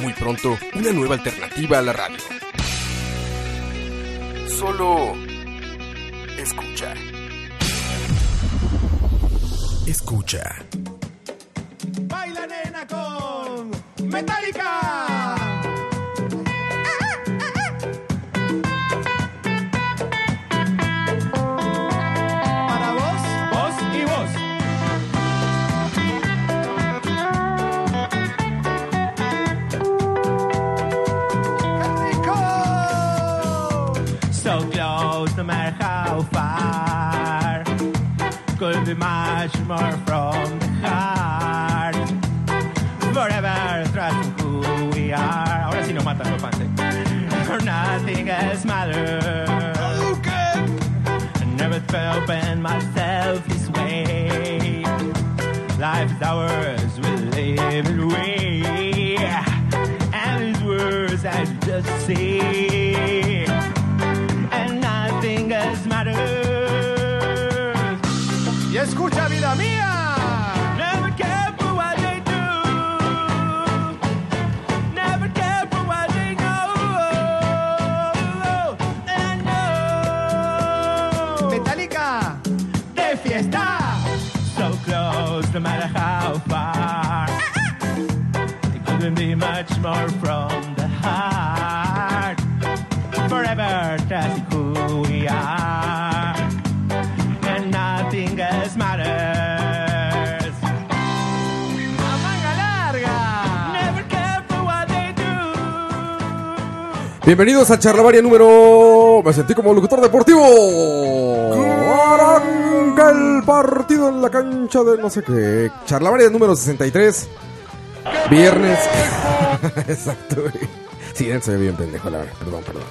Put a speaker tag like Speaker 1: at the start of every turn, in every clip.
Speaker 1: Muy pronto, una nueva alternativa a la radio. Solo escucha. Escucha.
Speaker 2: Baila nena con Metallica. Para vos, vos y vos. ¡Qué rico! So close, no matter how far. Could be much more from the heart. Forever trusting who we are. Ahora sí nos matan los fans. eh. For nothing else matters. I never felt bend myself this way. Life is ours, we live it away. And these words I just say. And nothing else matters. Y escucha, vida mía. Never care for what they do. Never care for what they know. And I know.
Speaker 3: Metallica.
Speaker 2: de fiesta. So close, no matter how far. It couldn't be much more from the heart. Forever trusting who we are. And nothing else matters. A manga larga. Never care for what they do.
Speaker 1: Bienvenidos a Charlavaria número. Me sentí como locutor deportivo. Arranca el partido en la cancha de no sé qué. Charlavaria número 63. Viernes. Exacto. güey. Sí, se ve bien pendejo, la verdad. Perdón, perdón.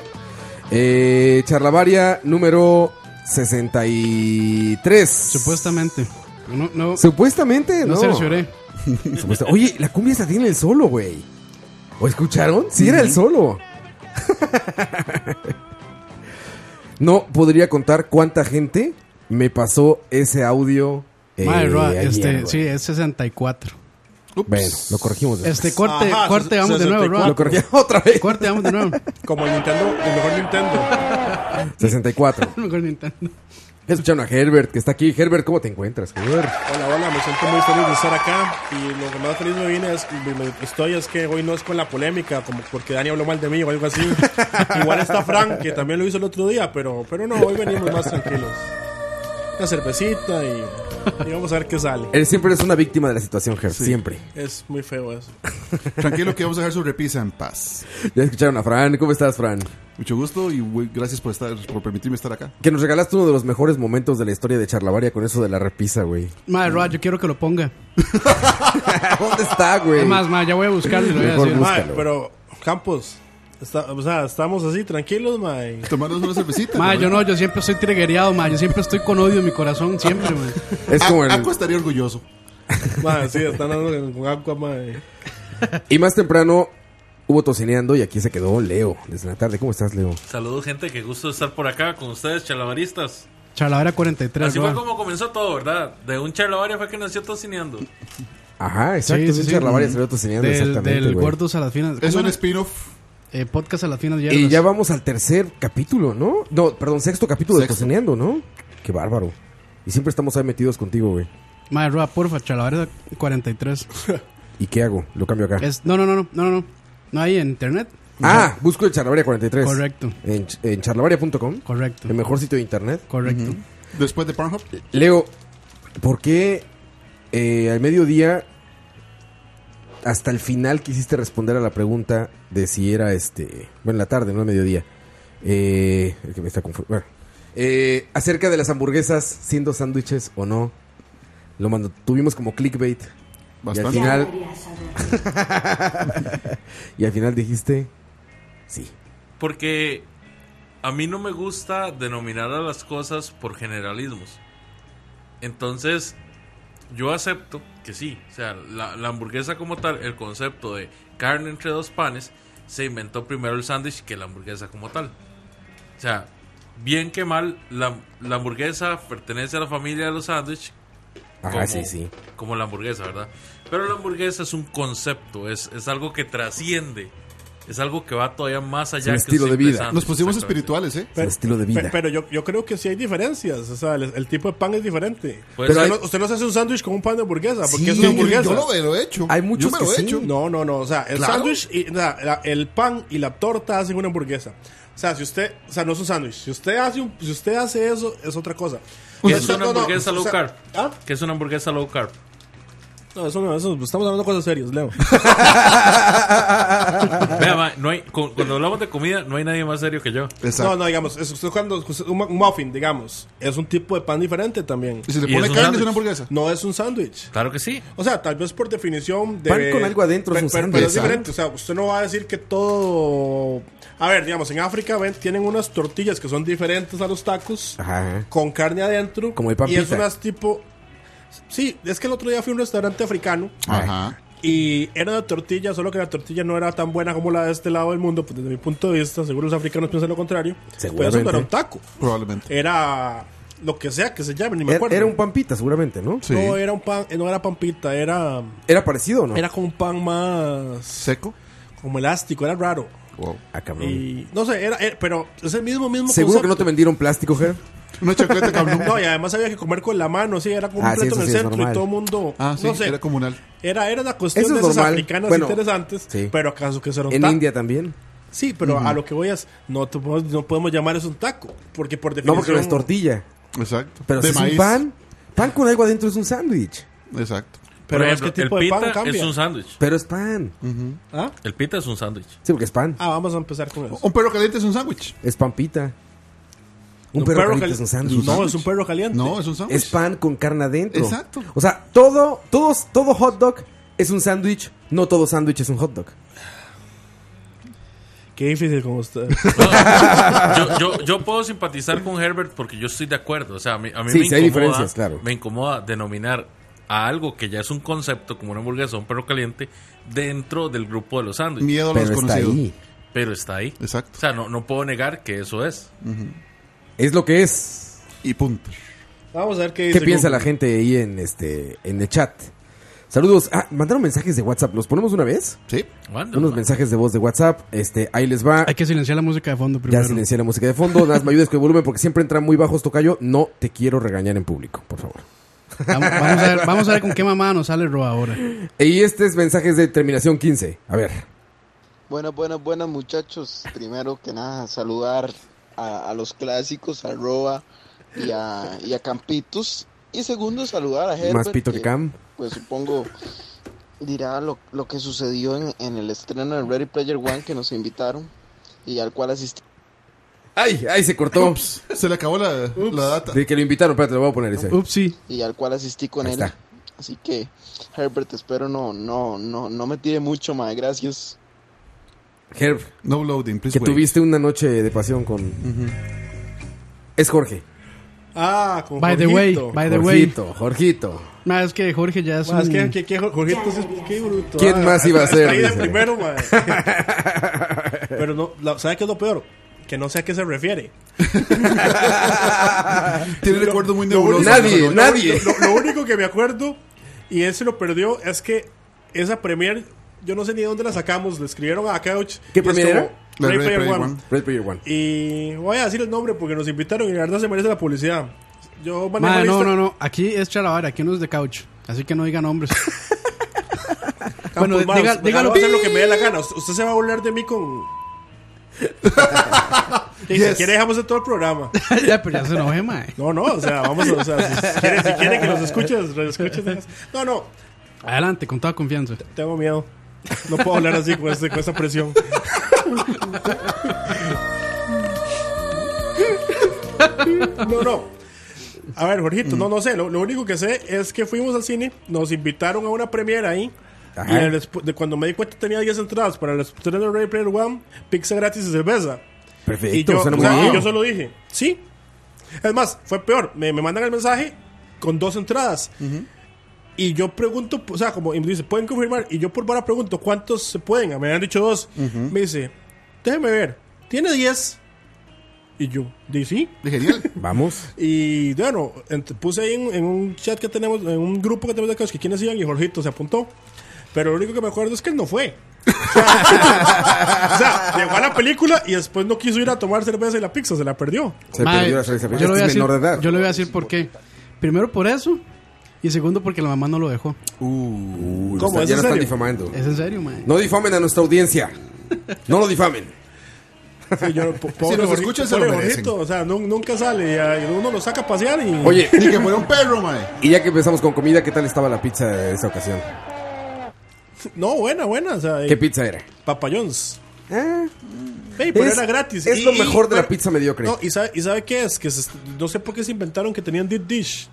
Speaker 1: Eh, Charlavaria número 63.
Speaker 4: Supuestamente. No, no,
Speaker 1: Supuestamente,
Speaker 4: no
Speaker 1: ¿no?
Speaker 4: cercioré.
Speaker 1: Supuesta- Oye, la cumbia esta tiene el solo, güey. ¿O escucharon? Sí, era el solo. no podría contar cuánta gente me pasó ese audio. eh,
Speaker 4: Madre, Roa,
Speaker 1: ayer,
Speaker 4: este,
Speaker 1: güey.
Speaker 4: sí, es 64. Ups.
Speaker 1: Bueno, lo corregimos. después.
Speaker 4: Este, corte,
Speaker 5: Ajá,
Speaker 4: corte, vamos de nuevo,
Speaker 5: 64.
Speaker 4: Roa.
Speaker 1: Lo corregimos otra vez.
Speaker 4: Corte, vamos de nuevo.
Speaker 5: Como el Nintendo, el mejor Nintendo.
Speaker 1: 64.
Speaker 4: Mejor Nintendo.
Speaker 1: Escucharon a Herbert, que está aquí. Herbert, ¿cómo te encuentras, Herbert?
Speaker 5: Hola, hola, me siento muy feliz de estar acá. Y lo que más feliz me viene es, me- me- estoy es que hoy no es con la polémica, como porque Dani habló mal de mí o algo así. Igual está Frank, que también lo hizo el otro día, pero, pero no, hoy venimos más tranquilos. Una cervecita y, y vamos a ver qué sale.
Speaker 1: Él siempre es una víctima de la situación, Herbert. Siempre.
Speaker 5: Es muy feo eso.
Speaker 6: Tranquilo que vamos a dejar su repisa en paz.
Speaker 1: Ya escucharon a Fran. ¿Cómo estás, Fran?
Speaker 6: Mucho gusto y güey, gracias por estar, por permitirme estar acá.
Speaker 1: Que nos regalaste uno de los mejores momentos de la historia de Charlavaria con eso de la repisa, güey.
Speaker 4: Madre, Roa, yo quiero que lo ponga.
Speaker 1: ¿Dónde está, güey?
Speaker 4: Es más, madre, ya voy a buscarlo y lo voy a
Speaker 1: Mejor
Speaker 4: decir.
Speaker 1: busca.
Speaker 5: Mae,
Speaker 1: Búscalo.
Speaker 5: pero Campos, está- o sea, estamos así tranquilos, mae.
Speaker 6: Tomarnos una cervecita.
Speaker 4: Madre, yo
Speaker 6: güey.
Speaker 4: no, yo siempre estoy triguereado, madre. Yo siempre estoy con odio en mi corazón, siempre, madre.
Speaker 1: Es
Speaker 6: A-
Speaker 1: como el-
Speaker 6: Aqua estaría orgulloso.
Speaker 5: Mae, sí, están hablando con agua, mae.
Speaker 1: Y más temprano hubo tocineando y aquí se quedó Leo desde la tarde. ¿Cómo estás, Leo?
Speaker 7: Saludos gente, qué gusto estar por acá con ustedes, charlavaristas.
Speaker 4: Charlavera 43,
Speaker 7: Así fue
Speaker 4: Roa.
Speaker 7: como comenzó todo, ¿verdad? De un charlavario fue que nació tocineando.
Speaker 1: Ajá, exacto.
Speaker 4: sí,
Speaker 1: sí,
Speaker 4: sí.
Speaker 1: Charlavaria salió tocineando,
Speaker 4: Del,
Speaker 1: exactamente.
Speaker 4: del
Speaker 1: güey.
Speaker 4: Gordos a las Finas.
Speaker 6: Es
Speaker 4: ¿Cómo
Speaker 6: un
Speaker 4: era?
Speaker 6: spin-off.
Speaker 4: Eh, podcast a las Finas
Speaker 1: Y
Speaker 4: Hierbas.
Speaker 1: ya vamos al tercer capítulo, ¿no? No, perdón, sexto capítulo
Speaker 6: Sexto.
Speaker 1: de tocineando, ¿no? Qué bárbaro. Y siempre estamos ahí metidos contigo, güey.
Speaker 4: Madre, Roa, porfa, Charlavera 43.
Speaker 1: ¿Y qué hago? Lo cambio acá.
Speaker 4: Es, no, no, no, no, no, no. No hay en internet.
Speaker 1: Ah, busco el Charlavaria 43.
Speaker 4: Correcto.
Speaker 1: En, ch- en charlavaria.com.
Speaker 4: Correcto.
Speaker 1: El mejor sitio de internet.
Speaker 4: Correcto.
Speaker 6: Después de Pornhub.
Speaker 1: Leo, ¿por qué eh, al mediodía hasta el final quisiste responder a la pregunta de si era este. Bueno, en la tarde, no al mediodía. Eh, el que me está confu- bueno. Eh, acerca de las hamburguesas siendo sándwiches o no. Lo mando, tuvimos como clickbait. Y al
Speaker 6: Bastante.
Speaker 1: final, Y al final dijiste, sí.
Speaker 7: Porque a mí no me gusta denominar a las cosas por generalismos. Entonces, yo acepto que sí. O sea, la, la hamburguesa como tal, el concepto de carne entre dos panes, se inventó primero el sándwich que la hamburguesa como tal. O sea, bien que mal, la, la hamburguesa pertenece a la familia de los sándwiches.
Speaker 1: Ajá,
Speaker 7: como-
Speaker 1: sí, sí.
Speaker 7: Como la hamburguesa, ¿verdad? Pero la hamburguesa es un concepto, es, es algo que trasciende. Es algo que va todavía más allá.
Speaker 1: un
Speaker 7: que
Speaker 1: estilo de
Speaker 7: simple
Speaker 1: vida.
Speaker 7: sándwich,
Speaker 8: Nos pusimos
Speaker 7: exactamente.
Speaker 8: espirituales, ¿eh?
Speaker 1: Es un estilo de vida.
Speaker 5: pe- Pero yo, yo creo que sí hay diferencias. O sea, el, el tipo de pan es diferente.
Speaker 7: Pues
Speaker 5: usted,
Speaker 7: hay-
Speaker 5: no, usted no se hace un sándwich con un pan de hamburguesa. Porque
Speaker 1: Sí,
Speaker 5: es
Speaker 1: yo-
Speaker 5: una hamburguesa.
Speaker 8: Yo lo, lo he hecho.
Speaker 1: Hay muchos
Speaker 8: yo me
Speaker 1: que
Speaker 8: lo he
Speaker 1: sí.
Speaker 8: hecho.
Speaker 5: No, no, no. O sea, el
Speaker 8: Claro.
Speaker 5: sándwich, y- la- la- el pan y la torta hacen una hamburguesa. O sea, si usted, o sea, no es un sándwich. Si usted hace, un- si usted hace eso, es otra cosa.
Speaker 7: ¿Qué
Speaker 5: Eso-
Speaker 7: Pues es una
Speaker 5: no, no,
Speaker 7: hamburguesa
Speaker 5: o
Speaker 7: low
Speaker 5: sea,
Speaker 7: carb?
Speaker 5: ¿Ah?
Speaker 7: ¿Qué es una hamburguesa low carb?
Speaker 5: No, eso no, eso, estamos hablando de cosas serias, Leo.
Speaker 7: Vea, ma, no hay, cu- cuando hablamos de comida, no hay nadie más serio que yo.
Speaker 8: Exacto.
Speaker 5: no, no, digamos, es usted cuando un mu- muffin, digamos, es un tipo de pan diferente también.
Speaker 8: Y si le
Speaker 7: Y es
Speaker 8: pone
Speaker 7: un
Speaker 8: carne, es
Speaker 7: sándwich.
Speaker 8: una hamburguesa.
Speaker 5: No es un sándwich.
Speaker 7: Claro que sí.
Speaker 5: O sea, tal vez por definición de...
Speaker 1: Pan con algo adentro es
Speaker 5: Pe-
Speaker 1: un
Speaker 5: pero,
Speaker 1: sándwich.
Speaker 5: pero es diferente, o sea, usted no va a decir que todo... A ver, digamos, en África ven, tienen unas tortillas que son diferentes a los tacos,
Speaker 1: Ajá.
Speaker 5: con carne adentro.
Speaker 1: Como el pan
Speaker 5: Y es
Speaker 1: pita.
Speaker 5: unas tipo... Sí, es que el otro día fui a un restaurante africano
Speaker 8: Ajá.
Speaker 5: y era una tortilla, solo que la tortilla no era tan buena como la de este lado del mundo, pues, desde mi punto de vista, seguro los africanos piensan lo contrario. Pero eso no era un
Speaker 1: Seguramente.
Speaker 5: taco,
Speaker 8: Probablemente.
Speaker 5: era lo que sea que se llame, ni me
Speaker 1: Era,
Speaker 5: acuerdo.
Speaker 1: Er, era un pampita, seguramente, ¿no?
Speaker 8: Sí.
Speaker 5: No, era un pan, no era pampita, era...
Speaker 1: Era parecido, ¿no?
Speaker 5: Era como un pan más
Speaker 8: Seco.
Speaker 5: como elástico, era raro.
Speaker 8: Wow.
Speaker 1: Ah, cabrón.
Speaker 5: Y no sé, era, era- pero es el mismo mismo
Speaker 1: Seguro que no te
Speaker 5: concepto.
Speaker 1: vendieron plástico, Ger.
Speaker 8: Una chacleta, cabrón.
Speaker 5: No, y además había que comer con la mano, sí, era como un
Speaker 1: Ah, sí,
Speaker 5: plato
Speaker 1: eso
Speaker 5: en el
Speaker 1: sí es
Speaker 5: centro y
Speaker 1: normal.
Speaker 5: todo el mundo,
Speaker 8: Ah, sí,
Speaker 5: no sé,
Speaker 8: era comunal.
Speaker 5: era, era una cuestión
Speaker 1: Eso
Speaker 5: de
Speaker 1: es
Speaker 5: esas
Speaker 1: normal.
Speaker 5: africanas
Speaker 1: Bueno,
Speaker 5: interesantes,
Speaker 1: sí.
Speaker 5: pero acaso que será un
Speaker 1: En
Speaker 5: taco.
Speaker 1: India también.
Speaker 5: Sí, pero a lo que voy es, no, te podemos, no podemos llamar eso un taco, porque por
Speaker 1: No,
Speaker 5: definición...
Speaker 1: porque no es tortilla.
Speaker 8: Exacto.
Speaker 1: Pero si es un pan, pan con algo adentro es un sándwich.
Speaker 8: Exacto.
Speaker 5: Pero
Speaker 7: Por
Speaker 5: es que
Speaker 7: ejemplo,
Speaker 5: tipo de
Speaker 7: el
Speaker 5: pan
Speaker 7: pita
Speaker 5: cambia.
Speaker 7: es un sándwich.
Speaker 1: Pero es pan.
Speaker 5: ¿Ah?
Speaker 7: El pita es un sándwich.
Speaker 1: Sí, porque es pan.
Speaker 5: Ah, vamos a empezar con eso.
Speaker 8: Un perro caliente es un sándwich.
Speaker 1: Es pampita. Un, perro, caliente
Speaker 5: cali-
Speaker 1: es un sándwich.
Speaker 5: No, es un perro caliente.
Speaker 8: No, es un sándwich.
Speaker 1: Es pan con carne adentro.
Speaker 8: Exacto.
Speaker 1: O sea, todo, todos, todo hot dog es un sándwich. No todo sándwich es un hot dog.
Speaker 5: Qué difícil con usted.
Speaker 7: yo, yo, yo puedo simpatizar con Herbert porque yo estoy de acuerdo. O sea, a mí, a mí
Speaker 1: Sí,
Speaker 7: me,
Speaker 1: sí hay
Speaker 7: incomoda,
Speaker 1: diferencias, claro.
Speaker 7: me incomoda denominar a algo que ya es un concepto como una hamburguesa o un perro caliente dentro del grupo de los sándwiches.
Speaker 8: Miedo a lo
Speaker 1: Pero está
Speaker 8: desconocido.
Speaker 1: ahí.
Speaker 7: Pero está ahí.
Speaker 8: Exacto.
Speaker 7: O sea, no, no puedo negar que eso es.
Speaker 1: Es lo que es.
Speaker 8: Y punto.
Speaker 5: Vamos a ver qué
Speaker 1: ¿Qué
Speaker 5: dice
Speaker 1: piensa
Speaker 5: Google.
Speaker 1: la gente ahí en este en el chat? Saludos. Ah, mandaron mensajes de WhatsApp. ¿Los ponemos una vez?
Speaker 8: Sí.
Speaker 7: Bueno,
Speaker 1: Unos
Speaker 7: ma-
Speaker 1: mensajes de voz de WhatsApp. Este, ahí les va.
Speaker 4: Hay que silenciar la música de fondo primero.
Speaker 1: Ya silencié la música de fondo. Nada más me ayudes con el volumen porque siempre entran muy bajos, Tocayo. No te quiero regañar en público, por favor.
Speaker 4: Vamos, vamos a ver, vamos a ver con qué mamá nos sale Roa ahora.
Speaker 1: Y este es mensajes de terminación 15. A ver.
Speaker 9: Buenas, buenas, buenas muchachos. Primero que nada, saludar a, a los clásicos, a Roa y a, y a Campitos. Y segundo, saludar a Herbert.
Speaker 1: Más pito que Cam.
Speaker 9: Pues supongo dirá lo, lo que sucedió en, en el estreno de Ready Player One que nos invitaron y al cual asistí.
Speaker 1: ¡Ay! ¡Ay! Se cortó.
Speaker 8: Ups, Se le acabó la, la data.
Speaker 1: De que lo invitaron. Espérate, lo voy a poner ese.
Speaker 4: Upsi.
Speaker 9: y al cual asistí con
Speaker 1: Ahí
Speaker 9: él.
Speaker 1: está.
Speaker 9: Así que, Herbert, espero no, no, no, no me tire mucho, más Gracias.
Speaker 1: Herb,
Speaker 8: No loading, please.
Speaker 1: que
Speaker 8: wait.
Speaker 1: tuviste una noche de pasión con. Es Jorge.
Speaker 5: Ah, con
Speaker 4: By the way,
Speaker 5: Jorgito.
Speaker 4: by the way.
Speaker 1: Jorgito, Jorgito.
Speaker 4: Ma, es que Jorge ya es.
Speaker 5: Ma, es
Speaker 4: un-
Speaker 5: que, que, que Jorgito es qué bruto.
Speaker 1: ¿Quién más iba a
Speaker 5: hasta
Speaker 1: ser?
Speaker 5: ahí de
Speaker 1: Dice.
Speaker 5: primero, ma. Pero no, la- ¿sabe qué es lo peor? Que no sé a qué se refiere.
Speaker 8: Tiene recuerdos muy
Speaker 5: lo
Speaker 8: nebulosos.
Speaker 1: único-
Speaker 8: de esa noche.
Speaker 1: Nadie.
Speaker 5: Lo, lo único que me acuerdo, y él se lo perdió, es que esa premier, yo no sé ni de dónde la sacamos, le escribieron a Couch.
Speaker 1: ¿Qué
Speaker 5: y
Speaker 1: premier
Speaker 5: estuvo
Speaker 1: era?
Speaker 8: La
Speaker 5: Ready
Speaker 8: Ready
Speaker 5: Player
Speaker 8: Player
Speaker 5: One.
Speaker 8: One.
Speaker 1: Red Player One.
Speaker 5: Y voy a decir el nombre porque nos invitaron y la verdad se merece la publicidad. Yo manejo
Speaker 4: Ma,
Speaker 5: la
Speaker 4: no,
Speaker 5: lista-
Speaker 4: no, no. Aquí es Chalavara, aquí no es de couch. Así que no digan nombres.
Speaker 5: Campos,
Speaker 4: bueno,
Speaker 5: ma,
Speaker 4: diga-
Speaker 5: usted-
Speaker 4: dígalo.
Speaker 5: va a hacer lo que me dé la gana. Usted, usted se va a burlar de mí con. y si quiere, dejamos de todo el programa.
Speaker 4: ya, pero ya se enojé, ma.
Speaker 5: No, no, o sea, vamos a. O sea, si quiere, si quiere que los escuches, reescuches. dejas- No, no,
Speaker 4: Adelante, con toda confianza.
Speaker 5: tengo miedo. No puedo hablar así con, este- con esta presión. No, no. A ver, Jorgito, no, no sé. Lo, lo único que sé es que fuimos al cine, nos invitaron a una premiera ahí.
Speaker 1: Ajá.
Speaker 5: Y en el expo- de cuando me di cuenta tenía 10 entradas para el estreno de Ray Player One, pizza gratis y cerveza.
Speaker 1: Perfecto,
Speaker 5: Y yo,
Speaker 1: suena
Speaker 5: o
Speaker 1: muy
Speaker 5: sea,
Speaker 1: bien.
Speaker 5: y yo solo dije, sí. Es más, fue peor. Me, me mandan el mensaje con dos entradas. Y yo pregunto, o sea, como y me dice, ¿pueden confirmar? Y yo por vara pregunto, ¿cuántos se pueden? Me han dicho dos. Me dice, déjeme ver, ¿tiene 10? Y yo, di sí.
Speaker 8: De genial.
Speaker 1: Vamos.
Speaker 5: Y bueno, ent- puse ahí en, en un chat que tenemos, en un grupo que tenemos de acá, que quienes iban y Jorgito se apuntó. Pero lo único que me acuerdo es que él no fue. O sea, llegó a la película y después no quiso ir a tomar cerveza y la pizza, se la perdió.
Speaker 1: Se
Speaker 4: Mae,
Speaker 1: perdió la cerveza.
Speaker 4: Yo le voy a
Speaker 1: Este es
Speaker 4: decir,
Speaker 1: menor de edad.
Speaker 4: yo le voy a decir por qué. Primero por eso. Y segundo porque la mamá no lo dejó.
Speaker 1: Uy,
Speaker 5: ¿Cómo?
Speaker 1: o sea,
Speaker 5: ¿Es
Speaker 1: Uh,
Speaker 5: en
Speaker 1: ya no están
Speaker 5: serio?
Speaker 1: difamando.
Speaker 4: Es en serio, mae.
Speaker 1: No difamen a nuestra audiencia. No lo difamen.
Speaker 5: Sí, yo, po- pobre
Speaker 8: nos
Speaker 5: Jorgito,
Speaker 8: escuchan, se
Speaker 5: pobre
Speaker 8: lo merecen.
Speaker 5: Jorgito, O sea, nu- nunca sale. y a- y uno lo saca a pasear y.
Speaker 1: Oye,
Speaker 8: Ni que fuera un perro, mae.
Speaker 1: y ya que empezamos con comida, ¿qué tal estaba la pizza de esa ocasión?
Speaker 5: No, buena, buena. O sea, y-
Speaker 1: ¿Qué
Speaker 4: Eh,
Speaker 1: pizza era?
Speaker 5: Papayons. Ey, pero
Speaker 1: Es-
Speaker 5: era gratis.
Speaker 1: es lo mejor de la pizza mediocre.
Speaker 5: No, y sabe, y sabe qué es, que se- no sé por qué se inventaron que tenían deep dish.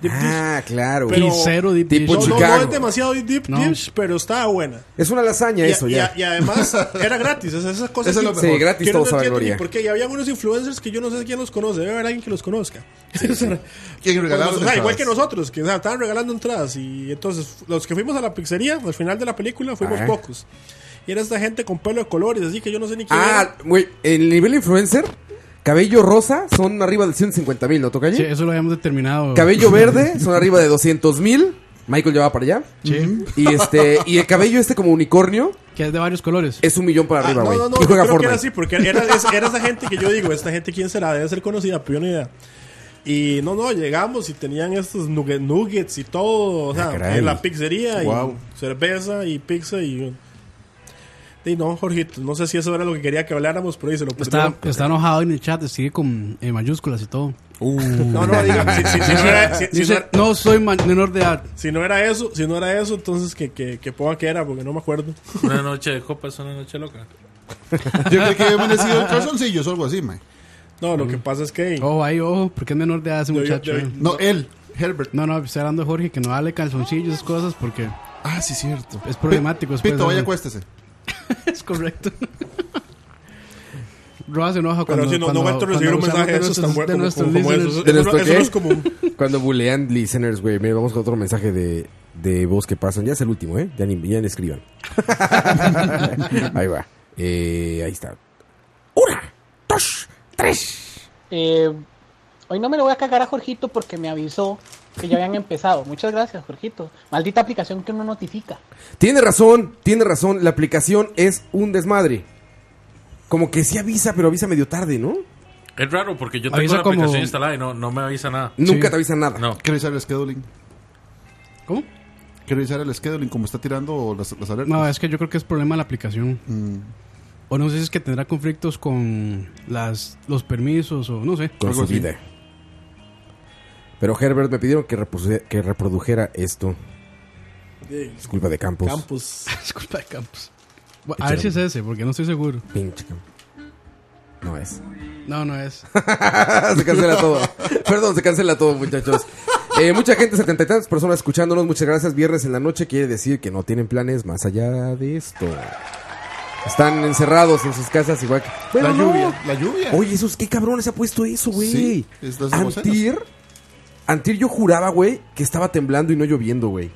Speaker 5: Deep dish.
Speaker 1: Ah, claro.
Speaker 5: Pero-
Speaker 4: y cero deep
Speaker 1: Tipo
Speaker 5: No,
Speaker 4: dish.
Speaker 5: no, no
Speaker 1: Chicago.
Speaker 5: es demasiado deep
Speaker 4: No.
Speaker 5: dish, pero está buena.
Speaker 1: Es una lasaña
Speaker 5: Y,
Speaker 1: eso
Speaker 5: y-
Speaker 1: ya.
Speaker 5: y además era gratis, esas, esas cosas.
Speaker 8: Eso es lo
Speaker 5: que-
Speaker 8: mejor.
Speaker 1: Sí, gratis
Speaker 5: que
Speaker 1: todo
Speaker 5: no
Speaker 1: sabe a
Speaker 5: entiendo ni
Speaker 1: gloria.
Speaker 5: por qué. Y había unos influencers que yo no sé quién los conoce, debe haber alguien que los conozca. O sea,
Speaker 8: ¿Quién regalaba
Speaker 5: o sea,
Speaker 8: las
Speaker 5: igual
Speaker 8: entradas?
Speaker 5: que nosotros, que o sea, estaban regalando entradas. Y entonces, los que fuimos a la pizzería, al final de la película, fuimos
Speaker 1: Ajá.
Speaker 5: pocos. Y era esta gente con pelo de colores, así que yo no sé ni quién
Speaker 1: Ah,
Speaker 5: era.
Speaker 1: güey, el nivel influencer, cabello rosa son arriba de 150 mil, ¿no toca
Speaker 4: Sí, eso lo habíamos determinado.
Speaker 1: Cabello verde son arriba de 200 mil. Michael ya va para allá.
Speaker 4: Sí,
Speaker 1: Y este y el cabello este como unicornio
Speaker 4: que es de varios colores.
Speaker 1: es un millón para
Speaker 5: Ah,
Speaker 1: arriba,
Speaker 5: no,
Speaker 1: güey.
Speaker 5: no, no,
Speaker 1: y
Speaker 5: yo creo que
Speaker 1: juega
Speaker 5: era
Speaker 1: Fortnite.
Speaker 5: así, porque era, es- era esa gente que yo digo, esta gente quién será, debe ser conocida, pero yo ni idea. Y no, no, llegamos y tenían estos nugget- nuggets y todo, o sea,
Speaker 1: Ah, caray.
Speaker 5: en la pizzería,
Speaker 8: Guau.
Speaker 5: y cerveza y pizza y... Y no, Jorgito, no sé si eso era lo que quería que habláramos, pero ahí se lo
Speaker 4: Está,
Speaker 5: perdieron.
Speaker 4: está enojado en el chat, sigue con eh, mayúsculas y todo.
Speaker 5: No, no, diga, si, si- si no era, si- si no
Speaker 4: Dice,
Speaker 5: era-
Speaker 4: no soy ma- menor de edad.
Speaker 5: si no era eso, si no era eso, entonces que, que, que ponga que era, porque no me acuerdo.
Speaker 7: Una noche de copa es una noche loca.
Speaker 8: Yo creo que he merecido el calzoncillos o algo así, mae.
Speaker 5: No, lo que
Speaker 4: Mm.
Speaker 5: pasa es que...
Speaker 4: Ojo ahí, ojo, porque es menor de edad ese
Speaker 5: Yo- yo-
Speaker 4: muchacho.
Speaker 5: yo-
Speaker 4: eh.
Speaker 8: No, él, Herbert.
Speaker 4: No, no, estoy hablando de Jorge, que no dale calzoncillos, esas cosas, porque
Speaker 8: Ah, sí, cierto.
Speaker 4: es problemático. después,
Speaker 8: Pito, vaya,
Speaker 4: ¿no?
Speaker 8: acuéstese.
Speaker 4: Es correcto. Roa se enoja cuando.
Speaker 5: pero si no,
Speaker 4: cuando,
Speaker 5: no vuelto a recibir un
Speaker 4: cuando
Speaker 5: mensaje de
Speaker 4: usamos
Speaker 5: esos tan
Speaker 4: nuestros-
Speaker 5: bueno
Speaker 4: nuestros
Speaker 5: como, como
Speaker 4: listeners.
Speaker 5: esos.
Speaker 1: ¿De
Speaker 5: Eso, no-
Speaker 1: nuestro
Speaker 5: eso no
Speaker 1: qué?
Speaker 5: es común.
Speaker 1: Cuando bulean listeners, güey. Mira, vamos con otro mensaje de, de voz que pasan. Ya es el último, ¿eh? Ya ni, ya ni escriban. ahí va. Eh, ahí está. Una, dos, tres.
Speaker 10: Eh, hoy no me lo voy a cagar a Jorgito porque me avisó que ya habían empezado. Muchas gracias, Jorgito. Maldita aplicación que no notifica.
Speaker 1: Tiene razón, tiene razón. La aplicación es un desmadre. Como que sí avisa, pero avisa medio tarde, ¿no?
Speaker 7: Es raro porque yo tengo
Speaker 4: Avisa
Speaker 7: la
Speaker 4: como-
Speaker 7: aplicación instalada y no, no me avisa nada.
Speaker 1: Nunca
Speaker 4: Sí.
Speaker 1: te avisa nada.
Speaker 7: No.
Speaker 8: Quiero revisar el scheduling.
Speaker 4: ¿Cómo?
Speaker 8: Quiero revisar el scheduling, como está tirando las, las alertas.
Speaker 4: No, es que yo creo que es problema de la aplicación.
Speaker 8: Mm,
Speaker 4: O no sé si es que tendrá conflictos con las, los permisos o no sé.
Speaker 1: Con
Speaker 8: Algo
Speaker 1: su
Speaker 8: así.
Speaker 1: vida. Pero Herbert me pidieron que, repuse- que reprodujera esto.
Speaker 5: Sí.
Speaker 1: Es culpa de Campos.
Speaker 5: Campus.
Speaker 4: Disculpa, Campos. Bueno, a ver si es ese, porque no estoy seguro.
Speaker 1: Pinche Campos. No es.
Speaker 4: No, no es.
Speaker 1: se cancela todo. Perdón, se cancela todo, muchachos. Eh, mucha gente, setenta y tantas personas escuchándonos. Muchas gracias. Viernes en la noche quiere decir que no tienen planes más allá de esto. Están encerrados en sus casas igual que...
Speaker 8: La
Speaker 1: Bueno, no.
Speaker 8: lluvia, la lluvia.
Speaker 1: Oye, esos, qué cabrón se ha puesto eso, güey.
Speaker 8: Sí, es las aguaceras.
Speaker 1: antir, antir yo juraba, güey, que estaba temblando y no lloviendo, güey.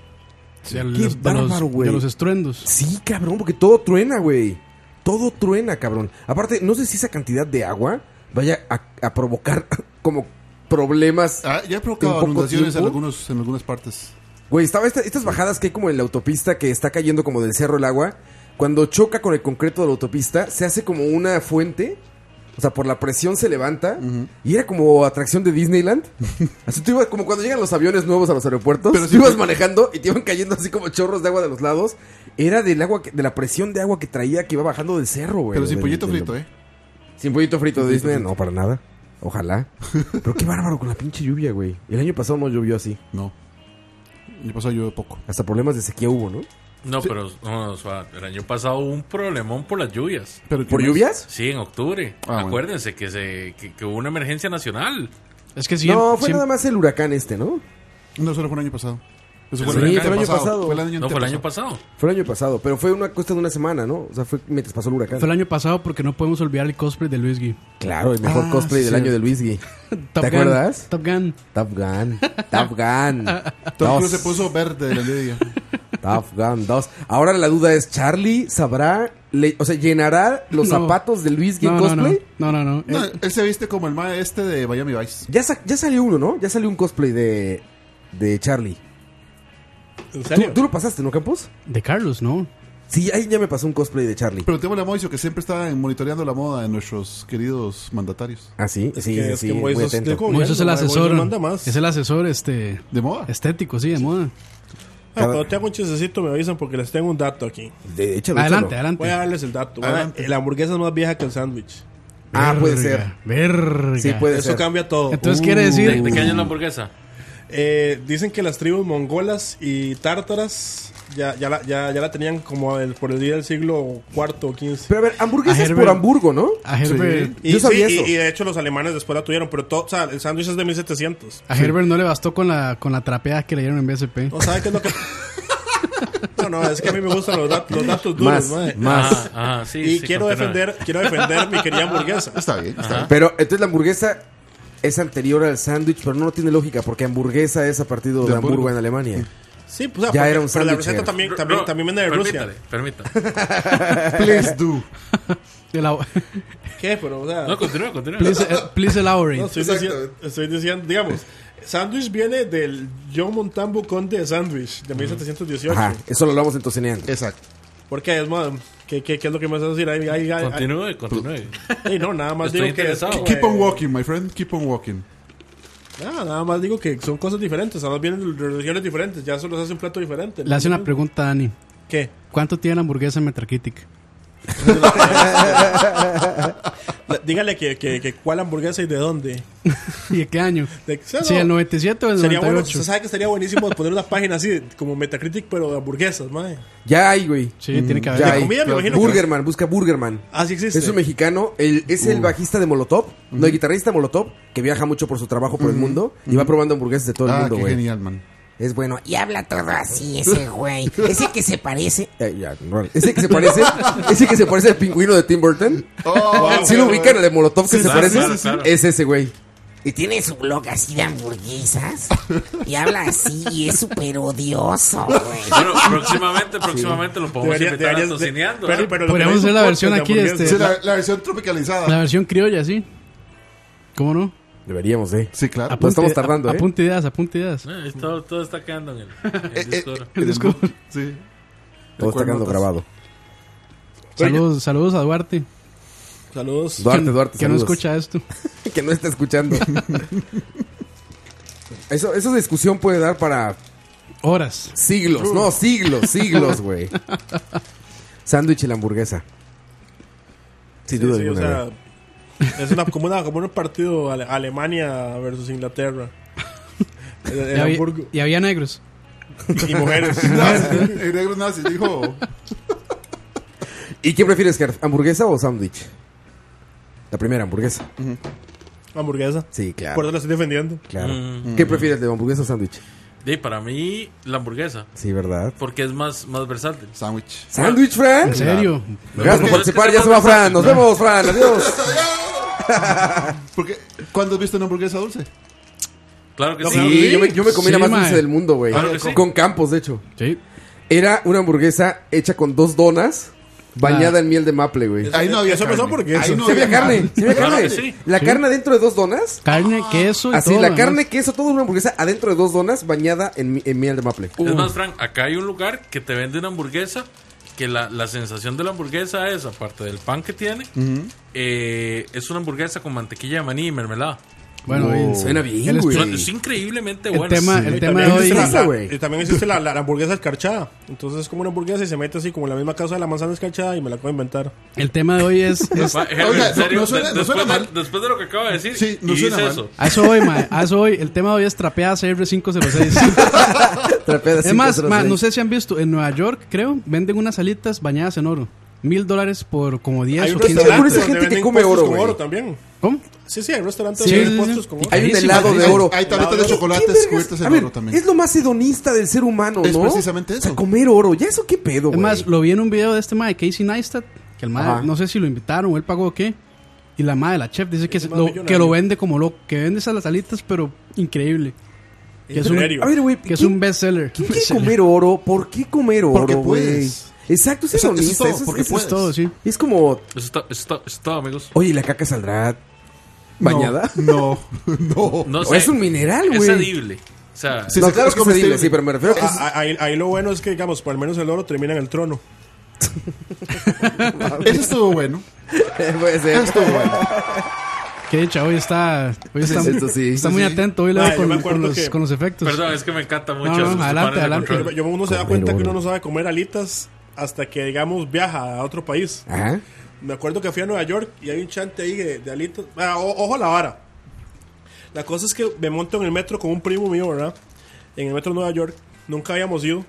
Speaker 4: De los-
Speaker 1: Qué
Speaker 4: de los-
Speaker 1: bárbaro, güey.
Speaker 4: De los estruendos.
Speaker 1: Sí, cabrón, porque todo truena, güey. Todo truena, cabrón. Aparte, no sé si esa cantidad de agua vaya a, a provocar como problemas.
Speaker 8: Ah, ya he
Speaker 1: ¿En
Speaker 8: provocado
Speaker 1: poco
Speaker 8: inundaciones en,
Speaker 1: tiempo?
Speaker 8: algunos, en algunas partes.
Speaker 1: Güey, estaba esta- estas bajadas que hay como en la autopista que está cayendo como del cerro el agua. Cuando choca con el concreto de la autopista, se hace como una fuente. O sea, por la presión se levanta. Y era como atracción de Disneyland. Así tú ibas, como cuando llegan los aviones nuevos a los aeropuertos.
Speaker 8: Pero
Speaker 1: tú
Speaker 8: sí,
Speaker 1: ibas
Speaker 8: pero-
Speaker 1: manejando y te iban cayendo así como chorros de agua de los lados. Era del agua, que- de la presión de agua que traía que iba bajando del cerro, güey.
Speaker 8: Pero sin
Speaker 1: Del-
Speaker 8: pollito
Speaker 1: del-
Speaker 8: frito, ¿eh?
Speaker 1: Sin pollito frito de
Speaker 8: Sin pollito
Speaker 1: Disney,
Speaker 8: frito.
Speaker 1: no, para nada. Ojalá. Pero qué bárbaro con la pinche lluvia, güey. El año pasado no llovió así.
Speaker 8: No. Yo pasó yo poco.
Speaker 1: Hasta problemas de sequía hubo, ¿no?
Speaker 7: No, pero no, o sea, el año pasado hubo un problemón por las lluvias.
Speaker 8: Pero, ¿qué
Speaker 1: ¿Por
Speaker 8: más?
Speaker 1: lluvias?
Speaker 7: Sí, en octubre.
Speaker 8: Ah, bueno.
Speaker 7: Acuérdense que, se, que, que hubo una emergencia nacional.
Speaker 4: Es que sí.
Speaker 1: no, fue nada más el huracán este, ¿no?
Speaker 8: No, solo fue el año pasado.
Speaker 7: Eso
Speaker 1: Sí,
Speaker 7: fue el año
Speaker 1: fue el año
Speaker 7: pasado.
Speaker 1: pasado.
Speaker 8: Fue el año
Speaker 7: No, fue el año
Speaker 8: antepasado.
Speaker 7: pasado.
Speaker 1: Fue el año pasado, pero fue una cuesta de una semana, ¿no? O sea, fue mientras pasó el huracán.
Speaker 4: Fue el año pasado porque no podemos olvidar el cosplay de Luis Gui.
Speaker 1: Claro, el mejor
Speaker 8: Ah,
Speaker 1: cosplay del
Speaker 8: sí.
Speaker 1: año de Luisgui.
Speaker 4: Top
Speaker 1: ¿Te
Speaker 4: Gun,
Speaker 1: acuerdas?
Speaker 4: Top Gun.
Speaker 1: Top Gun, Top Gun.
Speaker 8: Tom
Speaker 1: dos,
Speaker 8: Cruise se puso verde de la envidia.
Speaker 1: Top Gun 2. Ahora la duda es, ¿Charlie sabrá, le- o sea, llenará los
Speaker 4: No.
Speaker 1: zapatos de Luisgui en
Speaker 4: No, no, no,
Speaker 1: cosplay?
Speaker 4: no, no, no.
Speaker 8: No,
Speaker 4: Eh,
Speaker 8: él se viste como el mae este de Miami Vice.
Speaker 1: Ya, sa- ya salió uno, ¿no? Ya salió un cosplay de, de Charlie.
Speaker 5: ¿En
Speaker 1: ¿Tú,
Speaker 5: serio?
Speaker 1: tú lo pasaste, no, Campos?
Speaker 4: de Carlos, ¿no?
Speaker 1: Sí, ahí ya me pasó un cosplay de Charlie.
Speaker 8: Preguntémosle a Moiso, que siempre está en- monitoreando la moda de nuestros queridos mandatarios.
Speaker 1: Ah, sí,
Speaker 5: que-
Speaker 1: sí, sí,
Speaker 5: es
Speaker 1: sí,
Speaker 5: que
Speaker 1: muy
Speaker 5: Moisés
Speaker 1: atento.
Speaker 5: le co-
Speaker 4: Moisés es el
Speaker 5: Gobierno,
Speaker 4: asesor.
Speaker 5: Moisés manda más.
Speaker 4: Es el asesor este
Speaker 8: ¿De moda?
Speaker 4: estético, sí, de moda.
Speaker 5: Ah, cuando te hago un chistecito me avisan porque les tengo un dato aquí.
Speaker 1: De, échalo,
Speaker 4: Adelante,
Speaker 1: échalo.
Speaker 5: Voy a
Speaker 4: adelante.
Speaker 5: darles el dato. Bueno,
Speaker 8: Adelante.
Speaker 5: la hamburguesa es más vieja que el sándwich.
Speaker 1: Ah, puede ser.
Speaker 4: Verga, Verga.
Speaker 1: Sí, puede Uh,
Speaker 5: Eso
Speaker 1: ser.
Speaker 5: cambia todo. Uh.
Speaker 4: Entonces quiere
Speaker 7: ¿De,
Speaker 4: decir.
Speaker 7: de qué año es la hamburguesa?
Speaker 5: Eh, dicen que las tribus mongolas y tártaras ya, ya, la, ya, ya la tenían como el- por el día del siglo IV o XV.
Speaker 1: Pero a ver,
Speaker 4: A
Speaker 1: hamburguesas por
Speaker 4: Herbert.
Speaker 1: Hamburgo, ¿no?
Speaker 4: A Herbert,
Speaker 5: Y,
Speaker 1: Yo
Speaker 5: sí,
Speaker 1: sabía
Speaker 5: y-
Speaker 1: eso.
Speaker 5: y de hecho los alemanes después la tuvieron, pero todo, o sea, el sándwich es de 1700.
Speaker 4: a Herbert no le bastó con la, con la trapeada que le dieron en BSP.
Speaker 5: No sabe qué es lo que... No, no, es que a mí me gustan los, dat- los datos duros,
Speaker 1: Más,
Speaker 5: mae.
Speaker 1: más.
Speaker 7: Ah, ah, sí.
Speaker 5: y
Speaker 7: sí,
Speaker 5: quiero
Speaker 7: continúe.
Speaker 5: defender, quiero defender mi querida hamburguesa.
Speaker 8: Está bien, está bien.
Speaker 1: Pero entonces la hamburguesa es anterior al sándwich, pero no tiene lógica porque hamburguesa es a partir de,
Speaker 8: De
Speaker 1: Hamburgo.
Speaker 8: Hamburgo.
Speaker 1: en Alemania.
Speaker 5: Sí, pues, o sea,
Speaker 1: Ya
Speaker 5: porque-
Speaker 1: era un
Speaker 5: pero la
Speaker 1: sándwich, eh.
Speaker 5: receta
Speaker 1: era.
Speaker 5: también, también,
Speaker 7: No,
Speaker 5: también viene de Rusia.
Speaker 7: permítale, Permítale.
Speaker 8: Please do.
Speaker 4: De la-
Speaker 5: ¿Qué? Pero, o sea,
Speaker 7: No, continúa, continúa.
Speaker 4: please, eh, please elaborate.
Speaker 5: no, estoy, diciendo, estoy diciendo, digamos, sándwich viene del John Montambo Conde de Sándwich de 1718.
Speaker 1: Ajá, eso lo hablamos en Tocineando.
Speaker 8: Exacto.
Speaker 5: Porque es más, ¿qué, qué, qué es lo que me vas a decir? Ay, ay, ay, ay,
Speaker 7: Continúe, continúe.
Speaker 5: ay, no, nada más
Speaker 7: Estoy
Speaker 5: digo que.
Speaker 7: interesado.
Speaker 1: Ah,
Speaker 5: que-
Speaker 8: Keep on walking, my friend. Keep on walking.
Speaker 5: Nada, nada más digo que son cosas diferentes. Además vienen de regiones diferentes. Ya solo se hace un plato diferente.
Speaker 4: Le hace una pregunta a Dani.
Speaker 5: ¿Qué?
Speaker 4: ¿Cuánto tiene la hamburguesa en Metacritic?
Speaker 5: La- Dígale que, que, que cuál hamburguesa y de dónde.
Speaker 4: ¿Y de qué año?
Speaker 5: De-
Speaker 4: Sí, el 97 o el
Speaker 5: Sería
Speaker 4: 98.
Speaker 5: bueno,
Speaker 1: pues,
Speaker 5: usted sabe que sería buenísimo poner una página así, como Metacritic, pero de hamburguesas, madre.
Speaker 1: Ya hay, güey.
Speaker 4: Sí, tiene que
Speaker 1: Ya
Speaker 4: haber.
Speaker 5: De
Speaker 1: hay.
Speaker 5: comida me imagino que-
Speaker 1: Burgerman, busca Burgerman.
Speaker 5: Así existe.
Speaker 8: Este.
Speaker 1: Es un mexicano, el- es el bajista de Molotov, no, el guitarrista Molotov, que viaja mucho por su trabajo por el mundo y va probando hamburguesas de todo el
Speaker 8: Ah,
Speaker 1: mundo,
Speaker 8: qué
Speaker 1: güey.
Speaker 8: genial, man.
Speaker 1: Es bueno.
Speaker 11: Y habla todo así ese güey. Ese que se parece.
Speaker 1: Eh, ya, no, ese que se parece, ese que se parece al pingüino de Tim Burton.
Speaker 8: Oh,
Speaker 1: Si lo ubican, el de Molotov que se
Speaker 7: claro,
Speaker 1: parece,
Speaker 7: claro, claro.
Speaker 1: es ese güey.
Speaker 11: Y tiene su blog así de hamburguesas. Y habla así y es súper odioso, güey.
Speaker 7: Bueno, próximamente, próximamente lo podemos
Speaker 5: Debería-
Speaker 7: invitar
Speaker 5: deberías
Speaker 7: a
Speaker 5: de-
Speaker 7: Tocineando.
Speaker 5: pero-
Speaker 7: ¿eh?
Speaker 5: pero lo
Speaker 4: Podríamos
Speaker 5: que
Speaker 4: hacer
Speaker 5: es
Speaker 4: la
Speaker 5: un
Speaker 4: versión
Speaker 5: podcast de
Speaker 4: aquí,
Speaker 5: hamburguesas.
Speaker 8: Sí,
Speaker 4: este-
Speaker 8: la, la versión
Speaker 1: Mm.
Speaker 4: La
Speaker 8: tropicalizada.
Speaker 4: versión criolla, sí. ¿Cómo no?
Speaker 1: Deberíamos, eh.
Speaker 8: Sí, claro.
Speaker 1: Apunta. estamos tardando,
Speaker 4: a-
Speaker 1: ¿eh?
Speaker 4: Apunte ideas, apunte ideas.
Speaker 7: Eh, es todo, todo está quedando en el, en el
Speaker 8: Eh, eh,
Speaker 7: disco duro.
Speaker 8: el
Speaker 4: disco.
Speaker 8: disco- Sí.
Speaker 1: Todo está quedando grabado.
Speaker 4: Saludos, saludos a Duarte.
Speaker 5: Saludos.
Speaker 1: Duarte,
Speaker 4: que,
Speaker 1: Duarte,
Speaker 4: Que no
Speaker 1: saludos.
Speaker 4: escucha esto.
Speaker 1: que no está escuchando. Eso, esa discusión puede dar para
Speaker 4: Horas.
Speaker 1: siglos, no, siglos, siglos, güey. Sándwich y la hamburguesa. Sin duda
Speaker 5: Sí, sí, o
Speaker 1: alguna.
Speaker 5: sea,
Speaker 1: güey.
Speaker 5: es una, como, una, como un partido Ale- Alemania versus Inglaterra. El, el
Speaker 4: Y había,
Speaker 5: Hamburgo.
Speaker 4: y había negros.
Speaker 5: Y mujeres.
Speaker 8: Nazi, el negro nazi dijo.
Speaker 1: ¿Y qué prefieres, Ger? ¿Hamburguesa o sándwich? La primera, hamburguesa.
Speaker 5: Hamburguesa.
Speaker 1: Sí, claro.
Speaker 5: Por eso la estoy defendiendo.
Speaker 1: Claro.
Speaker 7: Mm.
Speaker 1: ¿Qué prefieres, de hamburguesa o sándwich?
Speaker 7: Y para mí, la hamburguesa.
Speaker 1: Sí, ¿verdad?
Speaker 7: Porque es más, más versátil.
Speaker 8: Sándwich.
Speaker 1: ¿Sándwich, Fran?
Speaker 4: En serio.
Speaker 1: Gracias por
Speaker 7: Pero es que
Speaker 1: participar,
Speaker 7: se
Speaker 1: ya se va
Speaker 7: pasa-
Speaker 1: Fran. Nos vemos, Fran. Adiós.
Speaker 8: Porque, ¿Cuándo has visto una hamburguesa dulce?
Speaker 7: Claro que
Speaker 5: No,
Speaker 7: sí.
Speaker 5: claro.
Speaker 1: Sí, yo me, yo me comí
Speaker 4: Sí,
Speaker 1: la más dulce
Speaker 4: mae.
Speaker 1: del mundo, güey.
Speaker 7: Claro que sí.
Speaker 1: Con campos, de hecho.
Speaker 4: Sí.
Speaker 1: Era una hamburguesa hecha con dos donas bañada
Speaker 7: Ah.
Speaker 1: en miel de maple, güey.
Speaker 8: Ahí no había
Speaker 5: Eso pasó
Speaker 8: carne.
Speaker 5: porque
Speaker 8: Ahí
Speaker 5: eso-
Speaker 8: no
Speaker 1: Se
Speaker 8: había
Speaker 1: ve carne, se ve
Speaker 7: Claro
Speaker 1: carne.
Speaker 7: que sí.
Speaker 1: La carne dentro de dos donas.
Speaker 4: Carne, queso y
Speaker 1: Así,
Speaker 4: todo.
Speaker 1: la
Speaker 4: lo
Speaker 1: carne, queso, toda una hamburguesa adentro de dos donas bañada en, mi- en miel de maple.
Speaker 8: Uh,
Speaker 7: Es más, Frank, acá hay un lugar que te vende una hamburguesa que la, la sensación de la hamburguesa es, aparte del pan que tiene, eh, es una hamburguesa con mantequilla de maní y mermelada.
Speaker 4: demás. Bueno,
Speaker 1: Oh.
Speaker 4: bien, sí.
Speaker 1: Suena bien,
Speaker 4: El
Speaker 1: güey.
Speaker 7: Son- Es increíblemente
Speaker 4: El
Speaker 7: buena.
Speaker 4: tema, el
Speaker 5: Y
Speaker 4: tema
Speaker 5: también
Speaker 4: de hoy.
Speaker 5: existe la-
Speaker 1: Esa,
Speaker 5: la-
Speaker 1: güey.
Speaker 5: y también existe la, la- la hamburguesa escarchada. Entonces es como una hamburguesa y se mete así como en la misma casa de la manzana escarchada y me la puedo inventar.
Speaker 4: El tema de hoy es. es-
Speaker 7: Va, Henry,
Speaker 8: Oiga,
Speaker 7: en serio,
Speaker 8: no- no suena-
Speaker 7: de-
Speaker 8: no
Speaker 7: después,
Speaker 8: suena
Speaker 7: de-
Speaker 8: mal.
Speaker 7: después de lo que acaba de decir,
Speaker 8: Sí, no
Speaker 7: y
Speaker 8: suena
Speaker 7: dice
Speaker 8: mal.
Speaker 7: eso.
Speaker 4: a eso hoy, ma. A eso hoy. El tema de hoy es trapeada CR506.
Speaker 1: Trapeada
Speaker 4: Es
Speaker 1: cinco
Speaker 4: más,
Speaker 1: horas
Speaker 4: ma,
Speaker 1: ahí.
Speaker 4: no sé si han visto. En Nueva York, creo, venden unas alitas bañadas en oro. mil dólares por como 10
Speaker 5: Hay
Speaker 4: o
Speaker 5: un
Speaker 4: 15
Speaker 5: restaurante
Speaker 4: dólares.
Speaker 5: donde venden postres con oro también.
Speaker 4: ¿Cómo?
Speaker 5: Sí, sí, hay restaurantes
Speaker 4: Sí,
Speaker 5: donde
Speaker 4: sí,
Speaker 5: venden
Speaker 4: sí.
Speaker 5: postres con oro.
Speaker 1: Hay un helado de
Speaker 8: Hay-
Speaker 1: oro.
Speaker 8: hay tabletas de
Speaker 1: ¿Qué-
Speaker 8: chocolates
Speaker 1: qué vergas?
Speaker 8: cubiertas en
Speaker 1: A ver,
Speaker 8: oro también.
Speaker 1: Es lo más hedonista del ser humano,
Speaker 8: Es
Speaker 1: ¿no?
Speaker 8: precisamente
Speaker 1: eso. O sea, comer oro. ¿Ya eso qué pedo,
Speaker 4: Es
Speaker 1: güey?
Speaker 4: más, lo vi en un video de este mae, Casey Neistat, que el
Speaker 1: Ajá.
Speaker 4: mae, no sé si lo invitaron o él pagó o qué. Y la madre, la chef, dice que,
Speaker 5: Ese
Speaker 4: se-
Speaker 5: mae
Speaker 4: lo-
Speaker 5: millonario.
Speaker 4: que lo vende como loco, que vende esas las alitas, pero increíble. Que es
Speaker 5: ¿En
Speaker 4: un,
Speaker 5: serio?
Speaker 1: A ver, güey.
Speaker 4: que es
Speaker 1: ¿quién-
Speaker 4: un bestseller.
Speaker 1: ¿Quién quiere comer oro? ¿Por qué comer oro,
Speaker 8: Porque
Speaker 1: güey?
Speaker 8: puedes.
Speaker 1: Exacto, es
Speaker 8: Eso- eso es
Speaker 1: hedonista.
Speaker 8: todo,
Speaker 1: eso es-
Speaker 8: porque pues,
Speaker 1: eso es
Speaker 8: puedes.
Speaker 4: Todo, sí.
Speaker 1: Es como,
Speaker 7: Eso está, eso está, eso está, amigos.
Speaker 1: oye, ¿y la caca saldrá bañada?
Speaker 8: No, no.
Speaker 7: No
Speaker 1: O
Speaker 7: sé,
Speaker 1: es un mineral,
Speaker 7: Es
Speaker 1: güey.
Speaker 7: edible. O sea,
Speaker 8: Sí,
Speaker 1: no,
Speaker 8: sí,
Speaker 1: claro
Speaker 8: es
Speaker 1: que es edible,
Speaker 8: comestible.
Speaker 1: sí, pero me refiero a que es-
Speaker 5: Ah, ah, Ahí, ahí lo bueno es que, digamos, por al menos el oro termina en el trono.
Speaker 8: Eso estuvo bueno.
Speaker 1: Puede ser.
Speaker 8: Eso estuvo bueno.
Speaker 4: Que de hecho, hoy está, hoy está,
Speaker 1: Sí, esto sí,
Speaker 4: está
Speaker 1: esto
Speaker 4: muy
Speaker 1: sí.
Speaker 4: atento hoy le
Speaker 8: Ah,
Speaker 5: Mae,
Speaker 4: va
Speaker 5: yo me
Speaker 4: con,
Speaker 5: acuerdo
Speaker 4: con los,
Speaker 5: que-
Speaker 4: con los efectos.
Speaker 7: perdón, es que me encanta mucho.
Speaker 4: No, no,
Speaker 7: esos que
Speaker 4: adelante,
Speaker 7: paran de
Speaker 4: adelante.
Speaker 7: control.
Speaker 5: Yo- yo- uno se da cuenta que uno no sabe comer alitas hasta que, digamos, viaja a otro país.
Speaker 1: Ajá.
Speaker 5: Me acuerdo que fui a Nueva York y hay un chante ahí de, de alitas. Ah, o- ojo a la vara. La cosa es que me monto en el metro con un primo mío, ¿verdad? En el metro de Nueva York. Nunca habíamos ido.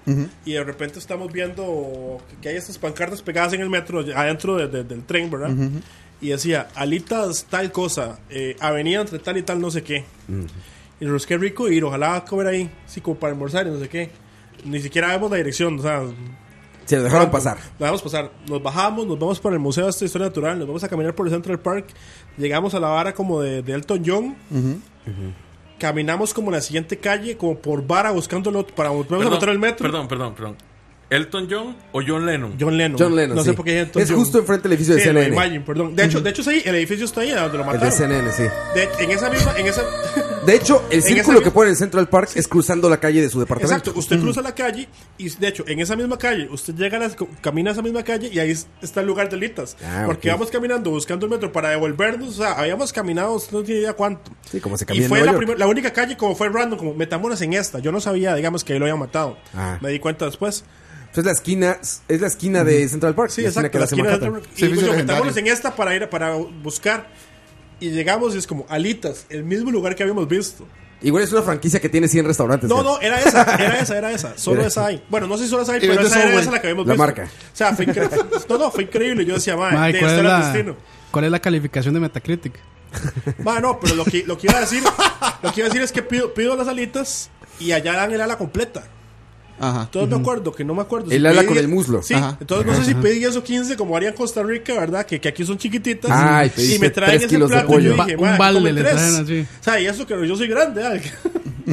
Speaker 5: Y de repente estamos viendo que hay estas pancartas pegadas en el metro, adentro de- de- del tren, ¿verdad? Y decía, alitas tal cosa, eh, avenida entre tal y tal no sé qué. Y nos qué rico ir, ojalá comer ahí, sí, como para almorzar y no sé qué. Ni siquiera vemos la dirección, o sea,
Speaker 1: Se lo dejaron pasar.
Speaker 5: la dejamos pasar. Nos bajamos, nos vamos para el Museo de Arte e Historia Natural, nos vamos a caminar por el Central Park. Llegamos a la vara como de, de Elton John. Caminamos como la siguiente calle, como por vara, buscándolo para volver a encontrar el metro.
Speaker 7: Perdón, perdón, perdón. ¿Elton John o John Lennon?
Speaker 5: John Lennon.
Speaker 1: John Lennon,
Speaker 5: No sé
Speaker 1: sí.
Speaker 5: por qué Elton
Speaker 1: Es
Speaker 5: John.
Speaker 1: justo enfrente del edificio de
Speaker 5: Sí, lo de
Speaker 1: CNN.
Speaker 5: Imagine, perdón. De hecho, de hecho, es ahí, el edificio está ahí, a donde lo
Speaker 1: El de
Speaker 5: mataron.
Speaker 1: CNN, sí.
Speaker 5: De- en esa misma. En esa,
Speaker 1: De hecho, el
Speaker 5: esa
Speaker 1: círculo que
Speaker 5: misma-
Speaker 1: pone en Central Park es cruzando la calle de su departamento.
Speaker 5: Exacto, usted cruza la calle y de hecho en esa misma calle, usted llega a las- camina a esa misma calle y ahí es- está el lugar de Litas.
Speaker 1: Ah,
Speaker 5: porque
Speaker 1: ok.
Speaker 5: vamos caminando buscando el metro para devolvernos, o sea, habíamos caminado, usted no tiene idea cuánto.
Speaker 1: Sí, como se
Speaker 5: Y
Speaker 1: cambia en
Speaker 5: fue
Speaker 1: Nueva
Speaker 5: la,
Speaker 1: York.
Speaker 5: primer- la única calle como fue random, como metámonos en esta. Yo no sabía, digamos, que ahí lo había matado.
Speaker 1: Ah.
Speaker 5: Me di cuenta después.
Speaker 1: Es la esquina, es la esquina de Central Park.
Speaker 5: Sí,
Speaker 1: la esquina
Speaker 5: exacto.
Speaker 1: que
Speaker 5: la
Speaker 1: da hacia
Speaker 5: esquina de
Speaker 1: Manhattan.
Speaker 5: Atterbury.
Speaker 8: Sí,
Speaker 5: y digo
Speaker 8: sí,
Speaker 5: yo,
Speaker 8: legendario.
Speaker 5: metámonos en esta para ir a- para buscar. Y llegamos y es como Alitas, el mismo lugar que habíamos visto.
Speaker 1: Igual es una franquicia que tiene 100 restaurantes.
Speaker 5: No,
Speaker 1: güey.
Speaker 5: no, era esa, era esa, era esa. Solo
Speaker 1: Era-
Speaker 5: esa hay. Bueno, no sé si solo esa hay,
Speaker 8: Y
Speaker 5: pero
Speaker 8: vende
Speaker 5: esa era
Speaker 8: Subway.
Speaker 5: esa la que habíamos
Speaker 1: La
Speaker 5: visto.
Speaker 1: marca.
Speaker 5: O sea, fue increíble. No, no, fue increíble. Yo decía, madre,
Speaker 4: Mae,
Speaker 5: de
Speaker 4: ¿cuál,
Speaker 5: esto
Speaker 4: es
Speaker 5: era el
Speaker 4: la,
Speaker 5: destino.
Speaker 4: ¿Cuál es la calificación de Metacritic?
Speaker 5: Madre, no, pero lo que, lo que iba a decir, lo que iba a decir es que pido, pido las alitas y allá dan el ala completa.
Speaker 8: Ajá.
Speaker 5: Entonces me acuerdo que no me acuerdo.
Speaker 1: El ala
Speaker 5: pedí-
Speaker 1: con el muslo.
Speaker 5: Sí,
Speaker 8: Ajá.
Speaker 5: entonces no sé si pedí 10 o 15, como haría en Costa Rica, ¿verdad? Que, que aquí son chiquititas.
Speaker 1: Ay,
Speaker 5: y
Speaker 1: pediste
Speaker 5: me traen
Speaker 1: tres
Speaker 5: ese
Speaker 1: kilos de
Speaker 5: plato. y yo
Speaker 1: pollo.
Speaker 5: dije,
Speaker 4: Un
Speaker 5: madre,
Speaker 4: balde
Speaker 5: comen
Speaker 4: le
Speaker 5: tres.
Speaker 4: traen así.
Speaker 5: O sea, y eso que yo soy grande, ¿verdad?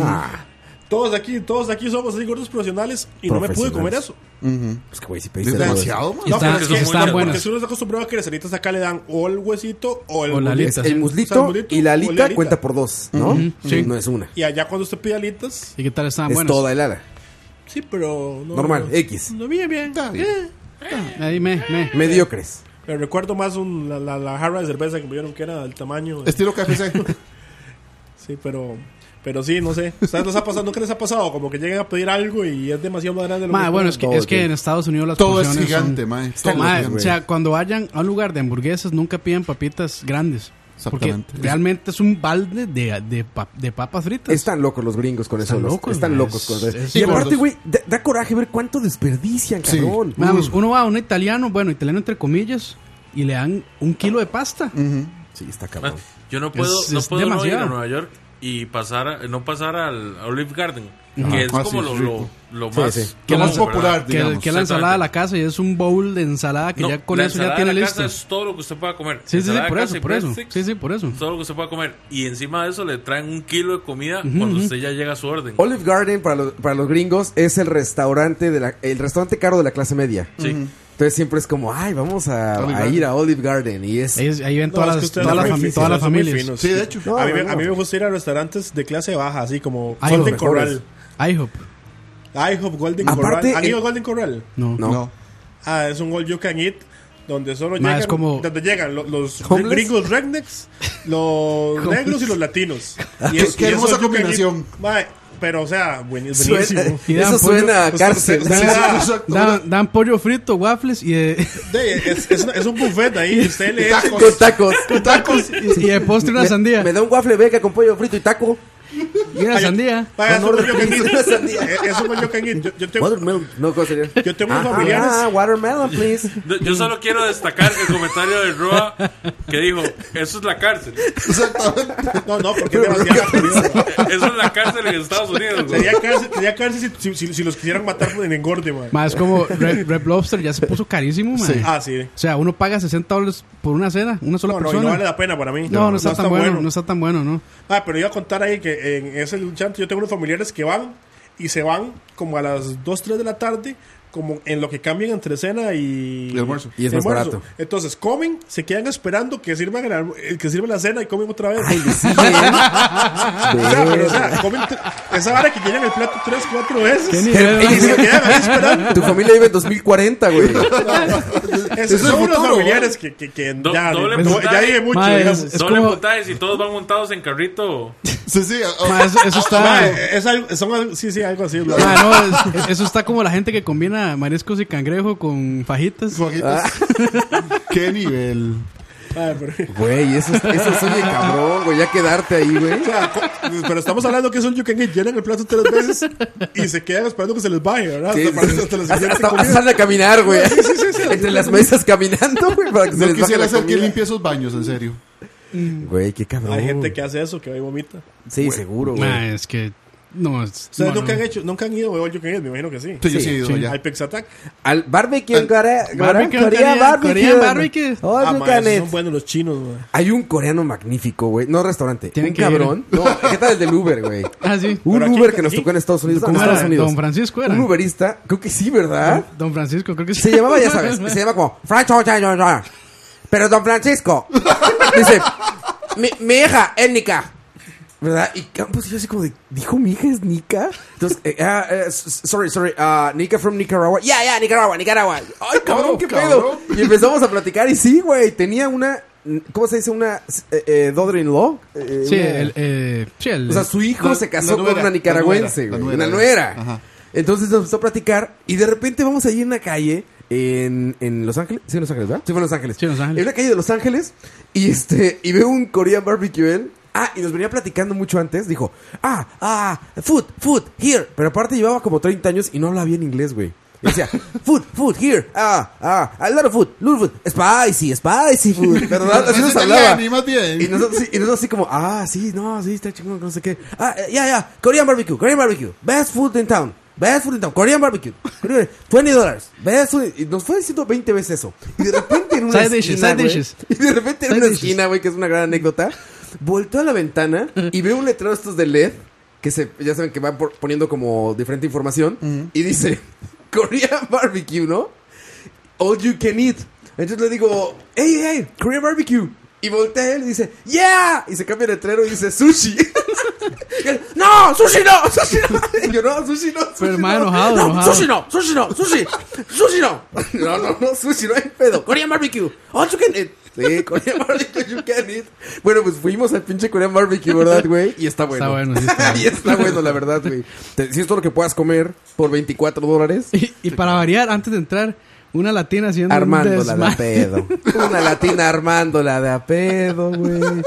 Speaker 1: Ah,
Speaker 5: Todos aquí, todos aquí somos así gordos profesionales y no me pude comer eso.
Speaker 1: pues que güey, si pediste
Speaker 8: Es
Speaker 1: algo de-
Speaker 8: demasiado, man.
Speaker 4: Y
Speaker 5: No,
Speaker 4: están-
Speaker 5: pero es que
Speaker 4: están
Speaker 5: están
Speaker 4: buenas.
Speaker 5: Porque si uno está acostumbrado a que las alitas acá le dan o el huesito o el
Speaker 4: O la alita.
Speaker 5: bolito.
Speaker 1: El
Speaker 5: O sea,
Speaker 1: muslito
Speaker 5: el muslito
Speaker 1: y la
Speaker 5: o
Speaker 1: alita,
Speaker 5: la alita.
Speaker 1: cuenta por dos, ¿no?
Speaker 4: sí.
Speaker 1: No es una.
Speaker 5: Y allá cuando usted pide alitas,
Speaker 4: ¿Y qué tal estaban
Speaker 1: es
Speaker 4: buenas?
Speaker 1: toda helada.
Speaker 5: sí, pero... no-
Speaker 1: Normal,
Speaker 5: no-
Speaker 1: X.
Speaker 5: No, bien, bien. Eh,
Speaker 4: Ahí me, me.
Speaker 1: Mediocres.
Speaker 5: Me recuerdo más un- la, la- la jarra de cerveza que me dieron que era del tamaño. de-
Speaker 8: Estilo KFC.
Speaker 5: Sí, pero... Pero sí, no sé. ¿Ustedes les ha pasado? ¿Nunca les ha pasado? Como que llegan a pedir algo y es demasiado más grande. de lo
Speaker 4: Mae,
Speaker 5: que
Speaker 4: bueno, es que,
Speaker 1: todo,
Speaker 4: es que
Speaker 1: tío.
Speaker 4: en Estados Unidos las
Speaker 8: Todo es
Speaker 4: porciones son-
Speaker 8: gigante, mae.
Speaker 4: Mae,
Speaker 8: Todo es
Speaker 4: o
Speaker 8: gigante.
Speaker 4: sea, cuando vayan a un lugar de hamburguesas, nunca piden papitas grandes. Porque
Speaker 8: Exactamente.
Speaker 4: realmente es un balde de, de, pa- de papas fritas.
Speaker 1: Están locos los gringos con eso.
Speaker 4: Están
Speaker 1: los-
Speaker 4: locos,
Speaker 1: Están
Speaker 4: güey.
Speaker 1: locos con eso.
Speaker 4: Es-
Speaker 1: Y
Speaker 8: es
Speaker 1: aparte,
Speaker 8: gordos.
Speaker 1: güey, da, da coraje ver cuánto desperdician,
Speaker 8: Sí.
Speaker 1: cabrón.
Speaker 4: Mae, vamos, uno va a un italiano, bueno, italiano entre comillas, y le dan un kilo de pasta.
Speaker 1: Sí, está
Speaker 7: Ma,
Speaker 1: cabrón.
Speaker 7: Ah, Yo no puedo,
Speaker 4: Es-
Speaker 7: no
Speaker 4: es
Speaker 7: puedo no ir
Speaker 4: demasiado.
Speaker 7: a Nueva York y pasar a- no pasar al a Olive Garden, que es
Speaker 8: Ah,
Speaker 7: como
Speaker 8: sí,
Speaker 7: lo,
Speaker 8: es
Speaker 7: lo,
Speaker 8: rico.
Speaker 7: lo
Speaker 1: Sí,
Speaker 7: más,
Speaker 1: sí.
Speaker 8: Lo más
Speaker 7: común,
Speaker 8: popular,
Speaker 7: ¿verdad?
Speaker 4: Que,
Speaker 8: digamos,
Speaker 4: que la ensalada de
Speaker 7: exactamente.
Speaker 4: la casa y es un bowl de ensalada que
Speaker 7: No,
Speaker 4: ya con
Speaker 7: la
Speaker 4: eso ya
Speaker 7: ensalada
Speaker 4: tiene
Speaker 7: de la casa
Speaker 4: listo.
Speaker 7: es todo lo que usted pueda comer.
Speaker 4: Sí, sí, sí,
Speaker 7: Ensalada de
Speaker 4: por
Speaker 7: casa
Speaker 4: eso,
Speaker 7: y
Speaker 4: por eso.
Speaker 7: breadsticks,
Speaker 4: Sí, sí, por eso.
Speaker 7: Todo lo que usted pueda comer. Y encima de eso le traen un kilo de comida cuando usted ya llega a su orden.
Speaker 1: Olive Garden, para los, para los gringos, es el restaurante, de la, el restaurante caro de la clase media.
Speaker 7: Sí.
Speaker 1: Entonces siempre es como, ay, vamos a,
Speaker 8: Olive
Speaker 1: a
Speaker 8: Garden.
Speaker 1: ir a Olive Garden. Y es...
Speaker 4: Ahí, es- ahí ven
Speaker 5: No, es
Speaker 4: todas
Speaker 5: que
Speaker 4: las
Speaker 5: ustedes
Speaker 4: todas
Speaker 5: son
Speaker 4: las
Speaker 5: muy
Speaker 4: fami-
Speaker 5: finos,
Speaker 4: todas las
Speaker 5: son muy
Speaker 4: familias.
Speaker 5: finos.
Speaker 8: Sí, de hecho.
Speaker 1: No,
Speaker 5: a, mí, me-
Speaker 1: no.
Speaker 5: a mí me gusta ir a restaurantes de clase baja, así como
Speaker 4: Ay,
Speaker 5: Golden
Speaker 4: los
Speaker 1: mejores.
Speaker 5: Corral.
Speaker 4: IHOP.
Speaker 5: IHOP, Golden
Speaker 1: Aparte,
Speaker 5: Corral. ¿Han ido
Speaker 8: eh,
Speaker 1: el-
Speaker 5: a Golden Corral?
Speaker 4: No.
Speaker 1: No.
Speaker 8: No.
Speaker 5: Ah, es un All You Can Eat donde solo
Speaker 4: Ma,
Speaker 5: llegan,
Speaker 4: es como-
Speaker 5: donde llegan lo- los
Speaker 1: ¿Homeless?
Speaker 5: gringos rednecks, los negros y los latinos. Y
Speaker 8: Qué- qué
Speaker 5: y
Speaker 8: hermosa
Speaker 5: All You Can Eat.
Speaker 8: combinación.
Speaker 5: Ma, pero o sea, buen- es
Speaker 1: Suena-
Speaker 5: buenísimo.
Speaker 4: Y dan
Speaker 1: eso suena a
Speaker 5: pollo-
Speaker 1: cárcel.
Speaker 5: Usted- usted-
Speaker 8: Ah,
Speaker 4: Dan, dan pollo frito, waffles y eh, de,
Speaker 5: De- es, es, una- es un buffet ahí, y usted le echa
Speaker 1: Con tacos.
Speaker 8: Tacos.
Speaker 4: y de postre una
Speaker 1: me,
Speaker 4: sandía.
Speaker 1: me da un waffle beca con pollo frito y taco.
Speaker 4: Y una sandía.
Speaker 5: Vaya, eso
Speaker 1: Con
Speaker 5: fue yo
Speaker 1: orden,
Speaker 5: canguil.
Speaker 1: una sandía.
Speaker 5: Eh, Eso fue yo canguil. Yo- Yo tengo
Speaker 1: Watermelon. No, ¿cómo sería?
Speaker 5: yo tengo
Speaker 1: Ah,
Speaker 5: unos familiares.
Speaker 1: ah, watermelon, please.
Speaker 7: Yo- Yo solo quiero destacar el comentario de Roa que dijo, eso es la cárcel.
Speaker 5: No, no, porque es demasiado curioso.
Speaker 7: Eso es la cárcel en Estados Unidos. güey.
Speaker 5: Sería cárcel, sería cárcel si, si, si los quisieran matar por el engorde, man.
Speaker 4: Más como Red, Red Lobster ya se puso carísimo, man.
Speaker 5: Ah, sí.
Speaker 4: O sea, uno paga 60 dólares por una cena, una sola
Speaker 5: No, no, y
Speaker 4: persona.
Speaker 5: no vale la pena para mí.
Speaker 4: No, no está tan bueno, no está tan bueno, ¿no?
Speaker 5: Ah, pero iba a contar ahí que en ese luchante yo tengo unos familiares que van y se van como a las 2, 3 de la tarde, como en lo que cambian entre cena y,
Speaker 8: Y almuerzo.
Speaker 1: Y es más
Speaker 5: almuerzo.
Speaker 1: barato.
Speaker 5: Entonces comen, se quedan esperando que sirvan el alm- eh, que sirva la cena y comen otra vez. O sea, pero, o sea, comen tre- esa vara que llenan el plato 3, 4
Speaker 4: ¿Qué
Speaker 5: veces.
Speaker 4: nivel,
Speaker 5: Y
Speaker 4: man?
Speaker 5: se quedan ahí esperando.
Speaker 1: Tu familia vive en 2040, güey.
Speaker 5: Esos
Speaker 8: es el
Speaker 5: son unos
Speaker 8: futuro,
Speaker 5: familiares que, que, que
Speaker 7: Do-
Speaker 5: ya,
Speaker 7: doble
Speaker 5: no,
Speaker 7: puntaje.
Speaker 5: ya dije mucho.
Speaker 4: Madre,
Speaker 5: digamos.
Speaker 4: es-
Speaker 7: Doble
Speaker 4: como-
Speaker 7: puntaje si todos van montados en carrito.
Speaker 8: Sí, sí. ah,
Speaker 4: Ma, eso, eso está.
Speaker 5: oh. Ma, es algo- son algo- sí, sí, algo así. lo-
Speaker 4: ma, Ah, no, es- eso está como la gente que combina mariscos y cangrejo con fajitas.
Speaker 8: Fajitas. ¿Qué nivel?
Speaker 5: Ah, pero,
Speaker 1: Güey, eso, es- eso es oye cabrón, güey. Ya quedarte ahí, güey.
Speaker 5: o sea, co- pero estamos hablando que es un yukengi llenan el plato tres veces y se quedan esperando que se les baje, ¿verdad?
Speaker 1: Sí,
Speaker 5: Hasta, para-
Speaker 1: sí.
Speaker 5: hasta la
Speaker 1: Hasta-
Speaker 5: siguiente
Speaker 1: hasta-
Speaker 5: comida.
Speaker 1: hasta salen a caminar, güey.
Speaker 5: Sí, sí, sí, sí.
Speaker 1: Entre las mesas caminando, güey, para que se
Speaker 8: No
Speaker 1: les baje
Speaker 8: quisiera
Speaker 1: la
Speaker 8: hacer que
Speaker 1: comida.
Speaker 8: limpie esos baños, en serio.
Speaker 1: Güey, qué cabrón.
Speaker 5: Hay gente que hace eso, que va y vomita. O
Speaker 1: Sí, seguro, güey.
Speaker 4: Ma, Ah, es que. No, es-
Speaker 5: sea,
Speaker 4: no,
Speaker 5: nunca han
Speaker 4: no.
Speaker 5: hecho, nunca han ido güey, al yukengi, me imagino que sí.
Speaker 8: Sí, yo sí he ido
Speaker 4: sí.
Speaker 8: allá.
Speaker 5: Al Pex Attack.
Speaker 1: Al barbecue en Corea.
Speaker 4: Barbecue en
Speaker 1: Corea,
Speaker 4: Corea,
Speaker 1: barbecue.
Speaker 4: Corea barbecue.
Speaker 1: Oh,
Speaker 5: Ah,
Speaker 1: you
Speaker 5: ma,
Speaker 1: can
Speaker 5: esos
Speaker 1: it.
Speaker 5: son buenos los chinos, güey.
Speaker 1: Hay un coreano magnífico, güey. No restaurante.
Speaker 4: Tienen
Speaker 1: un
Speaker 4: que ir.
Speaker 1: cabrón. No, ¿qué tal el del Uber, güey?
Speaker 4: Ah, sí.
Speaker 1: Un
Speaker 5: Pero aquí-
Speaker 1: Uber que nos
Speaker 5: aquí-
Speaker 1: tocó en Estados Unidos.
Speaker 4: ¿Cómo
Speaker 1: en Estados
Speaker 4: era?
Speaker 1: Unidos.
Speaker 4: ¿Don Francisco era?
Speaker 1: Un Uberista. Creo que sí, ¿verdad?
Speaker 4: Don Francisco, creo que sí.
Speaker 1: Se llamaba, ya sabes, se llama como Francho, ya, ya, ya. Pero don Francisco dice, mi, mi hija es Nica. ¿Verdad? Y Campos y yo así como de, ¿dijo mi hija es Nica? Entonces, eh, ah, eh, s- sorry, sorry, ah, Nica from Nicaragua. Ya, ya, Nicaragua, Nicaragua. Ay, cabrón,
Speaker 8: Oh,
Speaker 1: qué
Speaker 8: cabrón.
Speaker 1: pedo. Y empezamos a platicar y sí, güey, tenía una, ¿cómo se dice? Una eh, eh, daughter-in-law. eh,
Speaker 4: Sí,
Speaker 1: una-
Speaker 4: el, eh, sí, el-
Speaker 1: o sea, su hijo
Speaker 8: La-
Speaker 1: se casó
Speaker 8: la nuera,
Speaker 1: con una
Speaker 8: la
Speaker 1: nicaragüense,
Speaker 8: nuera, la nuera,
Speaker 1: güey, una
Speaker 8: ya.
Speaker 1: nuera.
Speaker 8: Ajá.
Speaker 1: Entonces nos empezó a platicar y de repente vamos ahí en una calle en, en Los Ángeles. Sí, en Los Ángeles, ¿verdad? Sí, fue en Los Ángeles.
Speaker 4: Sí, en Los Ángeles.
Speaker 1: En una calle de Los Ángeles y este y veo un Korean barbecue. él. Ah, y nos venía platicando mucho antes. Dijo, ah, ah, food, food, here. Pero aparte llevaba como 30 años y no hablaba bien inglés, güey. Y Decía, food, food, here, ah, ah, a lot of food, little food, spicy, spicy food, ¿verdad? Así nos
Speaker 8: Ese
Speaker 1: hablaba.
Speaker 8: italiano, y más bien.
Speaker 1: Y nosotros, sí, y nosotros así como, ah, sí, no, sí, está chingón, no sé qué. Ah, eh, ya, ya, Korean barbecue, Korean barbecue, best food in town, best food in town, Korean barbecue, Korean- 20 dólares, best food. in-" Y nos fue diciendo 20 veces eso. Y de repente en una
Speaker 4: Side dishes,
Speaker 1: esquina,
Speaker 4: side
Speaker 1: güey,
Speaker 4: dishes.
Speaker 1: Y de repente en
Speaker 4: Side
Speaker 1: una
Speaker 4: dishes.
Speaker 1: esquina, güey, que es una gran anécdota, volteo a la ventana y veo un letrero de estos de LED, que se, ya saben que van por- poniendo como diferente información, y dice, Korean barbecue, ¿no? All you can eat. Entonces le digo, hey, hey, Korean barbecue. Y voltea él y dice, yeah. Y se cambia el letrero y dice, sushi. Y él, no, sushi no, sushi no. Y yo, no, sushi no. Sushi
Speaker 4: Pero
Speaker 1: no.
Speaker 4: más enojado,
Speaker 1: no,
Speaker 4: enojado.
Speaker 1: sushi no, sushi no, sushi. Sushi no. No, no, no, sushi no hay pedo. Korean barbecue. All you can eat. Sí, Korean barbecue, you can eat. Bueno, pues fuimos al pinche Korean barbecue, ¿verdad, güey? Y está bueno.
Speaker 4: Está bueno, sí, está bueno.
Speaker 1: y está bueno, la verdad, güey. Te- Si es todo lo que puedas comer por 24 dólares.
Speaker 4: Y, y para variar, antes de entrar, una latina haciendo. un
Speaker 1: Armándola de a
Speaker 4: desma-
Speaker 1: pedo. Una latina armándola de a pedo, güey.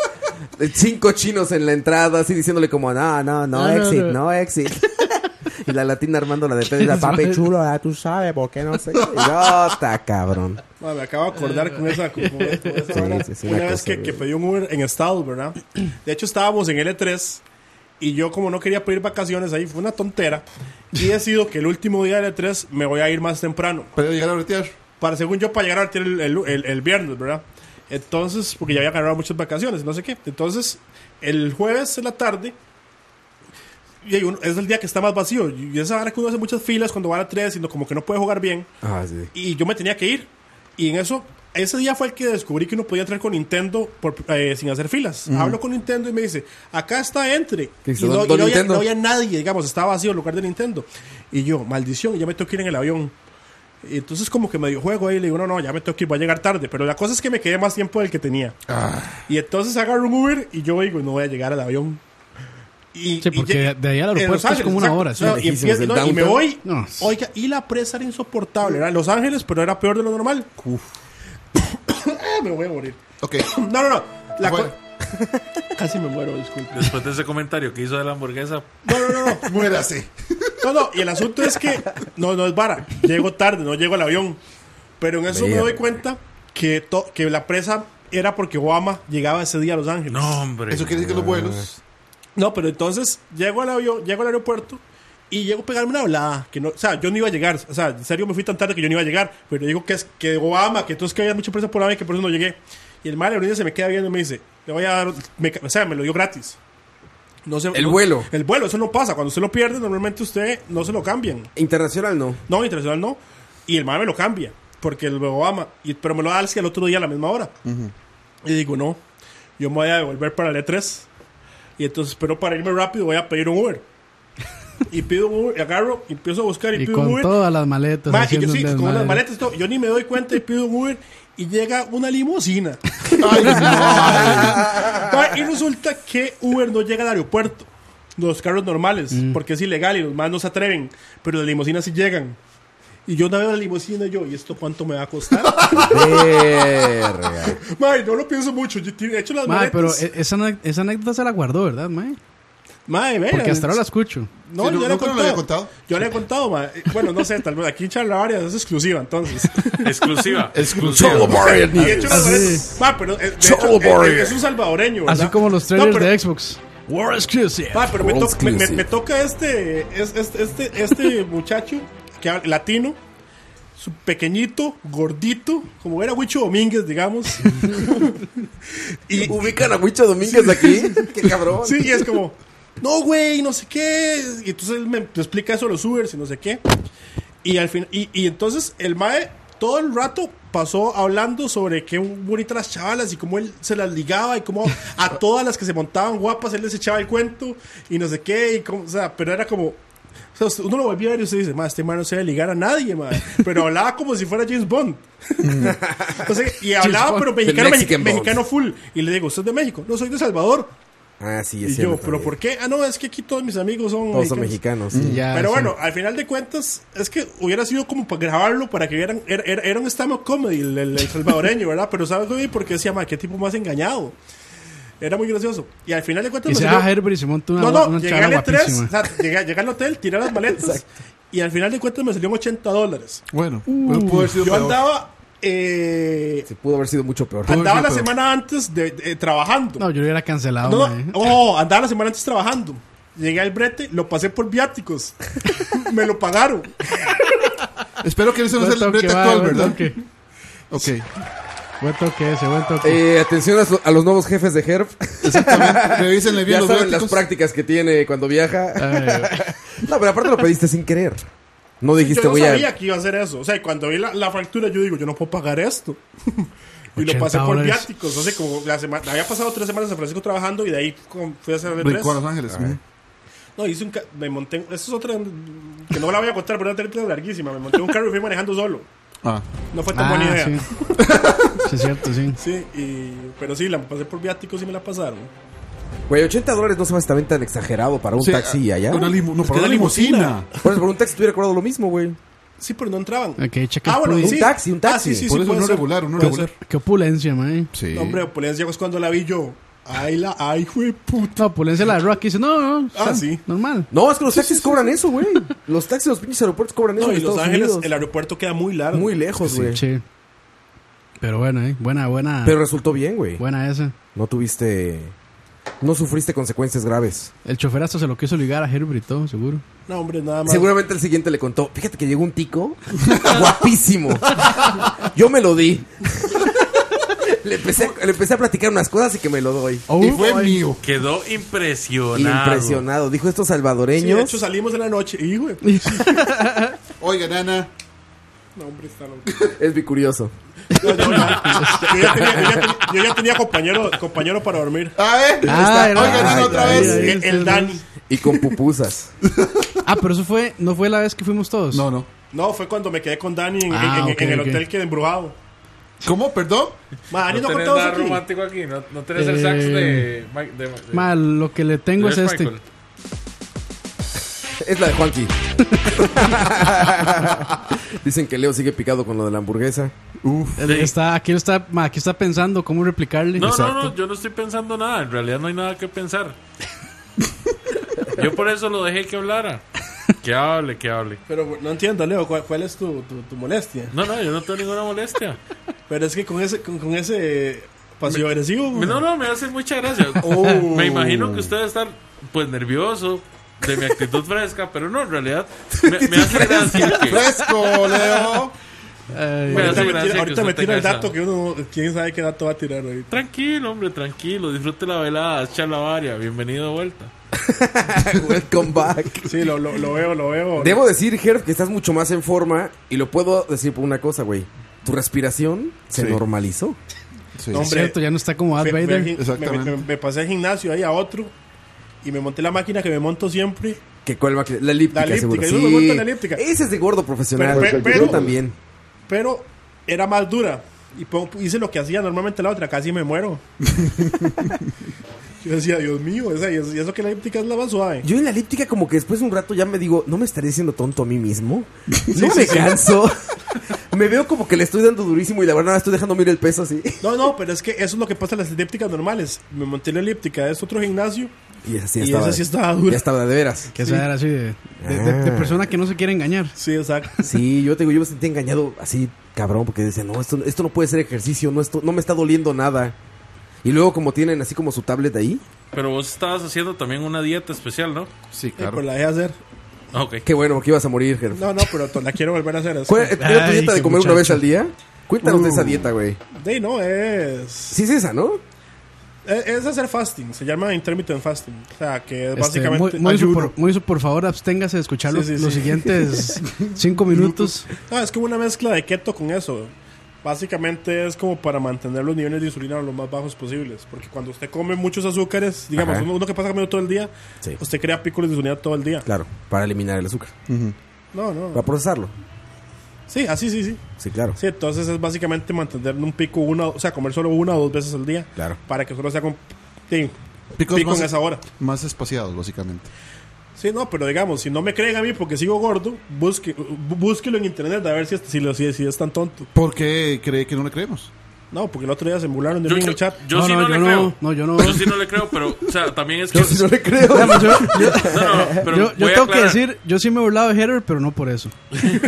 Speaker 1: Cinco chinos en la entrada, así diciéndole como, no, no, no,
Speaker 4: No, no,
Speaker 1: exit, no,
Speaker 4: no.
Speaker 1: exit. Y la latina armándola de pedo. Y la
Speaker 4: Qué
Speaker 1: papi
Speaker 4: mal.
Speaker 1: chulo, ah, tú sabes, ¿por qué no sé? qué". No, está cabrón.
Speaker 5: Ma, me acabo de acordar con esa. con- con- con esa
Speaker 1: Sí,
Speaker 5: vara.
Speaker 1: sí, es una
Speaker 5: una vez
Speaker 1: cosa,
Speaker 5: que,
Speaker 1: güey.
Speaker 5: que pedí un Uber en Estados, ¿verdad? De hecho, estábamos en L3 y yo, como no quería pedir vacaciones ahí, fue una tontera. Y decido que el último día de L3 me voy a ir más temprano.
Speaker 8: Para llegar a bretear.
Speaker 5: para según yo para llegar a partir el, el- el- el viernes, ¿verdad? Entonces, porque ya había ganado muchas vacaciones, no sé qué. Entonces, el jueves en la tarde, y hay uno- es el día que está más vacío. Y esa hora que uno hace muchas filas cuando va a la 3, sino como que no puede jugar bien.
Speaker 1: Ah, sí.
Speaker 5: Y yo me tenía que ir. Y en eso, ese día fue el que descubrí que uno podía entrar con Nintendo por- eh, sin hacer filas. Hablo con Nintendo y me dice, acá está, entre.
Speaker 1: ¿Qué
Speaker 5: Y
Speaker 1: dice,
Speaker 5: no,
Speaker 1: don-
Speaker 5: y
Speaker 1: don
Speaker 5: no había,
Speaker 1: Nintendo?
Speaker 5: no había nadie, digamos, estaba vacío el lugar de Nintendo. Y yo, maldición, ya me tengo que ir en el avión. Y entonces como que me dio juego ahí y le digo, no, no, ya me tengo que ir, voy a llegar tarde. Pero la cosa es que me quedé más tiempo del que tenía.
Speaker 1: Ah.
Speaker 5: Y entonces agarro un Uber y yo digo, no voy a llegar al avión. Y,
Speaker 4: Sí, porque
Speaker 5: y-
Speaker 4: de ahí al
Speaker 5: en
Speaker 4: aeropuerto
Speaker 5: Los
Speaker 4: es como una
Speaker 5: exacto.
Speaker 4: hora, sí.
Speaker 5: No, y,
Speaker 1: Lejísimos
Speaker 5: empiezo-
Speaker 1: del
Speaker 5: no, y me
Speaker 1: downtown.
Speaker 5: voy.
Speaker 4: No.
Speaker 5: Oiga, y la presa era insoportable. Era en Los Ángeles, pero era peor de lo normal. Ah, me voy a morir.
Speaker 8: Ok.
Speaker 5: No, no, no. La
Speaker 8: Bueno.
Speaker 5: co- Casi me muero, disculpe.
Speaker 7: Después de ese comentario que hizo de la hamburguesa,
Speaker 5: No, no, no, no.
Speaker 8: Muérase.
Speaker 5: No, no, y el asunto es que no, no es vara. Llego tarde, no llego al avión. Pero en eso me doy cuenta que, to- que la presa era porque Obama llegaba ese día a Los Ángeles.
Speaker 7: no, hombre.
Speaker 8: Eso quiere decir que los vuelos.
Speaker 5: No, pero entonces llego al avión, llego al aeropuerto y llego a pegarme una hablada. Que no, o sea, yo no iba a llegar. O sea, en serio me fui tan tarde que yo no iba a llegar. Pero digo que es que Obama, que entonces que había mucha presa por Obama y que por eso no llegué. Y el madre ahorita se me queda viendo y me dice, le voy a dar, me ca- o sea, me lo dio gratis. No sé,
Speaker 1: El
Speaker 5: no-
Speaker 1: vuelo.
Speaker 5: El vuelo, eso no pasa. Cuando usted lo pierde, normalmente usted no se lo cambian.
Speaker 1: Internacional no.
Speaker 5: No, internacional no. Y el madre me lo cambia, porque el Obama, y, pero me lo da al el otro día a la misma hora. Y digo, no, yo me voy a devolver para el E3. Y entonces, pero para irme rápido voy a pedir un Uber. y pido un Uber, y agarro, y empiezo a buscar y,
Speaker 4: Y
Speaker 5: pido un
Speaker 4: con
Speaker 5: Uber.
Speaker 4: todas las maletas.
Speaker 5: Ma, y yo
Speaker 4: haciendo
Speaker 5: sí,
Speaker 4: un
Speaker 5: con
Speaker 4: desmadre.
Speaker 5: las maletas y todo, yo ni me doy cuenta y pido un Uber y llega una limusina. Ma, y resulta que Uber no llega al aeropuerto. Los carros normales,
Speaker 4: Mm.
Speaker 5: porque es ilegal y los más no se atreven, pero las limusinas sí llegan. Y yo una vez la limusina y yo, ¿y esto cuánto me va a costar?
Speaker 1: Verga.
Speaker 5: Ma, y no lo pienso mucho, yo he hecho las
Speaker 4: Mae,
Speaker 5: maletas.
Speaker 4: pero e- esa, ane- esa anécdota se la guardó, ¿verdad, mae?
Speaker 5: Mae, vea,
Speaker 4: Porque hasta ahora
Speaker 5: es-
Speaker 4: la escucho.
Speaker 5: No,
Speaker 8: Sí, no-
Speaker 5: yo
Speaker 8: nunca lo
Speaker 5: le he
Speaker 8: había
Speaker 5: contado.
Speaker 8: contado.
Speaker 5: Yo le he contado, ma. Eh, Bueno, no sé, tal vez aquí en charla varias es exclusiva, entonces.
Speaker 7: Exclusiva.
Speaker 12: Solo Mario
Speaker 5: Y de hecho,
Speaker 12: News.
Speaker 5: las varias- Ma, pero eh, de hecho,
Speaker 12: Cholo
Speaker 5: eh,
Speaker 12: Borre.
Speaker 5: eh, es un salvadoreño. ¿verdad?
Speaker 4: Así como los
Speaker 5: No,
Speaker 4: trailers
Speaker 5: pero-
Speaker 4: de Xbox. War Exclusive.
Speaker 5: Ma, pero me,
Speaker 12: World
Speaker 5: to- me- me-
Speaker 12: exclusive.
Speaker 5: me toca este, es- este, este, este muchacho que habla- latino. Su pequeñito, gordito, como era Huicho Domínguez, digamos. y,
Speaker 1: Ubican a Huicho Domínguez aquí. Qué cabrón.
Speaker 5: Sí, y es como, no, güey, no sé qué. Y entonces él me me explica eso a los Ubers y no sé qué. Y al fin, y, y entonces el Mae todo el rato pasó hablando sobre qué bonitas las chavalas y cómo él se las ligaba y cómo a todas las que se montaban guapas él les echaba el cuento y no sé qué. Y cómo, o sea, pero era como. O sea, uno lo volvía a ver y usted dice, "Ma, este man no se debe ligar a nadie, mae". Pero hablaba como si fuera James Bond. Mm. Entonces, y hablaba,
Speaker 4: Bond.
Speaker 5: pero
Speaker 1: El
Speaker 5: mexicano,
Speaker 1: Mexican Bond.
Speaker 5: mexicano full. Y le digo, ¿usted es de México? No, soy de Salvador.
Speaker 1: Ah, sí,
Speaker 5: Y
Speaker 1: es
Speaker 5: yo,
Speaker 1: cierto.
Speaker 5: ¿pero
Speaker 1: también.
Speaker 5: por qué? Ah, no, es que aquí todos mis amigos son
Speaker 1: Todos son
Speaker 5: mexicanos.
Speaker 1: mexicanos. sí.
Speaker 4: Ya,
Speaker 5: Pero
Speaker 4: sí.
Speaker 5: bueno, al final de cuentas, es que hubiera sido como para grabarlo, para que vieran. Era, era- era un stand-up comedy, el, el- el salvadoreño, ¿verdad? Pero ¿sabes güey? Porque decía, ma, qué tipo más engañado. Era muy gracioso. Y al final de cuentas.
Speaker 4: Y
Speaker 5: me
Speaker 4: se
Speaker 5: salió-
Speaker 4: va a Herbert y se monta una,
Speaker 5: no,
Speaker 4: gua-
Speaker 5: no,
Speaker 4: una
Speaker 5: llegué
Speaker 4: chavala
Speaker 5: al E3,
Speaker 4: guapísima.
Speaker 5: o sea, llegué, llegué al hotel, tiré las maletas. Y al final de cuentas me salieron 80 dólares.
Speaker 8: Bueno, pero pudo haber sido
Speaker 5: Yo
Speaker 8: peor.
Speaker 5: andaba. eh,
Speaker 1: Se pudo haber sido mucho peor.
Speaker 4: Pudo haber
Speaker 5: andaba
Speaker 4: sido
Speaker 5: la
Speaker 4: peor.
Speaker 5: semana antes de, de- trabajando.
Speaker 4: No, yo lo hubiera cancelado,
Speaker 5: No,
Speaker 4: mae.
Speaker 5: no, ojo, andaba la semana antes trabajando. Llegué al brete, lo pasé por viáticos. Me lo pagaron.
Speaker 8: Espero que ese no sea el
Speaker 4: Buen
Speaker 8: brete
Speaker 4: toque, va,
Speaker 8: actual,
Speaker 4: buen
Speaker 8: ¿verdad?
Speaker 4: toque.
Speaker 8: Ok.
Speaker 4: Buen toque ese, buen toque.
Speaker 1: Eh, atención a, su- a los nuevos jefes de Herb.
Speaker 8: Exactamente. Revísenle bien
Speaker 1: ya
Speaker 8: los
Speaker 1: saben las
Speaker 8: bréticos.
Speaker 1: prácticas que tiene cuando
Speaker 5: Ah.
Speaker 1: viaja.
Speaker 4: Ay,
Speaker 1: No, pero aparte lo pediste sin querer. No dijiste,
Speaker 5: Yo no
Speaker 1: voy
Speaker 5: sabía
Speaker 1: a.
Speaker 5: que iba a hacer eso. O sea, cuando vi la, la factura, yo digo, yo no puedo pagar esto. y lo
Speaker 4: 80
Speaker 5: pasé por
Speaker 4: dólares.
Speaker 5: viáticos. Entonces, como la semana, había pasado tres semanas en San Francisco trabajando y de ahí con- fui a hacer el
Speaker 8: Brincó a
Speaker 5: 3.
Speaker 8: Los Ángeles. ujú.
Speaker 5: No, hice un ca- me monté. Eso es otra mm, que no la voy a contar, pero era una película larguísima. Me monté en un carro y fui manejando solo.
Speaker 8: Ah.
Speaker 5: No fue tan buena
Speaker 4: Ah,
Speaker 5: idea.
Speaker 4: sí.
Speaker 5: Sí,
Speaker 4: Sí, es cierto, sí.
Speaker 5: y, pero sí, la pasé por viáticos y me la pasaron.
Speaker 1: Güey, 80 dólares no se me está bien tan exagerado para un
Speaker 8: Sí,
Speaker 1: taxi
Speaker 8: ah,
Speaker 1: allá.
Speaker 8: Una limu- no,
Speaker 5: Es
Speaker 8: para
Speaker 5: que
Speaker 8: una
Speaker 5: la limusina.
Speaker 8: limusina.
Speaker 1: Por eso, por un taxi te hubiera cobrado lo mismo, güey.
Speaker 5: Sí, pero no entraban.
Speaker 4: Ok, checa.
Speaker 5: Ah, bueno, y
Speaker 1: Un
Speaker 5: sí.
Speaker 1: taxi, un taxi.
Speaker 5: Ah, sí, sí,
Speaker 8: Por
Speaker 5: sí,
Speaker 8: eso
Speaker 5: puede
Speaker 8: no
Speaker 5: ser.
Speaker 8: regular, uno
Speaker 5: Puede
Speaker 8: regular.
Speaker 5: ser.
Speaker 4: Qué opulencia, mae.
Speaker 8: Sí.
Speaker 5: No, hombre, opulencia es cuando la vi yo. Ay, la, ay, güey, puta.
Speaker 4: No, opulencia la de Rocky. Dice, no, no.
Speaker 5: Ah,
Speaker 4: está
Speaker 5: sí.
Speaker 4: Normal.
Speaker 1: No, es que los taxis cobran eso, güey. Los taxis, los pinches aeropuertos cobran eso.
Speaker 5: No,
Speaker 1: en
Speaker 5: y Los
Speaker 1: Estados
Speaker 5: Ángeles,
Speaker 1: Unidos.
Speaker 5: el aeropuerto queda muy largo.
Speaker 1: Muy lejos, pues, güey.
Speaker 4: Sí. Pero bueno, eh. Buena, buena.
Speaker 1: Pero resultó bien, güey.
Speaker 4: Buena esa.
Speaker 1: No tuviste. este, No sufriste consecuencias graves.
Speaker 4: El chofer hasta se lo quiso ligar a Herbert y todo, seguro.
Speaker 5: No, hombre, nada más.
Speaker 1: Seguramente el siguiente le contó, fíjate que llegó un tico guapísimo. Yo me lo di. Le empecé, a- le empecé a platicar unas cosas y que me lo doy.
Speaker 8: Y
Speaker 4: Oh,
Speaker 8: fue mío.
Speaker 7: Quedó impresionado.
Speaker 1: Impresionado. Dijo estos
Speaker 5: Sí, de
Speaker 1: salvadoreños.
Speaker 5: hecho, salimos en la noche. Y, güey.
Speaker 8: Oiga, nana.
Speaker 5: No, hombre, está loco.
Speaker 1: es bicurioso.
Speaker 5: No, no, no. Yo, ya tenía, yo ya tenía- yo ya tenía compañero, compañero para dormir.
Speaker 8: A ver.
Speaker 4: Ah, era-
Speaker 8: Oiga, nana,
Speaker 1: ay,
Speaker 8: otra
Speaker 1: ay,
Speaker 8: vez.
Speaker 4: ay.
Speaker 5: El, el Dani.
Speaker 1: Y con pupusas.
Speaker 4: Ah, pero eso fue. No fue la vez que fuimos todos.
Speaker 8: No, no.
Speaker 5: No, fue cuando me quedé con Dani en, en-
Speaker 4: Ah,
Speaker 5: en-
Speaker 4: ok,
Speaker 5: en el
Speaker 4: ok.
Speaker 5: hotel que embrujado.
Speaker 8: ¿Cómo? ¿Perdón?
Speaker 5: Ma, Dani,
Speaker 7: No
Speaker 5: no,
Speaker 7: tenés
Speaker 5: contamos
Speaker 7: nada
Speaker 5: aquí.
Speaker 7: romántico aquí. No, no tenés el sax de. Mike- de- de-
Speaker 4: Mal, lo que le tengo este. es
Speaker 7: de
Speaker 4: este.
Speaker 7: Michael.
Speaker 1: Es la de Juanqui. Dicen que Leo sigue picado con lo de la hamburguesa. Uf.
Speaker 4: Él está, aquí, está, ma, aquí está pensando cómo replicarle.
Speaker 7: No, no, no, yo no estoy pensando nada. En realidad no hay nada que pensar. Yo por eso lo dejé que hablara. Que hable, que hable.
Speaker 5: Pero no entiendo, Leo, ¿cuál, cuál es tu, tu- tu molestia?
Speaker 7: No, no, yo no tengo ninguna molestia.
Speaker 5: Pero es que con ese, con, con ese pasivo agresivo.
Speaker 7: No, no, me hace mucha gracia.
Speaker 5: Oh.
Speaker 7: Me imagino que ustedes están, pues, nervioso de mi actitud fresca, pero no, en realidad, me, me hace gracia que...
Speaker 8: ¡Fresco, Leo!
Speaker 7: Me hace
Speaker 5: ahorita me
Speaker 7: gracia
Speaker 5: tira,
Speaker 7: que
Speaker 5: ahorita
Speaker 7: usted
Speaker 5: me tira el
Speaker 7: tenga
Speaker 5: dato
Speaker 7: esa-
Speaker 5: que uno, quién sabe qué dato va a tirar ahorita.
Speaker 7: Tranquilo, hombre, tranquilo. Disfrute la velada, chalabaria. Bienvenido de vuelta.
Speaker 1: Welcome back.
Speaker 5: Sí, lo, lo, lo veo, lo veo.
Speaker 1: Debo decir, Herb, que estás mucho más en forma y lo puedo decir por una cosa, güey. Tu respiración se
Speaker 8: Sí.
Speaker 1: normalizó.
Speaker 8: Sí.
Speaker 5: No,
Speaker 4: Es cierto, ya no está como Darth
Speaker 5: Fui- fui al
Speaker 4: Vader.
Speaker 5: gim-
Speaker 8: Exactamente.
Speaker 5: Me, me- me pasé al gimnasio ahí a otro y me monté la máquina que me monto siempre.
Speaker 1: Que cuál va a- La elíptica,
Speaker 5: La elíptica,
Speaker 1: seguro.
Speaker 5: yo
Speaker 1: Sí.
Speaker 5: me monto en la elíptica.
Speaker 1: Ese es de gordo profesional.
Speaker 5: Pero- pero-
Speaker 1: yo también.
Speaker 5: Pero era más dura. Y po- hice lo que hacía normalmente la otra, casi me muero. Yo decía, Dios mío, esa, y eso y eso que la elíptica es la más suave.
Speaker 1: Yo en la elíptica como que después de un rato ya me digo, ¿no me estaré siendo tonto a mí mismo? No me canso. me veo como que le estoy dando durísimo y la verdad estoy dejando mira el peso así.
Speaker 5: No, no, pero es que eso es lo que pasa en las elípticas normales. Me monté en la elíptica, es otro gimnasio.
Speaker 1: Y esa sí
Speaker 5: Y
Speaker 1: estaba,
Speaker 5: esa sí estaba dura.
Speaker 1: Ya estaba de veras.
Speaker 4: Que sea así de, de- de- de persona que no se quiere engañar.
Speaker 5: Sí, exacto.
Speaker 1: Sí, yo te digo, yo me sentí engañado así, cabrón, porque decía, no, esto, esto no puede ser ejercicio, no, esto, no me está doliendo nada. Y luego como tienen así como su tablet ahí,
Speaker 7: Pero vos estabas haciendo también una dieta especial, ¿no?
Speaker 8: Sí,
Speaker 5: Eh,
Speaker 8: claro.
Speaker 5: Pero la dejé hacer.
Speaker 7: Ah, Ok.
Speaker 1: qué bueno, porque ibas a morir, Ger.
Speaker 5: No, no, pero to- la quiero volver a hacer. Es
Speaker 1: ¿Cuál
Speaker 5: que-
Speaker 1: era
Speaker 4: Ay,
Speaker 1: tu dieta de
Speaker 4: qué
Speaker 1: comer una vez
Speaker 4: muchacho.
Speaker 1: al día? Cuéntanos de esa dieta, güey.
Speaker 5: de ahí no, es,
Speaker 1: Sí es esa, ¿no?
Speaker 5: es. es hacer fasting, se llama intermittent fasting. O sea, que es
Speaker 4: Este,
Speaker 5: básicamente.
Speaker 4: Mo- Moiso,
Speaker 5: ayuno.
Speaker 4: por, Moiso, por favor, absténgase de escuchar
Speaker 5: Sí,
Speaker 4: los-
Speaker 5: sí,
Speaker 4: los
Speaker 5: sí.
Speaker 4: siguientes cinco minutos.
Speaker 5: No, Ah, es como una mezcla de keto con eso. Básicamente es como para mantener los niveles de insulina lo más bajos posibles. Porque cuando usted come muchos azúcares, digamos,
Speaker 1: Ajá.
Speaker 5: uno, uno que pasa comiendo todo el día,
Speaker 1: Sí.
Speaker 5: usted crea picos de insulina todo el día.
Speaker 1: Claro, para eliminar el azúcar,
Speaker 5: No, no.
Speaker 1: para procesarlo.
Speaker 5: Sí, así, sí, sí.
Speaker 1: Sí, claro.
Speaker 5: Sí, entonces es básicamente mantener un pico, una, o sea, comer solo una o dos veces al día.
Speaker 1: Claro.
Speaker 5: Para que solo sea con. Sí,
Speaker 8: Picos
Speaker 5: pico
Speaker 8: más-
Speaker 5: en esa hora.
Speaker 8: Más espaciados, básicamente.
Speaker 5: Sí, no, pero digamos, si no me creen a mí porque sigo gordo, busque, bú- búsquelo en internet a ver si, es- si, lo- si, si es tan tonto.
Speaker 8: ¿Por qué cree que no le creemos?
Speaker 5: No, porque el otro día se burlaron de
Speaker 7: Yo,
Speaker 5: mí en
Speaker 7: yo-
Speaker 5: el chat.
Speaker 7: yo
Speaker 4: No,
Speaker 7: sí
Speaker 4: no,
Speaker 7: no,
Speaker 4: yo
Speaker 7: le
Speaker 4: no,
Speaker 7: creo.
Speaker 4: no, yo no.
Speaker 7: Yo sí no le creo, pero, o sea, también es que.
Speaker 1: No le creo.
Speaker 4: Digamos, yo, yo-
Speaker 7: No, no, pero
Speaker 4: yo- yo
Speaker 7: voy a
Speaker 4: tengo que
Speaker 7: aclarar.
Speaker 4: decir, yo sí me he burlado de Heather, pero no por eso.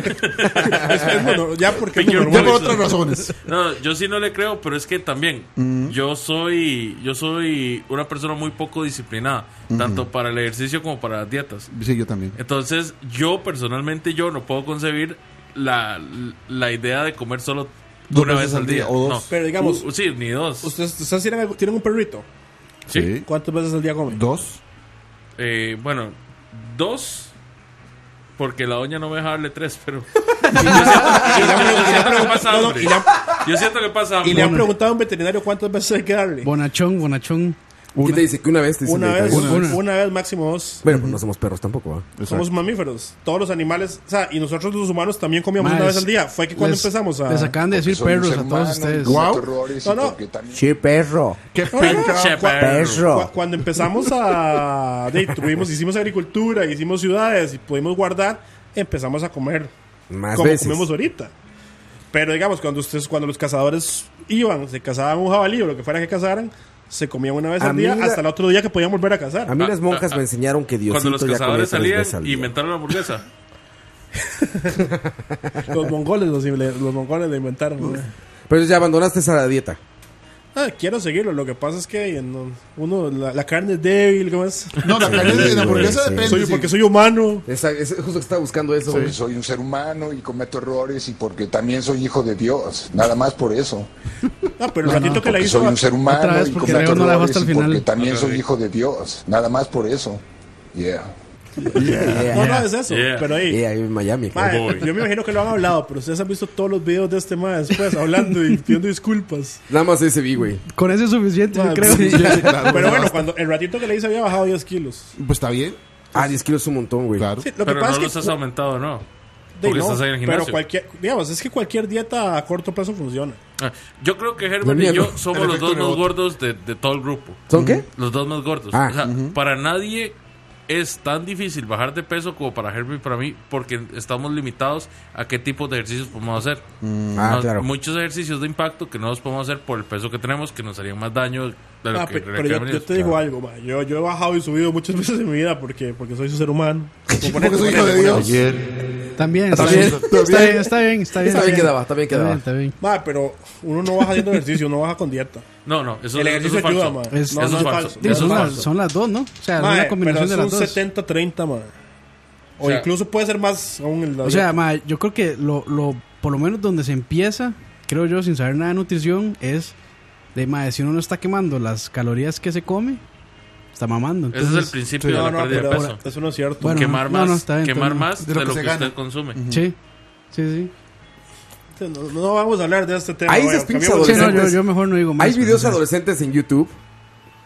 Speaker 5: Es- es mono- ya porque es
Speaker 7: Pick your
Speaker 5: normal.
Speaker 7: poison.
Speaker 8: razones.
Speaker 7: No, yo sí no le creo, pero es que también
Speaker 4: Mm.
Speaker 7: yo soy yo soy una persona muy poco disciplinada,
Speaker 4: Mm.
Speaker 7: tanto para el ejercicio como para las dietas.
Speaker 8: Sí, yo también.
Speaker 7: Entonces, yo personalmente yo no puedo concebir la, la idea de comer solo
Speaker 8: Dos
Speaker 7: una
Speaker 8: veces
Speaker 7: vez al
Speaker 8: al
Speaker 7: día.
Speaker 8: día, o
Speaker 7: No.
Speaker 8: dos.
Speaker 5: Pero digamos-
Speaker 7: U- sí, ni dos.
Speaker 5: ¿Ustedes, ustedes tienen, algo- tienen un perrito?
Speaker 7: Sí.
Speaker 5: ¿Cuántas veces al día comen?
Speaker 8: Dos.
Speaker 7: Eh, bueno, dos porque la doña no me deja darle tres, pero yo siento que pasa
Speaker 5: no, no,
Speaker 7: hambre.
Speaker 5: y le han-
Speaker 7: yo siento que pasa
Speaker 5: Y
Speaker 7: hambre.
Speaker 5: le han preguntado a un veterinario cuántas veces hay que darle.
Speaker 4: Bonachón, bonachón.
Speaker 1: ¿Qué te dice? Que una vez te dicen
Speaker 5: una,
Speaker 1: que-
Speaker 5: vez, una,
Speaker 4: una vez.
Speaker 5: vez, máximo dos.
Speaker 1: Bueno, pues no somos perros tampoco, ¿va?
Speaker 5: Somos mamíferos. Todos los animales, o sea, y nosotros los humanos también comíamos
Speaker 4: Ma,
Speaker 5: una vez
Speaker 4: es-
Speaker 5: al día. Fue que cuando
Speaker 4: les-
Speaker 5: empezamos a...
Speaker 4: Les acaban de decir
Speaker 13: Soy un
Speaker 4: perros
Speaker 13: ser
Speaker 4: a todos
Speaker 13: humano y
Speaker 4: ustedes.
Speaker 13: cometo
Speaker 8: Guau.
Speaker 13: errores y
Speaker 5: No, no.
Speaker 13: porque también-
Speaker 1: Sí, perro.
Speaker 8: ¡Qué pecado!
Speaker 7: Che, perro.
Speaker 5: Cu- Cuando empezamos a... de, tuvimos, hicimos agricultura, hicimos ciudades y pudimos guardar, empezamos a comer
Speaker 1: Más
Speaker 5: como
Speaker 1: veces.
Speaker 5: comemos ahorita. Pero digamos, cuando ustedes, cuando los cazadores iban, se cazaban un jabalí o lo que fuera que cazaran, se comían una vez
Speaker 1: A
Speaker 5: al
Speaker 1: mí
Speaker 5: día
Speaker 1: la-
Speaker 5: hasta el otro día que podían volver a cazar.
Speaker 1: A mí
Speaker 7: Ah,
Speaker 1: las monjas
Speaker 7: ah,
Speaker 1: me enseñaron que Diosito
Speaker 7: Cuando los
Speaker 1: ya comía
Speaker 7: cazadores
Speaker 1: tres
Speaker 7: salían,
Speaker 1: veces al día.
Speaker 7: inventaron la hamburguesa.
Speaker 5: Los mongoles los, los mongoles lo inventaron. ¿no?
Speaker 1: Pero ya abandonaste esa dieta.
Speaker 5: Ah, quiero seguirlo, lo que pasa es que eh, no, uno, la, la carne es débil, ¿cómo es?
Speaker 8: No, la carne de la hamburguesa
Speaker 1: Sí.
Speaker 8: depende. sí.
Speaker 5: Soy, porque soy humano.
Speaker 1: Esa, es justo que estaba buscando eso.
Speaker 13: porque soy un ser humano y cometo errores y porque también soy hijo de Dios, nada más por eso.
Speaker 5: Ah, pero el ratito que la
Speaker 13: Porque
Speaker 5: hizo...
Speaker 13: soy un ser humano
Speaker 4: vez
Speaker 13: y
Speaker 4: porque
Speaker 13: cometo
Speaker 4: Leo no la dejó hasta
Speaker 13: errores
Speaker 4: el
Speaker 13: y porque
Speaker 4: final.
Speaker 13: también soy hijo de Dios, nada más por eso. Yeah.
Speaker 5: No, no, es eso.
Speaker 7: Yeah.
Speaker 5: Pero ahí...
Speaker 1: Eh, ahí en Miami.
Speaker 5: ma,
Speaker 1: claro.
Speaker 5: yo me imagino que lo han hablado, pero ustedes han visto todos los videos de este más después hablando y pidiendo disculpas.
Speaker 1: Nada más ese vi, güey.
Speaker 4: Con eso es suficiente,
Speaker 5: Ma,
Speaker 4: yo creo.
Speaker 5: sí.
Speaker 8: claro,
Speaker 5: pero
Speaker 8: ya
Speaker 5: bueno,
Speaker 8: basta.
Speaker 5: cuando el ratito que le hizo había bajado 10 kilos.
Speaker 8: Pues está bien,
Speaker 1: Ah, 10 kilos es un montón, güey.
Speaker 8: claro.
Speaker 5: Sí, lo que
Speaker 7: pero
Speaker 5: pasa
Speaker 7: no
Speaker 5: es
Speaker 7: los
Speaker 5: que
Speaker 7: has aumentado, ¿no?
Speaker 5: Sí,
Speaker 7: Porque
Speaker 5: no,
Speaker 7: estás ahí en el
Speaker 5: Pero
Speaker 7: gimnasio.
Speaker 5: cualquier, digamos, es que cualquier dieta a corto plazo funciona.
Speaker 7: Ah, Yo creo que Germán
Speaker 1: Mira,
Speaker 7: y yo
Speaker 1: no.
Speaker 7: somos
Speaker 8: El
Speaker 7: los
Speaker 8: efecto
Speaker 7: dos más
Speaker 8: rebote.
Speaker 7: gordos de, de todo el grupo. Mm-hmm.
Speaker 1: ¿Son qué?
Speaker 7: Los dos más gordos.
Speaker 1: Ah.
Speaker 7: O sea, para nadie es tan difícil bajar de peso como para Herbie y para mí, porque estamos limitados a qué tipo de ejercicios podemos hacer.
Speaker 1: Mm, ah,
Speaker 7: Nos-
Speaker 1: claro.
Speaker 7: Muchos ejercicios de impacto que no los podemos hacer por el peso que tenemos, que nos harían más daño de lo
Speaker 5: Ah,
Speaker 7: que
Speaker 5: pe- pero yo,
Speaker 7: realmente
Speaker 5: yo
Speaker 7: es.
Speaker 5: te digo algo, ma. Yo, yo he bajado y subido muchas veces en mi vida porque, porque soy su ser humano.
Speaker 4: Porque soy hijo de Dios. También, está bien, está bien, está bien, está bien. está bien. Está bien, está bien.
Speaker 5: Ma, pero uno no baja haciendo ejercicio, uno baja con dieta.
Speaker 7: No, no, eso-
Speaker 5: El ejercicio
Speaker 7: eso es
Speaker 5: ayuda,
Speaker 7: falso.
Speaker 5: ma.
Speaker 7: Es-
Speaker 5: No,
Speaker 7: eso
Speaker 5: no
Speaker 7: es falso.
Speaker 4: Sí,
Speaker 5: no
Speaker 4: son,
Speaker 5: es
Speaker 4: las,
Speaker 5: falso.
Speaker 4: son las dos, ¿no? O sea,
Speaker 5: Ma,
Speaker 4: una combinación
Speaker 5: pero
Speaker 4: de
Speaker 5: es
Speaker 4: las dos.
Speaker 5: un 70-30, ma. O,
Speaker 4: O sea-
Speaker 5: incluso puede ser más aún en la
Speaker 4: O sea, ma, yo creo que lo, lo, por lo menos donde se empieza, creo yo, sin saber nada de nutrición, es de ma, si uno no está quemando las calorías que se come, está mamando.
Speaker 7: Ese es el principio de la No, no, pérdida de pero peso. eso no es cierto. Quemar más- quemar más De lo de que lo se que gana. usted consume. Ujú.
Speaker 4: Sí, sí, sí.
Speaker 5: No, no vamos a hablar de este tema.
Speaker 1: Hay
Speaker 5: bueno,
Speaker 1: esas pinches
Speaker 5: cambiemos de tema.
Speaker 1: adolescentes.
Speaker 4: yo mejor no digo más,
Speaker 1: Hay videos
Speaker 4: pero, o sea,
Speaker 1: adolescentes en YouTube.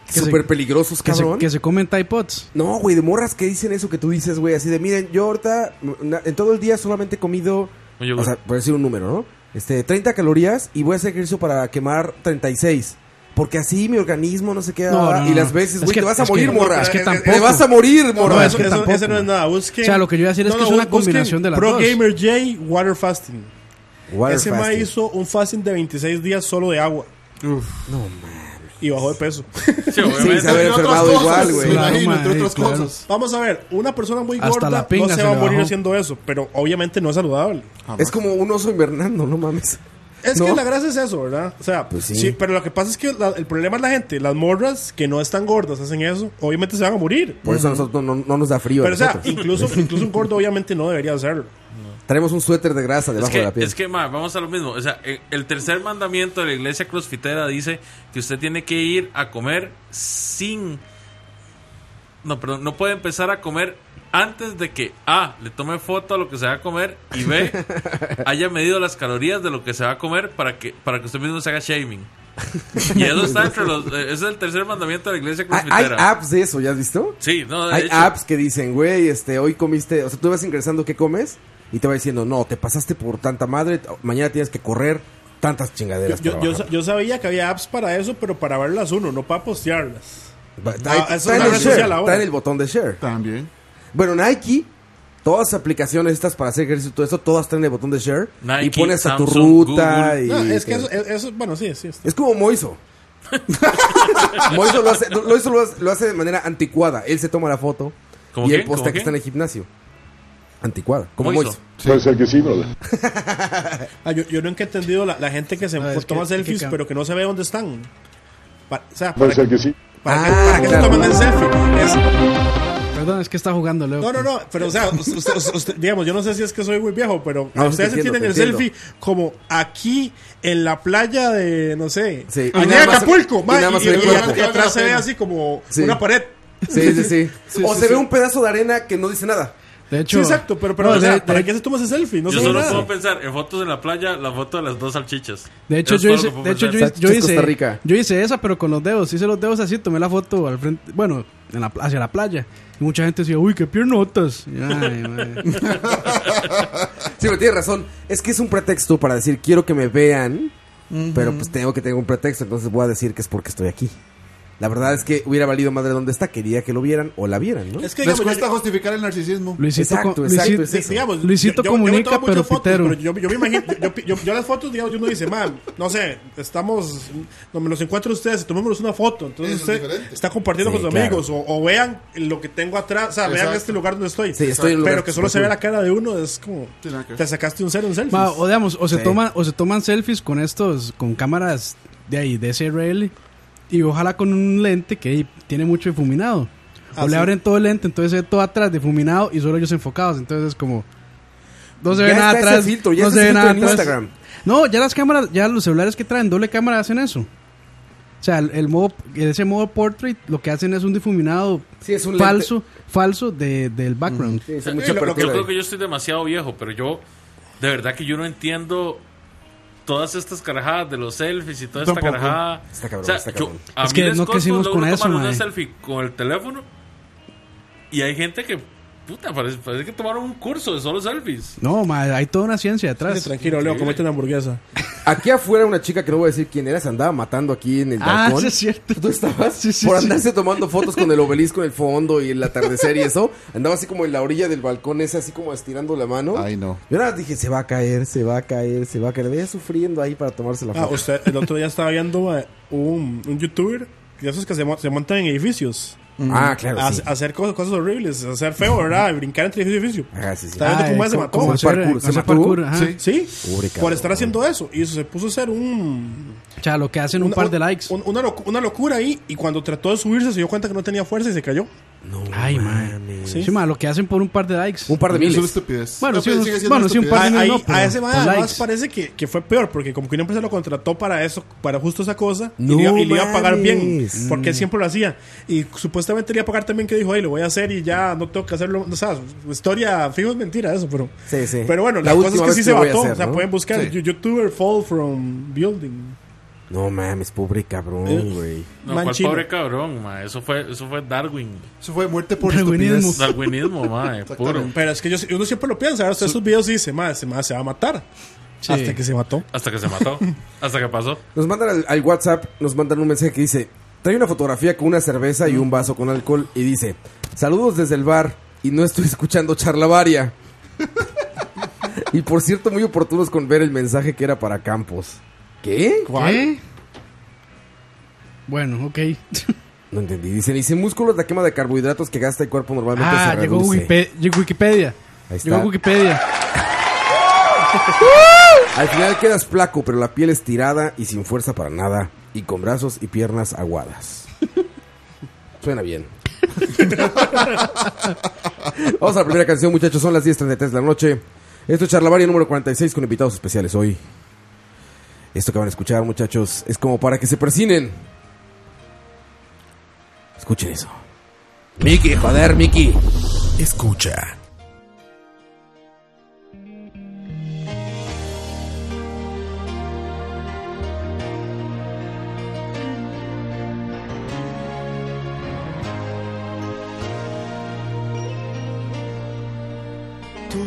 Speaker 4: que se-
Speaker 1: Súper peligrosos,
Speaker 4: que se-
Speaker 1: cabrón.
Speaker 4: que se comen Pods.
Speaker 1: No, güey, de morras que dicen eso que tú dices, güey. Así de, miren, yo ahorita na- en todo el día solamente he comido.
Speaker 7: Un yogur.
Speaker 1: O sea, por decir un número, ¿no? Este, 30 calorías y voy a hacer ejercicio para quemar 36. Porque así mi organismo no se queda.
Speaker 4: No, no, no,
Speaker 1: Ah, y las
Speaker 4: no.
Speaker 1: veces,
Speaker 4: Es
Speaker 1: güey,
Speaker 4: que-
Speaker 1: te vas a
Speaker 4: es que-
Speaker 1: morir,
Speaker 4: no,
Speaker 1: morra.
Speaker 4: pero es que
Speaker 1: Te
Speaker 4: tampoco.
Speaker 1: vas a morir,
Speaker 4: No,
Speaker 1: morra.
Speaker 4: no,
Speaker 5: Eso- eso-
Speaker 4: tampoco.
Speaker 5: ese no es nada. Busquen,
Speaker 4: O sea, lo que yo iba a decir es que es una
Speaker 5: busquen
Speaker 4: combinación de las
Speaker 5: Pro
Speaker 4: dos.
Speaker 5: Gamer J, Water Fasting.
Speaker 1: Water
Speaker 5: ese ma
Speaker 1: fasting.
Speaker 5: hizo un fasting de 26 días solo de agua.
Speaker 1: No
Speaker 5: Y bajó de peso.
Speaker 1: Sí, obviamente. se había enfermado Entre otras igual, cosas, güey. me
Speaker 5: Claro,
Speaker 1: imagino,
Speaker 4: eh,
Speaker 1: entre
Speaker 5: ma,
Speaker 1: otras
Speaker 5: sí, claro.
Speaker 1: cosas.
Speaker 5: Vamos a ver, una persona muy
Speaker 1: Hasta la
Speaker 5: gorda
Speaker 1: pinga
Speaker 5: no se
Speaker 1: se
Speaker 5: va a
Speaker 1: le
Speaker 5: morir
Speaker 1: bajó.
Speaker 5: haciendo eso, pero obviamente no es saludable.
Speaker 1: Es como un oso invernando, no mames.
Speaker 5: Es
Speaker 1: ¿No?
Speaker 5: que la grasa es eso, ¿verdad? O sea,
Speaker 1: Pues sí.
Speaker 5: sí. pero lo que pasa es que la- el problema es la gente. Las morras que no están gordas hacen eso, obviamente se van a morir.
Speaker 1: Por eso a nosotros no, no nos da frío. a
Speaker 5: Pero o sea,
Speaker 1: nosotros.
Speaker 5: incluso, incluso un gordo obviamente no debería hacerlo.
Speaker 1: Traemos un suéter de grasa
Speaker 7: Es
Speaker 1: debajo de
Speaker 7: que,
Speaker 1: la piel.
Speaker 7: es que, ma, vamos a lo mismo. O sea, eh, el tercer mandamiento de la iglesia crossfitera dice que usted tiene que ir a comer sin. No, perdón, no puede empezar a comer antes de que A, le tome foto a lo que se va a comer y B, haya medido las calorías de lo que se va a comer para que, para que usted mismo se haga shaming. Y eso está entre los. eh, ese es el tercer mandamiento de la iglesia
Speaker 1: Ah, Hay
Speaker 7: crossfitera.
Speaker 1: apps de eso, ¿ya has visto?
Speaker 7: Sí, no, Ah, de
Speaker 1: Hay
Speaker 7: hecho.
Speaker 1: apps que dicen, güey, este, hoy comiste, o sea, tú vas ingresando qué comes y te va diciendo, no, te pasaste por tanta madre, t- mañana tienes que correr tantas
Speaker 5: Yo,
Speaker 1: chingaderas.
Speaker 5: yo,
Speaker 1: para
Speaker 5: yo
Speaker 1: bajar".
Speaker 5: sa- yo sabía que había apps para eso, pero para verlas uno, no para postearlas.
Speaker 1: Va-
Speaker 5: Ah,
Speaker 1: está-
Speaker 5: eso
Speaker 1: está,
Speaker 5: es
Speaker 1: en
Speaker 5: una
Speaker 1: el
Speaker 5: red
Speaker 1: share,
Speaker 5: social ahora.
Speaker 1: está en el botón de share.
Speaker 8: También.
Speaker 1: Bueno, Nike, todas las aplicaciones estas para hacer ejercicio y todo eso, todas están en el botón de share.
Speaker 7: Nike,
Speaker 1: y pones a tu
Speaker 7: Samsung,
Speaker 1: ruta
Speaker 7: Google.
Speaker 1: y...
Speaker 5: No, es que
Speaker 1: te-
Speaker 5: eso, es- eso- bueno, sí, sí.
Speaker 1: es como Moiso. Moiso lo hace, lo, Moiso lo hace, lo hace de manera anticuada. Él se toma la foto
Speaker 7: ¿Cómo
Speaker 1: y él
Speaker 7: quién? ¿Cómo
Speaker 1: postea que
Speaker 7: quién?
Speaker 1: está en el gimnasio. Anticuada, como
Speaker 7: Moiso.
Speaker 1: Moiso.
Speaker 13: Puede ser que sí, brother.
Speaker 5: Ah, yo, yo nunca he entendido la, la gente que se
Speaker 4: es
Speaker 5: toma
Speaker 4: que-
Speaker 5: selfies,
Speaker 4: es que-
Speaker 5: pero que no se ve dónde están. Pa- o sea,
Speaker 13: Puede
Speaker 8: Pues
Speaker 5: para,
Speaker 13: ser que sí.
Speaker 5: para qué- para qué se toman el selfie? Es-
Speaker 4: Perdón, es que está jugando Leo.
Speaker 5: No, no, no, pero o sea, usted- usted- usted- digamos, yo no sé si es que soy muy viejo, pero
Speaker 4: No,
Speaker 5: a ustedes
Speaker 4: te entiendo,
Speaker 5: se tienen el
Speaker 4: te entiendo.
Speaker 5: selfie como aquí en la playa de, no sé,
Speaker 1: Sí, y
Speaker 5: allá
Speaker 1: nada
Speaker 5: en
Speaker 1: más-
Speaker 5: Acapulco,
Speaker 1: y
Speaker 5: ma, y,
Speaker 1: nada más
Speaker 5: y-
Speaker 1: se ve
Speaker 5: y-
Speaker 1: el cuerpo.
Speaker 5: y atrás se ve así como
Speaker 1: Sí.
Speaker 5: una pared.
Speaker 1: Sí, sí, sí.
Speaker 5: Sí,
Speaker 1: o
Speaker 5: sí,
Speaker 1: se
Speaker 5: sí.
Speaker 1: ve un pedazo de arena que no dice nada.
Speaker 4: De
Speaker 5: Sí, exacto, pero, pero
Speaker 4: No,
Speaker 5: o sea,
Speaker 4: de-
Speaker 5: ¿para
Speaker 4: de-
Speaker 5: qué se toma ese selfie? No
Speaker 7: yo
Speaker 5: se ve
Speaker 7: solo
Speaker 5: nada.
Speaker 7: puedo pensar en fotos en la playa, la foto de las dos salchichas.
Speaker 4: De hecho,
Speaker 7: Eso
Speaker 4: yo
Speaker 7: es
Speaker 4: hice,
Speaker 7: todo lo que
Speaker 4: de hecho
Speaker 7: puedo
Speaker 4: yo,
Speaker 7: pensar.
Speaker 4: hice- yo hice, yo hice esa, pero con los dedos. Hice los dedos así, tomé la foto al frente, bueno, en la, hacia la playa. Y mucha gente decía, uy, qué piernotas. Y, ay, mae.
Speaker 1: Sí, pero tienes razón. Es que es un pretexto para decir quiero que me vean, pero pues tengo que tener un pretexto, entonces voy a decir que es porque estoy aquí. La verdad es que hubiera valido madre donde está, quería que lo vieran o la vieran, ¿no?
Speaker 5: Es que
Speaker 8: Les
Speaker 5: digamos,
Speaker 8: cuesta justificar el narcisismo.
Speaker 4: Luisito
Speaker 1: Exacto,
Speaker 4: con-
Speaker 1: exacto,
Speaker 4: Luisito-
Speaker 1: es eso.
Speaker 5: digamos,
Speaker 4: Luisito
Speaker 5: me
Speaker 4: comunica,
Speaker 5: tomo muchas
Speaker 4: pero
Speaker 5: fotos,
Speaker 4: pitero.
Speaker 5: yo, yo me imagino, yo, yo- yo las fotos, digamos, uno dice, man, no sé, estamos, no me los encuentro ustedes, tomémonos una foto. Entonces
Speaker 8: Eso es
Speaker 5: usted
Speaker 8: diferente.
Speaker 5: está compartiendo
Speaker 1: Sí,
Speaker 5: con sus
Speaker 1: claro.
Speaker 5: amigos o, o vean lo que tengo atrás, o sea, vean
Speaker 8: Exacto.
Speaker 5: este lugar donde estoy.
Speaker 1: Sí, estoy en un
Speaker 5: pero
Speaker 1: lugar
Speaker 5: que solo se vea
Speaker 1: oscuro.
Speaker 5: la cara de uno, es como,
Speaker 8: nada que ver.
Speaker 5: te sacaste un cero en selfies.
Speaker 4: Ma, o digamos, o se
Speaker 1: Pues, Sí.
Speaker 4: toman, o se toman selfies con estos, con cámaras de ahí, de SRL, y ojalá con un lente que ahí tiene mucho difuminado.
Speaker 5: Ah,
Speaker 4: o le
Speaker 5: sí.
Speaker 4: abren todo el lente, entonces se ve todo atrás difuminado y solo ellos enfocados, entonces es como no se ve
Speaker 1: Ya
Speaker 4: nada
Speaker 1: está ese
Speaker 4: atrás,
Speaker 1: filtro, ya
Speaker 4: no
Speaker 1: ese
Speaker 4: se ve
Speaker 1: filtro
Speaker 4: nada
Speaker 1: en
Speaker 4: atrás.
Speaker 1: Instagram.
Speaker 4: No, ya las cámaras, ya los celulares que traen doble cámara hacen eso. O sea, el, el modo, ese modo portrait lo que hacen es un difuminado
Speaker 1: Sí, es un lente.
Speaker 4: falso, falso de- del background.
Speaker 1: Sí,
Speaker 7: Eh,
Speaker 1: sí, mucha
Speaker 7: lo-
Speaker 1: apertura
Speaker 7: yo
Speaker 1: ahí.
Speaker 7: creo que yo estoy demasiado viejo, pero yo de verdad que yo no entiendo todas estas carajadas de los selfies y toda esta
Speaker 4: Tampoco.
Speaker 7: carajada.
Speaker 1: Está cabrón,
Speaker 7: O sea,
Speaker 1: está
Speaker 7: yo-
Speaker 1: cabrón.
Speaker 7: a
Speaker 4: Es
Speaker 7: mí
Speaker 4: que
Speaker 7: les
Speaker 4: no
Speaker 7: costó
Speaker 4: crecimos
Speaker 7: logro
Speaker 4: con eso,
Speaker 7: tomar una
Speaker 4: mae.
Speaker 7: selfie con el teléfono y hay gente que Puta, parece, parece que tomaron un curso de solo selfies.
Speaker 4: No, ma, hay toda una ciencia detrás.
Speaker 7: Sí, tranquilo, Leo, comete
Speaker 5: una hamburguesa.
Speaker 1: Aquí afuera una chica que no voy a decir quién era se andaba matando aquí en el
Speaker 4: Ah,
Speaker 1: balcón.
Speaker 4: sí es cierto.
Speaker 1: ¿Tú estabas? Por andarse tomando fotos con el obelisco en el fondo y el atardecer y eso. Andaba así como en la orilla del balcón ese, así como estirando la mano. Ay,
Speaker 8: no.
Speaker 1: Yo nada más dije, se va a caer, se va a caer, se va a caer. Veía sufriendo ahí para tomarse la
Speaker 5: Ah,
Speaker 1: foto.
Speaker 5: usted, el otro día estaba viendo eh, un, un youtuber de esos que se, mo- se montan en edificios.
Speaker 1: Ah, claro,
Speaker 5: A-
Speaker 1: sí.
Speaker 5: Hacer cosas, cosas horribles, hacer feo, ¿verdad? Y Brincar entre edificio y edificio.
Speaker 1: Ah, sí, sí.
Speaker 5: Estaba viendo
Speaker 1: Ah,
Speaker 5: cómo más se
Speaker 1: ¿cómo-
Speaker 5: mató.
Speaker 1: cómo hacer- Parkour, ¿se hacer mató? parkour, ajá.
Speaker 5: pues. Sí,
Speaker 1: Pobre
Speaker 5: sí. Por
Speaker 1: cabrón.
Speaker 5: estar haciendo eso. Y eso se puso a hacer un.
Speaker 4: sea, lo que hacen un par de likes.
Speaker 5: una, locu- una locura ahí. Y cuando trató de subirse, se dio cuenta que no tenía fuerza y se cayó.
Speaker 4: Ay, man. Sí, ma, lo que hacen por un par de likes.
Speaker 1: Un par de
Speaker 8: miles. Es una estupidez.
Speaker 4: Bueno,
Speaker 8: No,
Speaker 4: sí,
Speaker 8: pero
Speaker 4: un-
Speaker 8: sigue siendo
Speaker 4: bueno, sí, un par de
Speaker 5: Ahí-
Speaker 4: miles.
Speaker 5: ahí-
Speaker 4: no, pero
Speaker 5: a ese man
Speaker 4: por
Speaker 5: además
Speaker 4: likes.
Speaker 5: parece que, que fue peor, porque como que una empresa lo contrató para eso, para justo esa cosa, y
Speaker 1: No
Speaker 5: le iba- y, le iba a pagar bien,
Speaker 1: mames.
Speaker 5: porque él siempre lo hacía. Y supuestamente le iba a pagar también que dijo, ay, lo voy a hacer y ya no tengo que hacerlo. O sea, su historia, fijo, es mentira eso, pero...
Speaker 1: Sí, sí.
Speaker 5: Pero bueno, la,
Speaker 1: La
Speaker 5: cosa es
Speaker 1: última
Speaker 5: que
Speaker 1: vez
Speaker 5: sí
Speaker 1: que
Speaker 5: se
Speaker 1: lo voy a
Speaker 5: mató.
Speaker 1: hacer,
Speaker 5: o sea,
Speaker 1: ¿no?
Speaker 5: pueden buscar
Speaker 1: Sí.
Speaker 5: you- YouTuber Fall from Building.
Speaker 1: No mames, pobre cabrón, güey.
Speaker 7: No,
Speaker 5: Man
Speaker 7: cuál
Speaker 5: chino.
Speaker 7: pobre cabrón, ma. Eso fue, eso fue Darwin.
Speaker 8: Ah, Eso fue muerte por
Speaker 4: Darwinismo.
Speaker 8: estupidez.
Speaker 7: Darwinismo, ma, puro.
Speaker 5: Pero es que yo, uno siempre lo piensa, ahora usted esos videos y dice, madre, se, ma, se va a matar.
Speaker 4: Sí.
Speaker 5: Hasta que se mató.
Speaker 7: Hasta que se mató. Hasta que pasó.
Speaker 1: Nos mandan al, al WhatsApp, nos mandan un mensaje que dice, trae una fotografía con una cerveza y un vaso con alcohol y dice, saludos desde el bar y no estoy escuchando charlavaria. y por cierto, muy oportunos con ver el mensaje que era para Campos. ¿Qué?
Speaker 4: ¿Qué? ¿Eh? Bueno, ok.
Speaker 1: No entendí. Dicen, y sin músculos la quema de carbohidratos que gasta el cuerpo normalmente
Speaker 4: Ah,
Speaker 1: se
Speaker 4: llegó
Speaker 1: reduce.
Speaker 4: Wikipedia. Llegó Wikipedia.
Speaker 1: Ahí está.
Speaker 4: Llegó Wikipedia.
Speaker 1: Al final quedas flaco, pero la piel estirada y sin fuerza para nada. Y con brazos y piernas aguadas. Suena bien. Vamos a la primera canción, muchachos. Son las 10.33 de la noche. Esto es Charlavaria número 46 con invitados especiales hoy. Esto que van a escuchar, muchachos, es como para que se persinen. Escuchen eso. Miki, joder, Miki. Escucha.
Speaker 6: Tú,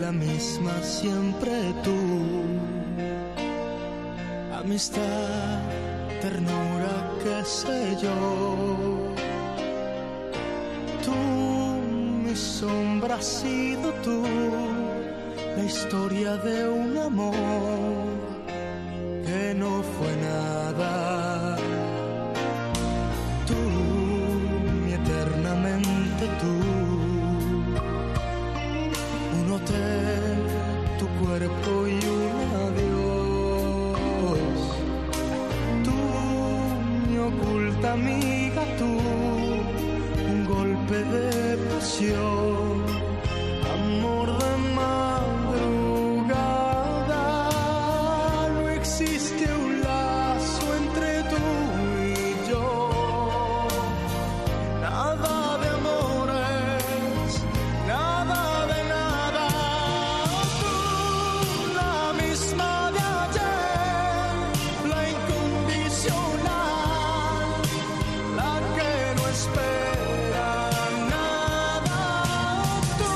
Speaker 6: la misma siempre tú. Amistad, ternura, qué sé yo. Tú, mi sombra has sido tú. La historia de un amor que no fue nada. Tú, mi eternamente tú un hotel, tu cuerpo y un adiós. Tú, mi oculta amiga, tú, un golpe de pasión, amor de madrugada. No existe un lazo entre tú y yo. Nada de amores, nada de nada. Tú, la misma de ayer, la incondicional, la que no espera nada. Tú,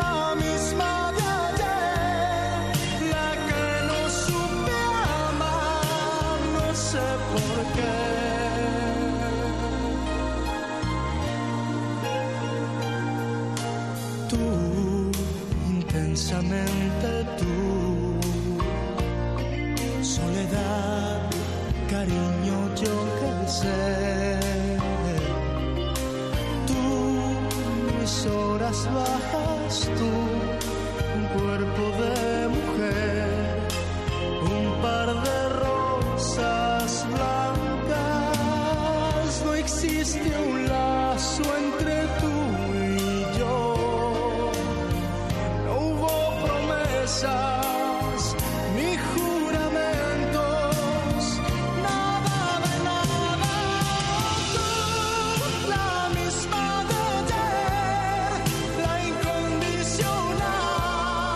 Speaker 6: la misma de ayer, la que no supe amar, no sé por qué. tú, intensamente tú. Soledad, cariño, yo qué sé. Tú, mis horas bajas, tú, un cuerpo de mujer, un par de rosas blancas. No existe un lazo entre tú y yo. No hubo promesas ni juramentos. Nada de nada. Tú, la misma de ayer, la incondicional.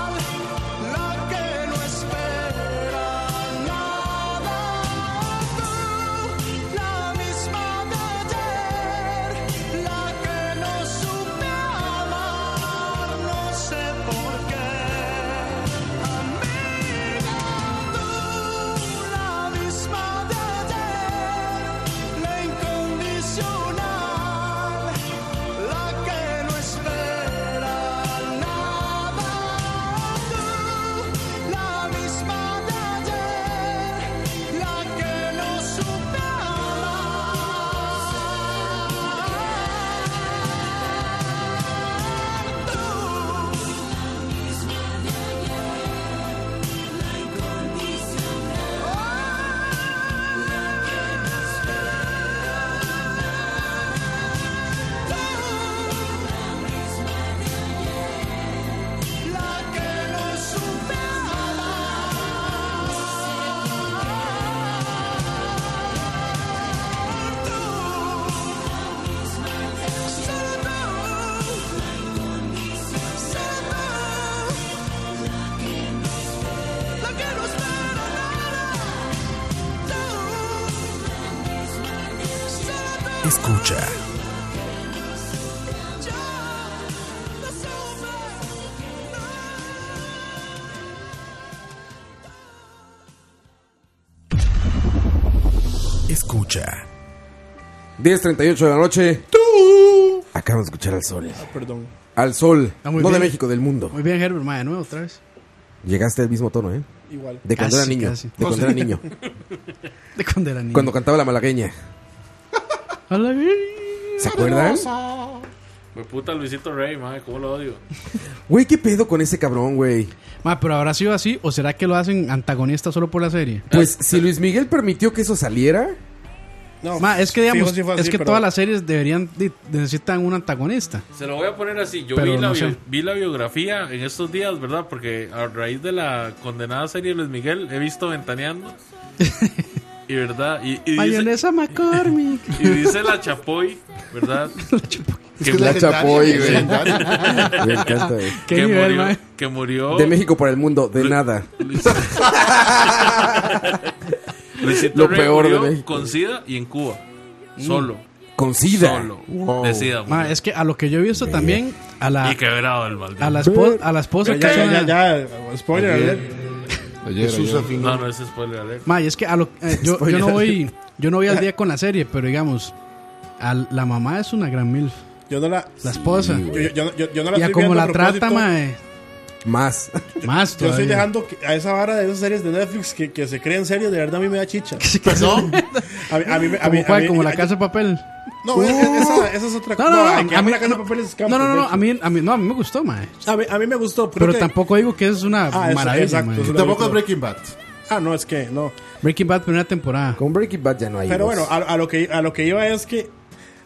Speaker 12: escucha. Escucha.
Speaker 1: 10.38 de la noche. Acabamos de escuchar al sol.
Speaker 5: Perdón.
Speaker 1: Al sol.
Speaker 4: Está
Speaker 1: No
Speaker 4: Ah, muy
Speaker 1: de
Speaker 4: bien.
Speaker 1: México, del mundo.
Speaker 4: Muy bien, Herbert, ma, de nuevo, otra vez.
Speaker 1: Llegaste al mismo tono, ¿eh?
Speaker 4: Igual.
Speaker 1: De cuando
Speaker 4: Casi,
Speaker 1: era niño.
Speaker 4: Ah, casi.
Speaker 1: De cuando era niño.
Speaker 4: De cuando era niño.
Speaker 1: Cuando cantaba la malagueña. ¿Se acuerdan?
Speaker 7: Me puta Luisito Rey, madre, cómo lo odio.
Speaker 1: Güey, ¿qué pedo con ese cabrón, güey?
Speaker 4: Ma, pero habrá sido así, o será que lo hacen antagonista solo por la serie?
Speaker 1: Pues si Luis Miguel permitió que eso saliera.
Speaker 4: Ma, es que
Speaker 1: fijo,
Speaker 4: digamos,
Speaker 1: sí fue así,
Speaker 4: es que
Speaker 1: pero-
Speaker 4: todas las series deberían de- necesitan un antagonista.
Speaker 7: Se lo voy a poner así. Yo
Speaker 4: Pero
Speaker 7: vi, la
Speaker 4: no
Speaker 7: bio-
Speaker 4: sé.
Speaker 7: vi la biografía en estos días, ¿verdad? Porque a raíz de la condenada serie de Luis Miguel he visto Ventaneando. y verdad, y, y dice,
Speaker 4: Mayonesa McCormick.
Speaker 7: y dice la Chapoy, ¿verdad?
Speaker 1: Es que es La legendaria, Chapoy, güey. legendaria. Me encanta, güey. Qué
Speaker 7: que,
Speaker 1: nivel,
Speaker 7: murió,
Speaker 1: mae.
Speaker 7: que murió.
Speaker 1: De México para el mundo, de nada.
Speaker 7: Luisito
Speaker 1: Lo
Speaker 7: Rey
Speaker 1: peor de
Speaker 7: murió
Speaker 1: México. Mm.
Speaker 7: Con SIDA y en Cuba. Solo.
Speaker 1: Con SIDA.
Speaker 7: Solo.
Speaker 4: Wow.
Speaker 7: De SIDA.
Speaker 4: Ma, es que a lo que yo he visto también, a la,
Speaker 7: Y quebrado el maldito.
Speaker 4: a la, espo- a la esposa
Speaker 5: Ya,
Speaker 4: que es
Speaker 5: ya,
Speaker 4: una-
Speaker 5: ya, ya, Spoiler
Speaker 4: Ayer.
Speaker 5: alert.
Speaker 8: Ayer,
Speaker 5: Jesús
Speaker 8: ayer.
Speaker 5: afinó.
Speaker 7: No, no es spoiler alert.
Speaker 4: Ma, y es que a lo- eh, yo, yo no voy yo no voy al día con la serie, pero digamos, al- la mamá es una gran milf.
Speaker 5: Yo no la.
Speaker 4: La esposa.
Speaker 5: Yo, yo- yo no- yo- yo no la
Speaker 4: y a
Speaker 5: estoy
Speaker 4: como
Speaker 5: viendo a
Speaker 4: la trata,
Speaker 5: propósito.
Speaker 4: mae.
Speaker 1: Más.
Speaker 4: Más
Speaker 5: Yo estoy
Speaker 4: todavía.
Speaker 5: dejando que- a esa vara de esas series de Netflix que, que se creen series, de verdad a mí me da chicha. Perdón. A mí, a mí, a
Speaker 4: ¿Como
Speaker 5: mí, a
Speaker 4: cuál?
Speaker 5: mí-
Speaker 4: ¿Como la
Speaker 5: a-
Speaker 4: casa de papel?
Speaker 5: No, es- es- esa, esa es otra
Speaker 4: No, no, no,
Speaker 5: ay, que
Speaker 4: a
Speaker 5: amo
Speaker 4: mí-
Speaker 5: la casa de papel es
Speaker 4: No, no,
Speaker 5: campo,
Speaker 4: no, no,
Speaker 5: de hecho.
Speaker 4: a mí, a mí, no, a mí me gustó, mae.
Speaker 5: A mí, a mí me gustó.
Speaker 4: Pero
Speaker 5: creo que-
Speaker 4: tampoco digo que es una
Speaker 5: Ah, eso-
Speaker 4: maravilla, eh.
Speaker 5: exacto,
Speaker 4: mae.
Speaker 5: es una Tampoco película. Breaking Bad. Ah, no, es que no.
Speaker 4: Breaking Bad primera temporada.
Speaker 1: Con Breaking Bad ya no hay.
Speaker 5: Pero bueno, a, a lo que, a lo que iba es que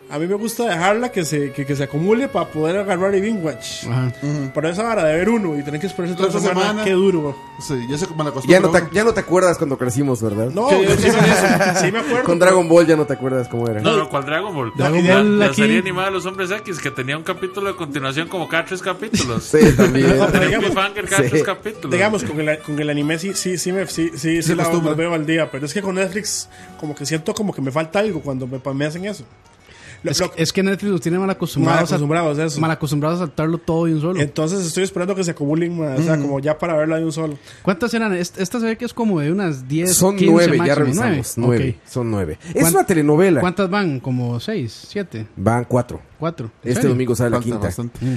Speaker 5: a mí me gusta dejarla que se, que, que se acumule para poder agarrar y binge watch.
Speaker 4: Ajá.
Speaker 5: Pero esa vara de ver uno y tener que esperarse toda la
Speaker 8: Otra
Speaker 5: semana,
Speaker 8: semana.
Speaker 5: qué duro.
Speaker 8: Sí, ya se me la costumbre.
Speaker 1: Ya no, te, ya no te acuerdas cuando crecimos, ¿verdad?
Speaker 5: No, yo sí me- sí me acuerdo, pero-
Speaker 1: Con Dragon Ball ya no te acuerdas cómo era.
Speaker 7: No, no, ¿cuál Dragon Ball?
Speaker 1: Dragon
Speaker 7: la,
Speaker 1: Ball
Speaker 7: la
Speaker 1: aquí.
Speaker 7: serie animada de los hombres X que tenía un capítulo de continuación como cada tres capítulos.
Speaker 1: Sí, también.
Speaker 7: Tenía un cliffhanger cada tres capítulos.
Speaker 5: Digamos, con el, con el anime sí, sí, sí, me, sí, sí, sí la, la veo al día, pero es que con Netflix como que siento como que me falta algo cuando me, me hacen eso. Lo-
Speaker 4: Es,
Speaker 5: lo-
Speaker 4: que, es que Netflix los tiene mal acostumbrados,
Speaker 5: mal acostumbrados,
Speaker 4: a,
Speaker 5: eso.
Speaker 4: mal acostumbrados a saltarlo todo de un solo.
Speaker 5: Entonces estoy esperando que se acumulen, más, o sea,
Speaker 4: Ujú.
Speaker 5: como ya para verla de un solo.
Speaker 4: ¿Cuántas eran? Est- Esta se ve que es como de unas 10,
Speaker 1: Son
Speaker 4: 15
Speaker 1: nueve, ya
Speaker 4: máximo,
Speaker 1: revisamos.
Speaker 4: nueve.
Speaker 1: Nueve.
Speaker 4: Ok.
Speaker 1: Son nueve. Es
Speaker 4: ¿Cuán-
Speaker 1: una telenovela.
Speaker 4: ¿Cuántas van? ¿Como 6, 7,
Speaker 1: Van cuatro.
Speaker 4: 4?
Speaker 1: Este domingo sale la quinta.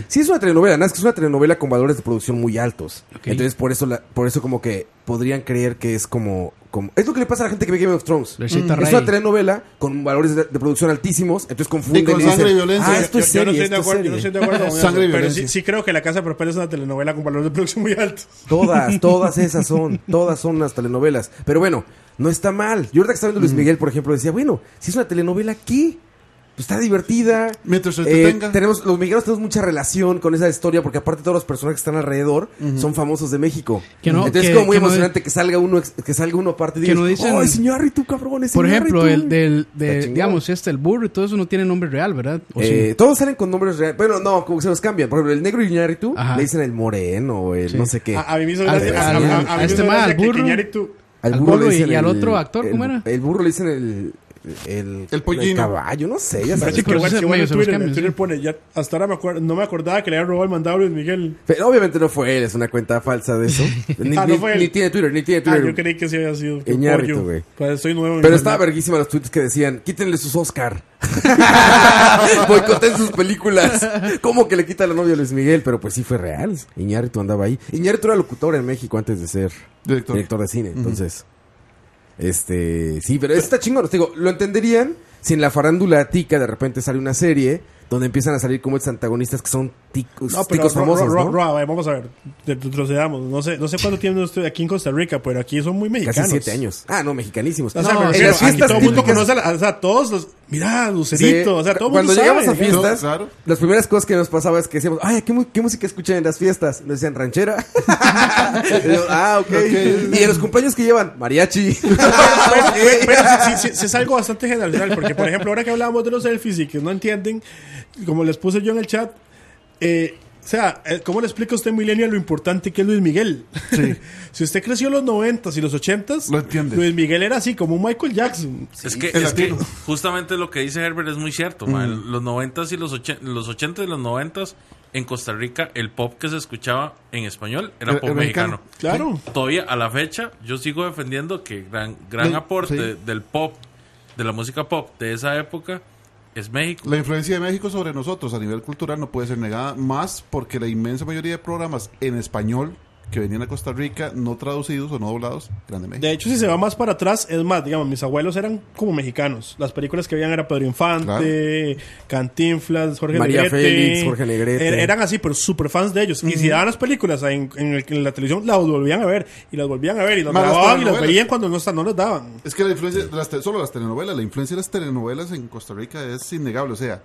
Speaker 1: Sí, es una telenovela, nada más que es una telenovela con valores de producción muy altos. Entonces, por eso, la- por eso como que podrían creer que es como, como- Es lo que le pasa a la gente que ve Game of Thrones. Mm.
Speaker 4: Versita
Speaker 1: Es
Speaker 4: Rey.
Speaker 1: una telenovela con valores de, de producción altísimos, entonces confunden.
Speaker 8: Y con
Speaker 1: dicen,
Speaker 8: sangre y violencia.
Speaker 1: Ah, esto es
Speaker 5: yo, yo no
Speaker 1: serie,
Speaker 5: estoy de
Speaker 1: esto es
Speaker 5: acuerdo, yo no
Speaker 1: serie".
Speaker 5: estoy de acuerdo con
Speaker 8: Sangre y
Speaker 5: eso, pero
Speaker 8: violencia.
Speaker 5: sí, sí creo que La Casa de Papel es una telenovela con valores de producción muy altos.
Speaker 1: Todas, todas esas son, todas son las telenovelas. Pero bueno, no está mal. Yo ahorita que estaba viendo
Speaker 4: Mm.
Speaker 1: Luis Miguel, por ejemplo, decía, bueno, si es una telenovela, ¿qué? Pues está divertida.
Speaker 8: Mientras se
Speaker 1: Eh,
Speaker 8: entretenga.
Speaker 1: tenemos, los mexicanos tenemos mucha relación con esa historia, porque aparte todos los personajes que están alrededor son famosos de México.
Speaker 4: Que no,
Speaker 1: Entonces
Speaker 4: que-
Speaker 1: es como muy
Speaker 4: que no-
Speaker 1: emocionante que salga uno, ex- que salga uno aparte y
Speaker 4: Que
Speaker 1: digas,
Speaker 4: no dicen-
Speaker 1: ¡Ay, señor tú, cabrón! ese
Speaker 4: Por
Speaker 1: Iñárritu".
Speaker 4: ejemplo, el del, de-
Speaker 1: Está chingón.
Speaker 4: digamos, este, el burro y todo eso no tiene nombre real, ¿verdad? ¿O Pues sí?
Speaker 1: Eh, Todos salen con nombres reales. Bueno, no, como que se los cambian. Por ejemplo, el negro Iñárritu le dicen el moreno o el no sé qué.
Speaker 5: A, a mí me hizo
Speaker 1: Al-
Speaker 5: gracia, a, a-
Speaker 1: al-
Speaker 5: a- a mí me
Speaker 4: a este
Speaker 5: hizo
Speaker 4: ma,
Speaker 5: gracia
Speaker 4: al
Speaker 5: que
Speaker 4: burro.
Speaker 5: Iñárritu-
Speaker 4: Al burro
Speaker 1: le
Speaker 4: y-
Speaker 1: dicen
Speaker 4: y al
Speaker 1: el-
Speaker 4: otro actor,
Speaker 1: el-
Speaker 4: ¿cómo era?
Speaker 1: El burro le dicen el. El,
Speaker 8: pollino.
Speaker 1: caballo, no sé, ya sabes.
Speaker 5: Sí, que igual- que igual en
Speaker 4: se los
Speaker 5: Twitter, en
Speaker 4: cambian,
Speaker 5: Twitter pone, ya, hasta ahora me acuerdo, no me acordaba que le habían robado el mandado a Luis Miguel.
Speaker 1: Pero obviamente no fue él, es una cuenta falsa de eso. Ni,
Speaker 5: Ah, no
Speaker 1: ni-
Speaker 5: fue él.
Speaker 1: ni tiene Twitter, ni tiene
Speaker 5: Ah,
Speaker 1: Twitter.
Speaker 5: yo creí que sí había sido. qué
Speaker 1: Iñárritu,
Speaker 5: pollo.
Speaker 1: güey.
Speaker 5: Pues estoy nuevo. en
Speaker 1: Pero
Speaker 5: Internet.
Speaker 1: estaba verguísima los tweets que decían, quítenle sus Oscar. Boicoten sus películas. ¿Cómo que le quita la novia a Luis Miguel? Pero pues sí fue real. Iñárritu andaba ahí. Iñárritu era locutor en México antes de ser director,
Speaker 8: Director. Eh,
Speaker 1: de cine. Entonces, este, sí, pero está chingón. Te digo, lo entenderían si en la farándula tica de repente sale una serie donde empiezan a salir como estos antagonistas que son ticos,
Speaker 5: No, pero
Speaker 1: ticos
Speaker 5: Ro-
Speaker 1: famosos,
Speaker 5: Ro- Ro-
Speaker 1: ¿no?
Speaker 5: Ro- a ver, vamos a ver, retrocedamos. No sé, no sé cuánto tiempo estoy aquí en Costa Rica, pero aquí son muy mexicanos.
Speaker 1: Casi siete años. Ah, no, mexicanísimos.
Speaker 5: O sea,
Speaker 1: No,
Speaker 5: me
Speaker 1: en
Speaker 5: refiero,
Speaker 1: las
Speaker 5: aquí
Speaker 1: fiestas
Speaker 5: todo el mundo
Speaker 1: típicas-
Speaker 5: conoce, a la- o sea, todos los, mira, Lucerito,
Speaker 1: Sí.
Speaker 5: o sea, todo el
Speaker 1: Cuando
Speaker 5: mundo
Speaker 1: llegamos
Speaker 5: sabe,
Speaker 1: a fiestas,
Speaker 5: ¿no?
Speaker 1: las primeras cosas que nos pasaba es que decíamos, ay, ¿qué, mu- qué música escuchan en las fiestas? Nos decían ranchera. Y yo, ah, ok. Y en los cumpleaños que llevan, mariachi.
Speaker 5: Pero, pero sí, sí, sí, sí es algo bastante general, porque por ejemplo, ahora que hablábamos de los selfies y que no entienden, como les puse yo en el chat, eh, sea, eh, ¿cómo le explica a usted, Millennial, lo importante que es Luis Miguel? si usted creció en los 90s y los 80s, Luis Miguel era así, como un Michael Jackson.
Speaker 7: Es que, es que justamente lo que dice Herbert es muy cierto. ma.
Speaker 5: Mm.
Speaker 7: Los 90 y los 80, los 80 y los 90 en Costa Rica el pop que se escuchaba en español era
Speaker 5: Era-
Speaker 7: pop
Speaker 5: era
Speaker 7: mexicano.
Speaker 5: mexicano. Claro.
Speaker 7: Todavía a la fecha yo sigo defendiendo que gran gran
Speaker 8: Le-
Speaker 7: aporte
Speaker 8: sí.
Speaker 7: del pop, de la música pop de esa época es México.
Speaker 8: La influencia de México sobre nosotros a nivel cultural no puede ser negada más porque la inmensa mayoría de programas en español que venían a Costa Rica no traducidos o no doblados eran de México.
Speaker 5: De hecho, si se va más para atrás, es más, digamos, mis abuelos eran como mexicanos. Las películas que veían era Pedro Infante, Cantinflas, Jorge
Speaker 1: María
Speaker 5: Negrete.
Speaker 1: Félix, Jorge Negrete.
Speaker 5: Er- eran así, pero súper fans de ellos. Y si daban las películas en, en el- en la televisión, las volvían a ver. Y las volvían a ver. Y las
Speaker 8: Más las
Speaker 5: grababan y las
Speaker 8: telenovelas.
Speaker 5: veían cuando no, está- no las daban.
Speaker 8: Es que la influencia, de las te- solo las telenovelas, la influencia de las telenovelas en Costa Rica es innegable. O sea,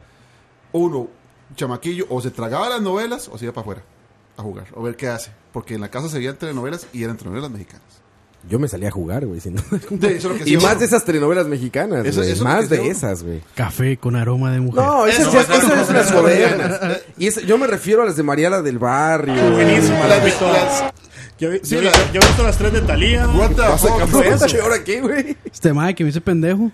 Speaker 8: uno, chamaquillo, o se tragaba las novelas o se iba para afuera a jugar, o ver qué hace. Porque en la casa se veían telenovelas y eran telenovelas mexicanas.
Speaker 1: Yo me salí a jugar, güey. si no-
Speaker 8: Sí, eso es lo que
Speaker 1: y
Speaker 8: sí,
Speaker 1: más
Speaker 8: uno.
Speaker 1: de esas telenovelas mexicanas,
Speaker 8: Eso-
Speaker 1: güey,
Speaker 8: eso es lo
Speaker 1: Más
Speaker 8: que
Speaker 1: de
Speaker 8: sí, uno.
Speaker 1: esas, güey.
Speaker 4: Café con aroma de mujer.
Speaker 1: No, esas,
Speaker 4: Eso,
Speaker 1: ya- esas
Speaker 4: eso.
Speaker 1: son las modernas. Y esa- yo me refiero a las de Mariala del Barrio. güey.
Speaker 5: Buenísimas,
Speaker 1: Las-
Speaker 5: las vi todas. Yo, vi-
Speaker 1: Sí,
Speaker 5: yo vi-
Speaker 1: la-
Speaker 5: yo he visto las tres de Talía.
Speaker 1: What the fuck,
Speaker 5: fue
Speaker 1: ¿no?
Speaker 5: eso?
Speaker 1: ¿Qué hora qué, güey?
Speaker 4: Este mae que me dice pendejo.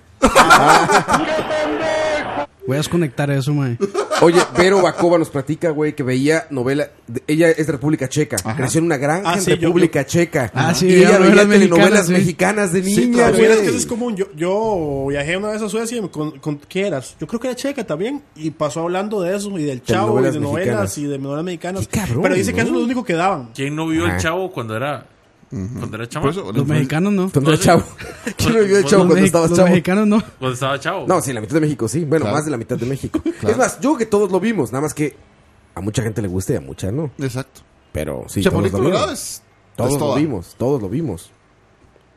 Speaker 4: Voy a desconectar eso, mae.
Speaker 1: Oye, Vero Bacova nos platica, güey, que veía novela. de- ella es de República Checa. Creció en una granja
Speaker 5: Ah,
Speaker 1: en
Speaker 5: sí, yo-
Speaker 1: República Checa.
Speaker 4: Ah, sí,
Speaker 1: y
Speaker 4: veía
Speaker 1: ella veía
Speaker 4: novelas
Speaker 1: telenovelas
Speaker 4: mexicanas, sí.
Speaker 1: mexicanas de
Speaker 5: Sí,
Speaker 1: niña,
Speaker 6: Ah,
Speaker 5: claro, mira, es que
Speaker 1: güey.
Speaker 5: eso es común. Yo, yo viajé una vez a Suecia y me con, con- ¿qué eras? Yo creo que era checa también y pasó hablando de eso y del chavo y
Speaker 1: Telenovelas
Speaker 5: de novelas
Speaker 1: mexicanas.
Speaker 5: y de novelas mexicanas.
Speaker 1: cabrón,
Speaker 5: Pero dice que
Speaker 1: ¿no?
Speaker 5: eso es lo único que daban.
Speaker 7: ¿Quién no vio
Speaker 1: Ajá.
Speaker 7: el chavo cuando era cuando era chavo?
Speaker 8: Por eso,
Speaker 4: Los mexicanos no.
Speaker 1: Cuando era
Speaker 7: No,
Speaker 1: chavo.
Speaker 7: sí.
Speaker 1: ¿Quién no vio el
Speaker 7: Los
Speaker 1: chavo cuando
Speaker 4: mexi-
Speaker 1: estabas
Speaker 4: los
Speaker 1: chavo?
Speaker 4: mexicanos no.
Speaker 7: Cuando pues, estaba chavo.
Speaker 1: No, sí, la mitad de México, sí. Bueno,
Speaker 8: Claro.
Speaker 1: más de la mitad de México.
Speaker 8: Claro.
Speaker 1: Es más, yo creo que todos lo vimos, nada más que a mucha gente le gusta y a mucha no.
Speaker 8: Exacto.
Speaker 1: Pero sí,
Speaker 8: Chapulín
Speaker 1: todos lo
Speaker 8: Colorado
Speaker 1: vimos.
Speaker 8: es-
Speaker 1: Todos
Speaker 8: es
Speaker 1: lo
Speaker 8: toda.
Speaker 1: vimos, todos lo vimos.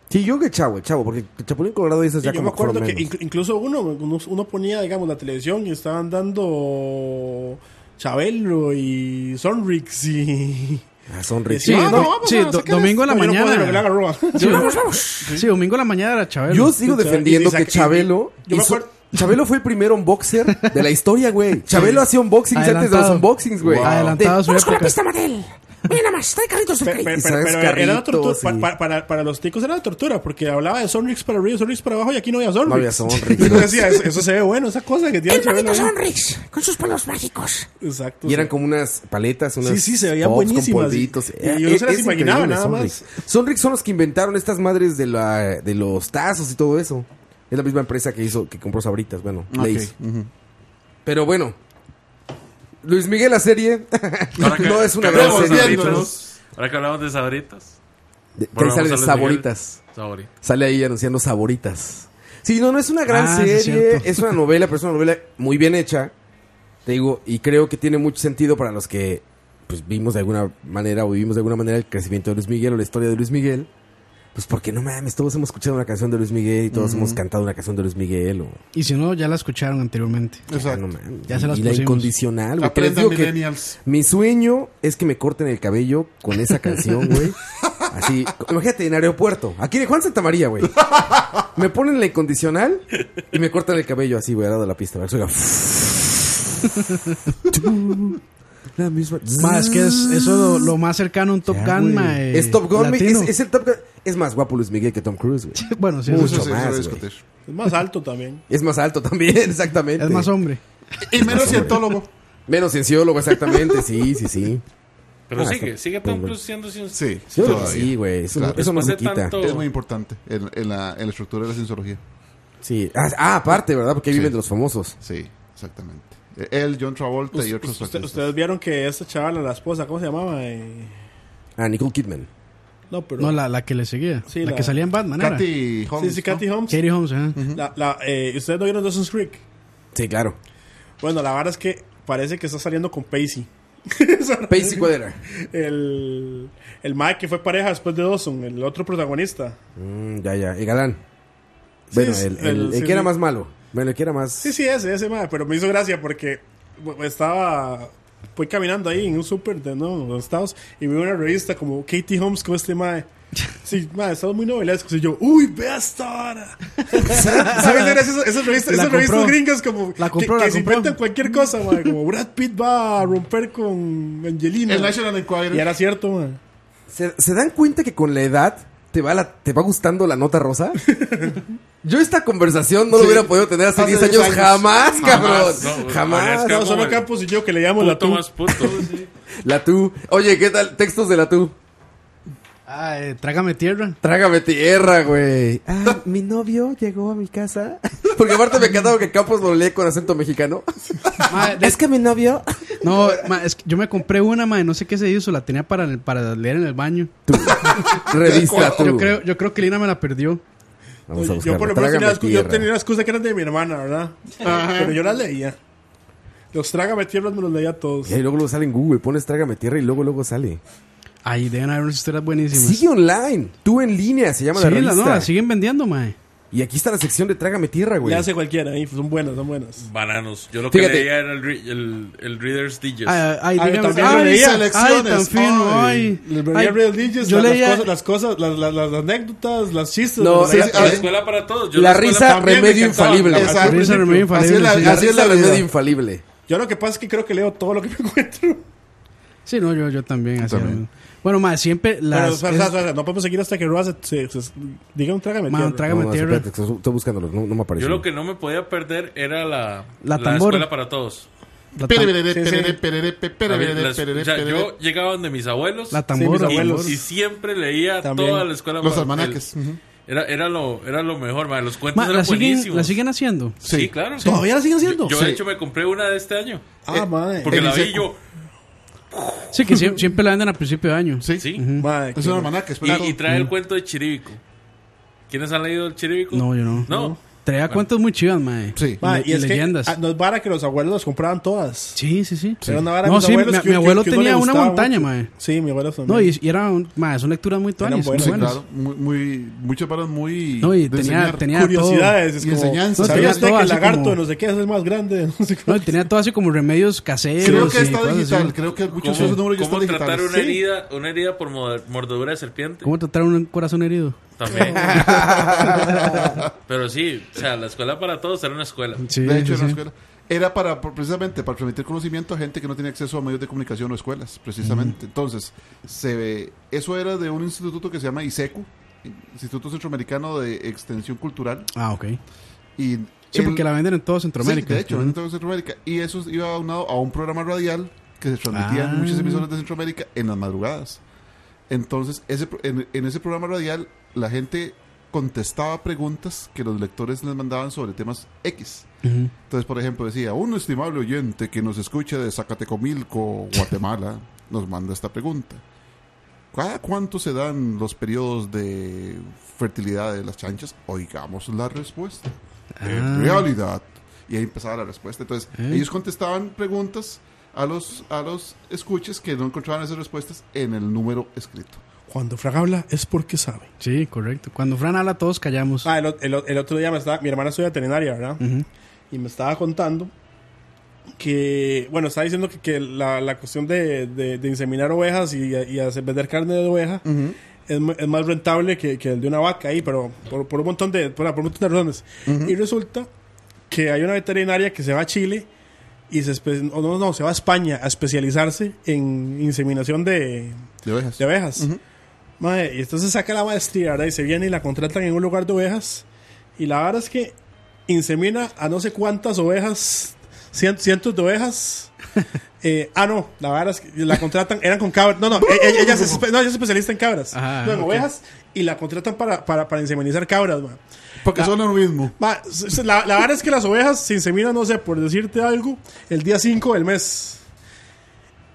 Speaker 1: Sí, yo creo que chavo, el chavo, porque el Chapulín Colorado dices
Speaker 5: Sí,
Speaker 1: ya
Speaker 5: yo
Speaker 1: como
Speaker 5: me
Speaker 1: que fueron
Speaker 5: acuerdo que
Speaker 1: menos.
Speaker 5: inc- incluso uno, uno, uno ponía, digamos, la televisión y estaban dando Chabelo y Sonrix y...
Speaker 1: Ah, son ricos.
Speaker 4: Sí,
Speaker 5: Ah,
Speaker 4: do-
Speaker 5: vamos
Speaker 4: sí,
Speaker 5: a
Speaker 4: do-
Speaker 5: sacar
Speaker 4: domingo a la
Speaker 5: esto. Yo no puedo
Speaker 4: mañana.
Speaker 5: arreglar a Roa.
Speaker 1: Pues
Speaker 4: Sí, Sí, domingo a la mañana era Chabelo.
Speaker 1: Yo sigo defendiendo
Speaker 5: y- y-
Speaker 1: que Chabelo.
Speaker 5: yo me
Speaker 1: hizo-
Speaker 5: acuerdo-
Speaker 1: Chabelo fue el primer unboxer de la historia, güey. Chabelo hacía unboxings antes de los
Speaker 4: Adelantado.
Speaker 1: unboxings, güey.
Speaker 4: Wow. Adelantado a su
Speaker 1: "Vamos con la
Speaker 4: época".
Speaker 1: pista, Este Manel. Mira nada más, trae carritos de
Speaker 5: Pe-
Speaker 1: Craig".
Speaker 5: pe-
Speaker 1: Y
Speaker 5: pero,
Speaker 1: sabes,
Speaker 5: pero era una tortura.
Speaker 1: carritos
Speaker 5: Pa-
Speaker 1: y-
Speaker 5: pa- para, para los ticos era una tortura, porque hablaba de Sonrix para arriba, Sonrix para abajo, y aquí no había Sonrix.
Speaker 1: No había Sonrix,
Speaker 5: Yo
Speaker 1: no.
Speaker 5: decía, "Es- eso se ve bueno, esa cosa que tiene
Speaker 11: El
Speaker 5: Chabelo
Speaker 11: manito
Speaker 5: ahí".
Speaker 11: Sonrix con sus pelos mágicos.
Speaker 5: Exacto.
Speaker 1: Y eran como unas paletas, unas
Speaker 5: Sí, sí, se veían
Speaker 1: pops
Speaker 5: buenísimas.
Speaker 1: Con polvitos. Eh,
Speaker 5: Y yo no se las imaginaba,
Speaker 1: increíble,
Speaker 5: nada
Speaker 1: Sonrix. Sonrix son los que inventaron estas madres de, la, de los tazos y todo eso. Es la misma empresa que hizo, que compró Sabritas, Pues bueno,
Speaker 8: Ok,
Speaker 1: Lay's.
Speaker 8: ujú.
Speaker 1: Pero bueno, Luis Miguel la serie
Speaker 7: Ahora que-
Speaker 1: no es una
Speaker 7: que
Speaker 1: gran
Speaker 7: hablamos de
Speaker 1: serie.
Speaker 7: Sabritas, Ahora que hablamos de sabritas.
Speaker 1: De- que ahí
Speaker 7: volvemos
Speaker 1: sale
Speaker 7: a
Speaker 1: de
Speaker 7: Luis
Speaker 1: Saboritas.
Speaker 7: Miguel. Saboritas.
Speaker 1: Sale ahí anunciando Saboritas. Sí, no, no es una gran
Speaker 4: Ah, sí,
Speaker 1: serie.
Speaker 4: es cierto.
Speaker 1: es una novela, pero es una novela muy bien hecha. Te digo, y creo que tiene mucho sentido para los que pues vimos de alguna manera o vivimos de alguna manera el crecimiento de Luis Miguel o la historia de Luis Miguel. Pues porque no mames, todos hemos escuchado una canción de Luis Miguel y todos
Speaker 8: Ujú.
Speaker 1: hemos cantado una canción de Luis Miguel. O,
Speaker 4: Y si no, ya la escucharon anteriormente.
Speaker 1: Ah,
Speaker 8: Exacto.
Speaker 1: no mames.
Speaker 4: Ya se las
Speaker 1: y la
Speaker 4: pusimos.
Speaker 1: incondicional, güey. que les
Speaker 8: Aprendan
Speaker 1: digo que
Speaker 8: millennials.
Speaker 1: mi sueño es que me corten el cabello con esa canción, güey. Así, imagínate, en aeropuerto, aquí de Juan Santa María, güey. Me ponen la incondicional y me cortan el cabello así, güey, al lado de la pista. ¿verdad? Oiga. Tú, La misma.
Speaker 4: Más que es eso lo, lo más cercano a un Top
Speaker 1: Ya,
Speaker 4: Gun,
Speaker 1: güey.
Speaker 4: mae.
Speaker 1: Es Top Gun,
Speaker 4: latino.
Speaker 1: es, es el Top Gun. Es más guapo Luis Miguel que Tom Cruise, güey.
Speaker 4: Bueno, sí,
Speaker 1: Mucho
Speaker 4: eso
Speaker 8: Eso sí,
Speaker 1: más,
Speaker 8: eso lo
Speaker 1: güey.
Speaker 8: discutir.
Speaker 5: Es más alto también.
Speaker 1: Es más alto también,
Speaker 4: es,
Speaker 1: exactamente.
Speaker 4: es más hombre.
Speaker 8: Y menos cientólogo.
Speaker 1: Menos cienciólogo, exactamente, sí, sí, sí.
Speaker 7: Pero
Speaker 1: Ah,
Speaker 7: sigue,
Speaker 1: está-
Speaker 7: sigue Tom
Speaker 1: bueno.
Speaker 7: Cruise siendo sin-
Speaker 8: Sí,
Speaker 1: Yo creo que
Speaker 8: todavía.
Speaker 1: sí, güey. Eso,
Speaker 8: Claro.
Speaker 1: eso
Speaker 5: Pues
Speaker 1: no se
Speaker 7: Después de
Speaker 1: quita.
Speaker 7: tanto-
Speaker 8: Es muy importante en, en la, en la estructura de la cienciología.
Speaker 1: Sí. Ah, ah, aparte, ¿verdad? Porque ahí
Speaker 8: Sí.
Speaker 1: viven de los famosos.
Speaker 8: Sí, exactamente. Él, John Travolta y otros
Speaker 5: Usted-
Speaker 8: artistas.
Speaker 5: ustedes vieron que esta chavala, la esposa, ¿cómo se llamaba? Eh,
Speaker 1: Ah, Nicole Kidman.
Speaker 5: no, pero...
Speaker 4: No, la, la que le seguía.
Speaker 5: Sí,
Speaker 4: la,
Speaker 5: la-
Speaker 4: que salía en Batman, era.
Speaker 8: Katy
Speaker 5: sí,
Speaker 8: Holmes.
Speaker 5: sí, Katy Holmes.
Speaker 4: Katie Holmes, ajá.
Speaker 1: Mm.
Speaker 5: La- la, eh, ¿Ustedes no vieron Dawson's Creek?
Speaker 1: Sí, claro.
Speaker 5: Bueno, la verdad es que parece que está saliendo con Pacey.
Speaker 1: Pacey, ¿cuál era?
Speaker 5: El, el Mike que fue pareja después de Dawson, el otro protagonista.
Speaker 1: Mm, ya, ya. El galán. Bueno,
Speaker 5: Sí,
Speaker 1: el, el,
Speaker 5: el-
Speaker 1: el
Speaker 5: sí,
Speaker 1: que era
Speaker 5: sí.
Speaker 1: más malo. Bueno, el que era más...
Speaker 5: Sí, sí, ese, ese mae, pero me hizo gracia porque bu- estaba fui caminando ahí en un súper de no, los Estados y vi una revista como Katie Holmes con este mae. Sí, ma, estamos muy novelescos. Y yo, uy, vea esta vara. ¿Sabes? Eran esas, esas revistas,
Speaker 4: La
Speaker 5: esas revistas
Speaker 4: compró.
Speaker 5: gringas como
Speaker 4: La compró,
Speaker 5: que,
Speaker 4: la
Speaker 5: que se
Speaker 4: compró.
Speaker 5: inventan cualquier cosa, ma, Como Brad Pitt va a romper con Angelina.
Speaker 8: El National Enquirer.
Speaker 5: Y era cierto, man.
Speaker 1: ¿Se, se dan cuenta que con la edad te va, la- te va gustando la nota rosa? Yo esta conversación no lo
Speaker 8: Sí.
Speaker 1: hubiera podido tener hace
Speaker 8: Hace
Speaker 1: 10
Speaker 8: 10
Speaker 1: años.
Speaker 8: años.
Speaker 1: Jamás, cabrón.
Speaker 7: No, habría
Speaker 1: pues, Jamás.
Speaker 7: escapado
Speaker 5: Ah, No, solo
Speaker 7: el
Speaker 5: Campos y yo que le llamo la
Speaker 7: puto
Speaker 5: tú.
Speaker 7: más puto. sí.
Speaker 1: La tú. Oye, ¿qué tal? Textos de la tú.
Speaker 4: Ah, eh, trágame tierra.
Speaker 1: Trágame tierra, güey. Ah, mi novio llegó a mi casa. Porque aparte me encantaba que Campos lo lee con acento mexicano.
Speaker 4: Ma, de-
Speaker 1: Ah, Es que mi novio.
Speaker 4: no, ma, es que yo me compré una, ma, no sé qué se hizo, la tenía para, el- para leer en el baño.
Speaker 1: Revista tú.
Speaker 4: Yo creo, yo creo que Lina me la perdió.
Speaker 1: Vamos a
Speaker 5: yo por lo
Speaker 1: buscarla.
Speaker 5: menos tenía,
Speaker 1: Trágame
Speaker 5: las- yo
Speaker 1: tierra.
Speaker 5: tenía una excusa que eran de mi hermana, ¿verdad? Pero yo las leía. Los trágame tierras me los leía todos.
Speaker 1: Y ahí luego, luego sale en Google. Pones trágame tierra y luego luego sale.
Speaker 4: Ahí deben haber unas historias buenísimas.
Speaker 1: Sigue online. Tú en línea se llama
Speaker 4: Sí,
Speaker 1: la
Speaker 4: la,
Speaker 1: revista.
Speaker 4: no, la siguen vendiendo, eh. mae.
Speaker 1: Y aquí está la sección de Trágame Tierra, güey.
Speaker 5: Le hace cualquiera, ahí, pues, son buenas, son buenas.
Speaker 7: Bananos. Yo lo que
Speaker 1: Fíjate.
Speaker 7: leía era el, re- el, el Reader's Digest.
Speaker 4: Ay, ay,
Speaker 5: Ah, yo
Speaker 4: dígame-
Speaker 5: también lo
Speaker 4: ay,
Speaker 5: leía.
Speaker 4: ay, tan
Speaker 8: Selecciones.
Speaker 4: fino, ay.
Speaker 5: Les venía
Speaker 4: Ay,
Speaker 5: Real Digest,
Speaker 4: yo
Speaker 5: las,
Speaker 4: leía-
Speaker 5: cosas, las cosas, las, las, las anécdotas, las chistes.
Speaker 1: No,
Speaker 5: las-
Speaker 1: sí,
Speaker 5: las-
Speaker 1: sí,
Speaker 7: La
Speaker 1: a ver.
Speaker 7: escuela para todos. Yo
Speaker 1: eh, La
Speaker 7: escuela
Speaker 1: risa,
Speaker 7: también me
Speaker 1: remedio
Speaker 7: encantaba.
Speaker 1: infalible.
Speaker 7: La-
Speaker 8: Exacto.
Speaker 4: Risa remedio infalible,
Speaker 8: Así es la,
Speaker 4: sí.
Speaker 1: La
Speaker 8: así es
Speaker 1: risa,
Speaker 8: la
Speaker 1: remedio
Speaker 8: vida.
Speaker 1: infalible.
Speaker 5: Yo lo que pasa es que creo que leo todo lo que me encuentro.
Speaker 4: Sí, no, yo, yo también. hacía
Speaker 8: también.
Speaker 4: lo- Bueno, mae, siempre
Speaker 5: Pero,
Speaker 4: las...
Speaker 5: o sea,
Speaker 4: es-
Speaker 5: o sea, no podemos seguir hasta que Roa se, se- se- diga un trágame.
Speaker 4: Ma, un
Speaker 5: tierra.
Speaker 4: Trágame
Speaker 1: No,
Speaker 4: tierra.
Speaker 1: espérate, estoy estoy buscándolo, no, no me apareció.
Speaker 7: Yo lo que no me podía perder era la,
Speaker 4: La
Speaker 7: la,
Speaker 4: tambora.
Speaker 7: escuela para todos.
Speaker 4: La, tam-
Speaker 8: Perere,
Speaker 5: sí.
Speaker 8: perere, perere,
Speaker 7: A
Speaker 8: perere,
Speaker 7: mí, las-
Speaker 8: perere,
Speaker 7: o sea,
Speaker 8: perere.
Speaker 7: yo llegaba donde mis abuelos
Speaker 4: la
Speaker 5: Sí, mis
Speaker 4: tambora,
Speaker 7: y,
Speaker 5: abuelos.
Speaker 7: y siempre leía
Speaker 5: También.
Speaker 7: toda la escuela
Speaker 8: Los
Speaker 7: para-
Speaker 8: almanaques.
Speaker 7: el-
Speaker 8: ujú.
Speaker 7: era, era, lo, era lo mejor, madre. los cuentos
Speaker 4: Ma,
Speaker 7: eran
Speaker 4: la, siguen,
Speaker 7: buenísimos.
Speaker 4: la siguen haciendo.
Speaker 7: sí, claro.
Speaker 5: ¿Todavía la siguen haciendo?
Speaker 7: Yo, yo, de hecho, me compré una de este año.
Speaker 4: Eh,
Speaker 5: Ah, madre.
Speaker 7: Porque
Speaker 8: en
Speaker 7: la
Speaker 8: el
Speaker 7: vi
Speaker 8: seco.
Speaker 7: yo.
Speaker 4: Sí, que sie- siempre la venden a principio de año.
Speaker 8: Sí.
Speaker 7: Sí.
Speaker 5: Madre,
Speaker 8: Es
Speaker 5: que-
Speaker 8: un
Speaker 7: Y,
Speaker 8: almanaque. espera.
Speaker 7: y trae el cuento de Chiríbico. ¿Quiénes han leído el Chiríbico?
Speaker 4: No, yo no.
Speaker 7: No.
Speaker 4: Traía cuentos muy chivas, mae.
Speaker 8: Sí.
Speaker 5: madre,
Speaker 4: Le-
Speaker 5: y es
Speaker 4: leyendas.
Speaker 5: que ah, no es vara que los abuelos las compraban todas.
Speaker 4: Sí, sí, sí.
Speaker 5: Era una vara de
Speaker 4: No,
Speaker 5: mis
Speaker 4: sí, mi,
Speaker 5: abuelos que-
Speaker 4: mi
Speaker 5: que-
Speaker 4: abuelo
Speaker 5: que uno le
Speaker 4: tenía una
Speaker 5: gustaba
Speaker 4: montaña,
Speaker 5: mucho.
Speaker 4: mae.
Speaker 5: Sí, mi abuelo también.
Speaker 4: No, y, y era un, mae, son lecturas muy
Speaker 5: Eran
Speaker 4: tuanis. muy
Speaker 5: buenas.
Speaker 8: Sí,
Speaker 4: buenas.
Speaker 8: claro. Muy, muy, muchas palabras muy.
Speaker 4: No, y
Speaker 8: de
Speaker 4: tenía,
Speaker 8: enseñar.
Speaker 4: tenía
Speaker 5: curiosidades. Es
Speaker 8: Y
Speaker 5: como,
Speaker 8: enseñanzas.
Speaker 5: ¿Sabías
Speaker 4: No, tenía
Speaker 5: usted
Speaker 4: todo
Speaker 5: que el
Speaker 4: así
Speaker 5: lagarto
Speaker 4: como-
Speaker 5: de no sé qué es el más grande? No sé
Speaker 4: todo.
Speaker 5: cómo.
Speaker 4: No, y tenía todo así como remedios caseros.
Speaker 8: Creo que
Speaker 4: y
Speaker 8: está
Speaker 4: cosas así.
Speaker 8: digital. Creo que muchos de
Speaker 7: ¿Cómo,
Speaker 8: esos números ya
Speaker 7: cómo
Speaker 8: están
Speaker 7: tratar
Speaker 8: digitales.
Speaker 7: una herida, una herida por mord- mordedura de serpiente?
Speaker 4: ¿Cómo tratar un corazón herido?
Speaker 7: También. Pero sí, o sea, la escuela para todos era una escuela.
Speaker 4: Sí,
Speaker 8: De hecho,
Speaker 4: sí,
Speaker 8: en la
Speaker 4: sí.
Speaker 8: escuela. Era para, por- precisamente, para permitir conocimiento a gente que no tenía acceso a medios de comunicación o escuelas, precisamente. Entonces, se ve- eso era de un instituto que se llama ISECU, Instituto Centroamericano de Extensión Cultural.
Speaker 4: Ah, ok.
Speaker 8: Y
Speaker 4: Sí,
Speaker 8: el-
Speaker 4: porque la venden en todo Centroamérica.
Speaker 8: Sí, de hecho,
Speaker 4: Ujú.
Speaker 8: en todo Centroamérica. Y eso iba aunado a un programa radial que se transmitía
Speaker 4: Ah.
Speaker 8: en muchas emisoras de Centroamérica en las madrugadas. Entonces, ese, pro- en, en ese programa radial, la gente contestaba preguntas que los lectores les mandaban sobre temas X.
Speaker 4: Ujú.
Speaker 8: Entonces, por ejemplo, decía, un estimable oyente que nos escucha de Zacatecomilco, Guatemala, nos manda esta pregunta. ¿Cada cuánto se dan los periodos de fertilidad de las chanchas? Oigamos la respuesta.
Speaker 4: Ah. Eh.
Speaker 8: En realidad. Y ahí empezaba la respuesta. Entonces, ellos contestaban preguntas a los, a los escuches que no encontraban esas respuestas en el número escrito.
Speaker 5: Cuando Frank habla es porque sabe.
Speaker 4: Sí, correcto. Cuando Fran habla, todos callamos.
Speaker 5: Ah, el, o- el o- el otro día me estaba, mi hermana es veterinaria, ¿verdad?
Speaker 4: Ujú.
Speaker 5: Y me estaba contando que, bueno, estaba diciendo que, que la, la cuestión de, de- de inseminar ovejas y, y hacer vender carne de oveja es, mu- es más rentable que, que el de una vaca ahí, pero por, por un montón de, por, por un montón de razones. Y resulta que hay una veterinaria que se va a Chile y se, espe- o no, no, se va a España a especializarse en inseminación de,
Speaker 8: De ovejas.
Speaker 5: de ovejas. Mae, y entonces saca la maestría, ¿verdad? Y se viene y la contratan en un lugar de ovejas. Y la verdad es que insemina a no sé cuántas ovejas, cien- cientos de ovejas. Eh, ah, no, la verdad es que la contratan, eran con cabras. No, no, e- ella, ella es, espe- no, ella es especialista en cabras.
Speaker 4: Ajá,
Speaker 5: no, en
Speaker 4: ok.
Speaker 5: ovejas. Y la contratan para, para, para inseminizar cabras, mae.
Speaker 8: Porque
Speaker 4: Ah.
Speaker 8: son lo mismo.
Speaker 5: Ma, s- s- la, la verdad es que las ovejas se inseminan, no sé, por decirte algo, el día 5 del mes.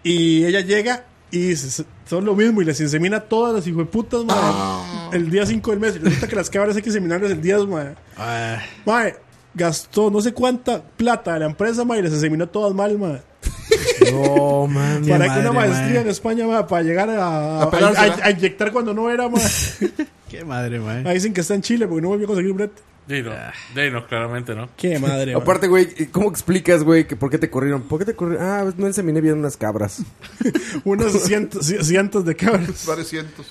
Speaker 5: Y ella llega y s- s- son lo mismo y les insemina todas las hijueputas, ma, el día 5 del mes. Y resulta que las cabras hay que inseminarles el 10, ma.
Speaker 4: Ah,
Speaker 5: Ma, gastó no sé cuánta plata de la empresa, ma, y les inseminó todas mal, ma.
Speaker 1: No, man.
Speaker 5: Para
Speaker 4: madre,
Speaker 5: que una
Speaker 4: ma.
Speaker 5: maestría en España, ma, para llegar a, a-
Speaker 8: A pelársela.
Speaker 5: a- a inyectar cuando no era, ma.
Speaker 4: qué madre, mae.
Speaker 5: Ahí dicen que está en Chile porque no volvió a conseguir brete.
Speaker 7: Sí, no,
Speaker 4: Ah.
Speaker 7: Sí, no, claramente no.
Speaker 5: Qué madre, ma.
Speaker 1: Aparte, güey, ¿cómo explicas, güey, que por qué te corrieron? ¿Por qué te corrieron? Ah, pues, no enseminé bien unas cabras.
Speaker 5: unos cientos, ci- cientos de cabras.
Speaker 8: Varios cientos.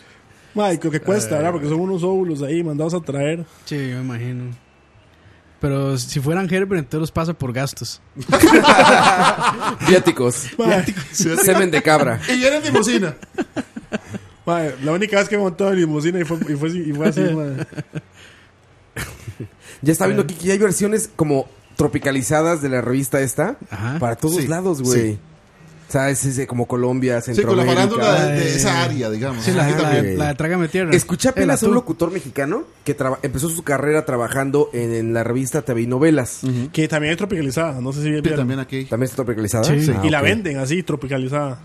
Speaker 5: Madre, lo que cuesta, ¿verdad? Porque son unos óvulos ahí mandados a traer.
Speaker 4: Sí, me imagino. Pero si fueran Herbert, entonces los pasa por gastos.
Speaker 1: Viáticos. Semen de cabra.
Speaker 8: Y yo era en limusina.
Speaker 5: Madre, la única vez que montó en limusina y fue, y fue, y fue así, madre.
Speaker 1: Ya está viendo Kiki, hay versiones como tropicalizadas de la revista esta para todos
Speaker 8: Sí,
Speaker 1: lados, güey.
Speaker 8: sí.
Speaker 1: O sea, es ese como Colombia,
Speaker 8: Sí, con la
Speaker 1: Centroamérica.
Speaker 8: farándula de, de esa área, digamos.
Speaker 4: Sí, la, la,
Speaker 8: Aquí también.
Speaker 4: la de Trágame Tierra.
Speaker 1: Escuché apenas a
Speaker 4: El atún.
Speaker 1: un locutor mexicano que traba- empezó su carrera trabajando en, en la revista TV y Novelas.
Speaker 5: Que también es tropicalizada, no sé si bien
Speaker 8: Sí,
Speaker 5: vieron.
Speaker 8: también aquí.
Speaker 1: ¿También está tropicalizada?
Speaker 5: Sí.
Speaker 1: Ah,
Speaker 5: y la
Speaker 1: ok. Ah,
Speaker 5: venden así, tropicalizada.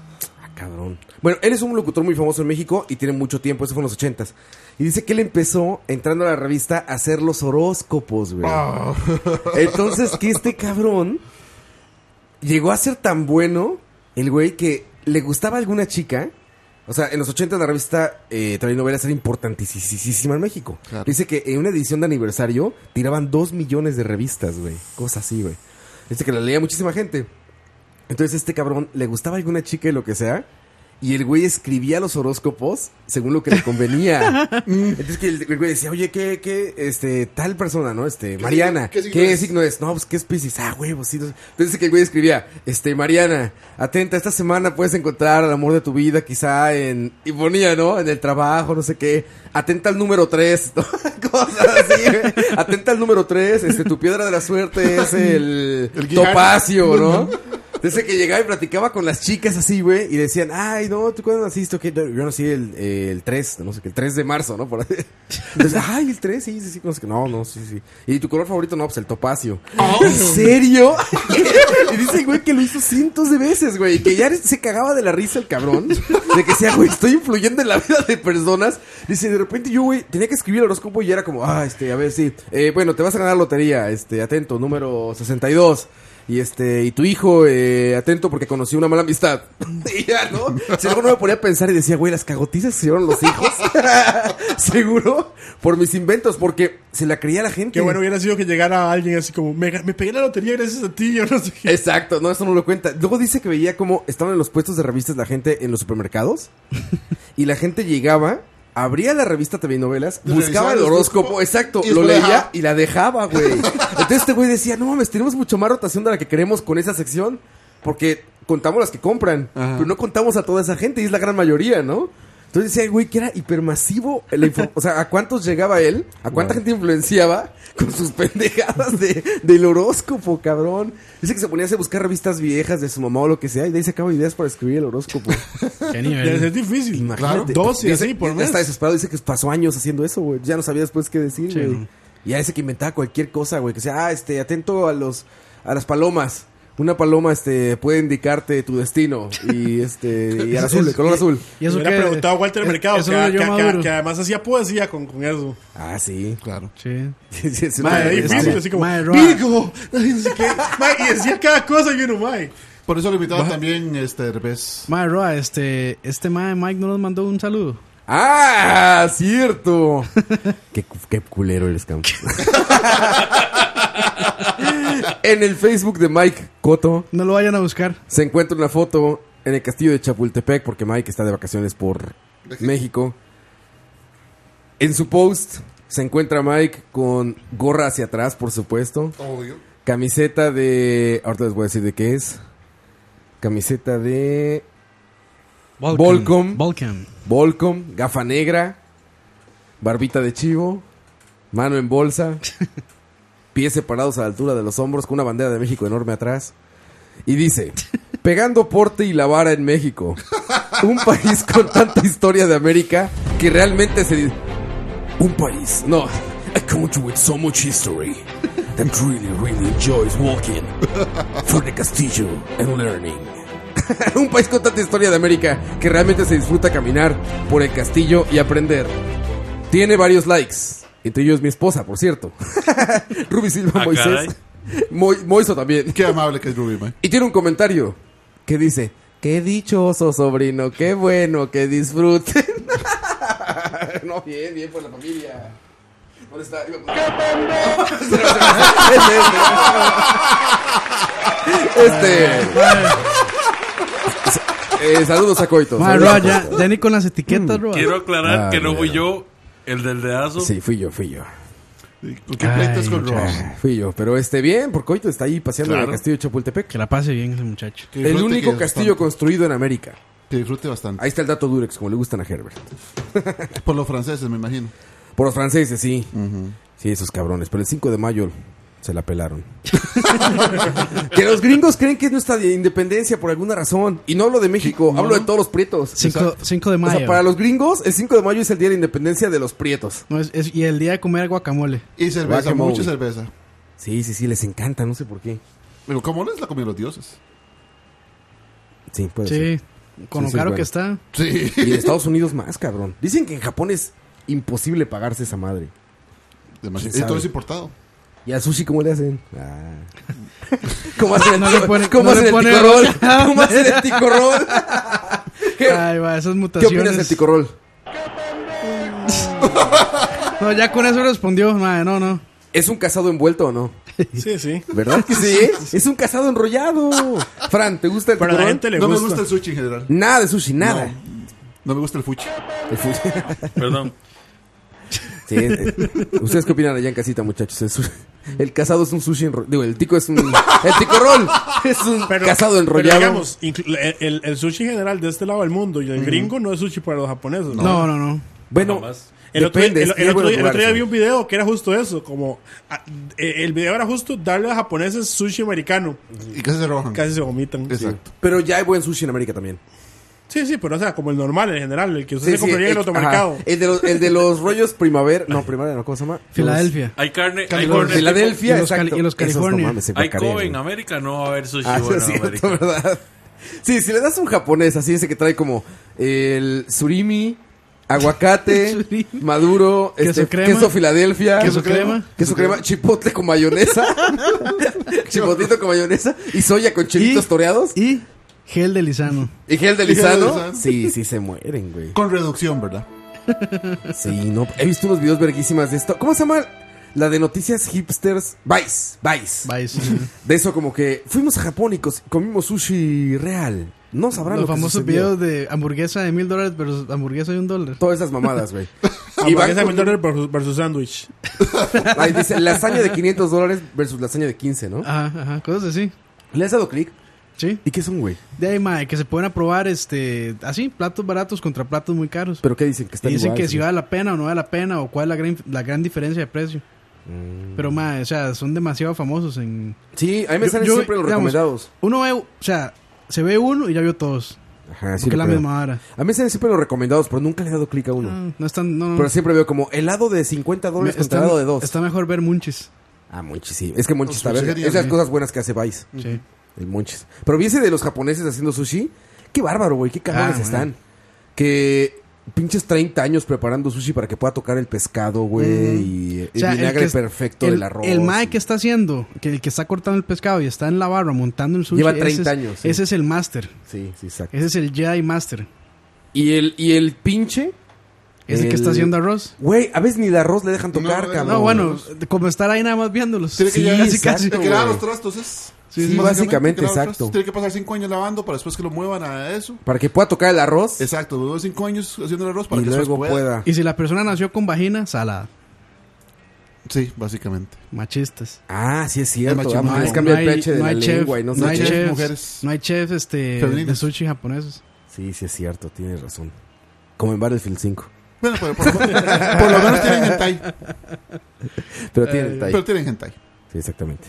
Speaker 1: Cabrón. Bueno, él es un locutor muy famoso en México y tiene mucho tiempo, eso fue en los ochentas. Y dice que él empezó entrando a la revista a hacer los horóscopos, güey.
Speaker 8: Ah.
Speaker 1: Entonces, que este cabrón llegó a ser tan bueno, el güey, que le gustaba alguna chica. O sea, en los 80 la revista eh, Telenovelas era importantísima en México.
Speaker 8: Claro.
Speaker 1: Dice que en una edición de aniversario tiraban dos millones de revistas, güey. Cosas así, güey. Dice que la leía muchísima gente. Entonces este cabrón le gustaba alguna chica y lo que sea. Y el güey escribía los horóscopos según lo que le convenía. Entonces que el, el güey decía, oye, ¿qué, qué, este, tal persona, ¿no? Este, Mariana,
Speaker 8: qué signo
Speaker 1: ¿qué, signo,
Speaker 8: es?
Speaker 1: es? No, pues, ¿qué es Piscis? Ah, huevos, sí. no sé. Entonces que el güey escribía, este, Mariana, atenta, esta semana puedes encontrar al amor de tu vida, quizá en, y ponía, ¿no? En el trabajo, no sé qué. Atenta al número 3, Cosas así, güey. Atenta al número 3, este, tu piedra de la suerte es el,
Speaker 8: El guijarro.
Speaker 1: topacio, ¿no? Desde que llegaba y platicaba con las chicas así, güey, y decían, ay, no, ¿tú cuándo naciste? ¿Qué? No, Yo nací el, eh, el 3, no sé qué, el 3 de marzo, ¿no? Por ahí. Entonces, ay, el 3, sí, sí, sí, no sé qué, no, no, sí, sí. ¿Y tu color favorito? No, pues el topacio. ¿En serio? y dice, güey, que lo hizo cientos de veces, güey, y que ya se cagaba de la risa el cabrón, de que sea, güey, estoy influyendo en la vida de personas. Dice, de repente yo, güey, tenía que escribir el horóscopo y era como, ah, este, a ver, sí, eh, bueno, te vas a ganar lotería, este, atento, número 62. Y este, y tu hijo, eh, atento porque conocí una mala amistad.
Speaker 8: Mm.
Speaker 1: y ya, ¿no? Si luego no me ponía a pensar y decía, güey, las cagotizas se llevaron los hijos. Seguro, por mis inventos, porque se la creía la gente.
Speaker 5: Qué bueno hubiera sido que llegara alguien así como, me, me pegué la lotería gracias a ti, yo no sé qué.
Speaker 1: Exacto, no, eso no lo cuenta. Luego dice que veía cómo estaban en los puestos de revistas la gente en los supermercados. y la gente llegaba, abría la revista TV Novelas,
Speaker 8: Revisaba
Speaker 1: buscaba el
Speaker 8: el horóscopo,
Speaker 1: horóscopo, exacto,
Speaker 8: y
Speaker 1: lo
Speaker 8: después
Speaker 1: leía
Speaker 8: dejaba.
Speaker 1: y la dejaba, güey. Entonces este güey decía, no mames, tenemos mucha más rotación de la que queremos con esa sección. Porque contamos las que compran,
Speaker 8: Ajá.
Speaker 1: pero no contamos a toda esa gente y es la gran mayoría, ¿no? Entonces decía, güey, que era hipermasivo. la info- o sea, ¿a cuántos llegaba él? ¿A cuánta gente influenciaba con sus pendejadas de, del horóscopo, cabrón? Dice que se ponía a buscar revistas viejas de su mamá o lo que sea y de ahí sacaba ideas para escribir el horóscopo.
Speaker 4: Qué
Speaker 5: Debe ser
Speaker 4: nivel.
Speaker 5: difícil.
Speaker 1: Imagínate.
Speaker 5: Dos y
Speaker 1: Dice-
Speaker 5: así por
Speaker 1: ya
Speaker 5: mes.
Speaker 1: Está desesperado, dice que pasó años haciendo eso, güey. Ya no sabía después qué decir,
Speaker 4: Sí,
Speaker 1: güey.
Speaker 4: no.
Speaker 1: Y a ese que inventaba cualquier cosa, güey. Que sea, ah, este, atento a los, a las palomas. Una paloma, este, puede indicarte tu destino. Y este, y al azul, de color azul.
Speaker 4: Y eso
Speaker 5: hubiera
Speaker 4: que...
Speaker 5: preguntado a Walter
Speaker 4: es-
Speaker 5: Mercado,
Speaker 4: eso
Speaker 5: que,
Speaker 4: lo
Speaker 5: que-
Speaker 4: yo
Speaker 5: que-
Speaker 4: maduro.
Speaker 5: que además hacía poesía con, con eso.
Speaker 1: Ah, sí.
Speaker 8: Claro.
Speaker 4: Sí.
Speaker 1: Sí, sí, sí,
Speaker 5: Madre,
Speaker 1: sí,
Speaker 5: difícil,
Speaker 1: sí.
Speaker 5: así como,
Speaker 4: Madre, Roa.
Speaker 5: Virgo, ay, no sé qué. Madre, y decía cada cosa y uno, madre.
Speaker 8: Por eso lo invitaba también este Derbez.
Speaker 4: Mae, Roa, este, este mae Mike no nos mandó un saludo.
Speaker 1: ¡Ah! ¡Cierto! qué, cu- qué culero eres, Campos. en el Facebook de Mike Coto
Speaker 4: No lo vayan a buscar.
Speaker 1: se encuentra una foto en el castillo de Chapultepec, porque Mike está de vacaciones por México. En su post se encuentra Mike con gorra hacia atrás, por supuesto.
Speaker 8: Obvio.
Speaker 1: Camiseta de. Ahorita les voy a decir de qué es. Camiseta de. Volcom.
Speaker 4: Volcom.
Speaker 1: Volcom, gafa negra, barbita de chivo, mano en bolsa, pies separados a la altura de los hombros con una bandera de México enorme atrás. Y dice, pegando porte y la vara en México, un país con tanta historia de América que realmente se dice... Un país, no. A country with so much history that really, really enjoys walking through the castillo and learning. un país con tanta historia de América que realmente se disfruta caminar por el castillo y aprender. Tiene varios likes. Entre ellos mi esposa, por cierto. Ruby Silva
Speaker 7: Ah, caray.
Speaker 1: Moisés. Mo- Moiso también.
Speaker 8: Qué amable que es Ruby, man.
Speaker 1: Y tiene un comentario que dice: Qué dichoso, sobrino, qué bueno que disfruten. no, bien, bien por la familia. ¿Dónde está? Iba a- Es este. Este. Eh, saludos a Coito.
Speaker 4: Madre,
Speaker 1: saludos a
Speaker 4: Roa, ya,
Speaker 1: Coito.
Speaker 4: ya ni con las etiquetas, Roa.
Speaker 7: Quiero aclarar
Speaker 1: Ah,
Speaker 7: que no
Speaker 1: mira.
Speaker 7: fui yo el del dedazo.
Speaker 1: Sí, fui yo, fui yo.
Speaker 8: ¿Con
Speaker 4: qué pleitos con Roa?
Speaker 1: Fui yo, pero este bien, porque Coito está ahí paseando en el
Speaker 8: Claro.
Speaker 1: castillo de Chapultepec.
Speaker 4: Que la pase bien ese muchacho.
Speaker 8: Que
Speaker 1: El
Speaker 8: disfrute,
Speaker 1: único
Speaker 8: que
Speaker 1: castillo construido en América.
Speaker 8: Que disfrute bastante.
Speaker 1: Ahí está el dato Durex, como le gustan a Herbert.
Speaker 8: Por los franceses, me imagino.
Speaker 1: Por los franceses, sí. Sí, esos cabrones. Pero el 5 de mayo se la pelaron. que los gringos creen que es nuestra independencia por alguna razón. Y no hablo de México, hablo de todos los prietos.
Speaker 4: 5, de
Speaker 1: O
Speaker 4: mayo.
Speaker 1: sea, para los gringos, el 5 de mayo es el día de la independencia de los prietos.
Speaker 4: No, es- es- y el día de comer guacamole.
Speaker 8: Y cerveza,
Speaker 1: Guacamole.
Speaker 8: mucha cerveza.
Speaker 1: Sí, sí, sí, les encanta, no sé por qué.
Speaker 8: Pero ¿cómo no es la comida de los dioses?
Speaker 1: Sí, puede
Speaker 4: Sí,
Speaker 1: ser.
Speaker 4: con lo
Speaker 1: Pues Sí, sí,
Speaker 4: caro
Speaker 1: bueno.
Speaker 4: que está.
Speaker 8: Sí.
Speaker 1: Y en Estados Unidos más, cabrón. Dicen que en Japón es imposible pagarse esa madre.
Speaker 8: Demasiado.
Speaker 1: ¿Quién
Speaker 8: Y todo
Speaker 1: sabe?
Speaker 8: es importado.
Speaker 1: ¿Y al sushi cómo le hacen? Ah. ¿Cómo hacen el,
Speaker 4: No le
Speaker 1: tico-
Speaker 4: pone-
Speaker 1: cómo
Speaker 4: no le
Speaker 1: hacen el
Speaker 4: pone
Speaker 1: ticorrol?
Speaker 4: olla.
Speaker 1: ¿Cómo hacen el ticorrol? ¿Qué,
Speaker 4: Ay, va, esas
Speaker 1: qué
Speaker 4: mutaciones.
Speaker 1: opinas del ticorrol?
Speaker 4: No, ya con eso respondió. Madre, no, no.
Speaker 1: ¿Es un casado envuelto o no?
Speaker 5: Sí, sí.
Speaker 1: ¿Verdad que sí? Es un casado enrollado. Fran, ¿te gusta el
Speaker 5: Pero a la
Speaker 1: ticorrol?
Speaker 5: gente le
Speaker 8: No me
Speaker 5: gusta.
Speaker 8: gusta el sushi en general.
Speaker 1: Nada de sushi, nada.
Speaker 8: No me gusta el fuchi.
Speaker 5: Pues
Speaker 1: El fu-
Speaker 7: Perdón.
Speaker 1: Sí, es- es- ¿Ustedes qué opinan allá en casita, muchachos? El, su- el casado es un sushi enrollado. Digo, el tico es un. El ticorrol es un casado enrollado.
Speaker 5: Pero digamos, inclu- el, el- el sushi general de este lado del mundo y el gringo no es sushi para los japoneses.
Speaker 4: No, no, no.
Speaker 1: bueno,
Speaker 7: Jamás.
Speaker 5: El otro, día-
Speaker 1: depende.
Speaker 5: el-
Speaker 1: es que
Speaker 5: el
Speaker 1: hay
Speaker 5: otro
Speaker 1: buenos
Speaker 5: día- el otro día
Speaker 1: lugares,
Speaker 5: vi
Speaker 1: ¿no?
Speaker 5: un video que era justo eso, como ah, eh, el video era justo darle a japoneses sushi americano.
Speaker 8: Y casi se rojan.
Speaker 5: Casi se vomitan.
Speaker 8: Exacto.
Speaker 1: Pero ya hay buen sushi en América también.
Speaker 5: Sí, sí, pero o sea, como el normal en general, el que usted
Speaker 1: Sí,
Speaker 5: se
Speaker 1: sí,
Speaker 5: compraría en el
Speaker 1: ajá.
Speaker 5: automercado.
Speaker 1: El de, los, el de los rollos primavera. No, primavera, no, ¿cómo se llama?
Speaker 4: Filadelfia.
Speaker 7: Hay carne, hay
Speaker 1: Los-
Speaker 7: carne.
Speaker 1: Filadelfia,
Speaker 4: Y los
Speaker 1: exacto.
Speaker 4: cali- y los
Speaker 1: Esos,
Speaker 4: California.
Speaker 1: se
Speaker 7: Hay
Speaker 1: cacarean,
Speaker 7: Kobe en
Speaker 1: güey.
Speaker 7: América, no va a haber sushi
Speaker 1: Ah, eso
Speaker 7: bueno
Speaker 1: es
Speaker 7: en
Speaker 1: cierto,
Speaker 7: América.
Speaker 1: ¿verdad? Sí, si le das a un japonés así, ese que trae como el surimi, aguacate,
Speaker 4: Surimi.
Speaker 1: maduro,
Speaker 4: Queso
Speaker 1: este,
Speaker 4: crema.
Speaker 1: queso Filadelfia,
Speaker 4: Queso crema.
Speaker 1: queso crema, chipotle con mayonesa, chipotito con mayonesa y soya con chilitos
Speaker 4: Y-
Speaker 1: toreados
Speaker 4: Y gel de lisano.
Speaker 1: y gel de
Speaker 8: y gel de
Speaker 1: lisano.
Speaker 8: lisano.
Speaker 1: Sí, sí se mueren, güey.
Speaker 8: Con reducción, ¿verdad?
Speaker 1: Sí, no, he visto unos videos verguísimas de esto. ¿Cómo se llama? La de noticias hipsters, Vice, Vice.
Speaker 4: Bye, sí.
Speaker 1: De eso como que fuimos a Japón y co- comimos sushi real. No sabrán
Speaker 4: Los
Speaker 1: lo que
Speaker 4: famosos
Speaker 1: sucedió.
Speaker 4: videos de hamburguesa de mil dólares versus hamburguesa de un dólar.
Speaker 1: Todas esas mamadas, güey. y van
Speaker 5: Hamburguesa de
Speaker 1: con-
Speaker 5: mil dólares versus- versus sándwich.
Speaker 1: ahí dice, lasaña de 500 dólares versus lasaña de 15, ¿no?
Speaker 4: Ajá, ajá, cosas así.
Speaker 1: ¿Le has dado clic?
Speaker 4: Sí.
Speaker 1: ¿Y qué son, güey?
Speaker 4: De ahí, mae, que se pueden aprobar este, así, platos baratos contra platos muy caros.
Speaker 1: ¿Pero qué dicen? Que
Speaker 4: Y
Speaker 1: están
Speaker 4: dicen que
Speaker 1: iguales,
Speaker 4: si
Speaker 1: güey.
Speaker 4: vale la pena o no vale la pena o cuál es la gran, la gran diferencia de precio.
Speaker 1: Mm.
Speaker 4: Pero, mae, o sea, son demasiado famosos en...
Speaker 1: Sí, a mí me
Speaker 4: Yo-
Speaker 1: salen
Speaker 4: yo,
Speaker 1: siempre los
Speaker 4: digamos,
Speaker 1: recomendados.
Speaker 4: Uno ve, o sea, se ve uno y ya vio todos.
Speaker 1: Ajá, sí.
Speaker 4: porque es
Speaker 1: lo
Speaker 4: la
Speaker 1: creo.
Speaker 4: misma vara.
Speaker 1: A mí me salen siempre los recomendados, pero nunca le he dado clic a uno.
Speaker 4: No, no están... No, no.
Speaker 1: Pero siempre veo como helado de 50
Speaker 4: Me-
Speaker 1: dólares contra
Speaker 4: está,
Speaker 1: helado de 2.
Speaker 4: está mejor ver Munchis.
Speaker 1: Ah, Monchis, sí. Es que Monchis está
Speaker 8: Los
Speaker 1: verga.
Speaker 8: sushi
Speaker 1: Es las
Speaker 8: sí.
Speaker 1: cosas buenas que hace Vice.
Speaker 4: Sí.
Speaker 1: El Monchis. Pero vi ese de los japoneses haciendo sushi. Qué bárbaro, güey. Qué cabrones
Speaker 4: Ah, man.
Speaker 1: están. Que pinches 30 años preparando sushi para que pueda tocar el pescado, güey. Y el
Speaker 4: O sea, el
Speaker 1: vinagre
Speaker 4: que es-
Speaker 1: perfecto
Speaker 4: el-
Speaker 1: del arroz.
Speaker 4: El mae que está haciendo, que el que está cortando el pescado y está en la barra montando el sushi.
Speaker 1: Lleva
Speaker 4: ese
Speaker 1: 30
Speaker 4: es-
Speaker 1: años, sí.
Speaker 4: Ese es el máster.
Speaker 1: Sí, sí, exacto.
Speaker 4: Ese es el Jedi Master.
Speaker 1: Y el, y el pinche...
Speaker 4: Ese
Speaker 1: El-
Speaker 4: que está haciendo arroz.
Speaker 1: Güey, a veces ni el arroz le dejan tocar,
Speaker 8: no,
Speaker 1: cabrón.
Speaker 4: No, bueno, como estar ahí nada más viéndolos.
Speaker 8: Tiene que
Speaker 4: Sí,
Speaker 8: llegar-
Speaker 4: casi,
Speaker 1: exacto,
Speaker 4: casi.
Speaker 8: Tiene que lavar
Speaker 1: güey.
Speaker 8: los trastos, es.
Speaker 1: Sí, sí, básicamente,
Speaker 8: tiene que lavar los
Speaker 1: exacto.
Speaker 8: trastos. Tiene que pasar cinco años lavando para después que lo muevan a eso.
Speaker 1: Para que pueda tocar el arroz
Speaker 8: Exacto, duró cinco años haciendo el arroz para
Speaker 1: y
Speaker 8: que
Speaker 1: luego
Speaker 8: después
Speaker 1: pueda.
Speaker 4: Y si la persona nació con vagina, salada.
Speaker 8: Sí, básicamente.
Speaker 4: Machistas.
Speaker 1: Ah, sí es
Speaker 8: El
Speaker 1: cierto.
Speaker 8: machismo.
Speaker 1: Ah,
Speaker 8: No
Speaker 1: les
Speaker 8: hay-
Speaker 1: cambia el pH de la lengua y no
Speaker 4: no
Speaker 1: sé
Speaker 4: hay
Speaker 1: qué.
Speaker 8: chef.
Speaker 4: chefs,
Speaker 8: mujeres.
Speaker 4: no hay chefs este,
Speaker 8: Femeninas.
Speaker 4: de sushi japoneses.
Speaker 1: Sí, sí es cierto. Tienes razón. Como en Battlefield 5.
Speaker 8: Bueno, pero por, por lo menos tienen hentai.
Speaker 1: Pero tiene el
Speaker 8: Pero tienen hentai.
Speaker 1: Sí, exactamente.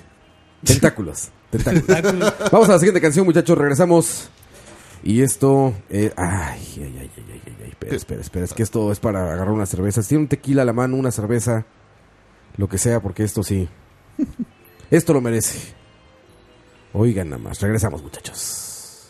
Speaker 1: Tentáculos. Tentáculos. Vamos a la siguiente canción, muchachos. Regresamos. Y esto. eh, ay, ay, ay, ay, ay, ay, ay. Espera, espera, espera. Es que esto es para agarrar una cerveza. Si tiene un tequila a la mano, una cerveza, lo que sea, porque esto sí. Esto lo merece. Oigan nada más. Regresamos, muchachos.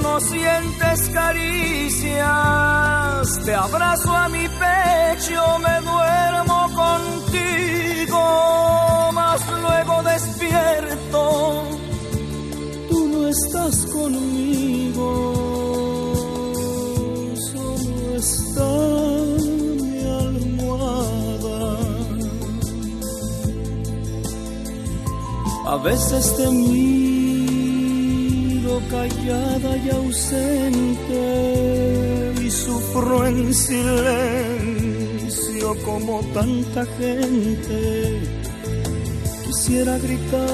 Speaker 14: no sientes caricias, te abrazo a mi pecho, me duermo contigo, mas luego despierto
Speaker 15: tú no estás conmigo, solo está mi almohada.
Speaker 14: A veces te miro
Speaker 15: callada y ausente y sufro en silencio como tanta gente. Quisiera gritarte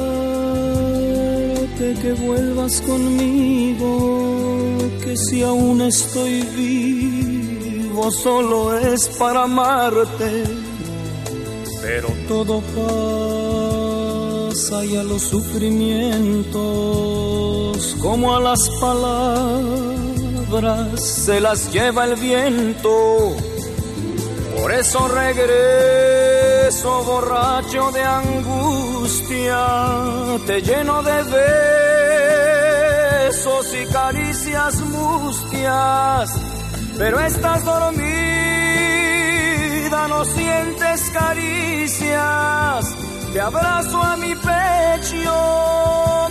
Speaker 15: que vuelvas conmigo, que si aún estoy vivo solo es para amarte.
Speaker 14: Pero
Speaker 15: Todo pasa y a los sufrimientos como a las palabras
Speaker 14: se las lleva el viento. Por eso regreso borracho de angustia, te lleno de besos y caricias mustias, pero estás dormida, no sientes caricias, te abrazo a mi pecho,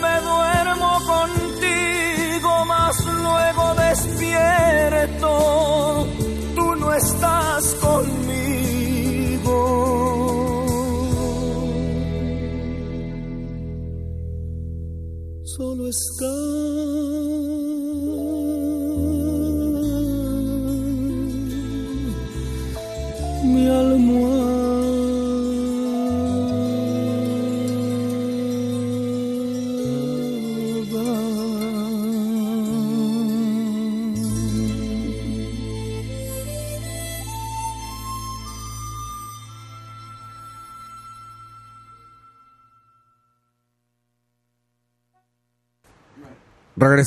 Speaker 14: me duermo contigo, mas luego despierto tú no estás conmigo.
Speaker 15: solo está mi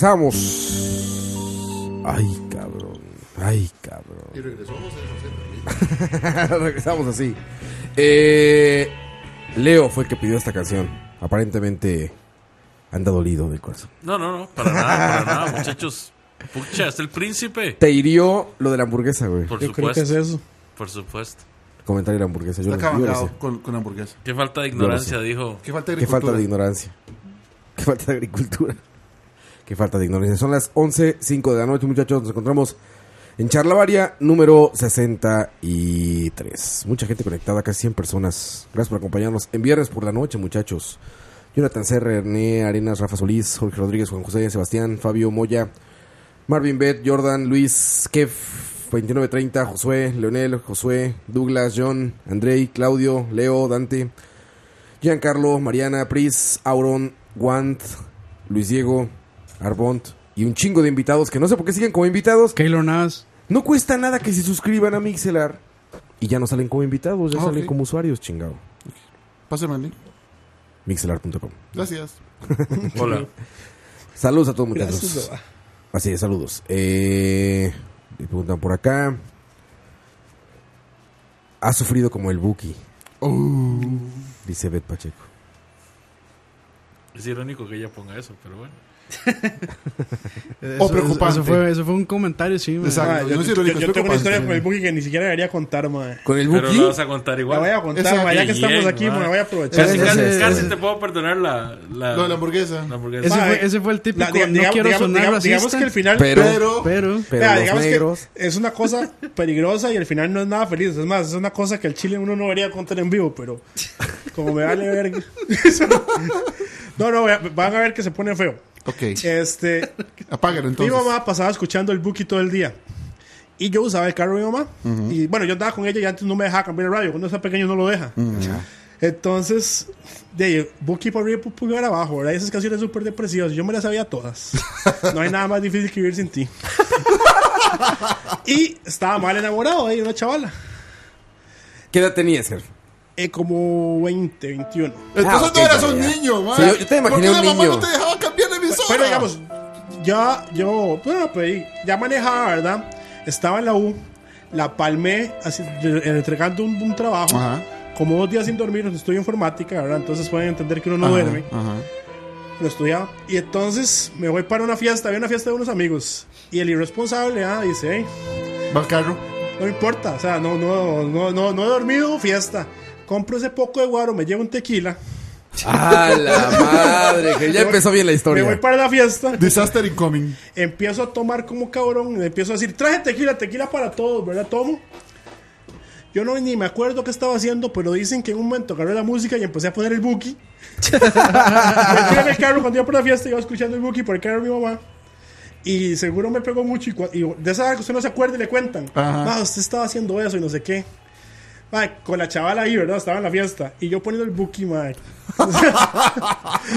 Speaker 1: Regresamos. Ay, cabrón. Ay, cabrón.
Speaker 8: Y regresamos
Speaker 1: Regresamos así. Eh, Leo fue el que pidió esta canción. Aparentemente anda dolido del corazón.
Speaker 7: No, no, no, para nada, para nada, muchachos. Pucha, es el príncipe.
Speaker 1: Te hirió lo de la hamburguesa, güey.
Speaker 7: Por supuesto. Por supuesto.
Speaker 1: Comentario de la hamburguesa. Yo
Speaker 8: Está
Speaker 1: lo- yo lo
Speaker 8: cabalgado
Speaker 1: sé.
Speaker 8: con, con hamburguesa.
Speaker 7: Qué falta de
Speaker 1: Yo lo
Speaker 7: ignorancia,
Speaker 1: sé.
Speaker 7: dijo.
Speaker 8: Qué falta de
Speaker 1: Qué falta
Speaker 8: agricultura.
Speaker 1: de ignorancia. Qué falta de agricultura. Qué falta de ignorancia. Son las 11.05 de la noche, muchachos. Nos encontramos en Charlavaria número 63. Mucha gente conectada, casi 100 personas. Gracias por acompañarnos en viernes por la noche, muchachos. Jonathan Serra, René Arenas, Rafa Solís, Jorge Rodríguez, Juan José, Sebastián, Fabio Moya, Marvin Bet, Jordan, Luis, Kev, 2930, Josué, Leonel, Josué, Douglas, John, Andrei, Claudio, Leo, Dante, Giancarlo, Mariana, Pris, Auron, Wand, Luis Diego, Arbont y un chingo de invitados que no sé por qué siguen como invitados.
Speaker 4: Keylor Navas.
Speaker 1: No cuesta nada que se suscriban a Mixelar y ya no salen como invitados, ya
Speaker 8: Ah,
Speaker 1: salen
Speaker 8: ok.
Speaker 1: como usuarios, chingado.
Speaker 8: Pásame el link.
Speaker 1: Mixelar.com.
Speaker 8: Gracias.
Speaker 7: Hola.
Speaker 1: Saludos a todos, muchachos.
Speaker 8: Gracias, Doa.
Speaker 1: Así es, saludos. Eh, le preguntan por acá. Ha sufrido como el Buki, Oh. dice Bet Pacheco.
Speaker 7: Es irónico que ella ponga eso, pero bueno.
Speaker 5: Oh,
Speaker 4: Eso- Eso fue, eso fue un comentario, sí. man.
Speaker 5: Ah, yo, yo- yo tengo una historia con el Buki que ni siquiera debería contar, madre.
Speaker 1: ¿Con el
Speaker 7: Pero Buki? la vas a contar igual.
Speaker 5: La voy a contar,
Speaker 7: Esa
Speaker 5: mae, ya que
Speaker 7: que
Speaker 5: estamos
Speaker 7: llega,
Speaker 5: aquí,
Speaker 7: mae.
Speaker 5: mae, voy a aprovechar.
Speaker 7: Casi, casi, casi te puedo perdonar la, la,
Speaker 5: Lo de la hamburguesa.
Speaker 7: Ah, la hamburguesa.
Speaker 4: Ese,
Speaker 5: Mae,
Speaker 4: fue, ese fue el típico.
Speaker 5: la- diga-
Speaker 4: no
Speaker 5: digamos-
Speaker 4: quiero
Speaker 5: digamos-
Speaker 4: sonar
Speaker 5: digamos- digamos
Speaker 4: racista,
Speaker 5: que el final-
Speaker 4: Pero.
Speaker 5: pero-
Speaker 4: pero-
Speaker 5: Vea, digamos que es una cosa peligrosa y al final no es nada feliz. Es más, es una cosa que el chile uno no debería contar en vivo, pero como me vale verga. no, no, vea, van a ver que se pone feo.
Speaker 8: Ok.
Speaker 5: Este,
Speaker 8: Apágalo entonces.
Speaker 5: Mi mamá pasaba escuchando el Buki todo el día. Y yo usaba el carro de mi mamá.
Speaker 8: Ujú.
Speaker 5: Y bueno, yo andaba con ella y antes no me dejaba cambiar el radio. Cuando está pequeño no lo deja. Entonces, de ahí, Buki por arriba y pulgar abajo, ¿verdad? Y Esas canciones súper depresivas. Yo me las sabía todas. No hay nada más difícil que vivir sin ti. y estaba mal enamorado de una chavala.
Speaker 1: ¿Qué edad tenías, Ger?
Speaker 5: Eh, como 20, 21.
Speaker 1: Ah,
Speaker 8: Entonces no eras un niño, man.
Speaker 1: Sí, yo- yo te imaginé
Speaker 8: ¿Por qué
Speaker 1: un
Speaker 8: la mamá
Speaker 1: niño.
Speaker 8: no te dejaba cambiar de emisora?
Speaker 5: Pero digamos, ya yo, bueno, pues, ahí, ya manejaba, ¿verdad? Estaba en la U, la palmé así, re- entregando un, un trabajo,
Speaker 8: Ajá.
Speaker 5: como dos días sin dormir, estudio informática, ¿verdad? Entonces pueden entender que uno no
Speaker 8: Ajá,
Speaker 5: duerme,
Speaker 8: ajá.
Speaker 5: no estudiaba. Y entonces me voy para una fiesta, había una fiesta de unos amigos, y el irresponsable ah, dice, hey,
Speaker 8: Va al carro.
Speaker 5: no importa, o sea, no, no, no, no, no he dormido, fiesta. Compro ese poco de guaro, me llevo un tequila.
Speaker 1: ¡A la madre! Ger, ya
Speaker 5: Me voy-
Speaker 1: empezó bien la
Speaker 5: Me voy
Speaker 1: historia.
Speaker 5: para la fiesta.
Speaker 8: Disaster incoming.
Speaker 5: Empiezo a tomar como cabrón. Empiezo a decir, traje tequila, tequila para todos, ¿verdad? Tomo. Yo no ni me acuerdo qué estaba haciendo, pero dicen que en un momento agarré la música y empecé a poner el buki. me fui en el carro cuando iba por la fiesta, iba escuchando el buki por el carro de mi mamá. Y seguro me pegó mucho. Y, cua- y de esa que usted no se acuerda y le cuentan.
Speaker 8: Ajá.
Speaker 5: "Ma, usted estaba haciendo eso y no sé qué. Ma, con la chavala ahí, ¿verdad? Estaba en la fiesta. Y yo poniendo el buki, madre.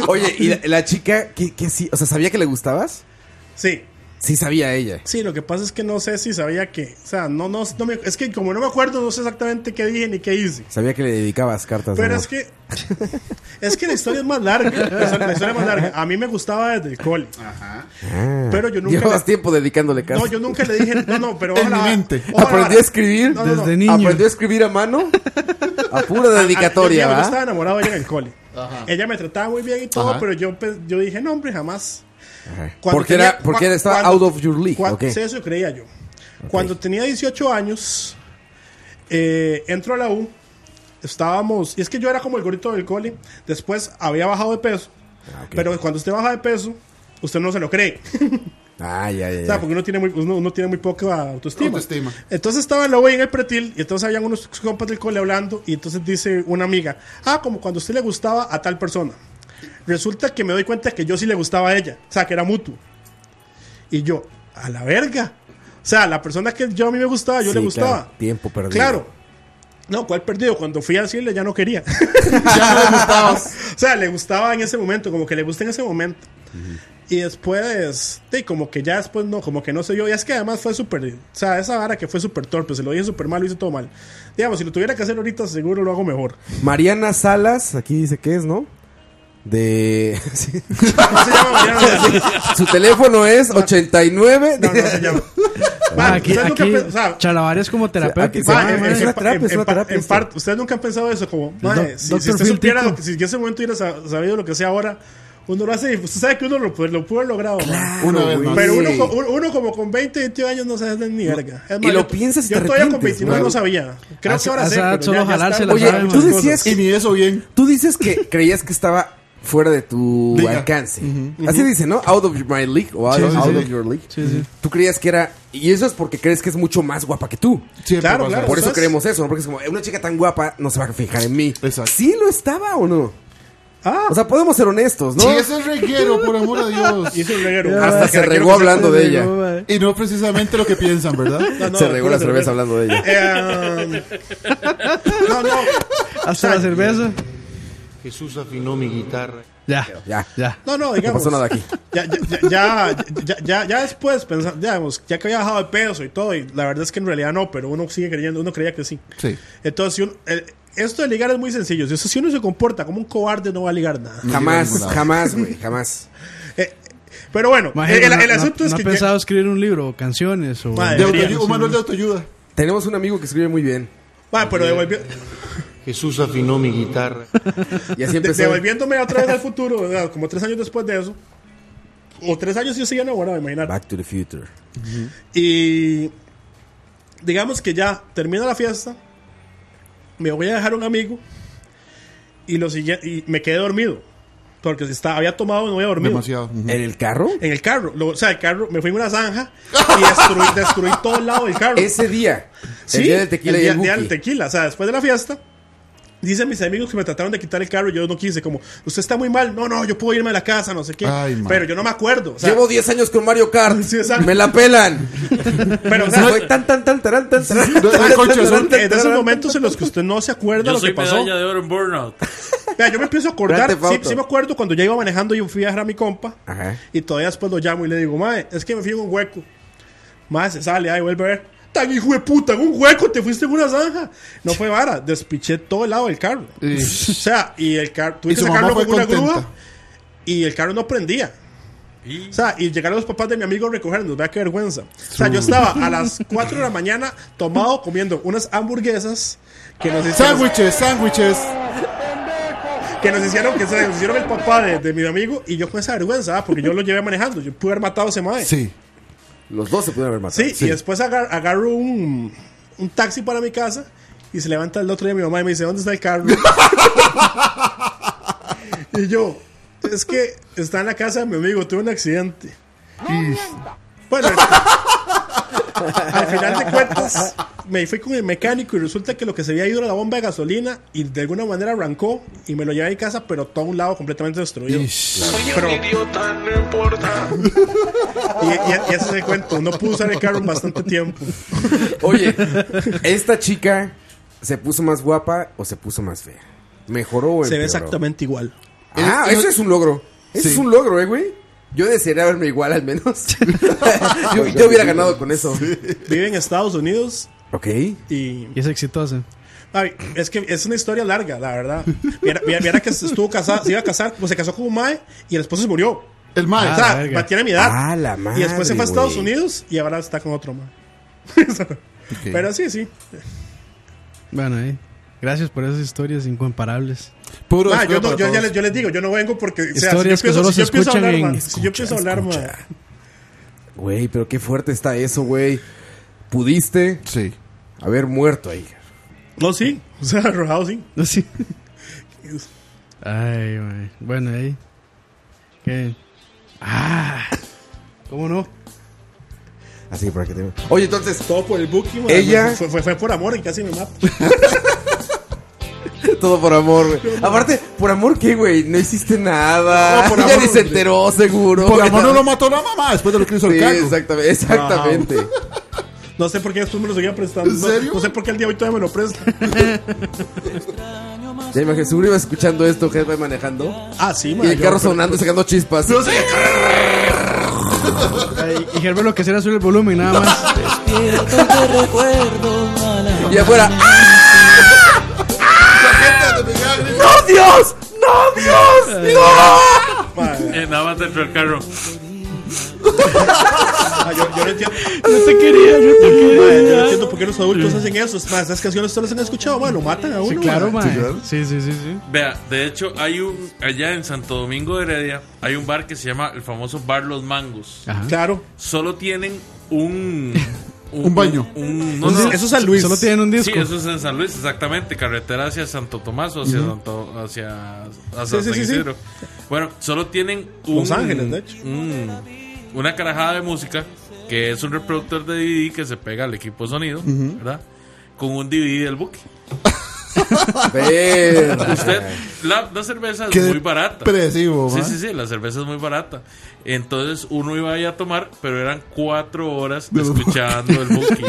Speaker 1: Oye, ¿y la, la chica que, sí? O sea, ¿sabía que le gustabas?
Speaker 5: Sí.
Speaker 1: Sí, sabía ella.
Speaker 5: Sí, lo que pasa es que no sé si sabía que, o sea, no, no, no me, es que como no me acuerdo, no sé exactamente qué dije ni qué hice.
Speaker 1: Sabía que le dedicabas cartas. de
Speaker 5: Pero
Speaker 1: amor.
Speaker 5: es que, es que la historia es más larga, la historia- la historia es más larga. A mí me gustaba desde el cole.
Speaker 1: Ah.
Speaker 5: pero yo nunca
Speaker 1: Llevabas
Speaker 5: le-
Speaker 1: tiempo dedicándole cartas.
Speaker 5: No, yo nunca le dije, no, no, pero ojalá. ojalá-
Speaker 1: Aprendió a escribir
Speaker 5: No, no, no.
Speaker 1: desde niño. Aprendió a escribir a mano. A pura
Speaker 5: Ah, ah,
Speaker 1: dedicatoria,
Speaker 5: yo, yo
Speaker 1: ¿va?
Speaker 5: estaba enamorado de ella en el cole. Ella me trataba muy bien y todo,
Speaker 1: Ajá.
Speaker 5: pero yo, pe- yo dije, no, hombre, jamás. Cuando
Speaker 1: Porque,
Speaker 5: tenía-
Speaker 1: era, porque era- estaba
Speaker 5: cuando-
Speaker 1: out of your league.
Speaker 5: Cuan-
Speaker 1: ok.
Speaker 5: sí, eso creía yo. Cuando tenía 18 años, eh, entro a la U. Estábamos, y es que yo era como el gorrito del cole. Después había bajado de peso. Pero cuando usted baja de peso, usted no se lo cree.
Speaker 1: Ah, ya, ya,
Speaker 5: O
Speaker 1: ya.
Speaker 5: sea, porque uno tiene muy, uno, uno tiene muy poca autoestima.
Speaker 8: Autoestima.
Speaker 5: Entonces estaba en la U en el pretil. Y entonces habían unos compas del cole hablando. Y entonces dice una amiga: Ah, como cuando a usted le gustaba a tal persona. Resulta que me doy cuenta que yo sí le gustaba a ella. O sea, que era mutuo. Y yo, a la verga. O sea, la persona que yo a mí me gustaba, yo
Speaker 1: Sí,
Speaker 5: le gustaba.
Speaker 1: claro, tiempo perdido.
Speaker 5: Claro. No, ¿cuál perdido? Cuando fui a decirle ya no quería. o sea, le gustaba en ese momento, como que le gusta en ese momento. Y después, sí, como que ya después no, como que no sé yo. Y es que además fue súper, o sea, esa vara que fue súper torpe, se lo dije súper mal, lo hice todo mal. Digamos, si lo tuviera que hacer ahorita, seguro lo hago mejor.
Speaker 1: Mariana Salas, aquí dice que es, ¿no? De. sí. Su teléfono es 89.
Speaker 5: No, no se llama.
Speaker 4: Ah,
Speaker 5: Man,
Speaker 4: aquí,
Speaker 5: ¿ustedes nunca
Speaker 4: aquí
Speaker 5: pe- o sea,
Speaker 4: Chalabar es como
Speaker 5: Aquí
Speaker 4: terapéutico.
Speaker 5: se-
Speaker 4: Ah,
Speaker 5: en-
Speaker 4: madre.
Speaker 5: en- en- en- en parte, ustedes nunca han pensado eso, como, madre,
Speaker 4: doc-
Speaker 5: si,
Speaker 4: Dr.
Speaker 5: si usted
Speaker 4: Phil
Speaker 5: supiera,
Speaker 4: Tico.
Speaker 5: lo que- si en ese momento hubiera sa- sabido lo que sea ahora, uno lo hace y pues, usted sabe que uno lo, puede- lo pudo haber logrado. man.
Speaker 8: Una vez más.
Speaker 5: Pero uno,
Speaker 8: Sí.
Speaker 5: co- uno, uno como con 20, 21 años no sabe ni verga. Es
Speaker 1: Y lo
Speaker 5: yo-
Speaker 1: piensas y
Speaker 5: Yo
Speaker 1: te
Speaker 5: todavía con
Speaker 1: arrepientes,
Speaker 5: 29
Speaker 1: ¿no?
Speaker 5: no sabía. Creo
Speaker 1: Hace-
Speaker 5: que ahora
Speaker 1: hace
Speaker 5: sé.
Speaker 4: rato
Speaker 5: pero ya- ya
Speaker 4: jalársela
Speaker 5: está-
Speaker 1: Oye,
Speaker 4: sabe
Speaker 1: tú
Speaker 4: muchas
Speaker 1: decías.
Speaker 8: Y ni eso bien.
Speaker 1: Tú dices que creías que estaba fuera de tu
Speaker 8: Liga.
Speaker 1: alcance. Así dice, ¿no? Out of my league o out,
Speaker 8: Sí, sí,
Speaker 1: out
Speaker 8: sí.
Speaker 1: of your league. Tú creías que era. Y eso es porque crees que es mucho más guapa que tú.
Speaker 8: Siempre
Speaker 5: Claro,
Speaker 8: pasa
Speaker 5: claro.
Speaker 1: Por
Speaker 5: eso Pues
Speaker 1: eso
Speaker 5: es.
Speaker 1: creemos eso, ¿no? Porque es como, una chica tan guapa no se va a fijar en mí.
Speaker 8: Exacto.
Speaker 1: ¿Sí lo estaba o no?
Speaker 5: Ah,
Speaker 1: O sea, podemos ser honestos, ¿no?
Speaker 8: Sí, es el reguero, por amor a Dios.
Speaker 5: hice un reguero.
Speaker 1: Hasta se regó hablando de ella.
Speaker 8: Y no precisamente lo que piensan, ¿verdad?
Speaker 5: No, no,
Speaker 1: se regó la
Speaker 5: pura
Speaker 1: cerveza hablando de ella.
Speaker 5: Eh, um, no, no.
Speaker 4: Hasta la cerveza.
Speaker 16: Jesús afinó mi guitarra.
Speaker 4: Ya,
Speaker 1: Ya.
Speaker 4: ya.
Speaker 5: No, no,
Speaker 1: No
Speaker 5: digamos.
Speaker 1: pasó nada aquí.
Speaker 5: Ya, ya, ya, ya, ya, ya- ya después, pensando, digamos, ya que había bajado de peso y todo, y la verdad es que en realidad no, pero uno sigue creyendo, uno creía que sí.
Speaker 8: Sí.
Speaker 5: Entonces, si uno- el- esto de ligar es muy sencillo. Si, si uno se comporta como un cobarde, no va a ligar nada. Eh,
Speaker 8: No llega a ningún
Speaker 1: Jamás,
Speaker 8: lado.
Speaker 1: jamás, güey, jamás.
Speaker 5: Pero bueno,
Speaker 4: Imagínate,
Speaker 5: el, el-
Speaker 4: no-
Speaker 5: el
Speaker 4: no-
Speaker 5: asunto es
Speaker 4: no
Speaker 5: que.
Speaker 4: ha pensado escribir un libro o canciones o
Speaker 5: Madre.
Speaker 8: De
Speaker 5: Debería,
Speaker 8: autoayu- un manual de autoayuda.
Speaker 1: Tenemos un amigo que escribe muy bien.
Speaker 5: Bueno, pero devolvió-
Speaker 16: Jesús afinó mi guitarra.
Speaker 1: Y así
Speaker 5: de-
Speaker 1: empezó.
Speaker 5: devolviéndome otra vez al futuro, ¿verdad? como tres años después de eso. O tres años yo seguía enamorado, imaginar.
Speaker 1: Back to the future.
Speaker 5: Y digamos que ya termina la fiesta, me voy a dejar un amigo y lo sigue- y me quedé dormido. Porque si estaba, había tomado, no había dormido.
Speaker 8: Demasiado. ujú.
Speaker 1: ¿En el carro?
Speaker 5: En el carro, lo- o sea, el carro, me fui en una zanja y destruí, destruí todo el lado del carro.
Speaker 1: Ese día.
Speaker 5: Sí,
Speaker 1: el día del tequila
Speaker 5: el
Speaker 1: y
Speaker 5: día-
Speaker 1: el
Speaker 5: día
Speaker 1: buki.
Speaker 5: del tequila. O sea, después de la fiesta, Dice a mis amigos que me trataron de quitar el carro y yo no quise, como, usted está muy mal, no, no, yo puedo irme a la casa, no sé qué.
Speaker 1: Ay, man.
Speaker 5: pero yo no me acuerdo. o sea,
Speaker 1: Llevo 10 años con Mario Kart. me la pelan.
Speaker 5: Pero
Speaker 1: o sea, fue tan tan tan tarán, tan tarán,
Speaker 5: Ah,
Speaker 1: tarán,
Speaker 5: concho,
Speaker 1: tarán,
Speaker 5: son-
Speaker 1: tarán,
Speaker 5: en esos
Speaker 1: tarán.
Speaker 5: momentos en los que usted no se acuerda
Speaker 7: Yo
Speaker 5: lo que
Speaker 7: soy
Speaker 5: pasó.
Speaker 7: medalla de oro en Burnout.
Speaker 5: Vea, yo me empiezo a acordar.
Speaker 7: Grand Theft
Speaker 5: Sí,
Speaker 7: Auto.
Speaker 5: sí me acuerdo cuando ya iba manejando yo fui a dejar a mi compa. Y todavía después lo llamo y le digo, mae, es que me fui en un hueco. Mae, se sale, ahí vuelve a ver. Tan hijo de puta, en un hueco te fuiste en una zanja. No fue vara, despiché todo el lado del carro. o sea, y el carro, tuve
Speaker 8: Y
Speaker 5: que
Speaker 8: su mamá
Speaker 5: sacarlo
Speaker 8: fue
Speaker 5: con una
Speaker 8: contenta.
Speaker 5: grúa y el carro no prendía. O sea, y llegaron los papás de mi amigo a recogernos, vea qué vergüenza. O sea, yo estaba a las 4 de la mañana tomado comiendo unas hamburguesas que
Speaker 8: Ah.
Speaker 5: nos hicieron.
Speaker 8: Sándwiches, sándwiches.
Speaker 5: Que nos hicieron, que se nos hicieron el papá de, de mi amigo y yo con esa vergüenza, ah, porque yo lo llevé manejando, yo pude haber matado a ese mae.
Speaker 8: Sí.
Speaker 1: Los dos se pudieron haber matado.
Speaker 5: Sí, y después agar- agarro un, un taxi para mi casa y se levanta el otro día mi mamá y me dice, ¿dónde está el carro? y yo, es que está en la casa de mi amigo, tuve un accidente. Bueno, al- al final de cuentas, me fui con el mecánico y resulta que lo que se había ido era la bomba de gasolina y de alguna manera arrancó y me lo llevé a mi casa, pero todo un lado completamente destruido. Pero- y, y- y ese es el cuento, no pude usar el carro en bastante tiempo.
Speaker 1: Oye, ¿esta chica se puso más guapa o se puso más fea? ¿Mejoró o
Speaker 5: Se ve
Speaker 1: empeoró?
Speaker 5: exactamente igual.
Speaker 1: Ah,
Speaker 5: Es-
Speaker 1: eso es un logro. Eso
Speaker 5: Sí.
Speaker 1: es un logro, eh, güey. Yo desearía verme igual al menos. yo, yo hubiera ganado con eso.
Speaker 5: Vive en Estados Unidos.
Speaker 1: Ok.
Speaker 5: Y
Speaker 4: es exitosa.
Speaker 5: Ay, es que es una historia larga, la verdad. Viera, viera- viera que se estuvo casada, se iba a casar, pues se casó con un mae y el esposo se murió.
Speaker 8: El
Speaker 5: mae. O sea,
Speaker 4: Ah, verga.
Speaker 5: pa- tiene mi edad.
Speaker 4: Ah, la
Speaker 5: y después se fue a
Speaker 4: madre,
Speaker 5: Estados
Speaker 4: güey.
Speaker 5: Unidos y ahora está con otro mae. Pero sí, sí.
Speaker 4: Bueno, eh. Gracias por esas historias incomparables.
Speaker 5: Ma, Ah, yo, no- yo ya les, yo les digo, yo no vengo porque. o sea,
Speaker 4: Historias que solo se
Speaker 5: empiezo a
Speaker 4: escuchan
Speaker 5: hablar,
Speaker 4: en-
Speaker 5: ma, Si yo empiezo a hablar, ma,
Speaker 1: Güey, pero qué fuerte está eso, güey. ¿Pudiste?
Speaker 8: Sí.
Speaker 1: Haber muerto ahí.
Speaker 5: No, sí. O sea, arrojado, sí.
Speaker 4: No, sí. Ay, güey. Bueno, ahí. ¿Qué? Ah. ¿Cómo no?
Speaker 1: Así para que te Oye, entonces.
Speaker 5: Todo por el booking, ma,
Speaker 1: Ella-
Speaker 5: Fue, fue- fue por amor y casi me mato.
Speaker 1: Todo por amor, güey. Aparte, ¿por amor qué, güey? No hiciste nada.
Speaker 8: No, por
Speaker 1: Ella
Speaker 8: amor,
Speaker 1: ni se enteró, seguro.
Speaker 8: Por
Speaker 1: güey.
Speaker 8: amor no lo mató la mamá después de lo que hizo el
Speaker 1: Sí,
Speaker 8: carro.
Speaker 1: exactamente, exactamente.
Speaker 5: No sé por qué después me lo seguían prestando.
Speaker 8: ¿En
Speaker 5: No-
Speaker 8: serio?
Speaker 5: No, sé por qué el día de hoy todavía me lo presta.
Speaker 1: Ya imagino, seguro iba escuchando esto, que va manejando.
Speaker 5: Ah, sí,
Speaker 1: Y el carro sonando, sacando chispas. No sé.
Speaker 4: Ay, y Gerber lo que será subir el volumen, nada más.
Speaker 1: Y afuera. ¡ah! ¡No, Dios! ¡No, Dios!
Speaker 7: Eh, nada más dentro del carro.
Speaker 5: Ah, yo, yo no entiendo.
Speaker 4: Yo te quería, yo te
Speaker 5: Madre, yo no
Speaker 4: quería.
Speaker 5: entiendo por qué los adultos hacen eso. Es más, esas canciones ustedes las han escuchado, bueno, matan a uno.
Speaker 4: claro,
Speaker 5: madre.
Speaker 4: mae. Sí, sí, sí, sí.
Speaker 7: Vea, de hecho, hay un. Allá en Santo Domingo de Heredia, hay un bar que se llama el famoso Bar Los Mangos.
Speaker 5: Claro.
Speaker 7: Solo tienen un.
Speaker 8: Un baño.
Speaker 7: un-
Speaker 4: Eso- eso es San Luis. Solo tienen un disco.
Speaker 7: Sí, eso es en San Luis, exactamente. Carretera hacia Santo Tomás o hacia, Santo- hacia, hacia
Speaker 5: Sí, sí,
Speaker 7: San
Speaker 5: sí, sí.
Speaker 7: Isidro. Bueno, solo tienen un.
Speaker 5: Los Ángeles, de hecho.
Speaker 7: un- una carajada de música que es un reproductor de DVD que se pega al equipo de sonido,
Speaker 8: Ujú.
Speaker 7: ¿verdad? Con un DVD del buque.
Speaker 1: Verga.
Speaker 7: Usted, la, la cerveza
Speaker 8: Qué
Speaker 7: es muy barata.
Speaker 8: depresivo,
Speaker 7: Sí,
Speaker 8: ma.
Speaker 7: sí, sí, la cerveza es muy barata. Entonces uno iba ahí a tomar, pero eran cuatro horas
Speaker 8: Del
Speaker 7: escuchando el buki.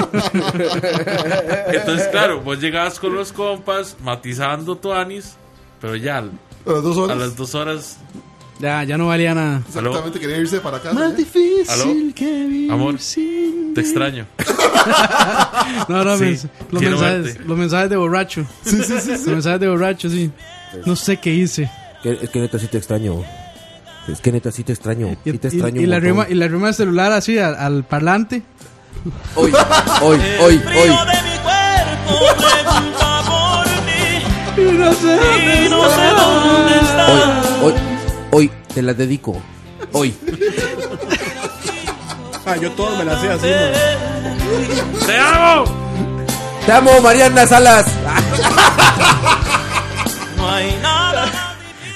Speaker 7: Entonces, claro, vos llegabas con los compas, matizando tu anis, pero ya al-
Speaker 8: A las dos horas.
Speaker 7: a las dos horas
Speaker 4: Ya, ya no valía nada.
Speaker 8: Exactamente, quería irse para ¿eh? acá.
Speaker 4: Más
Speaker 7: ¿Aló?
Speaker 4: que vivir
Speaker 7: Amor,
Speaker 4: sin
Speaker 7: te extraño.
Speaker 4: No, no,
Speaker 7: Sí,
Speaker 4: mens- los,
Speaker 7: quiero
Speaker 4: mensajes,
Speaker 7: verte.
Speaker 4: los mensajes de borracho.
Speaker 8: Sí, sí, sí, sí.
Speaker 4: Los mensajes de borracho, sí. No sé qué hice.
Speaker 1: Es que neta sí te extraño. Es que neta sí te extraño. Sí te
Speaker 4: Y,
Speaker 1: extraño.
Speaker 4: y
Speaker 1: un
Speaker 4: la
Speaker 1: montón.
Speaker 4: rima, y la rima del celular así al, al parlante.
Speaker 1: Hoy, hoy, hoy, hoy.
Speaker 4: Y no sé dónde está.
Speaker 1: Hoy, hoy, hoy te la dedico. Hoy.
Speaker 5: Ah, yo todas me las sé así, ma.
Speaker 7: ¡Te amo!
Speaker 1: Te amo, Mariana Salas.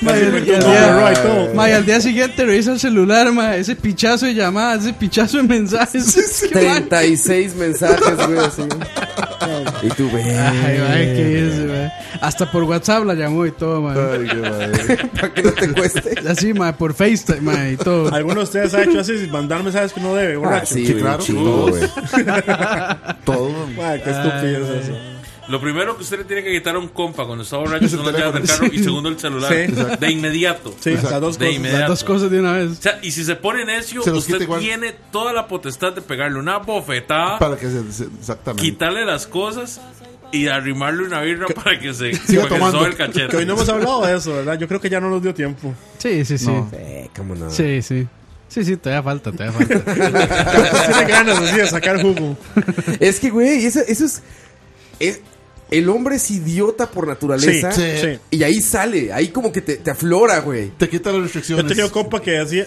Speaker 4: Ma, y al- y al
Speaker 5: Right,
Speaker 4: día-
Speaker 5: todo.
Speaker 4: ma, y al día siguiente revisa el celular, ma, ese pichazo de llamadas, ese pichazo de mensajes. Qué mal.
Speaker 1: 36 mensajes, güey, así.
Speaker 5: No,
Speaker 1: Y tú, güey.
Speaker 4: Ay, ay, qué es, güey. Hasta por WhatsApp la llamó y todo, man.
Speaker 1: Ay, qué madre. Para que no te cueste.
Speaker 4: Así, man, por FaceTime, man, y todo.
Speaker 5: ¿Alguno de ustedes ha hecho así sin mandar mensajes que no debe, borracho?
Speaker 1: sí, güey, un chingo, güey. Todo.
Speaker 5: Madre, Ah, qué estúpido es eso.
Speaker 7: Lo primero que usted le tiene que quitar a un compa cuando está borracho son las llaves del carro y segundo el celular.
Speaker 5: Sí, exacto.
Speaker 7: De inmediato.
Speaker 5: Sí, las dos
Speaker 7: de
Speaker 5: cosas,
Speaker 7: inmediato.
Speaker 4: Las dos cosas de una vez.
Speaker 7: O sea, y si se pone necio,
Speaker 8: Se los quita
Speaker 7: usted
Speaker 8: igual.
Speaker 7: tiene toda la potestad de pegarle una bofetada,
Speaker 8: Para que se, se- exactamente.
Speaker 7: quitarle las cosas y arrimarle una birra para que se
Speaker 5: Siga
Speaker 7: para que se sobe el cachete.
Speaker 5: Que hoy no hemos hablado de eso, ¿verdad? Yo creo que ya no nos dio tiempo.
Speaker 4: Sí, sí, sí.
Speaker 5: No.
Speaker 1: Eh, ¿Cómo no?
Speaker 4: Sí, sí. Sí, sí, todavía falta, todavía falta.
Speaker 5: Tiene ganas así de sacar jugo.
Speaker 1: Es que, güey, eso, eso es, es- El hombre es idiota por naturaleza.
Speaker 5: Sí, sí, sí.
Speaker 1: Y ahí sale. Ahí como que te, te aflora, güey.
Speaker 8: Te quita las
Speaker 5: Yo he
Speaker 8: restricciones.
Speaker 5: tenido compa que hacía.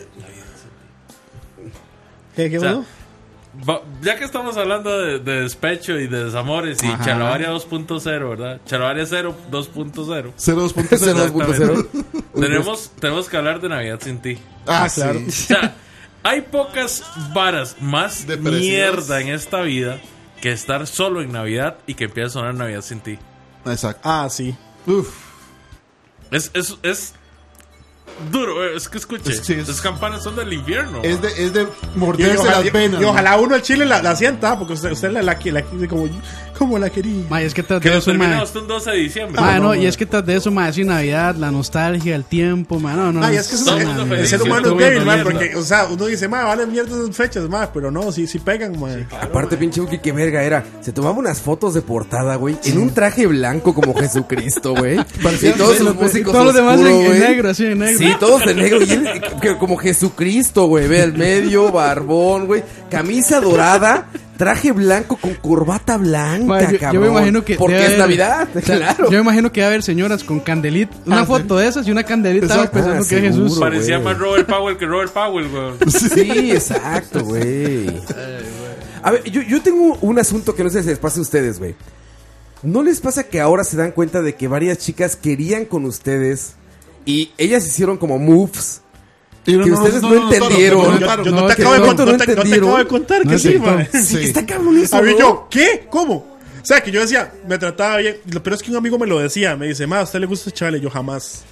Speaker 5: ¿Qué, qué
Speaker 7: O sea,
Speaker 5: bueno?
Speaker 7: va- ya que estamos hablando de, de despecho y de desamores y
Speaker 8: Ajá.
Speaker 7: Chalabaria 2.0, ¿verdad? Chalabaria 0 2.0.
Speaker 8: 02.0.
Speaker 7: Tenemos, tenemos que hablar de Navidad sin ti.
Speaker 8: Ah, claro.
Speaker 7: O sea, hay pocas varas más
Speaker 8: Depresivas.
Speaker 7: mierda en esta vida que estar solo en Navidad y que empiece a sonar Navidad sin ti.
Speaker 8: Exacto.
Speaker 5: Ah, sí.
Speaker 8: Uf.
Speaker 7: Es, es, es duro, eh, es que escuche.
Speaker 8: Es- sí, es-
Speaker 7: Las campanas son del invierno.
Speaker 8: Es de, es de
Speaker 5: Y, y
Speaker 8: morderse
Speaker 5: ojalá,
Speaker 8: las
Speaker 5: y-
Speaker 8: venas.
Speaker 5: y ojalá uno al chile la, la sienta, porque usted, usted la, la, la- la- como, como la quería.
Speaker 4: Ma, y es que tras
Speaker 7: que
Speaker 4: de
Speaker 7: lo
Speaker 4: eso,
Speaker 7: termina
Speaker 4: ma-
Speaker 7: hasta un 12 de diciembre.
Speaker 5: Ah,
Speaker 4: ma, Ah, no, y es que tras de eso, ma, sí, Navidad, la nostalgia, el tiempo, ma, no, no.
Speaker 5: Ah, y es que eso
Speaker 7: Todo
Speaker 5: es-
Speaker 7: el mundo
Speaker 5: el,
Speaker 7: feliz,
Speaker 5: ser
Speaker 7: sí,
Speaker 5: humano
Speaker 7: todo
Speaker 5: es
Speaker 7: el
Speaker 5: débil,
Speaker 7: mundo
Speaker 5: man,
Speaker 7: mierda.
Speaker 5: porque, o sea, uno dice, ma, vale mierda esas fechas, ma, pero no, sí, sí pegan, man.
Speaker 1: Aparte, pinche Uki, qué verga era. Se tomaba unas fotos de portada, güey. En un traje blanco como Jesucristo, güey.
Speaker 8: Parecía
Speaker 1: y todos los músicos
Speaker 4: Todos los demás en,
Speaker 1: oscuro,
Speaker 4: en
Speaker 1: güey.
Speaker 4: negro, así, en negro.
Speaker 1: Sí, todos de negro. Y él, eh, que- como Jesucristo, güey. Ve al medio, barbón, güey. Camisa dorada, traje blanco con corbata blanca,
Speaker 4: Ma, yo- yo,
Speaker 1: cabrón.
Speaker 4: me imagino que.
Speaker 1: Porque
Speaker 4: debe
Speaker 1: es
Speaker 4: haber-
Speaker 1: Navidad,
Speaker 4: o sea,
Speaker 1: claro.
Speaker 4: Yo me imagino que va a haber señoras con candelita. Una
Speaker 8: Ah,
Speaker 4: foto de esas y una candelita
Speaker 8: Exacto.
Speaker 4: pensando
Speaker 1: Ah,
Speaker 4: que es Jesús.
Speaker 1: seguro.
Speaker 7: Parecía
Speaker 1: güey.
Speaker 7: más Robert Powell que Robert Powell, weón.
Speaker 1: Sí, exacto, güey. A ver, yo, yo tengo un asunto que no sé si les pasa a ustedes, güey. ¿No les pasa que ahora se dan cuenta de que varias chicas querían con ustedes y ellas hicieron como moves?
Speaker 8: Y
Speaker 1: que ustedes no entendieron.
Speaker 8: notaron,
Speaker 5: Yo, yo
Speaker 8: notaron.
Speaker 5: no,
Speaker 4: no,
Speaker 5: te
Speaker 4: que
Speaker 5: acabo de
Speaker 4: no,
Speaker 5: con-
Speaker 1: no
Speaker 5: no te- no te
Speaker 1: entendieron.
Speaker 5: acabo de contar que
Speaker 4: No
Speaker 5: sí,
Speaker 4: aceptó.
Speaker 5: man.
Speaker 1: Sí,
Speaker 8: Sí.
Speaker 1: está cabrón eso,
Speaker 5: A mí
Speaker 1: ¿no?
Speaker 5: yo, ¿qué? ¿Cómo? O sea, que yo decía, me trataba bien. Lo peor es que un amigo me lo decía. Me dice, ma, ¿a usted le gusta chavales? Yo jamás.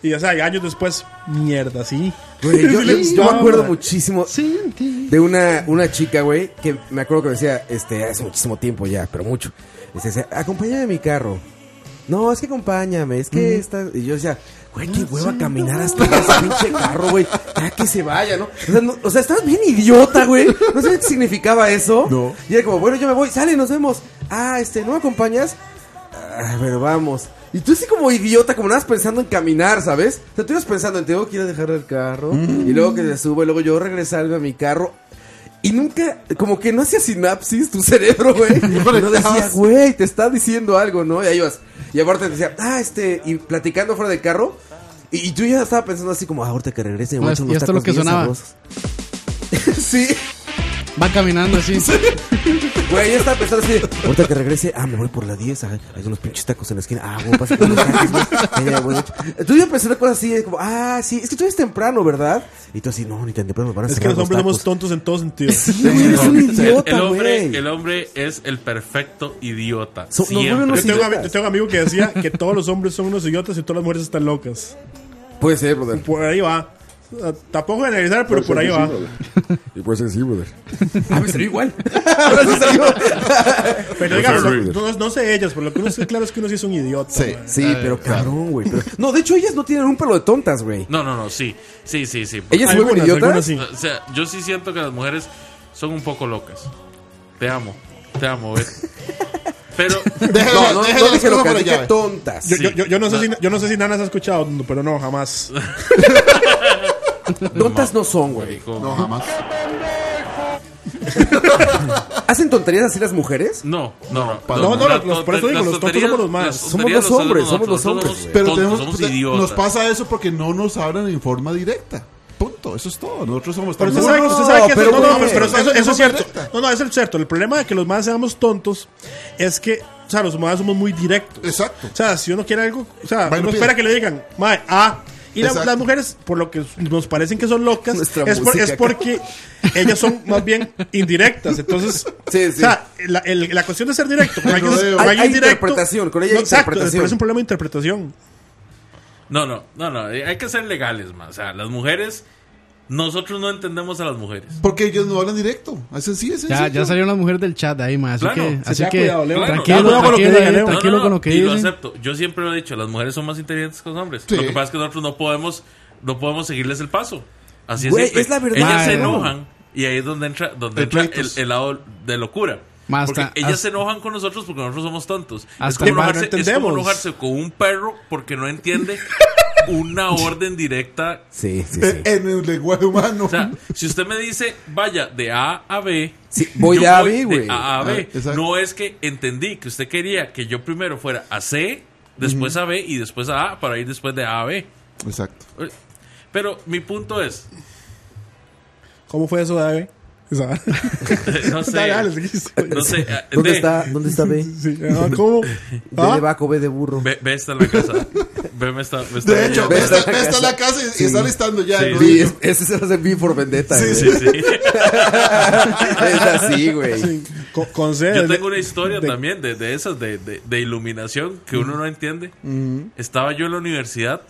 Speaker 5: Y o sea, y años después, mierda, sí.
Speaker 1: Güey, yo, yo-
Speaker 5: Sí,
Speaker 1: yo
Speaker 5: no,
Speaker 1: me acuerdo
Speaker 5: man.
Speaker 1: muchísimo de una, una chica, güey, que me acuerdo que me decía, este, hace muchísimo tiempo ya, pero mucho. Y se decía, acompáñame a mi carro. No, es que acompáñame, es que está... Y yo decía, güey, qué hueva caminar hasta ese pinche carro, güey. Ya que se vaya, ¿no? O sea, no- o sea, estabas bien idiota, güey. No sabía qué significaba eso.
Speaker 8: No.
Speaker 1: Y era como, bueno, yo me voy, sale, nos vemos. Ah, este, ¿no me acompañas? Ah, pero vamos. Y tú así como idiota, como nada más pensando en caminar, ¿sabes? O sea, tú ibas pensando en, tengo que ir a dejar el carro. Y luego que se suba, y luego yo regresarme a mi carro. Y nunca, como que no hacía sinapsis tu cerebro, güey. no decía,
Speaker 8: conectabas.
Speaker 1: güey, te está diciendo algo, ¿no? Y ahí ibas. Y aparte te decía, ah, este, y platicando fuera del carro. Y, y tú ya estaba pensando así como, ah, ahorita que regrese, me voy a
Speaker 4: No,
Speaker 1: echar
Speaker 4: y
Speaker 1: unos
Speaker 4: esto es lo
Speaker 1: tacos
Speaker 4: que
Speaker 1: bien
Speaker 4: sonaba.
Speaker 1: sabrosos. sí.
Speaker 4: Va caminando así.
Speaker 1: Güey, ya estaba pensando así. Ahorita que regrese, ah, me voy por la 10. ah, Hay unos pinches tacos en la esquina. Ah, voy pasar por los tacos, güey. Ya, ya, güey. Tú ibas pensando cosas así, como, ah, sí, es que tú eres temprano, ¿verdad? Y tú así, no, ni tan temprano, nos van a
Speaker 5: Es que
Speaker 1: cerrar
Speaker 5: los hombres somos
Speaker 1: tacos.
Speaker 5: tontos en todo sentido.
Speaker 1: Güey, eres un
Speaker 7: El,
Speaker 1: idiota,
Speaker 7: el hombre,
Speaker 1: güey.
Speaker 7: el hombre es el perfecto idiota.
Speaker 1: So- nos
Speaker 7: siempre.
Speaker 1: vuelven
Speaker 5: Yo
Speaker 1: unos
Speaker 5: tengo, ami-
Speaker 1: idiotas.
Speaker 5: yo tengo un amigo que decía que todos los hombres son unos idiotas y todas las mujeres están locas.
Speaker 1: Puede ser, brother.
Speaker 5: Por ahí va. Ah, Tampoco generalizar, pero por ahí va.
Speaker 1: Y puede ser sí, brother. Ah, me salió igual. Ahora sí salió.
Speaker 5: Pero digamos, no, no sé ellas, pero lo que uno está claro es que uno sí es un idiota.
Speaker 8: Sí.
Speaker 5: man.
Speaker 1: Sí, pero cabrón, güey. pero- No, de hecho, ellas no tienen un pelo de tontas, güey.
Speaker 7: No, no, no, sí. Sí, sí, sí.
Speaker 1: ¿Ellas se vuelven
Speaker 5: Algunas,
Speaker 1: idiotas?
Speaker 5: algunas sí.
Speaker 7: O sea, yo sí siento que las mujeres son un poco locas. Te amo, te amo, Beto. Pero
Speaker 8: Déjale,
Speaker 1: No, no,
Speaker 8: déjale
Speaker 1: no
Speaker 8: las
Speaker 1: dije
Speaker 8: cosas
Speaker 1: lo que
Speaker 8: por allá,
Speaker 1: dije
Speaker 8: ve.
Speaker 1: tontas.
Speaker 5: Yo,
Speaker 7: Sí.
Speaker 5: yo- yo- yo no sé si, yo no sé si Nana se ha escuchado, pero no, jamás.
Speaker 1: Tontas no son, güey.
Speaker 7: dijo,
Speaker 8: No, jamás.
Speaker 1: ¿Hacen tonterías así las mujeres?
Speaker 7: no, no, no,
Speaker 5: no,
Speaker 7: las
Speaker 5: los- por eso
Speaker 7: tonte-
Speaker 5: digo,
Speaker 7: las
Speaker 5: los tontos
Speaker 7: tonterías-
Speaker 5: somos los más.
Speaker 7: las
Speaker 1: Somos
Speaker 7: tonterías
Speaker 1: los
Speaker 7: las
Speaker 1: hombres,
Speaker 7: hacemos
Speaker 1: somos los
Speaker 7: nosotros,
Speaker 1: hombres,
Speaker 7: somos
Speaker 8: Pero
Speaker 7: tontos,
Speaker 8: tenemos-
Speaker 7: somos
Speaker 8: te-
Speaker 7: idiotas.
Speaker 8: nos pasa eso porque no nos hablan en forma directa. Punto, eso es todo. Nosotros somos
Speaker 5: Pero usted
Speaker 8: tan-
Speaker 5: sabe,
Speaker 1: No,
Speaker 5: usted sabe que eso,
Speaker 1: pero
Speaker 5: no, no,
Speaker 1: güey.
Speaker 5: pero- pero eso-
Speaker 8: Eso-
Speaker 5: eso
Speaker 8: eso
Speaker 5: es cierto.
Speaker 8: afecta.
Speaker 5: No, no, eso es cierto. El problema de que los más seamos tontos es que, o sea, los humanos somos muy directos.
Speaker 8: Exacto.
Speaker 5: O sea, si uno quiere algo, o
Speaker 8: Va
Speaker 5: sea,
Speaker 8: y lo
Speaker 5: uno
Speaker 8: pide.
Speaker 5: espera que le digan, mae, ah, Y la-
Speaker 8: Exacto.
Speaker 5: las mujeres, por lo que nos parecen que son locas,
Speaker 8: Nuestra
Speaker 5: es, por- es
Speaker 8: música.
Speaker 5: porque ellas son más bien indirectas. Entonces, o sea, la, el- la cuestión de ser directo, con
Speaker 1: El
Speaker 5: alguien,
Speaker 1: rodeo.
Speaker 5: con
Speaker 1: Hay-
Speaker 5: alguien
Speaker 1: hay
Speaker 5: directo-
Speaker 1: interpretación, con ella hay
Speaker 5: exacto,
Speaker 1: interpretación.
Speaker 5: pero es un problema de interpretación.
Speaker 7: No, no, no, no. eh, Hay que ser legales, más. O sea, las mujeres. Nosotros no entendemos a las mujeres.
Speaker 8: Porque ellos no hablan directo. Es sencillo, es
Speaker 4: Ya,
Speaker 8: sencillo.
Speaker 4: ya salieron las mujeres del chat de ahí, ma. Así
Speaker 7: Claro,
Speaker 4: que,
Speaker 7: se te
Speaker 4: así
Speaker 7: ha
Speaker 4: que
Speaker 7: cuidado, Leo. Claro,
Speaker 4: tranquilo,
Speaker 7: ya cuidado con lo que
Speaker 4: tranquilo,
Speaker 7: diga, Leo.
Speaker 4: tranquilo
Speaker 7: No, no,
Speaker 4: con
Speaker 7: no,
Speaker 4: lo que
Speaker 7: Y lo
Speaker 4: dicen.
Speaker 7: acepto. Yo siempre lo he dicho, las mujeres son más inteligentes que los hombres.
Speaker 4: Sí.
Speaker 7: Lo que pasa es que nosotros no podemos, no podemos seguirles el paso. Así
Speaker 4: Güey,
Speaker 7: es. simple.
Speaker 4: es la verdad.
Speaker 7: Ellas se
Speaker 4: Claro.
Speaker 7: enojan y ahí es donde entra, donde entra el, el lado de locura.
Speaker 4: Ma,
Speaker 7: porque
Speaker 4: hasta-
Speaker 7: ellas
Speaker 4: hasta-
Speaker 7: se enojan con nosotros porque nosotros somos tontos. Es
Speaker 4: Hasta-
Speaker 7: como,
Speaker 4: Ma, no
Speaker 7: enojarse, es como
Speaker 4: entendemos.
Speaker 7: enojarse con un perro porque no entiende una orden directa
Speaker 1: Sí, sí,
Speaker 8: Eh, En el lenguaje humano.
Speaker 7: o sea, si usted me dice, vaya de A a B,
Speaker 1: voy
Speaker 7: yo
Speaker 1: de A a B, güey.
Speaker 7: de A a
Speaker 1: Ah,
Speaker 7: B.
Speaker 1: exacto.
Speaker 7: no es que entendí que usted quería que yo primero fuera a C, después a B y después a A para ir después de A a B.
Speaker 8: Exacto.
Speaker 7: Pero mi punto es,
Speaker 5: ¿Cómo fue eso, Dave? Esa-
Speaker 7: no sé,
Speaker 5: Dale, dale, seguí.
Speaker 7: no sé, eh,
Speaker 1: ¿Dónde
Speaker 7: de-
Speaker 1: está, ¿Dónde está B?
Speaker 5: Sí, ah, ¿cómo?
Speaker 1: B
Speaker 5: Ah.
Speaker 1: de Baco, B de burro.
Speaker 7: B, B está en la casa. B me está, me está
Speaker 8: De hecho,
Speaker 7: leyendo.
Speaker 8: B está- B está en la casa y- y está listando ya, ¿no?
Speaker 1: Sí, es- ese se hace B for Vendetta.
Speaker 7: Sí,
Speaker 1: güey.
Speaker 7: sí, sí.
Speaker 1: es así, güey.
Speaker 5: Sí, Con, con C,
Speaker 7: Yo
Speaker 5: de-
Speaker 7: tengo una historia
Speaker 5: de-
Speaker 7: también de, de esas, de, de- de iluminación que uno no entiende.
Speaker 5: Ujú.
Speaker 7: Estaba yo en la universidad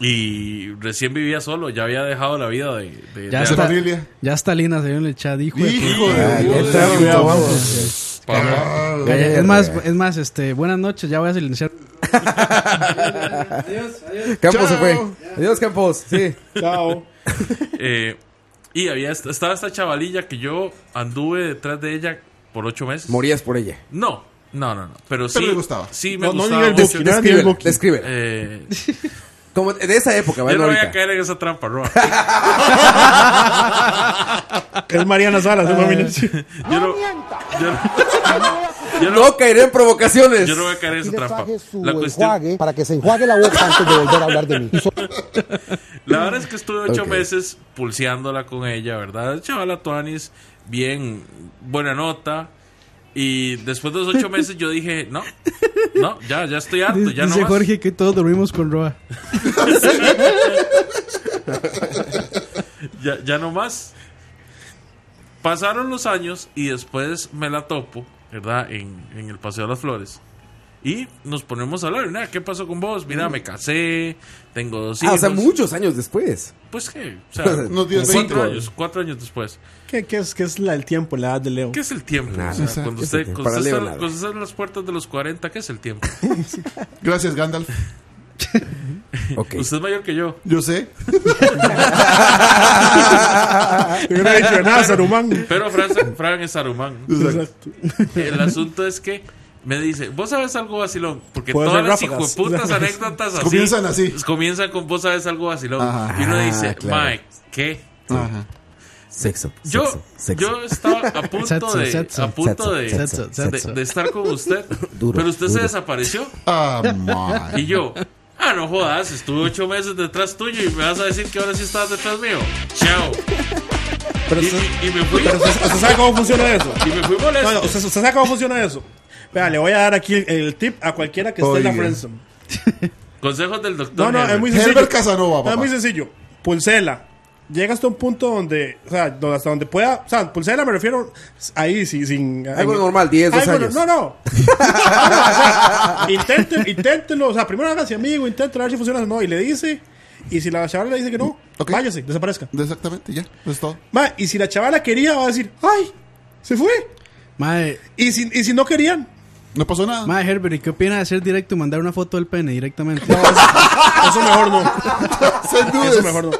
Speaker 7: y recién vivía solo, ya había dejado la vida de, de-
Speaker 4: Ya
Speaker 7: de-
Speaker 4: está, ya está Lina, se vio en el chat, hijo de
Speaker 7: Hijo
Speaker 4: puta.
Speaker 7: de
Speaker 4: Ay,
Speaker 7: puta.
Speaker 4: qué tráfico,
Speaker 7: Cuidado,
Speaker 4: vamos.
Speaker 7: vamos. Vamos.
Speaker 4: Ya, ya,
Speaker 7: Verga.
Speaker 4: Eh, Es más, es más, este, buenas noches, ya voy a silenciar.
Speaker 1: Campos se fue. Adiós, Campos. Sí.
Speaker 5: Chao.
Speaker 7: Eh, y había esta- estaba esta chavalilla que yo anduve detrás de ella por ocho meses.
Speaker 1: Morías por ella.
Speaker 7: No, no, no, no. Pero
Speaker 1: Pero
Speaker 7: sí.
Speaker 1: le gustaba.
Speaker 7: Sí, me
Speaker 1: No, no
Speaker 7: gustaba.
Speaker 1: diga el
Speaker 7: mucho.
Speaker 1: Buki, no diga el Descríbela, Buki. descríbela.
Speaker 7: Eh,
Speaker 1: Como de esa época,
Speaker 7: yo
Speaker 1: ¿vale?
Speaker 7: no voy a
Speaker 1: ahorita.
Speaker 7: caer en esa trampa, Roa.
Speaker 5: Es Mariana Salas, ¿no, Mariana?
Speaker 7: Yo no, yo no- yo
Speaker 1: no, pues. caeré en provocaciones.
Speaker 7: yo no voy a caer en esa trampa. La cuestión
Speaker 17: enjuague para que se enjuague la boca antes de volver a hablar de mí.
Speaker 7: La verdad es que estuve ocho
Speaker 17: Ok.
Speaker 7: meses pulseándola con ella, ¿verdad? Chavala Tuanis, bien, buena nota. Y después de los ocho meses yo dije, no, no, ya, ya estoy harto, ya no
Speaker 4: Dice
Speaker 7: más.
Speaker 4: Jorge que todos dormimos con Roa.
Speaker 7: ya, ya no más. Pasaron los años y después me la topo, ¿verdad? En, en el Paseo de las Flores. Y nos ponemos a hablar, mira, ¿qué pasó con vos? Mira, me casé, tengo dos hijos.
Speaker 1: Ah, o sea, muchos años después.
Speaker 7: Pues que, o sea,
Speaker 1: Unos diez,
Speaker 7: cuatro
Speaker 1: veinte.
Speaker 7: años, cuatro años después.
Speaker 5: ¿Qué, qué es, qué es la, el tiempo, la edad de Leo?
Speaker 7: ¿Qué es el tiempo?
Speaker 5: Nada.
Speaker 7: O sea,
Speaker 5: Exacto.
Speaker 7: cuando
Speaker 5: ¿Qué es
Speaker 7: usted,
Speaker 5: el tiempo?
Speaker 7: cuando
Speaker 5: Para
Speaker 7: usted
Speaker 5: Leo,
Speaker 7: está-
Speaker 5: nada.
Speaker 7: cuando usted está en las puertas de los 40, ¿qué es el tiempo?
Speaker 8: Gracias, Gandalf.
Speaker 7: Usted es mayor que yo.
Speaker 8: Yo sé.
Speaker 5: hubiera dicho, nada, Saruman.
Speaker 7: Pero Fran, Fran es Sarumán.
Speaker 5: Exacto.
Speaker 7: El asunto es que me dice, ¿vos sabes algo vacilón? Porque
Speaker 5: Puede
Speaker 7: todas
Speaker 5: ser
Speaker 7: las
Speaker 5: ráfagas.
Speaker 7: hijueputas anécdotas así.
Speaker 8: Comienzan así.
Speaker 7: Comienzan con, ¿vos sabes algo vacilón?
Speaker 8: Ajá.
Speaker 7: y uno dice,
Speaker 8: Ah, claro.
Speaker 7: Mike, ¿qué?
Speaker 8: Ajá.
Speaker 1: Sexo.
Speaker 7: Yo,
Speaker 1: sexo, sexo.
Speaker 7: yo estaba a punto
Speaker 1: Sexo,
Speaker 7: de,
Speaker 1: sexo,
Speaker 7: a punto
Speaker 1: sexo,
Speaker 7: de,
Speaker 1: sexo,
Speaker 7: de-
Speaker 1: sexo.
Speaker 7: de estar con usted,
Speaker 1: Duro,
Speaker 7: pero usted se
Speaker 1: duro.
Speaker 7: desapareció.
Speaker 8: Ah, man.
Speaker 7: y yo, ah, no jodas, estuve ocho meses detrás tuyo y me vas a decir que ahora sí estabas detrás mío. Chao.
Speaker 5: Pero
Speaker 7: y,
Speaker 5: usted-
Speaker 7: y- y me fui.
Speaker 5: Pero usted, usted sabe cómo funciona eso.
Speaker 7: Y me fui molesto.
Speaker 5: No, no, usted, usted sabe cómo funciona eso. Vea, le voy a dar aquí el, el tip a cualquiera que esté en la
Speaker 7: Oiga.
Speaker 5: friendzone.
Speaker 7: Consejos del doctor.
Speaker 5: No, no, es
Speaker 7: Herbert.
Speaker 5: muy sencillo.
Speaker 8: papá.
Speaker 5: Es muy sencillo. Pulsela. Llega hasta un punto donde, o sea, donde- hasta donde pueda, o sea, pulsela me refiero ahí, sí, sin...
Speaker 1: Algo
Speaker 5: en-
Speaker 1: normal, 10, 12
Speaker 5: algo-
Speaker 1: años.
Speaker 5: No, no. Ah, no, o sea, intenten- inténtenlo, o sea, primero háganse amigo, intenten a ver si funciona o no, y le dice, y si la chavala le dice que no, váyase, desaparezca.
Speaker 8: Exactamente, ya, eso es todo.
Speaker 5: Ma, y si la chavala quería, va a decir, ¡ay! ¡Se fue! Y si, y si no querían,
Speaker 8: No pasó nada.
Speaker 4: Madre Herbert, ¿y qué opina de hacer directo y mandar una foto del pene directamente?
Speaker 5: eso mejor no. Eso mejor no.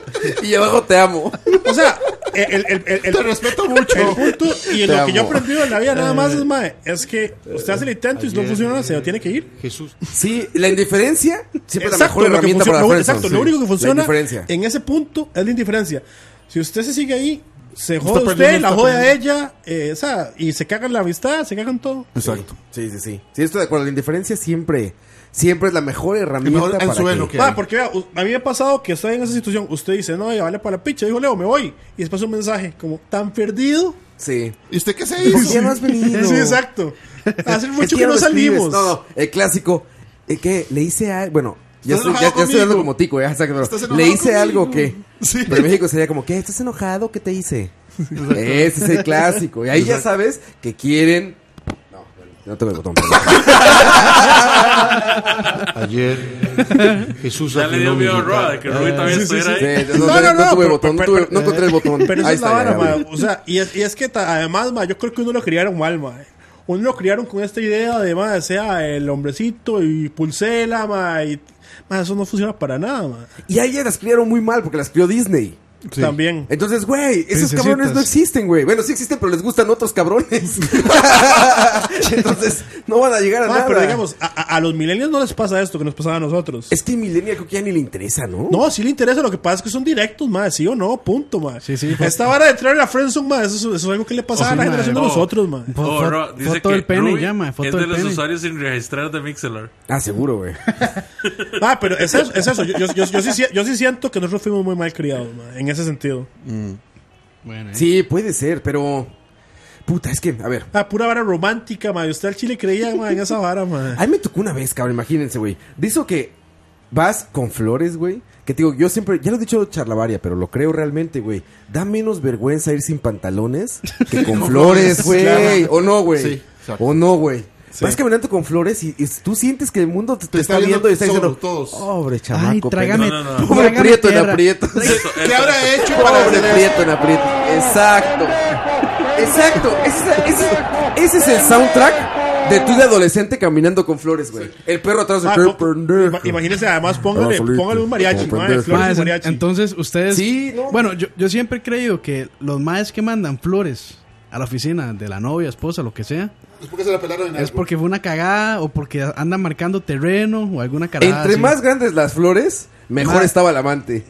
Speaker 1: Y abajo te amo.
Speaker 5: O sea, el, el, el, el-
Speaker 8: Te respeto mucho.
Speaker 5: El punto
Speaker 8: Te
Speaker 5: y lo que
Speaker 8: amo.
Speaker 5: yo he aprendido en la vida nada más
Speaker 8: Eh,
Speaker 5: es, mae, es que usted hace el intento y si no
Speaker 8: ayer,
Speaker 5: funciona, se tiene que ir.
Speaker 16: Jesús.
Speaker 1: Sí, la indiferencia siempre es la
Speaker 5: Exacto,
Speaker 1: mejor
Speaker 5: lo, que
Speaker 1: herramienta
Speaker 5: funciona-
Speaker 1: para
Speaker 5: lo-
Speaker 1: la
Speaker 5: exacto,
Speaker 1: friendzone.
Speaker 5: lo único que
Speaker 1: Sí,
Speaker 5: funciona
Speaker 1: La indiferencia.
Speaker 5: en ese punto es la indiferencia. Si usted se sigue ahí, se
Speaker 1: Está
Speaker 5: jode usted,
Speaker 1: perdiendo,
Speaker 5: la
Speaker 1: está
Speaker 5: jode a
Speaker 1: perdiendo.
Speaker 5: ella, eh, o sea, y se cagan la amistad, se cagan todo.
Speaker 1: Exacto. Sí, sí, sí. Sí, estoy de acuerdo. La indiferencia siempre, siempre es la mejor herramienta para que-
Speaker 5: Ma, porque vea, u- a mí me ha pasado que estoy en esa situación. Usted dice, no, ya vale para la picha. Digo, Leo, me voy. Y después un mensaje como, tan perdido.
Speaker 1: Sí.
Speaker 8: ¿Y usted qué se
Speaker 1: ¿Por qué no has venido?
Speaker 5: Sí, exacto. Hace
Speaker 1: Es
Speaker 5: mucho que
Speaker 1: ya
Speaker 5: no
Speaker 1: escribes.
Speaker 5: salimos.
Speaker 1: No, no, el clásico. eh, ¿Qué? Le hice a. Bueno, Ya
Speaker 8: ¿Estás
Speaker 1: estoy, ya,
Speaker 8: enojado
Speaker 1: ya estoy hablando
Speaker 8: conmigo?
Speaker 1: como tico, ya, exacto.
Speaker 8: ¿Estás enojado
Speaker 1: Le hice algo que.
Speaker 8: conmigo? Sí.
Speaker 1: Pero en México sería como, ¿qué? ¿Estás enojado? ¿Qué te hice? Ese es el clásico. Y ahí ya
Speaker 8: Exacto.
Speaker 1: sabes que quieren. No, no toque el botón. perdón.
Speaker 16: Ayer Jesús
Speaker 7: Ya le
Speaker 16: afinó
Speaker 7: dio
Speaker 16: mi
Speaker 7: miedo a
Speaker 16: guitarra.
Speaker 7: Roa de que Rui también estuviera ahí.
Speaker 1: Sí, no, no, no tuve botón, no tuve- no encontré el botón.
Speaker 5: Pero esa
Speaker 1: Ahí
Speaker 5: es la
Speaker 1: está,
Speaker 5: vara,
Speaker 1: ya,
Speaker 5: ma,
Speaker 1: güey.
Speaker 5: O sea, y es, y es que ta- además, ma, yo creo que uno lo criaron mal, ma. Uno lo criaron con esta idea de, ma, sea el hombrecito y pulsela, ma, y... ma, eso no funciona para nada, ma.
Speaker 1: Y a ella las criaron muy mal porque las crió Disney.
Speaker 5: Sí. También.
Speaker 1: Entonces, güey, esos
Speaker 5: Princesitas.
Speaker 1: cabrones no existen, güey. Bueno, sí existen, pero les gustan otros cabrones. Entonces, no van a llegar a
Speaker 5: Ma,
Speaker 1: nada.
Speaker 5: Ah, pero digamos, a, a- a los millennials no les pasa esto que nos pasaba a nosotros.
Speaker 1: Es que millennial creo que ya ni le interesa, ¿no?
Speaker 5: No, sí le interesa, lo que pasa es que son directos, ma, sí o no, punto, ma.
Speaker 4: sí.
Speaker 1: pues.
Speaker 5: Esta vara de traer a Friendzone, ma, eso, es- eso es algo que le pasaba
Speaker 4: Oh,
Speaker 5: a la
Speaker 4: sí, ma,
Speaker 5: generación
Speaker 4: oh.
Speaker 5: de nosotros, ma.
Speaker 4: Fo-
Speaker 7: Oh,
Speaker 4: fo-
Speaker 7: Roa, dice
Speaker 4: foto
Speaker 7: que
Speaker 4: del pene,
Speaker 7: Rui
Speaker 4: ya, ma,
Speaker 7: es
Speaker 4: foto
Speaker 7: de
Speaker 4: del
Speaker 7: los
Speaker 4: pene.
Speaker 7: usuarios sin registrar de Mixelar.
Speaker 1: Ah, seguro, güey.
Speaker 5: Ah, pero es eso, es eso. Yo, yo, yo, yo sí, si- yo sí siento que nosotros fuimos muy mal criados, ma, en ese sentido.
Speaker 1: Sí, puede ser, pero. Puta, es que, a ver.
Speaker 5: Ah, pura vara romántica, ma. y Usted al chile creía, ma, en esa vara, ma.
Speaker 1: A mí me tocó una vez, cabrón, imagínense, güey. De eso que vas con flores, güey. Que te digo, yo siempre, ya lo he dicho charlavaria, pero lo creo realmente, güey. Da menos vergüenza ir sin pantalones que con flores, güey.
Speaker 8: Claro.
Speaker 1: O no, güey.
Speaker 8: Sí, exacto.
Speaker 1: o no, güey.
Speaker 8: Sí.
Speaker 1: Vas caminando con flores y, y tú sientes que el mundo te, te
Speaker 8: está
Speaker 1: está,
Speaker 8: viendo
Speaker 1: viendo y está
Speaker 8: solo,
Speaker 1: diciendo,
Speaker 8: todos.
Speaker 1: pobre chamaco,
Speaker 4: trágame-
Speaker 1: pendejo.
Speaker 4: no, no.
Speaker 1: pobre
Speaker 4: trágame
Speaker 1: prieto en
Speaker 4: tierra".
Speaker 1: aprieto.
Speaker 8: ¿Qué habrá hecho para
Speaker 1: Pobre
Speaker 8: hacer esto?
Speaker 1: prieto en aprieto. Exacto. Exacto. Ese, es- ese- ese es el soundtrack de tú de adolescente caminando con flores, güey. El perro atrás de
Speaker 5: Ah,
Speaker 1: "Qué
Speaker 5: po-
Speaker 1: pendejo".
Speaker 5: ima- imagínese, además, póngale,
Speaker 1: Ah, solito.
Speaker 5: póngale un mariachi,
Speaker 1: Como
Speaker 5: ma,
Speaker 1: pendejo.
Speaker 5: flores
Speaker 4: Maes,
Speaker 5: y mariachi.
Speaker 4: entonces ustedes.
Speaker 1: Sí, no.
Speaker 4: Bueno, yo, yo siempre he creído que los maes que mandan flores a la oficina de la novia, esposa, lo que sea,
Speaker 8: Es porque se la pelaron en
Speaker 4: es
Speaker 8: algo.
Speaker 4: porque fue una cagada o porque andan marcando terreno o alguna cagada.
Speaker 1: Entre
Speaker 4: así.
Speaker 1: más grandes las flores, mejor
Speaker 4: Ma-
Speaker 1: estaba el amante.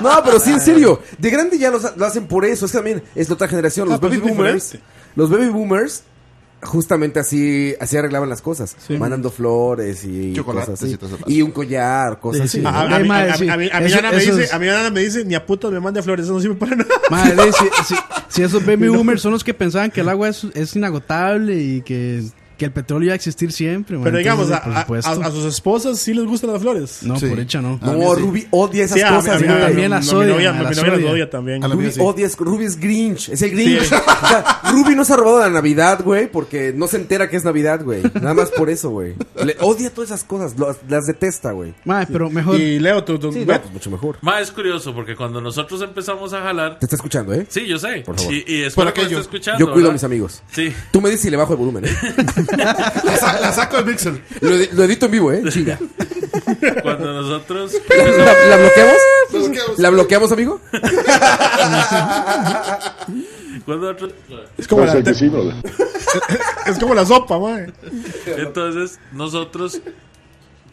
Speaker 1: no, pero sí, en serio. De grande ya los- lo hacen por eso. Es que también es la otra generación.
Speaker 5: Ah,
Speaker 1: Los
Speaker 5: pero
Speaker 1: baby
Speaker 5: es
Speaker 1: boomers.
Speaker 5: diferente.
Speaker 1: Los baby boomers. Justamente así, así arreglaban las cosas.
Speaker 5: Sí.
Speaker 1: Mandando flores y
Speaker 8: Chocolates
Speaker 1: cosas así.
Speaker 8: y todo eso.
Speaker 1: Y un collar, cosas
Speaker 4: Sí, sí.
Speaker 1: así.
Speaker 5: A,
Speaker 1: ¿no?
Speaker 5: a- a mí-
Speaker 4: ma,
Speaker 5: a- a-
Speaker 4: sí.
Speaker 5: a mí a mí
Speaker 4: Eso-
Speaker 5: Ana me
Speaker 4: eso
Speaker 5: dice,
Speaker 4: es-
Speaker 5: a mí Ana me dice, ni a puto me mande flores, eso no sirve para nada.
Speaker 4: Madre, si, si- si esos baby boomers son los que pensaban que el agua es, es inagotable y que, que el petróleo iba a existir siempre. man,
Speaker 5: Pero digamos, a,
Speaker 4: entonces, por
Speaker 5: a,
Speaker 4: supuesto.
Speaker 5: a- a sus esposas sí les gustan las flores.
Speaker 4: No,
Speaker 8: Sí.
Speaker 4: por hecha no.
Speaker 8: Ah,
Speaker 1: No,
Speaker 8: a mí sí.
Speaker 1: Ruby odia esas
Speaker 5: Sí, a mí-
Speaker 1: cosas.
Speaker 5: a mí- a
Speaker 1: güey.
Speaker 5: mí-
Speaker 4: También las
Speaker 5: a mi
Speaker 4: odia,
Speaker 5: novia-
Speaker 4: ma,
Speaker 5: mi
Speaker 4: las
Speaker 5: novia las
Speaker 4: odia.
Speaker 5: odia también.
Speaker 8: A la mía
Speaker 1: Ruby
Speaker 8: sí.
Speaker 1: odia es- Ruby es Grinch, es el Grinch.
Speaker 5: Sí.
Speaker 1: O sea, Ruby no se ha robado la Navidad, güey, porque no se entera que es Navidad, güey. Nada más por eso, güey. Le odia todas esas cosas, lo- las detesta, güey.
Speaker 4: Madre, pero mejor.
Speaker 5: Y Leo, tú, tú-
Speaker 1: Sí, no,
Speaker 5: Beto,
Speaker 1: pues mucho mejor.
Speaker 7: Ma, es curioso porque cuando nosotros empezamos a jalar.
Speaker 1: Te está escuchando, ¿eh?
Speaker 7: Sí, yo sé.
Speaker 1: Por favor.
Speaker 7: Sí, y espero que
Speaker 8: Por
Speaker 7: me esté
Speaker 8: aquello.
Speaker 7: escuchando.
Speaker 1: Yo cuido
Speaker 7: ¿verdad?
Speaker 1: a mis amigos.
Speaker 7: Sí.
Speaker 1: Tú me dices si le bajo el volumen, ¿eh?
Speaker 8: La, sa- la saco del mixer.
Speaker 1: Lo, edi- lo edito en vivo, ¿eh? Chinga.
Speaker 7: Cuando nosotros.
Speaker 1: ¿La, la
Speaker 8: Lo
Speaker 1: bloqueamos?
Speaker 8: bloqueamos.
Speaker 1: ¿La bloqueamos, amigo?
Speaker 7: Cuando nosotros-
Speaker 5: es, como la, es como la sopa, mae.
Speaker 7: Entonces, nosotros.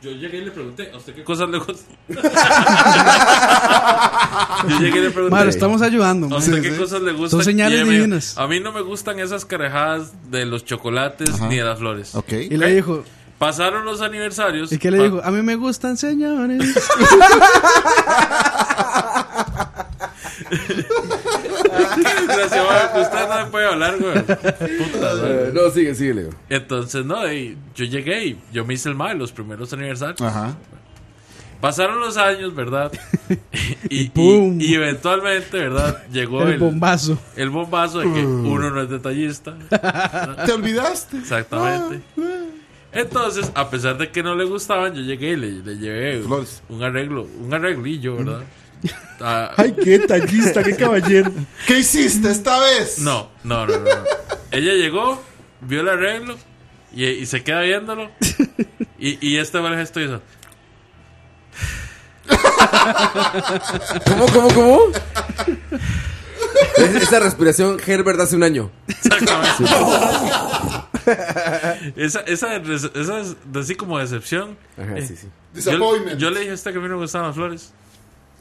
Speaker 7: Yo llegué y le pregunté, ¿a usted qué cosas le gustan? yo llegué y le pregunté.
Speaker 4: Madre, lo estamos ayudando.
Speaker 7: ¿A
Speaker 4: man.
Speaker 7: usted qué cosas le gustan?
Speaker 4: Son señales
Speaker 7: Y ella me dijo,
Speaker 4: divinas.
Speaker 7: a mí no me gustan esas carejadas de los chocolates ni de las flores.
Speaker 8: Ok.
Speaker 4: Y le dijo,
Speaker 7: Pasaron los aniversarios.
Speaker 4: ¿y qué le
Speaker 5: Ah.
Speaker 7: pa-
Speaker 4: dijo? A mí me gustan señores.
Speaker 7: Qué desgraciado, güey, Usted no me puede hablar, güey. Puta, güey.
Speaker 1: Eh, No, sigue, sigue, Leo.
Speaker 7: Entonces, no, y yo llegué y yo me hice el mal los primeros aniversarios.
Speaker 4: Ah.
Speaker 8: Ajá.
Speaker 7: Pasaron los años, ¿verdad? y, y-
Speaker 4: ¡pum!
Speaker 7: y eventualmente, ¿verdad? Llegó el,
Speaker 4: el Uh. bombazo.
Speaker 7: el bombazo de que uno no es detallista.
Speaker 8: ¿Te olvidaste?
Speaker 7: Exactamente. Entonces, a pesar de que no le gustaban, yo llegué y le, le llevé
Speaker 8: Flores.
Speaker 7: un arreglo, un arreglillo, ¿verdad?
Speaker 4: Mm.
Speaker 7: Ah,
Speaker 5: Ay, qué tallista, qué caballero.
Speaker 8: ¿Qué hiciste esta vez?
Speaker 7: no, no, no, no, no. Ella llegó, vio el arreglo y, y se queda viéndolo. Y, y este fue el gesto hizo.
Speaker 1: ¿Cómo, cómo, cómo? Es- Esa respiración Herbert hace un año.
Speaker 7: Exactamente. esa, esa, res- esa es de así como decepción.
Speaker 1: Ajá,
Speaker 7: Eh,
Speaker 1: sí, sí.
Speaker 7: Yo,
Speaker 8: Disappointment.
Speaker 7: yo le dije a usted que a mí no me gustaban las flores.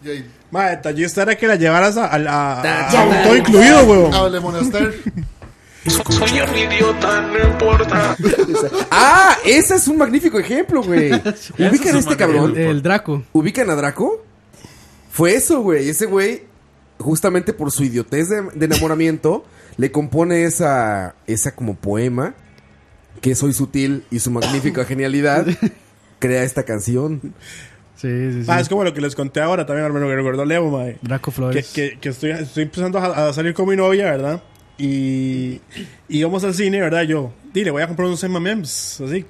Speaker 8: Y ahí,
Speaker 5: Mae, tallista era que la llevaras a, a, a- a-
Speaker 8: Ya,
Speaker 5: a un
Speaker 8: ya.
Speaker 5: todo incluido, weón.
Speaker 8: Hable, Monaster.
Speaker 14: Soy un idiota, no importa.
Speaker 1: Ah, ese es un magnífico ejemplo, güey. Ubican a
Speaker 7: es un
Speaker 1: este cabrón.
Speaker 4: El, el Draco.
Speaker 1: ¿Ubican a Draco? Fue eso, güey. Ese güey, justamente por su idiotez de, de enamoramiento, le compone esa, esa como poema, que soy sutil y su magnífica genialidad. crea esta canción.
Speaker 4: Sí, sí,
Speaker 5: Ah, es como lo que les conté ahora también, hermano, que recordó Leo, mae.
Speaker 4: Draco Flores.
Speaker 5: Que, que- que estoy, estoy empezando a, a salir con mi novia, ¿verdad? Y, y íbamos al cine, ¿verdad? Yo, dile, voy a comprar unos M&M's, así,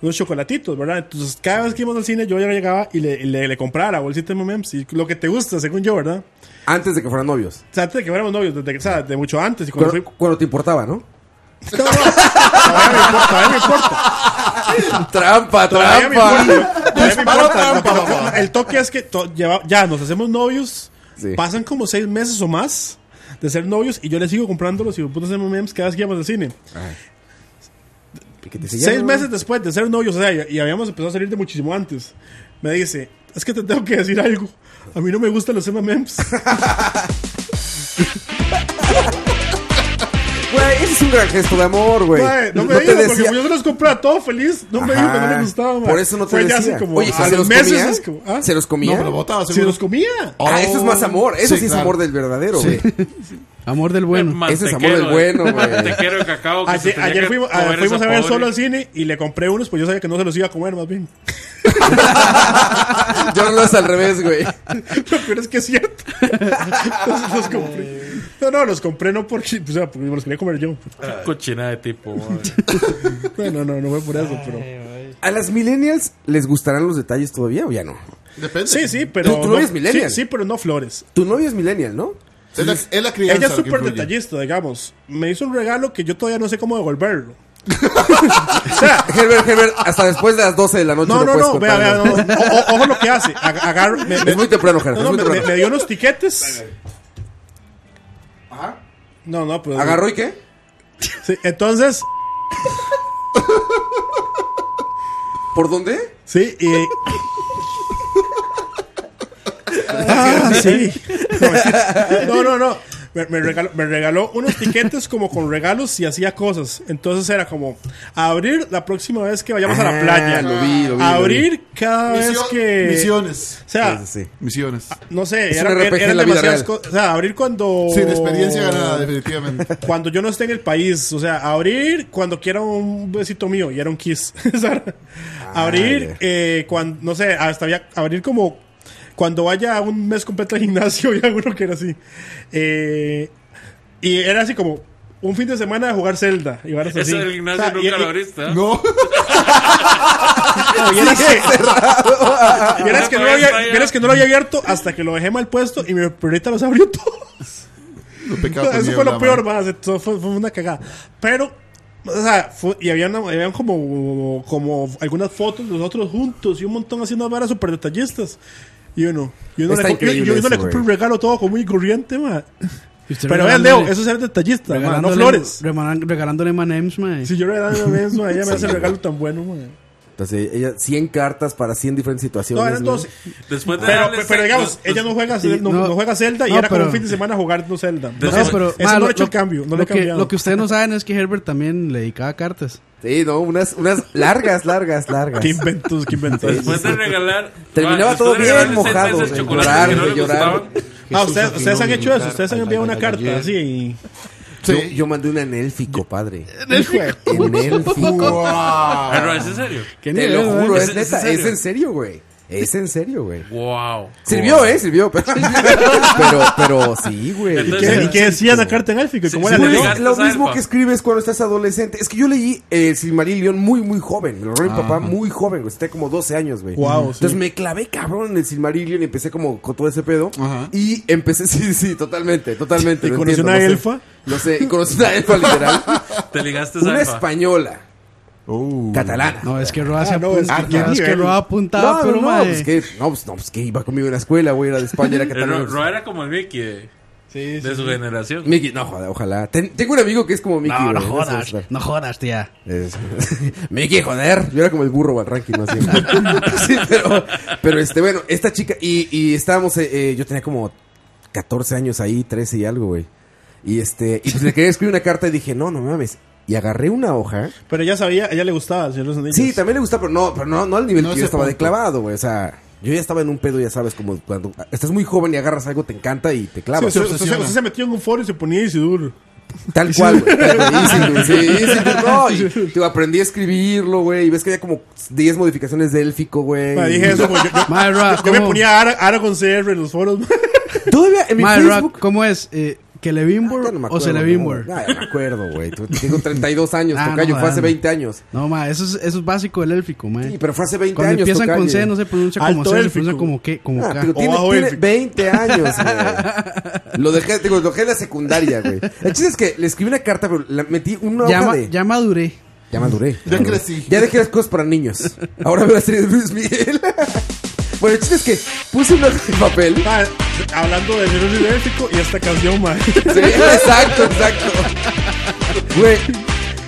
Speaker 5: unos chocolatitos, ¿verdad? Entonces, cada vez que íbamos al cine, yo ya llegaba y le, y le, le comprara bolsita de M&M's y lo que te gusta, según yo, ¿verdad?
Speaker 1: Antes de que fueran novios.
Speaker 5: O sea, antes de que fuéramos novios, desde, que- o sea, de mucho antes. Y cuando
Speaker 1: Cuando, cuando te importaba, ¿no? Trampa,
Speaker 5: Todavía me
Speaker 1: trampa.
Speaker 5: importa, todavía me
Speaker 1: Disparo
Speaker 5: importa,
Speaker 1: trampa,
Speaker 5: lo que-
Speaker 1: papá.
Speaker 5: El toque es que to- lleva- ya nos hacemos novios.
Speaker 1: Sí.
Speaker 5: Pasan como seis meses o más de ser novios y yo le sigo comprando los putos M&M's cada vez que íbamos al cine.
Speaker 1: te
Speaker 5: seis
Speaker 1: sigan, ¿no?
Speaker 5: meses después de ser novios, o sea, y, y habíamos empezado a salir de muchísimo antes. Me dice, es que te tengo que decir algo. A mí no me gustan los M&M's.
Speaker 1: Güey, ese es un gran gesto de amor, güey.
Speaker 5: Mae, no me digas, porque yo se los compré a todo feliz. No me dijo que no
Speaker 1: Ajá.
Speaker 5: me gustaba, mae.
Speaker 1: Por eso no te
Speaker 5: Fue ya
Speaker 1: decía.
Speaker 5: así como
Speaker 1: Oye,
Speaker 5: a
Speaker 1: ¿se los
Speaker 5: los meses.
Speaker 1: comía?
Speaker 5: es como, ¿ah?
Speaker 1: ¿Se los comía?
Speaker 5: No, pero botaba, se los comía.
Speaker 1: Ah, eso es más amor. Eso sí,
Speaker 5: Sí,
Speaker 1: es
Speaker 5: claro.
Speaker 1: amor del verdadero,
Speaker 5: Sí.
Speaker 1: güey.
Speaker 4: Amor del bueno.
Speaker 1: Ese es amor del bueno, güey.
Speaker 7: Mantequero de cacao. que se
Speaker 5: Ayer,
Speaker 7: tenía
Speaker 5: ayer
Speaker 7: que
Speaker 5: fuimos,
Speaker 7: comer
Speaker 5: ayer fuimos
Speaker 7: esa
Speaker 5: a ver
Speaker 7: pobre.
Speaker 5: solo al cine y le compré unos, pues yo sabía que no se los iba a comer más bien.
Speaker 1: Yo no es al revés, güey.
Speaker 5: Lo peor es que es cierto. Los, los compré. No, no, los compré no porque, o sea, porque me los quería comer yo.
Speaker 7: Qué Cochina de tipo. madre.
Speaker 5: Bueno, no, no fue por eso, pero.
Speaker 1: ¿A las millennials les gustarán los detalles todavía o ya no?
Speaker 8: Depende.
Speaker 5: Sí, sí, pero.
Speaker 1: Tú- tú
Speaker 5: no-
Speaker 1: eres millennial.
Speaker 5: Sí, sí, pero no flores.
Speaker 1: Tu novio es millennial, ¿no?
Speaker 8: Es la, es la crianza.
Speaker 5: Ella es
Speaker 8: lo que
Speaker 5: súper
Speaker 8: influye.
Speaker 5: detallista, digamos. Me hizo un regalo que yo todavía no sé cómo devolverlo.
Speaker 1: Herbert, Herbert, hasta después de las 12 de la noche
Speaker 5: No,
Speaker 1: no,
Speaker 5: no,
Speaker 1: puedes
Speaker 5: no, vea,
Speaker 1: contar
Speaker 5: vea,
Speaker 1: nada.
Speaker 5: no. O- o- ojo lo que hace. Ag- agarra- me- me-
Speaker 1: Es muy temprano, Herbert,
Speaker 5: No,
Speaker 1: es
Speaker 5: no,
Speaker 1: muy
Speaker 5: me,
Speaker 1: temprano.
Speaker 5: me- me dio unos tiquetes.
Speaker 8: Ajá.
Speaker 5: No, no, pues.
Speaker 1: ¿Agarró y qué?
Speaker 5: Sí, entonces.
Speaker 1: ¿Por dónde?
Speaker 5: Sí, y. Ah, sí. No, mentira. No, no, no. Me, me regaló, me regaló unos tiquetes como con regalos y hacía cosas. Entonces era como abrir la próxima vez que vayamos a la
Speaker 1: Ah,
Speaker 5: playa.
Speaker 1: lo vi, lo vi, lo
Speaker 5: abrir
Speaker 1: vi.
Speaker 5: cada
Speaker 8: Misión-
Speaker 5: vez que.
Speaker 8: Misiones.
Speaker 5: O sea,
Speaker 1: Sí, sí, sí.
Speaker 8: Misiones.
Speaker 5: no sé,
Speaker 1: Es
Speaker 5: era,
Speaker 1: un RPG
Speaker 5: eran
Speaker 1: en la vida
Speaker 5: demasiadas
Speaker 1: real.
Speaker 5: cosas. O sea, abrir cuando.
Speaker 8: Sin experiencia ganada, definitivamente.
Speaker 5: Cuando yo no esté en el país. O sea, abrir cuando quiera un besito mío y era un kiss. O sea, abrir
Speaker 1: ya.
Speaker 5: eh, cuando. No sé, hasta había. Abrir como. Cuando vaya un mes completo al gimnasio y alguno que era así. Eh, y era así como. Un fin de semana de jugar Zelda. Y varas así.
Speaker 7: Eso del gimnasio
Speaker 5: O sea, Ah, y-
Speaker 7: nunca
Speaker 5: y-
Speaker 7: lo abriste. ¿eh?
Speaker 8: No.
Speaker 5: no, vieras que- vieras que no lo había-
Speaker 7: Ahí va.
Speaker 5: vieras que no lo había abierto hasta que lo dejé mal puesto y mi perrita los abrió todos.
Speaker 8: Lo pecado
Speaker 5: Eso
Speaker 8: tenía
Speaker 5: fue
Speaker 8: la
Speaker 5: lo peor,
Speaker 8: mano.
Speaker 5: más. Fue, fue una cagada. Pero, o sea, fue- y habían, habían como, como algunas fotos de nosotros juntos y un montón haciendo varas súper detallistas. Y uno, y uno
Speaker 1: Está
Speaker 5: le, compré,
Speaker 1: increíble
Speaker 5: y uno le
Speaker 1: eso,
Speaker 5: compré un
Speaker 1: güey.
Speaker 5: regalo todo como muy corriente, ma.
Speaker 4: Y usted
Speaker 5: Pero vean,
Speaker 4: regalándole-
Speaker 5: Leo, eso es ser detallista, ma, no
Speaker 4: regalándole-
Speaker 5: flores.
Speaker 4: regalan- Regalándole manems, mae.
Speaker 5: Si yo le daba una vez, ma, ella me hace el
Speaker 1: güey.
Speaker 5: regalo tan bueno, ma.
Speaker 1: Entonces, ella, 100 cartas para 100 diferentes situaciones.
Speaker 5: No, eran
Speaker 1: güey.
Speaker 5: 12.
Speaker 7: Después de
Speaker 5: Pero,
Speaker 7: darle
Speaker 5: pero,
Speaker 7: ese-
Speaker 5: digamos,
Speaker 7: los-
Speaker 5: ella no juega,
Speaker 4: Sí,
Speaker 5: no,
Speaker 4: no.
Speaker 5: no juega Zelda y
Speaker 4: No,
Speaker 5: era como
Speaker 4: pero-
Speaker 5: un fin de semana jugar no Zelda.
Speaker 7: No,
Speaker 5: Entonces,
Speaker 4: pero,
Speaker 5: eso
Speaker 4: mae,
Speaker 5: no
Speaker 4: lo-
Speaker 5: le he hecho
Speaker 4: lo-
Speaker 5: el cambio, no
Speaker 4: lo
Speaker 5: le he
Speaker 4: que,
Speaker 5: cambiado.
Speaker 4: lo que ustedes no saben es que Herbert también le dedicaba cartas.
Speaker 1: Sí, no, unas, unas largas, largas, largas.
Speaker 5: ¿Qué inventos, qué inventos?
Speaker 7: Después de regalar.
Speaker 1: Terminaba
Speaker 7: Ah,
Speaker 1: todo
Speaker 7: después de regalarle
Speaker 1: bien
Speaker 7: seis
Speaker 1: mojado,
Speaker 7: veces
Speaker 1: de
Speaker 7: chocolates
Speaker 1: llorar,
Speaker 7: que no
Speaker 1: de
Speaker 7: le
Speaker 1: llorar.
Speaker 7: gustaban.
Speaker 5: Ah,
Speaker 16: Jesús
Speaker 5: ustedes,
Speaker 16: afinó
Speaker 5: ustedes han
Speaker 16: mi
Speaker 5: hecho eso,
Speaker 16: guitarra.
Speaker 5: ustedes han
Speaker 16: Ay,
Speaker 5: enviado
Speaker 16: ay,
Speaker 5: una
Speaker 16: ay,
Speaker 5: carta
Speaker 16: ayer.
Speaker 5: así. y-
Speaker 1: Yo,
Speaker 8: Sí.
Speaker 1: yo mandé un anélfico, padre.
Speaker 8: Wow.
Speaker 7: Ah, no, ¿es en serio?
Speaker 4: ¿Qué
Speaker 1: Te
Speaker 4: nivel,
Speaker 1: lo
Speaker 4: mae?
Speaker 1: juro,
Speaker 7: ¿Es- es
Speaker 1: es,
Speaker 7: en
Speaker 1: neta.
Speaker 7: serio?
Speaker 1: Es en serio, güey. Es en serio, güey.
Speaker 7: Wow.
Speaker 1: Sirvió, eh, sirvió. Pero, pero, pero sí, güey.
Speaker 5: ¿Y
Speaker 7: Entonces,
Speaker 5: qué,
Speaker 7: Sí.
Speaker 5: y qué decía la carta en élfico? ¿Y
Speaker 7: Sí,
Speaker 5: cómo
Speaker 7: sí,
Speaker 5: era
Speaker 7: sí.
Speaker 5: la
Speaker 1: Pues,
Speaker 7: Llegaste
Speaker 1: lo
Speaker 7: a
Speaker 1: mismo
Speaker 7: Alfa.
Speaker 1: que escribes cuando estás adolescente. Es que yo leí eh, Silmarillion muy, muy joven. Me Lo robé mi papá muy joven, güey. Tenía como 12 años, güey.
Speaker 5: Guau,
Speaker 1: Entonces
Speaker 5: sí.
Speaker 1: me clavé cabrón en el Silmarillion y empecé como con todo ese pedo.
Speaker 8: Ajá.
Speaker 1: Y empecé, sí, sí, totalmente, totalmente.
Speaker 5: ¿Y
Speaker 1: lo
Speaker 5: conoció
Speaker 1: entiendo,
Speaker 5: una
Speaker 1: no sé.
Speaker 5: elfa?
Speaker 1: No sé, y conocí una elfa literal.
Speaker 7: Te ligaste a
Speaker 1: una
Speaker 7: Alfa.
Speaker 1: española,
Speaker 8: Uh.
Speaker 1: catalana.
Speaker 4: No, es que Roa se
Speaker 5: Ah, no,
Speaker 4: apunta-
Speaker 5: es que-
Speaker 4: ah,
Speaker 5: qué
Speaker 4: no, es que
Speaker 5: nivel.
Speaker 4: Roa apuntaba,
Speaker 1: no,
Speaker 4: pero
Speaker 1: no,
Speaker 4: mae.
Speaker 1: pues que, no, pues, no, pues que iba conmigo en la escuela, güey, era de España, era
Speaker 7: Pero
Speaker 1: catalana.
Speaker 7: Ro- Ro era como el Mickey de,
Speaker 5: Sí,
Speaker 7: de su generación.
Speaker 1: Mickey, no, joder, ojalá. Ten- tengo un amigo que es como Mickey.
Speaker 4: No, no
Speaker 1: güey, sé,
Speaker 4: jodas,
Speaker 1: está-
Speaker 4: no jodas, tía.
Speaker 1: Es- Mickey, joder. Yo era como el burro al ranking, más bien. sí, pero, pero este, bueno, esta chica. Y, y estábamos, eh, eh, yo tenía como 14 años ahí, 13 y algo, güey. Y este, y pues le quería escribir una carta y dije, no, no mames. Y agarré una hoja.
Speaker 5: Pero ella sabía, ella le gustaba el Señor de los Anillos.
Speaker 1: Sí, también le gusta, pero no, pero no, no al nivel
Speaker 8: No
Speaker 1: que yo
Speaker 8: ese
Speaker 1: estaba de
Speaker 8: punto.
Speaker 1: clavado, güey. O sea, yo ya estaba en un pedo, ya sabes, como cuando estás muy joven y agarras algo, te encanta y te
Speaker 5: Sí,
Speaker 1: clavas.
Speaker 5: usted,
Speaker 8: se
Speaker 5: usted- usted se metió en un foro y se ponía Isiduro.
Speaker 1: Tal cual, güey. Easy, dude, sí, easy, dude. No, y, digo, aprendí a escribirlo, güey. Y ves que había como 10 modificaciones de élfico, güey.
Speaker 5: Ma, Ah, dije eso, güey. Yo, yo-
Speaker 4: Madre, Ra,
Speaker 5: yo- yo me
Speaker 4: ¿cómo?
Speaker 5: ponía Ara- Aragon CR en los foros. ma.
Speaker 1: Todavía en mi
Speaker 4: Madre, Rock,
Speaker 1: Facebook.
Speaker 4: ¿cómo es? Eh, ¿Que le
Speaker 1: Ah,
Speaker 5: Ah,
Speaker 1: No me
Speaker 4: o
Speaker 1: acuerdo,
Speaker 4: se le
Speaker 1: no, no, me acuerdo, güey. Tú- Tengo 32 años,
Speaker 4: Ah,
Speaker 1: tocayo.
Speaker 4: no,
Speaker 1: fue hace
Speaker 4: man.
Speaker 1: 20 años.
Speaker 4: No, ma, eso es, eso es básico del élfico, ma.
Speaker 1: Sí, pero fue hace 20
Speaker 4: Cuando
Speaker 1: años,
Speaker 4: empiezan con
Speaker 1: tocayo.
Speaker 4: C, no se pronuncia como
Speaker 1: Alto
Speaker 4: C, se
Speaker 1: élfico.
Speaker 4: pronuncia como que, como
Speaker 1: Ah,
Speaker 4: K.
Speaker 1: pero tiene, tiene 20 años, güey. Lo dejé, digo, lo dejé en la secundaria, güey. El chiste es que le escribí una carta, pero la metí una
Speaker 4: ya,
Speaker 1: hoja
Speaker 4: ma-
Speaker 1: de...
Speaker 4: ya maduré.
Speaker 1: Ya maduré.
Speaker 4: Ya
Speaker 1: maduré.
Speaker 4: crecí.
Speaker 1: Ya dejé las cosas para niños. Ahora veo la serie de Luis Miguel. bueno, el chiste es que puse una hoja de papel.
Speaker 5: Ma, hablando de Virus Idéntico y esta canción, man.
Speaker 1: Sí, exacto, exacto. Güey.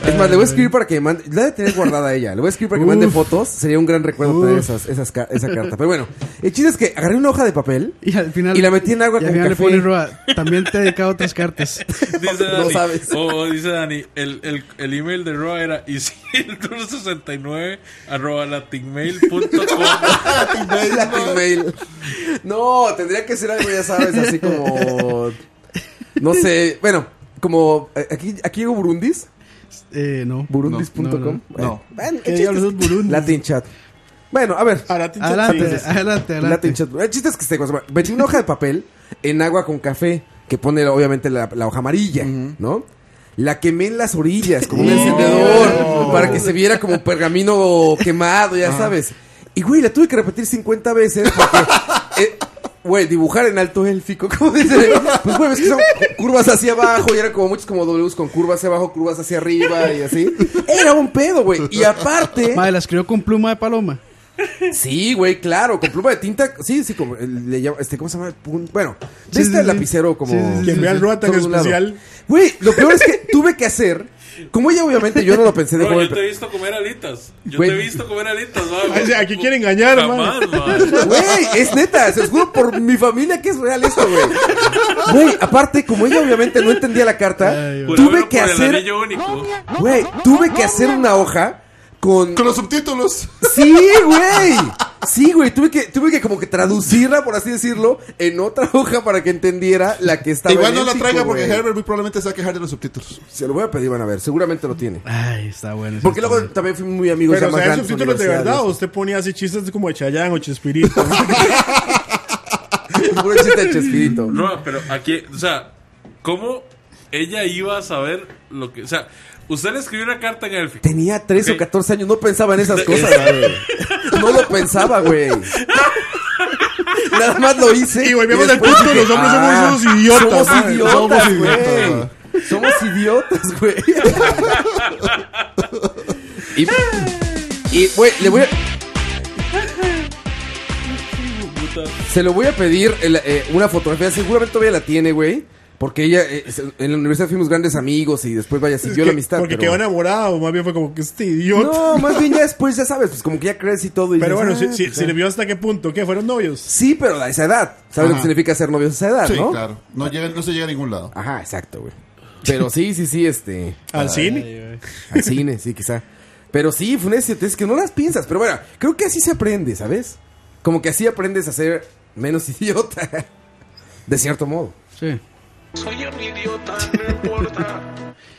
Speaker 1: Es más, le voy a escribir para que me mande. La de tener guardada ella. Le voy a escribir para que me mande
Speaker 4: Uf.
Speaker 1: fotos. Sería un gran recuerdo tener
Speaker 4: Uf.
Speaker 1: esas, esas ca- esa carta. Pero bueno, el chiste es que agarré una hoja de papel
Speaker 4: Y al final.
Speaker 1: y la metí en agua
Speaker 4: y al
Speaker 1: con
Speaker 4: final
Speaker 1: café.
Speaker 4: le pone Roa, También te he dedicado otras cartas.
Speaker 7: Dice
Speaker 1: No
Speaker 7: Dani,
Speaker 1: sabes.
Speaker 7: O o dice Dani, el, el, el email de Roa era isildur69 arroba latinmail.com.
Speaker 1: Latinmail, Latinmail. No, tendría que ser algo, ya sabes, así como. No sé, bueno, como. eh, Aquí, aquí hubo Burundis.
Speaker 4: Eh, no.
Speaker 1: Burundis.com.
Speaker 4: No, no, no.
Speaker 1: Bueno, bueno,
Speaker 4: ¿Qué
Speaker 1: el chiste
Speaker 4: diablos
Speaker 1: es-
Speaker 4: es Burundi?
Speaker 1: Latin Chat. Bueno, a ver.
Speaker 5: Latin
Speaker 4: Chat, Adelante, sí, sí, sí. adelante, adelante.
Speaker 1: Latin Chat. El chiste es que se metí una hoja de papel en agua con café, que pone obviamente la, la hoja amarilla, ¿no? La quemé en las orillas, como un
Speaker 4: Oh.
Speaker 1: encendedor, para que se viera como pergamino quemado, ya sabes. Y güey, la tuve que repetir 50 veces porque. eh, Güey, dibujar en alto élfico, como dice. Pues güey, ves que son cu- curvas hacia abajo y eran como muchos como Ws con curvas hacia abajo, curvas hacia arriba y así. Era un pedo, güey. Y aparte.
Speaker 4: Ma, la escribió con pluma de paloma.
Speaker 1: Sí, güey, claro, con pluma de tinta. Sí, sí, como eh, le llama, este, ¿cómo se llama? Pun- Bueno, de
Speaker 4: Sí,
Speaker 1: este
Speaker 4: sí, sí.
Speaker 1: lapicero como.
Speaker 4: Sí, sí, sí,
Speaker 5: Quien vea el Roa tan
Speaker 1: todo de un lado.
Speaker 5: especial.
Speaker 1: Güey, lo peor es que tuve que hacer. Como ella, obviamente, yo no lo pensé de
Speaker 7: Bro,
Speaker 1: joven.
Speaker 7: yo te he visto comer alitas. Yo
Speaker 1: Güey.
Speaker 7: te he visto comer alitas, va,
Speaker 5: Ay, sí, Aquí quiere engañar,
Speaker 7: Jamás,
Speaker 5: man.
Speaker 7: va.
Speaker 1: Güey, es neta, se los juro por mi familia que es real esto, güey. Güey, aparte, como ella obviamente no entendía la carta,
Speaker 7: Por
Speaker 1: tuve
Speaker 7: ahora,
Speaker 1: que
Speaker 7: por el
Speaker 1: hacer.
Speaker 7: anillo único.
Speaker 1: Güey, tuve que hacer una hoja con.
Speaker 8: Con los subtítulos.
Speaker 1: Sí, güey. Sí, güey, tuve que, tuve que como que traducirla, por así decirlo, en otra hoja para que entendiera la que estaba.
Speaker 8: Igual
Speaker 1: en
Speaker 8: no
Speaker 1: el
Speaker 8: la
Speaker 1: chico,
Speaker 8: traiga porque
Speaker 1: güey.
Speaker 8: Herbert muy probablemente se va a quejar de los subtítulos.
Speaker 1: Se lo voy a pedir, van a ver, seguramente lo tiene.
Speaker 4: Ay, Ah, está bueno.
Speaker 1: Porque luego también fui muy amigo
Speaker 5: Pero,
Speaker 1: ya
Speaker 5: o
Speaker 1: más
Speaker 5: sea, ¿es
Speaker 1: grande,
Speaker 5: subtítulos de
Speaker 1: universidades.
Speaker 5: verdad o usted ponía así chistes como de Chayán o Chespirito?
Speaker 1: Puro chiste de Chespirito.
Speaker 7: Roa, pero aquí, o sea, ¿cómo ella iba a saber lo que. O sea, usted le escribió una carta en élfico.
Speaker 1: Tenía 13
Speaker 7: Ok.
Speaker 1: o 14 años, no pensaba en esas
Speaker 7: De-
Speaker 1: cosas, güey. No lo pensaba, güey. Nada más lo hice.
Speaker 5: Y volvemos al
Speaker 1: después
Speaker 5: punto,
Speaker 1: dije,
Speaker 5: los hombres somos
Speaker 1: "Ah,
Speaker 5: unos idiotas,
Speaker 1: Somos
Speaker 5: ¿sabes?
Speaker 1: idiotas,
Speaker 5: Somos
Speaker 1: güey.
Speaker 5: idiotas".
Speaker 1: Somos idiotas, güey. Y, y, güey, le voy a... Se lo voy a pedir el- eh, una fotografía. Seguramente todavía la tiene, güey. Porque ella, eh, en la universidad fuimos grandes amigos y después, vaya,
Speaker 5: Es
Speaker 1: siguió
Speaker 5: que-
Speaker 1: la amistad.
Speaker 5: Porque
Speaker 1: pero-
Speaker 5: quedó enamorado, más bien fue como que este idiota.
Speaker 1: No, más bien ya después, ya sabes, pues como que ya crees y todo. Y
Speaker 5: Pero
Speaker 1: dices,
Speaker 5: bueno, si,
Speaker 1: "Ah,
Speaker 5: si,
Speaker 1: pues,
Speaker 5: si
Speaker 1: ya".
Speaker 5: le vio hasta qué punto, ¿qué? ¿Fueron novios?
Speaker 1: Sí, pero a esa edad. ¿Sabes lo que
Speaker 8: Ajá.
Speaker 1: significa ser novios a esa edad,
Speaker 8: Sí,
Speaker 1: no?
Speaker 8: claro. No, llega, no se llega a ningún lado.
Speaker 1: Ajá, exacto, güey. Pero sí, sí, sí, este.
Speaker 5: ¿Al cine?
Speaker 1: Al cine, sí, quizá. Pero sí, fue una idiotez que no las piensas. Pero bueno, creo que así se aprende, ¿sabes? Como que así aprendes a ser menos idiota. De cierto modo.
Speaker 4: Sí.
Speaker 14: Soy un idiota, no importa.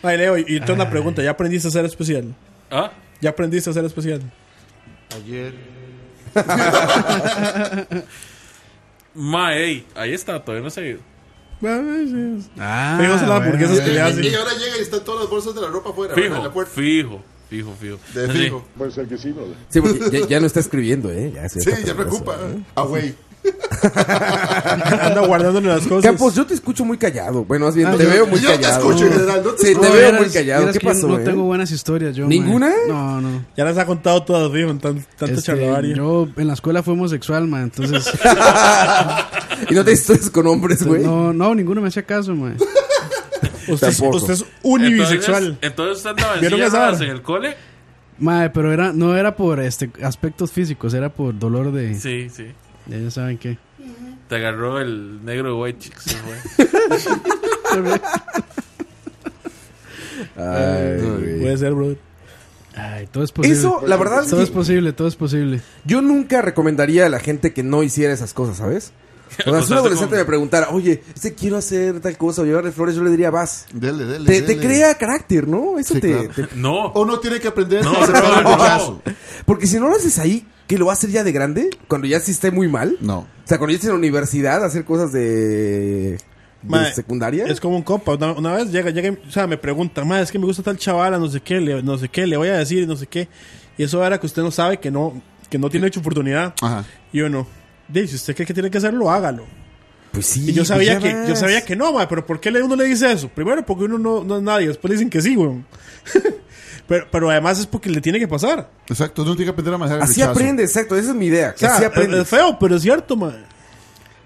Speaker 5: Ay, Leo, y entonces la pregunta, ¿ya aprendiste a ser especial?
Speaker 7: ¿Ah?
Speaker 5: ¿Ya aprendiste a ser especial?
Speaker 16: Ayer.
Speaker 7: Ma, ey, ahí está, todavía no se ha ido.
Speaker 4: Ah,
Speaker 5: Pero son las hamburguesas que le
Speaker 8: Eh,
Speaker 5: hacen.
Speaker 8: Y ahora llega y están todas las bolsas de la ropa afuera, ¿verdad? en la
Speaker 7: Fijo,
Speaker 8: puerta.
Speaker 7: fijo, fijo, fijo.
Speaker 8: De
Speaker 7: Así.
Speaker 8: fijo.
Speaker 13: Puede ser que sí, ¿no?
Speaker 1: Sí, porque ya, ya no está escribiendo, ¿eh? Ya,
Speaker 8: Sí,
Speaker 1: está
Speaker 8: ya preocupa.
Speaker 1: peligroso, ¿eh?
Speaker 8: Ah, güey.
Speaker 5: Anda guardándole las cosas.
Speaker 1: Campos, Pues, yo te escucho muy callado. Bueno, más bien,
Speaker 4: Ah,
Speaker 1: te
Speaker 4: yo-
Speaker 1: veo muy
Speaker 8: yo te
Speaker 1: callado.
Speaker 8: escucho, en general, no te
Speaker 1: sí, te
Speaker 4: No,
Speaker 1: veo
Speaker 4: vieras-
Speaker 1: muy callado.
Speaker 4: vieras
Speaker 1: ¿Qué
Speaker 4: que yo
Speaker 1: pasó,
Speaker 4: No
Speaker 1: eh?
Speaker 4: tengo buenas historias yo. ma.
Speaker 1: ¿Ninguna?
Speaker 4: No, no.
Speaker 5: Ya las ha contado todas, fijo, en tan- tanta
Speaker 4: Este,
Speaker 5: charlavaria.
Speaker 4: yo en la escuela fui homosexual, ma, entonces
Speaker 1: ¿Y no te historias con hombres, Ah, güey?
Speaker 4: no, no, ninguno me hacía caso, ma.
Speaker 5: Usted, es-
Speaker 1: tampoco.
Speaker 5: usted es
Speaker 7: Entonces-
Speaker 5: unibisexual.
Speaker 7: Entonces usted andaba en
Speaker 5: ¿Vieron
Speaker 7: sillas
Speaker 5: esa
Speaker 7: ruedas
Speaker 5: vara?
Speaker 7: en el cole.
Speaker 4: Ma, pero era, no era por este aspectos físicos, era por dolor de,
Speaker 7: Sí, sí.
Speaker 4: de ya saben qué.
Speaker 7: Te agarró el negro de White Chicks. se fue.
Speaker 1: Ay, güey.
Speaker 5: Puede ser, brother.
Speaker 4: Ay, todo es posible.
Speaker 1: Eso, la verdad es
Speaker 4: todo
Speaker 1: que-
Speaker 4: es posible, todo es posible.
Speaker 1: Yo nunca recomendaría a la gente que no hiciera esas cosas, ¿sabes? Cuando si un adolescente me preguntara, oye, este quiero hacer tal cosa o llevarle flores, yo le diría, vas.
Speaker 8: Dele, dele.
Speaker 1: Te, te
Speaker 8: Pues dele.
Speaker 1: crea carácter, ¿no? Eso
Speaker 8: Sí,
Speaker 1: te,
Speaker 8: claro.
Speaker 1: te-
Speaker 7: No.
Speaker 8: Uno tiene que aprender
Speaker 7: No,
Speaker 8: a aceptar
Speaker 7: no,
Speaker 8: el
Speaker 7: no.
Speaker 8: rechazo.
Speaker 1: Porque si no lo haces ahí, que lo va a hacer ya de grande, cuando ya sí esté muy mal.
Speaker 8: No.
Speaker 1: O sea, cuando ya estés en la universidad, hacer cosas de, de
Speaker 5: Mae,
Speaker 1: secundaria.
Speaker 5: Es como un compa. Una, una vez llega, llega, y- o sea, me pregunta, "Mae, es que me gusta tal chavala, no sé qué, le, no sé qué, le voy a decir, no sé qué. Y eso era que usted no sabe que no, que no tiene hecho oportunidad.
Speaker 8: Ajá.
Speaker 5: Y yo no. Dice, si usted cree que tiene que hacerlo, hágalo.
Speaker 1: Pues sí.
Speaker 5: Y yo
Speaker 1: pues
Speaker 5: sabía
Speaker 1: ya
Speaker 5: que, yo
Speaker 1: vas.
Speaker 5: sabía que no, mae, pero ¿por qué le- uno le dice eso? Primero, porque uno no, no es nadie, después le dicen que sí, weón. pero, pero además es porque le tiene que pasar.
Speaker 8: Exacto, uno tiene que aprender a manejar
Speaker 1: Así aprende, exacto. Esa es mi idea.
Speaker 5: O
Speaker 1: Que
Speaker 5: sea,
Speaker 1: así
Speaker 5: es-
Speaker 1: aprendes.
Speaker 5: es feo, pero es cierto, man.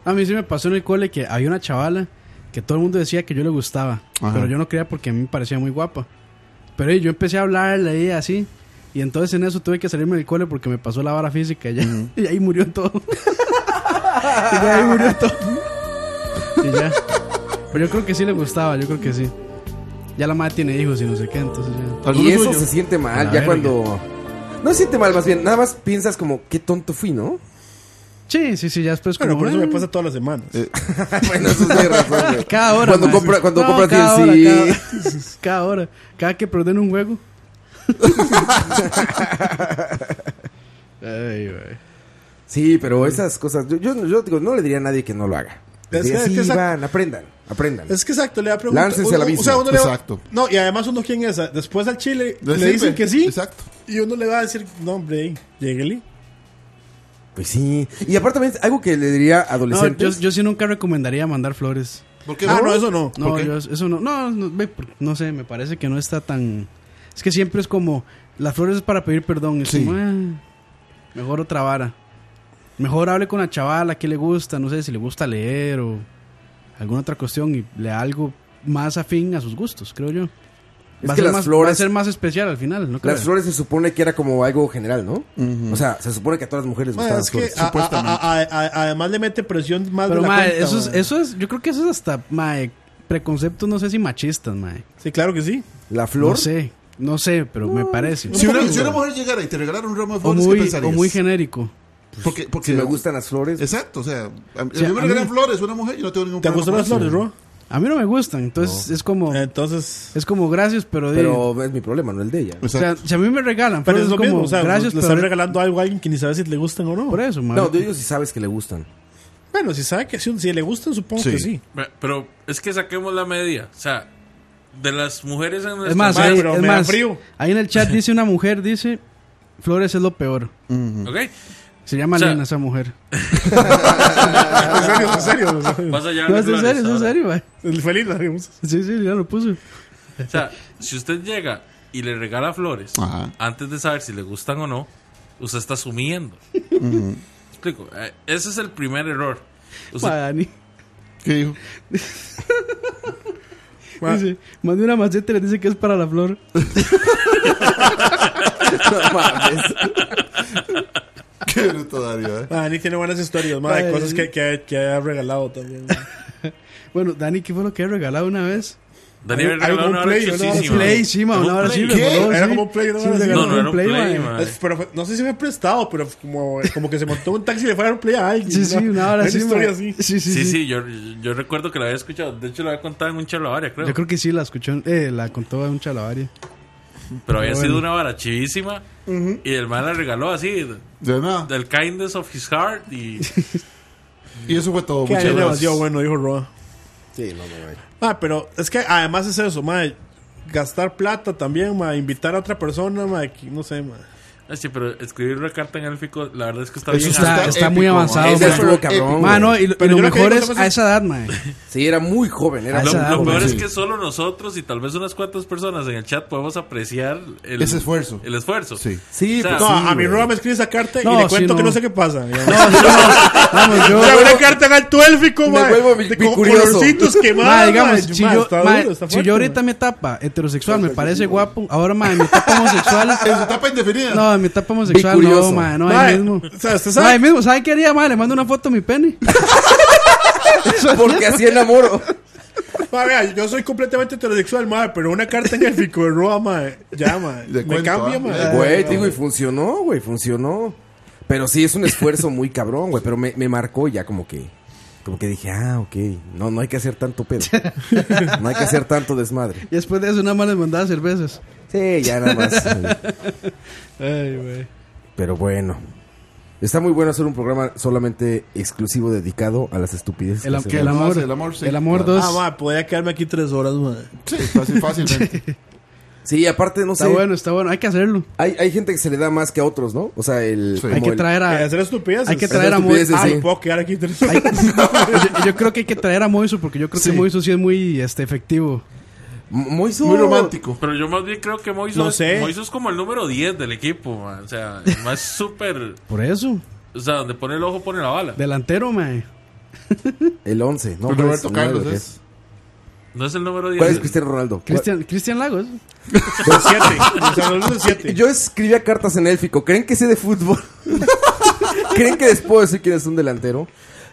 Speaker 4: A mí sí me pasó en el cole que había una chavala que todo el mundo decía que yo le gustaba,
Speaker 8: Ajá.
Speaker 4: pero yo no creía porque a mí me parecía muy guapa. Pero ey, yo empecé a hablarle y así, y entonces en eso tuve que salirme del cole porque me pasó la vara física y, ya- y ahí murió todo. y ya ahí murió todo. y ya. Pero yo creo que sí le gustaba, yo creo que sí. Ya la madre tiene hijos y no sé qué, entonces ya.
Speaker 1: Y eso se siente
Speaker 4: A
Speaker 1: mal,
Speaker 4: la
Speaker 1: ya
Speaker 4: verga.
Speaker 1: cuando... No se siente mal, más bien. Nada más piensas como, qué tonto fui, ¿no?
Speaker 4: Sí, sí, sí, ya después
Speaker 5: Bueno,
Speaker 4: como...
Speaker 5: por eso me
Speaker 4: "Ah".
Speaker 5: pasa todas las semanas.
Speaker 1: bueno, eso sí, razón, güey.
Speaker 4: Cada hora.
Speaker 1: Cuando
Speaker 4: mae.
Speaker 1: compra- cuando
Speaker 4: No,
Speaker 1: compras
Speaker 4: cada hora,
Speaker 1: DLC.
Speaker 4: cada, cada hora. Cada que perden un juego. Ay, güey.
Speaker 1: Sí, pero esas cosas... Yo, yo, yo digo, no le diría a nadie que no lo haga. Le
Speaker 5: Es
Speaker 1: diría,
Speaker 5: que- es
Speaker 1: sí,
Speaker 5: que esa-
Speaker 1: van, aprendan, aprendan.
Speaker 5: Es que exacto, le da pregunta.
Speaker 1: Láncense
Speaker 5: uno-
Speaker 1: al abismo.
Speaker 5: O sea, uno le va-
Speaker 1: Exacto.
Speaker 5: no, y además uno quién es. Después al Chile
Speaker 8: Le
Speaker 5: le,
Speaker 8: sirve.
Speaker 5: dicen que sí.
Speaker 8: Exacto.
Speaker 5: Y uno le va a decir, no, hombre, ey, lléguele.
Speaker 1: Pues sí. Y aparte también algo que le diría a
Speaker 4: No,
Speaker 1: adolescentes...
Speaker 4: yo, yo sí nunca recomendaría mandar flores.
Speaker 8: ¿Por
Speaker 5: qué? Ah, no, eso no.
Speaker 4: No,
Speaker 5: ¿Por qué?
Speaker 4: yo- eso no. No, no, ve, por- no sé, me parece que no está tan. Es que siempre es como. Las flores es para pedir perdón. Es
Speaker 8: Sí.
Speaker 4: como, "Ah, mejor otra vara. Mejor hable con la chavala que le gusta. No sé si le gusta leer o alguna otra cuestión y le da algo más afín a sus gustos, creo yo.
Speaker 1: Es
Speaker 4: Va, a
Speaker 1: que
Speaker 4: ser
Speaker 1: las
Speaker 4: más,
Speaker 1: flores-
Speaker 4: va a ser más especial al final, ¿no?
Speaker 1: Las
Speaker 4: creo?
Speaker 1: flores Pues se supone que era como algo general, ¿no? O sea, se supone que a todas las mujeres les
Speaker 5: Mae,
Speaker 4: Ah,
Speaker 1: gustaban
Speaker 5: Ah, es que
Speaker 1: flores.
Speaker 5: a- a- a- a- a- además le mete presión más
Speaker 4: Pero,
Speaker 5: de la
Speaker 4: mae,
Speaker 5: cuenta,
Speaker 4: eso, es,
Speaker 5: mae.
Speaker 4: eso es. Yo creo que eso es hasta, mae, preconceptos, no sé si machistas, mae.
Speaker 5: Sí, claro que sí.
Speaker 1: La
Speaker 4: ah.
Speaker 1: flor.
Speaker 4: No sé, no sé, pero me parece.
Speaker 8: Si una, si una mujer llegara y te regalara un ramo de
Speaker 4: o,
Speaker 8: flores, ¿qué
Speaker 4: muy, o
Speaker 8: pensarías?
Speaker 4: muy genérico.
Speaker 8: porque, porque
Speaker 1: Si me gustan las flores.
Speaker 8: Exacto, o sea, a- a mí
Speaker 4: O sea,
Speaker 8: me
Speaker 4: a
Speaker 8: regalan
Speaker 4: mí-
Speaker 8: flores una mujer, yo no tengo ningún
Speaker 5: ¿Te
Speaker 8: problema.
Speaker 5: gustan las
Speaker 8: con eso.
Speaker 5: flores, bro?
Speaker 4: A mí no me gustan, entonces es como
Speaker 5: Eh, Entonces.
Speaker 4: es como gracias, pero, de-
Speaker 1: Pero es mi problema, no el de ella.
Speaker 4: o sea, si a mí me regalan,
Speaker 5: Pero es
Speaker 4: flores,
Speaker 5: lo
Speaker 4: como
Speaker 5: mismo. O sea,
Speaker 4: gracias, pero
Speaker 5: le están
Speaker 4: de-
Speaker 5: regalando algo a alguien que ni sabe si le gustan o no.
Speaker 4: por e- eso, madre.
Speaker 1: No, yo digo si sabes que le gustan.
Speaker 5: Bueno, si sabe que sí, si le gustan, supongo
Speaker 8: Sí.
Speaker 5: que sí.
Speaker 7: Ve- Pero es que saquemos la media. O sea, de las mujeres en nuestra
Speaker 4: es más,
Speaker 5: madre,
Speaker 4: ahí,
Speaker 5: pero
Speaker 4: es
Speaker 5: me da
Speaker 4: más,
Speaker 5: frío.
Speaker 4: ahí en el chat dice una mujer dice, "Flores es lo peor."
Speaker 7: ¿ok?
Speaker 4: Se llama
Speaker 7: O sea-
Speaker 4: Lena esa mujer.
Speaker 5: en serio, en serio. en serio.
Speaker 7: Vas allá.
Speaker 4: No, es en serio, es en serio, mae.
Speaker 5: El feliz, la digamos.
Speaker 4: Sí, sí, ya lo puse.
Speaker 7: O sea, si usted llega y le regala flores,
Speaker 8: Ajá.
Speaker 7: antes de saber si le gustan o no, usted está asumiendo. Explico, eh, ese es el primer error. Usted-
Speaker 4: Mae, Dani.
Speaker 8: ¿Qué dijo?
Speaker 5: Mae.
Speaker 4: Dice, mandé una maceta y le dice que es para la flor.
Speaker 1: No mames.
Speaker 8: Qué bruto Darío, ¿eh?
Speaker 5: Ah, Dani tiene buenas historias, madre,
Speaker 4: Mae,
Speaker 5: cosas
Speaker 4: sí.
Speaker 5: que, que, que ha regalado también.
Speaker 4: Bueno, Dani, ¿qué fue lo que he regalado una vez?
Speaker 7: Dani me regaló
Speaker 5: algún
Speaker 7: una
Speaker 5: play,
Speaker 7: hora
Speaker 5: ¿no?
Speaker 7: chulísima.
Speaker 4: Play, sí, mae,
Speaker 7: Era un
Speaker 4: una hora
Speaker 7: play.
Speaker 4: sí,
Speaker 5: ¿Qué?
Speaker 4: me regaló,
Speaker 5: Era
Speaker 4: sí.
Speaker 5: como un play, una
Speaker 4: Sí,
Speaker 5: hora
Speaker 4: me
Speaker 5: sí.
Speaker 4: regaló
Speaker 7: No, no era un play,
Speaker 4: mae.
Speaker 7: mae.
Speaker 5: Es- pero fue- no sé si fue prestado, pero como, como que se montó un taxi y le fue a dar un play a alguien.
Speaker 4: Sí, sí, una hora sí,
Speaker 5: historia
Speaker 4: mae.
Speaker 5: así.
Speaker 4: Sí, sí,
Speaker 7: Sí,
Speaker 4: sí.
Speaker 7: sí, yo, yo recuerdo que la había escuchado. De hecho, la había contado en un charlavaria, creo.
Speaker 4: Yo creo que sí, la escuchó, eh, la contó a un chalabaria.
Speaker 7: Pero había
Speaker 4: Pero
Speaker 7: sido
Speaker 4: bueno.
Speaker 7: una vara chivísima. Y el man la regaló así,
Speaker 8: De nada.
Speaker 7: del kindness of his heart. Y
Speaker 8: Y eso fue todo.
Speaker 5: Que a
Speaker 8: Muchas
Speaker 5: él le
Speaker 8: gracias.
Speaker 5: valió bueno, dijo Roa.
Speaker 1: Sí, no, no, no.
Speaker 5: Ah, pero es que además es eso, madre. Gastar plata también, madre. Invitar a otra persona, madre. que- No sé, madre.
Speaker 7: así, pero escribir una carta en élfico, la verdad ah, es que está
Speaker 8: Eso
Speaker 7: bien.
Speaker 4: está-
Speaker 7: alto.
Speaker 4: está muy avanzado,
Speaker 1: Ese
Speaker 4: mae.
Speaker 1: estuvo cabrón.
Speaker 4: Mae, no,
Speaker 1: güey.
Speaker 4: y, lo- y
Speaker 5: Pero
Speaker 4: lo
Speaker 5: yo creo que
Speaker 4: mejor
Speaker 5: ahí
Speaker 4: es
Speaker 5: nos
Speaker 4: a
Speaker 5: hemos-
Speaker 4: esa edad, mae.
Speaker 1: Sí, era muy joven. Era
Speaker 4: A
Speaker 1: muy
Speaker 4: esa edad,
Speaker 7: Lo, lo
Speaker 1: joven.
Speaker 7: peor es
Speaker 8: Sí.
Speaker 7: que solo nosotros y tal vez unas cuantas personas en el chat podemos apreciar el,
Speaker 8: Ese esfuerzo.
Speaker 7: El esfuerzo.
Speaker 8: Sí.
Speaker 7: O
Speaker 1: Sí,
Speaker 7: sea,
Speaker 1: pues
Speaker 5: No,
Speaker 1: sí,
Speaker 5: a mi
Speaker 1: güey.
Speaker 5: Roa me escribe esa carta
Speaker 4: No,
Speaker 5: y le
Speaker 4: sí,
Speaker 5: cuento que
Speaker 4: no.
Speaker 5: no sé qué pasa. digamos.
Speaker 4: Vamos, yo.
Speaker 5: O sea, una carta en alto élfico,
Speaker 1: Me
Speaker 5: madre.
Speaker 1: vuelvo vi-
Speaker 5: de
Speaker 1: vi-
Speaker 5: co-
Speaker 1: curioso.
Speaker 5: colorcitos quemados.
Speaker 4: Mae, digamos,
Speaker 5: madre.
Speaker 4: si,
Speaker 5: Madre,
Speaker 4: yo,
Speaker 5: está
Speaker 4: mae,
Speaker 5: duro, está
Speaker 4: si
Speaker 5: fuerte,
Speaker 4: yo
Speaker 5: madre.
Speaker 4: ahorita me tapa heterosexual, me parece guapo. Ahora, mae, mi etapa homosexual.
Speaker 8: En su etapa indefinida.
Speaker 4: No, en mi etapa homosexual,
Speaker 1: Bicurioso.
Speaker 4: no, mae, no,
Speaker 5: Mae,
Speaker 4: ahí mismo.
Speaker 5: o sea, usted
Speaker 4: No,
Speaker 5: sabe
Speaker 4: ahí mismo, ¿sabe qué haría, mae? Le mando una foto a mi pene.
Speaker 1: Porque así enamoro.
Speaker 5: Ma, vea, yo soy completamente heterosexual, madre, pero una carta en el fico de Roa, madre, ya, madre,
Speaker 8: Le
Speaker 5: me
Speaker 8: cuento, ah, le
Speaker 5: cambia, madre.
Speaker 1: Güey, te digo, y funcionó, güey, funcionó. Pero sí, es un esfuerzo muy cabrón, güey. Pero me, me marcó ya como que. Como que dije, ah, ok. No, no hay que hacer tanto pedo. No hay que hacer tanto desmadre.
Speaker 4: Y después de eso nada más les mandaba cervezas.
Speaker 1: Sí, ya nada más.
Speaker 4: Ay, güey.
Speaker 1: Pero bueno. Está muy bueno hacer un programa solamente exclusivo dedicado a las estupideces.
Speaker 4: El,
Speaker 1: que
Speaker 4: que
Speaker 1: se
Speaker 4: el
Speaker 1: hacen.
Speaker 4: amor, el amor, dos.
Speaker 5: Ah, va, podía quedarme aquí tres horas, madre.
Speaker 8: Sí, fácil, fácilmente.
Speaker 1: Sí, aparte, no
Speaker 4: Está
Speaker 1: sé.
Speaker 4: bueno, está bueno. Hay que hacerlo.
Speaker 1: Hay, hay gente que se le da más que a otros, ¿no? O sea, el. como
Speaker 4: Hay que
Speaker 1: el-
Speaker 4: traer a.
Speaker 5: Eh, hacer estupideces.
Speaker 4: Ah, Hay que
Speaker 5: Hacer
Speaker 4: traer a Moiso.
Speaker 1: estupideces,
Speaker 5: Ah,
Speaker 1: sí.
Speaker 5: me puedo quedar aquí tres
Speaker 4: Hay-
Speaker 5: horas.
Speaker 4: yo, yo creo que hay que traer a Moiso porque yo creo que Moiso sí es muy este, efectivo.
Speaker 1: Moiso.
Speaker 8: Muy romántico.
Speaker 7: Pero yo más bien creo que Moiso,
Speaker 4: No
Speaker 7: es,
Speaker 4: sé.
Speaker 7: Moiso es como el número 10 del equipo, man. O sea, el más súper.
Speaker 4: Por eso.
Speaker 7: O sea, donde pone el ojo, pone la bala.
Speaker 4: Delantero, mae.
Speaker 1: El 11,
Speaker 8: Pero
Speaker 1: ¿no? Pues,
Speaker 8: Roberto
Speaker 1: no,
Speaker 8: Carlos
Speaker 1: lo que
Speaker 8: es.
Speaker 7: No es el número 10.
Speaker 1: ¿Cuál Pues es Cristiano Ronaldo? Pues,
Speaker 4: Cristian, Cristian Lagos.
Speaker 5: El siete. O sea, no es el siete.
Speaker 1: Yo escribía cartas en élfico. ¿Creen que sé de fútbol? ¿Creen que les puedo decir quién es un delantero?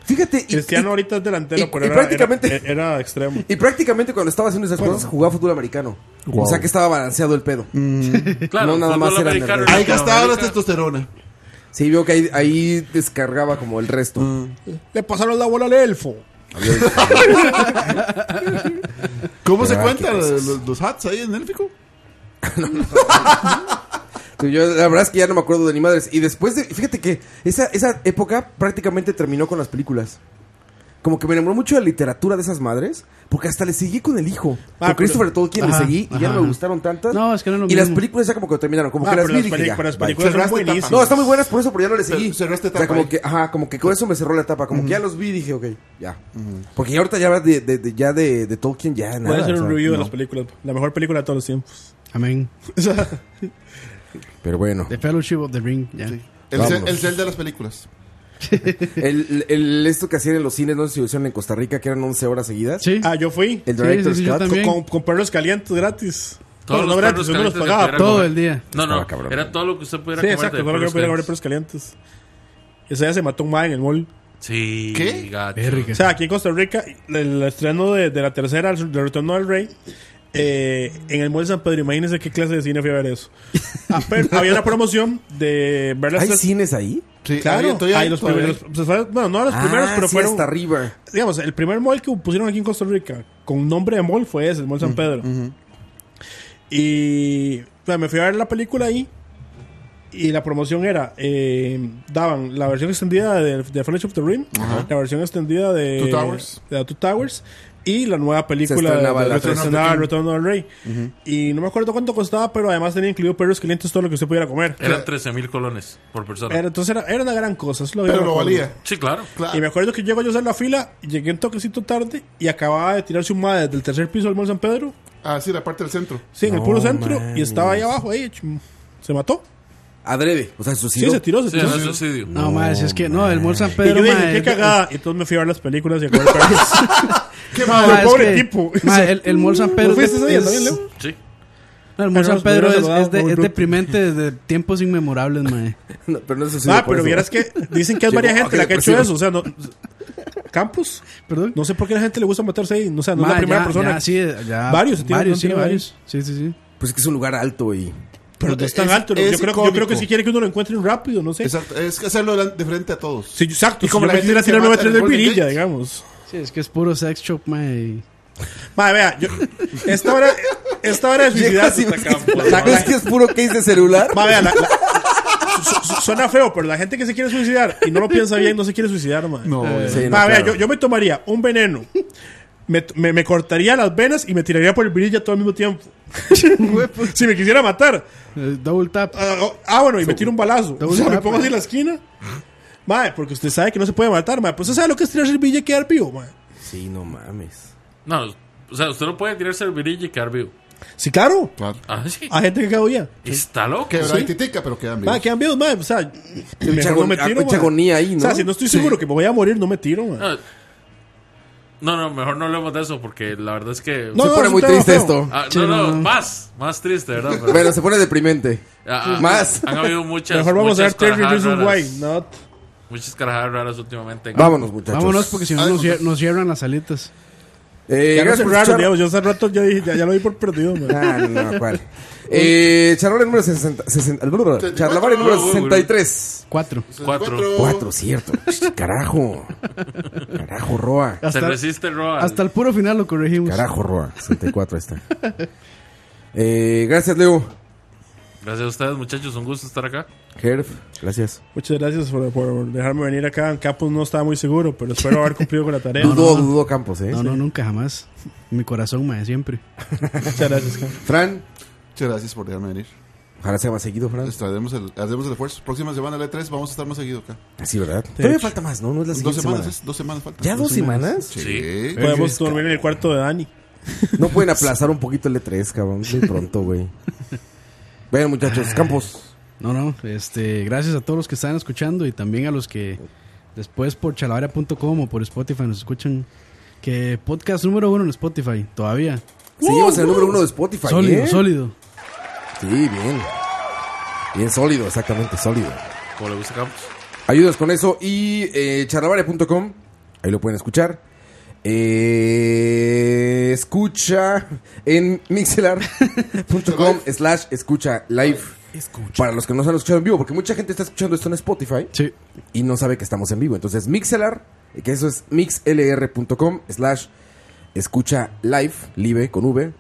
Speaker 1: Fíjate, y,
Speaker 5: Cristiano ahorita es delantero,
Speaker 1: y-
Speaker 5: pero
Speaker 1: y
Speaker 5: era,
Speaker 1: prácticamente-
Speaker 5: era, era extremo.
Speaker 1: y prácticamente cuando estaba haciendo esas cosas jugaba fútbol americano. O sea que estaba balanceado el pedo.
Speaker 8: Mm.
Speaker 7: Claro,
Speaker 1: no nada
Speaker 7: fútbol
Speaker 1: más era
Speaker 7: americano,
Speaker 1: nerd.
Speaker 7: no
Speaker 8: Ahí
Speaker 7: queda
Speaker 8: gastaba la
Speaker 7: marica.
Speaker 8: testosterona.
Speaker 1: Sí, veo que ahí, ahí descargaba como el resto.
Speaker 8: Mm.
Speaker 5: Le pasaron la bola al elfo.
Speaker 8: ¿Cómo
Speaker 1: Pero
Speaker 8: se
Speaker 1: ay,
Speaker 8: cuentan
Speaker 1: qué cosas.
Speaker 8: los, los hats ahí en Élfico?
Speaker 1: Sí, Yo, la verdad es que ya no me acuerdo de ni madres. Y después de. Fíjate que esa, esa época prácticamente terminó con las películas. Como que me enamoró mucho de la literatura de esas madres. Porque hasta le seguí con el hijo.
Speaker 5: Ah,
Speaker 1: con
Speaker 5: pero-
Speaker 1: Christopher Tolkien
Speaker 4: Ajá,
Speaker 1: le seguí y ya no
Speaker 4: ajá.
Speaker 1: me gustaron tantas.
Speaker 4: No, es que no es lo
Speaker 1: y las
Speaker 4: mismo.
Speaker 1: películas ya como que terminaron. Como
Speaker 5: Ah,
Speaker 1: que las
Speaker 5: pero
Speaker 1: vi y
Speaker 5: las
Speaker 1: dije
Speaker 5: peli-
Speaker 1: ya.
Speaker 5: pero las
Speaker 1: bye.
Speaker 5: películas son
Speaker 8: Cerraste
Speaker 5: buenísimas.
Speaker 1: No, están muy buenas, por eso, pero ya no le seguí.
Speaker 8: Cer- cerraste
Speaker 1: o sea,
Speaker 8: etapa
Speaker 1: como
Speaker 8: ahí.
Speaker 1: que, ajá, como que con eso me cerró la etapa. Como que ya los vi y dije, ok, ya. Porque ya ahorita ya hablas de, de- de- ya de, de Tolkien, ya nada.
Speaker 5: Voy a hacer
Speaker 1: o
Speaker 5: un
Speaker 1: sea,
Speaker 5: review de
Speaker 1: no.
Speaker 5: las películas. La mejor película de todos los tiempos.
Speaker 4: Amén.
Speaker 5: O sea,
Speaker 1: Pero bueno.
Speaker 4: The Fellowship of the Ring. Ya.
Speaker 8: El, cel-
Speaker 1: Vámonos.
Speaker 8: el cel de las películas.
Speaker 1: El, el- esto que hacían en los cines, no sé si lo hicieron en Costa Rica, que eran 11 horas seguidas.
Speaker 4: Sí.
Speaker 5: ah, yo fui.
Speaker 1: El
Speaker 4: Sí,
Speaker 1: director's
Speaker 4: sí, sí, yo
Speaker 1: cut.
Speaker 4: también.
Speaker 5: Con, con perros calientes gratis.
Speaker 7: Todos
Speaker 5: Bueno,
Speaker 7: los
Speaker 5: no
Speaker 7: perros
Speaker 5: gratis, yo me los
Speaker 7: calientes que
Speaker 5: pagaba.
Speaker 7: pudiera
Speaker 5: pero-
Speaker 4: Todo
Speaker 7: comer.
Speaker 4: el día.
Speaker 7: No, no,
Speaker 1: Estaba cabrón.
Speaker 7: era este, todo lo que usted pudiera
Speaker 5: Sí,
Speaker 7: comer.
Speaker 5: exacto.
Speaker 7: de
Speaker 5: Fue lo que
Speaker 7: perros
Speaker 5: yo podía comer
Speaker 7: calientes.
Speaker 5: perros calientes. Ese día se mató un mae en el mall.
Speaker 7: Sí,
Speaker 8: ¿Qué?
Speaker 7: gacho.
Speaker 5: O
Speaker 4: Verga.
Speaker 5: sea, aquí en Costa Rica, el estreno de, de la tercera, el retorno del rey, eh, en el Mall de San Pedro, imagínense qué clase de cine fui a ver eso. Ah, pero había una promoción de ver las
Speaker 1: ¿Hay
Speaker 5: tres-
Speaker 1: cines ahí?
Speaker 8: Sí,
Speaker 5: Claro,
Speaker 8: ahí- todavía
Speaker 5: ahí
Speaker 8: hay-
Speaker 5: los
Speaker 8: todavía
Speaker 5: primeros. se fue- bueno, no los primeros,
Speaker 1: Ah,
Speaker 5: pero
Speaker 1: sí,
Speaker 5: fueron.
Speaker 1: hasta arriba.
Speaker 5: Digamos, el primer mall que pusieron aquí en Costa Rica con nombre de mall fue ese, el Mall San Pedro. Y o sea, me fui a ver la película ahí. Y la promoción era: eh, daban la versión extendida de, de Fellowship of the Rim, la versión extendida de
Speaker 8: Two Towers.
Speaker 5: de la Two Towers y la nueva película de,
Speaker 1: estrenaba
Speaker 5: de-
Speaker 1: la
Speaker 5: se
Speaker 1: Return of the
Speaker 5: estrenaba
Speaker 8: King.
Speaker 5: Return of the Rey. Y no me acuerdo cuánto costaba, pero además tenía incluido perros calientes todo lo que usted pudiera comer.
Speaker 7: Eran 13 mil colones por persona.
Speaker 5: Era- entonces era, era una gran cosa. eso lo
Speaker 8: Pero
Speaker 5: yo me
Speaker 8: lo
Speaker 5: acuerdo.
Speaker 8: valía.
Speaker 7: Sí, claro.
Speaker 5: Y me
Speaker 8: Claro.
Speaker 5: acuerdo que llego yo a hacer la fila, y llegué un toquecito tarde y acababa de tirarse un madre del tercer piso del Mall San Pedro.
Speaker 8: Ah, sí, la parte del centro.
Speaker 5: Sí, en el
Speaker 1: No
Speaker 5: puro centro
Speaker 1: mames.
Speaker 5: y estaba ahí abajo, ahí chum, se mató.
Speaker 1: Adrede. O sea,
Speaker 5: Sí,
Speaker 1: suicidio.
Speaker 5: se tiró, se
Speaker 7: Sí,
Speaker 5: tiró.
Speaker 7: no es suicidio.
Speaker 4: No, mae, si es que no, el Mall San
Speaker 5: Y
Speaker 4: Pedro.
Speaker 5: yo dije,
Speaker 4: mae,
Speaker 5: qué
Speaker 4: es-
Speaker 5: cagada. Y entonces me fui a ver las películas y a comer perros.
Speaker 8: Qué
Speaker 4: No,
Speaker 8: mal.
Speaker 4: mae, es
Speaker 5: pobre
Speaker 4: que-
Speaker 5: tipo.
Speaker 4: mae, el, el Mall San Pedro.
Speaker 5: fuiste ese día
Speaker 4: es-
Speaker 5: también, Leo?
Speaker 7: Sí.
Speaker 4: No, el Mall San
Speaker 5: Pero nos
Speaker 4: Pedro es,
Speaker 5: saludaba
Speaker 4: es de-
Speaker 5: como
Speaker 4: es
Speaker 5: grupo.
Speaker 4: deprimente desde tiempos inmemorables, mae.
Speaker 1: No, pero no es suicidio.
Speaker 5: Ah,
Speaker 1: por
Speaker 5: pero
Speaker 1: eso.
Speaker 5: vieras que dicen que es
Speaker 1: Llegó,
Speaker 5: varias
Speaker 1: ah, qué
Speaker 5: gente la que ha hecho
Speaker 1: depresivo.
Speaker 5: eso. O sea, no. Campus,
Speaker 4: Perdón.
Speaker 5: no sé por qué a la gente le gusta matarse ahí. No, o sea, no es
Speaker 4: Mae,
Speaker 5: la primera
Speaker 4: ya-
Speaker 5: persona.
Speaker 4: ya, sí, ya.
Speaker 5: Varios, tío,
Speaker 4: varios,
Speaker 5: no
Speaker 4: sí,
Speaker 5: tiene
Speaker 4: varios. Sí, sí, sí.
Speaker 1: Pues es que es un lugar alto y.
Speaker 5: pero no es tan
Speaker 8: es-
Speaker 5: alto. ¿no?
Speaker 8: es
Speaker 5: yo, creo, yo creo que
Speaker 8: icónico.
Speaker 5: si quiere que uno lo encuentre rápido, no sé.
Speaker 8: Exacto, es que hacerlo de de frente a todos.
Speaker 5: Sí, exacto.
Speaker 8: Y como
Speaker 5: como
Speaker 8: la
Speaker 5: la
Speaker 8: gente
Speaker 5: quisiera
Speaker 8: que se
Speaker 5: tirar
Speaker 8: mata en
Speaker 5: nueve
Speaker 8: el
Speaker 5: de
Speaker 8: Golden
Speaker 5: pirilla,
Speaker 8: Gate.
Speaker 5: digamos.
Speaker 4: Sí, es que es puro sex shop, mae.
Speaker 5: Madre, vea, yo, esta hora, esta hora de
Speaker 1: Llegas
Speaker 5: suicidar. puta,
Speaker 1: y ves
Speaker 5: campo,
Speaker 1: que-
Speaker 5: Pues, la-
Speaker 1: ¿Ves
Speaker 5: la-
Speaker 1: que es puro case de celular?
Speaker 5: Madre, vea, la- la- su- su- suena feo, pero la gente que se quiere suicidar y no lo piensa bien, no se quiere suicidar, madre.
Speaker 8: No, eh.
Speaker 1: Sí, no,
Speaker 5: Madre, vea, yo,
Speaker 1: claro.
Speaker 5: yo me tomaría un veneno, me, t- me, me cortaría las venas y me tiraría por el virilla todo al mismo tiempo. si me quisiera matar.
Speaker 4: Eh, Double tap.
Speaker 5: Ah, oh, ah, bueno, y me tiro un balazo.
Speaker 4: Double
Speaker 5: O sea, me
Speaker 4: tap,
Speaker 5: pongo así en la esquina. Madre, porque usted sabe que no se puede matar, madre. Pues usted sabe lo que es tirar el virilla y quedar vivo, madre.
Speaker 1: Sí, no mames.
Speaker 7: No, o sea, usted no puede tirarse el virillo y quedar vivo.
Speaker 5: Sí, claro.
Speaker 8: Claro.
Speaker 7: Ah, sí.
Speaker 5: Hay gente que cada día.
Speaker 7: Está loco.
Speaker 8: Que
Speaker 7: sí.
Speaker 8: titica, pero quedan bien.
Speaker 5: Madre, quedan vivos, madre. O sea, mejor
Speaker 1: agon-
Speaker 5: no me tiro,
Speaker 1: mucha
Speaker 5: madre.
Speaker 1: agonía ahí,
Speaker 5: O sea,
Speaker 1: ¿no?
Speaker 5: si no estoy seguro que me voy a morir, no me tiro, madre.
Speaker 7: No, No, no, mejor no hablemos de eso porque la verdad es que.
Speaker 5: No,
Speaker 1: Se
Speaker 5: no,
Speaker 1: pone
Speaker 5: es un
Speaker 1: muy
Speaker 5: tema
Speaker 1: triste
Speaker 5: feo.
Speaker 1: esto.
Speaker 7: Ah,
Speaker 4: Sí,
Speaker 7: no, no,
Speaker 4: no.
Speaker 7: más, más triste, ¿verdad? Pero-
Speaker 1: Bueno, se pone deprimente.
Speaker 7: Ah, ah,
Speaker 1: Más.
Speaker 7: Han habido muchas.
Speaker 5: Mejor vamos a ver
Speaker 7: muchas
Speaker 5: Terry
Speaker 7: carajadas
Speaker 5: Reason
Speaker 7: raras.
Speaker 5: Why, not.
Speaker 7: Muchas carajadas raras últimamente.
Speaker 5: Ah,
Speaker 1: Vámonos, muchachos.
Speaker 4: Vámonos porque si no
Speaker 8: Ay,
Speaker 4: nos,
Speaker 8: muchachos.
Speaker 4: cier- nos cierran las alitas.
Speaker 1: Eh,
Speaker 5: Ya no
Speaker 1: gracias
Speaker 5: sé
Speaker 1: por
Speaker 5: raro,
Speaker 1: escuchar-
Speaker 5: digamos, yo hace rato ya, dije, ya, ya lo di por perdido, madre.
Speaker 1: Ah, no, no, ¿cuál? Eh, charla número 60. 60 Charlavaria número 63.
Speaker 4: Cuatro.
Speaker 7: Cuatro.
Speaker 1: Cuatro, cierto. Carajo. Carajo, Roa.
Speaker 7: Se resiste Roa.
Speaker 4: Hasta el puro final lo corregimos.
Speaker 1: Carajo, Roa. 64 ahí está. Eh, gracias, Leo.
Speaker 7: Gracias a ustedes, muchachos. Un gusto estar acá.
Speaker 1: Herf, gracias.
Speaker 5: Muchas gracias por, por dejarme venir acá. Campos no estaba muy seguro, pero espero haber cumplido con la tarea.
Speaker 4: No, no, no.
Speaker 1: Dudo Campos, ¿eh?
Speaker 4: No, no, nunca, jamás. Mi corazón, mae, siempre.
Speaker 5: Muchas gracias, Campos.
Speaker 1: Fran.
Speaker 8: Muchas gracias por dejarme venir.
Speaker 1: Ojalá sea más seguido, Fran.
Speaker 8: Les traeremos el, hacemos el esfuerzo. Próxima semana, la E3, vamos a estar más seguido acá.
Speaker 1: Así, ¿verdad?
Speaker 8: De
Speaker 1: Todavía
Speaker 8: hecho.
Speaker 1: falta más, ¿no? No es la
Speaker 8: Dos
Speaker 1: siguiente
Speaker 8: semanas,
Speaker 1: semana.
Speaker 8: es- dos semanas faltan.
Speaker 1: ¿Ya dos,
Speaker 8: Dos semanas.
Speaker 1: semanas?
Speaker 8: Sí. Sí.
Speaker 5: Podemos dormir en el cuarto de Dani.
Speaker 1: No pueden aplazar un poquito el E3, cabrón. Muy pronto, güey. Bueno, muchachos, Campos.
Speaker 4: No, no, este, gracias a todos los que están escuchando y también a los que después por chalabaria.com o por Spotify nos escuchan. Que podcast número uno en Spotify, todavía.
Speaker 1: Seguimos en el número uno de Spotify,
Speaker 4: Sólido,
Speaker 1: ¿eh?
Speaker 4: sólido.
Speaker 1: Sí, bien. Bien sólido, exactamente, sólido.
Speaker 7: Como le gusta a Campos.
Speaker 1: Ayudas con eso y eh, charlavaria.com, ahí lo pueden escuchar. Eh, escucha en mixelar.com slash escucha live. Para los que no se han escuchado en vivo, porque mucha gente está escuchando esto en Spotify y no sabe que estamos en vivo. Entonces, mixelar, que eso es mixlr.com slash escucha live, live con V,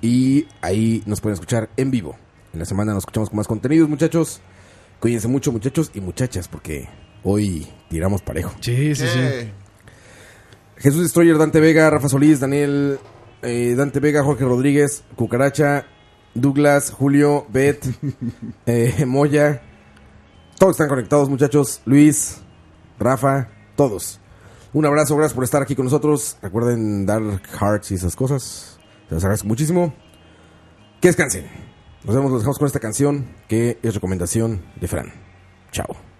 Speaker 1: y ahí nos pueden escuchar en vivo. En la semana nos escuchamos con más contenidos, muchachos. Cuídense mucho, muchachos y muchachas, porque hoy tiramos parejo.
Speaker 4: Sí, sí, sí.
Speaker 8: Eh.
Speaker 1: Jesús Destroyer, Dante Vega, Rafa Solís, Daniel, eh, Dante Vega, Jorge Rodríguez, Cucaracha, Douglas, Julio, Bet, eh, Moya. Todos están conectados, muchachos. Luis, Rafa, todos. Un abrazo, gracias por estar aquí con nosotros. Recuerden dar hearts y esas cosas. Se los agradezco muchísimo. Que descansen. Nos vemos, nos dejamos con esta canción que es recomendación de Fran. Chao.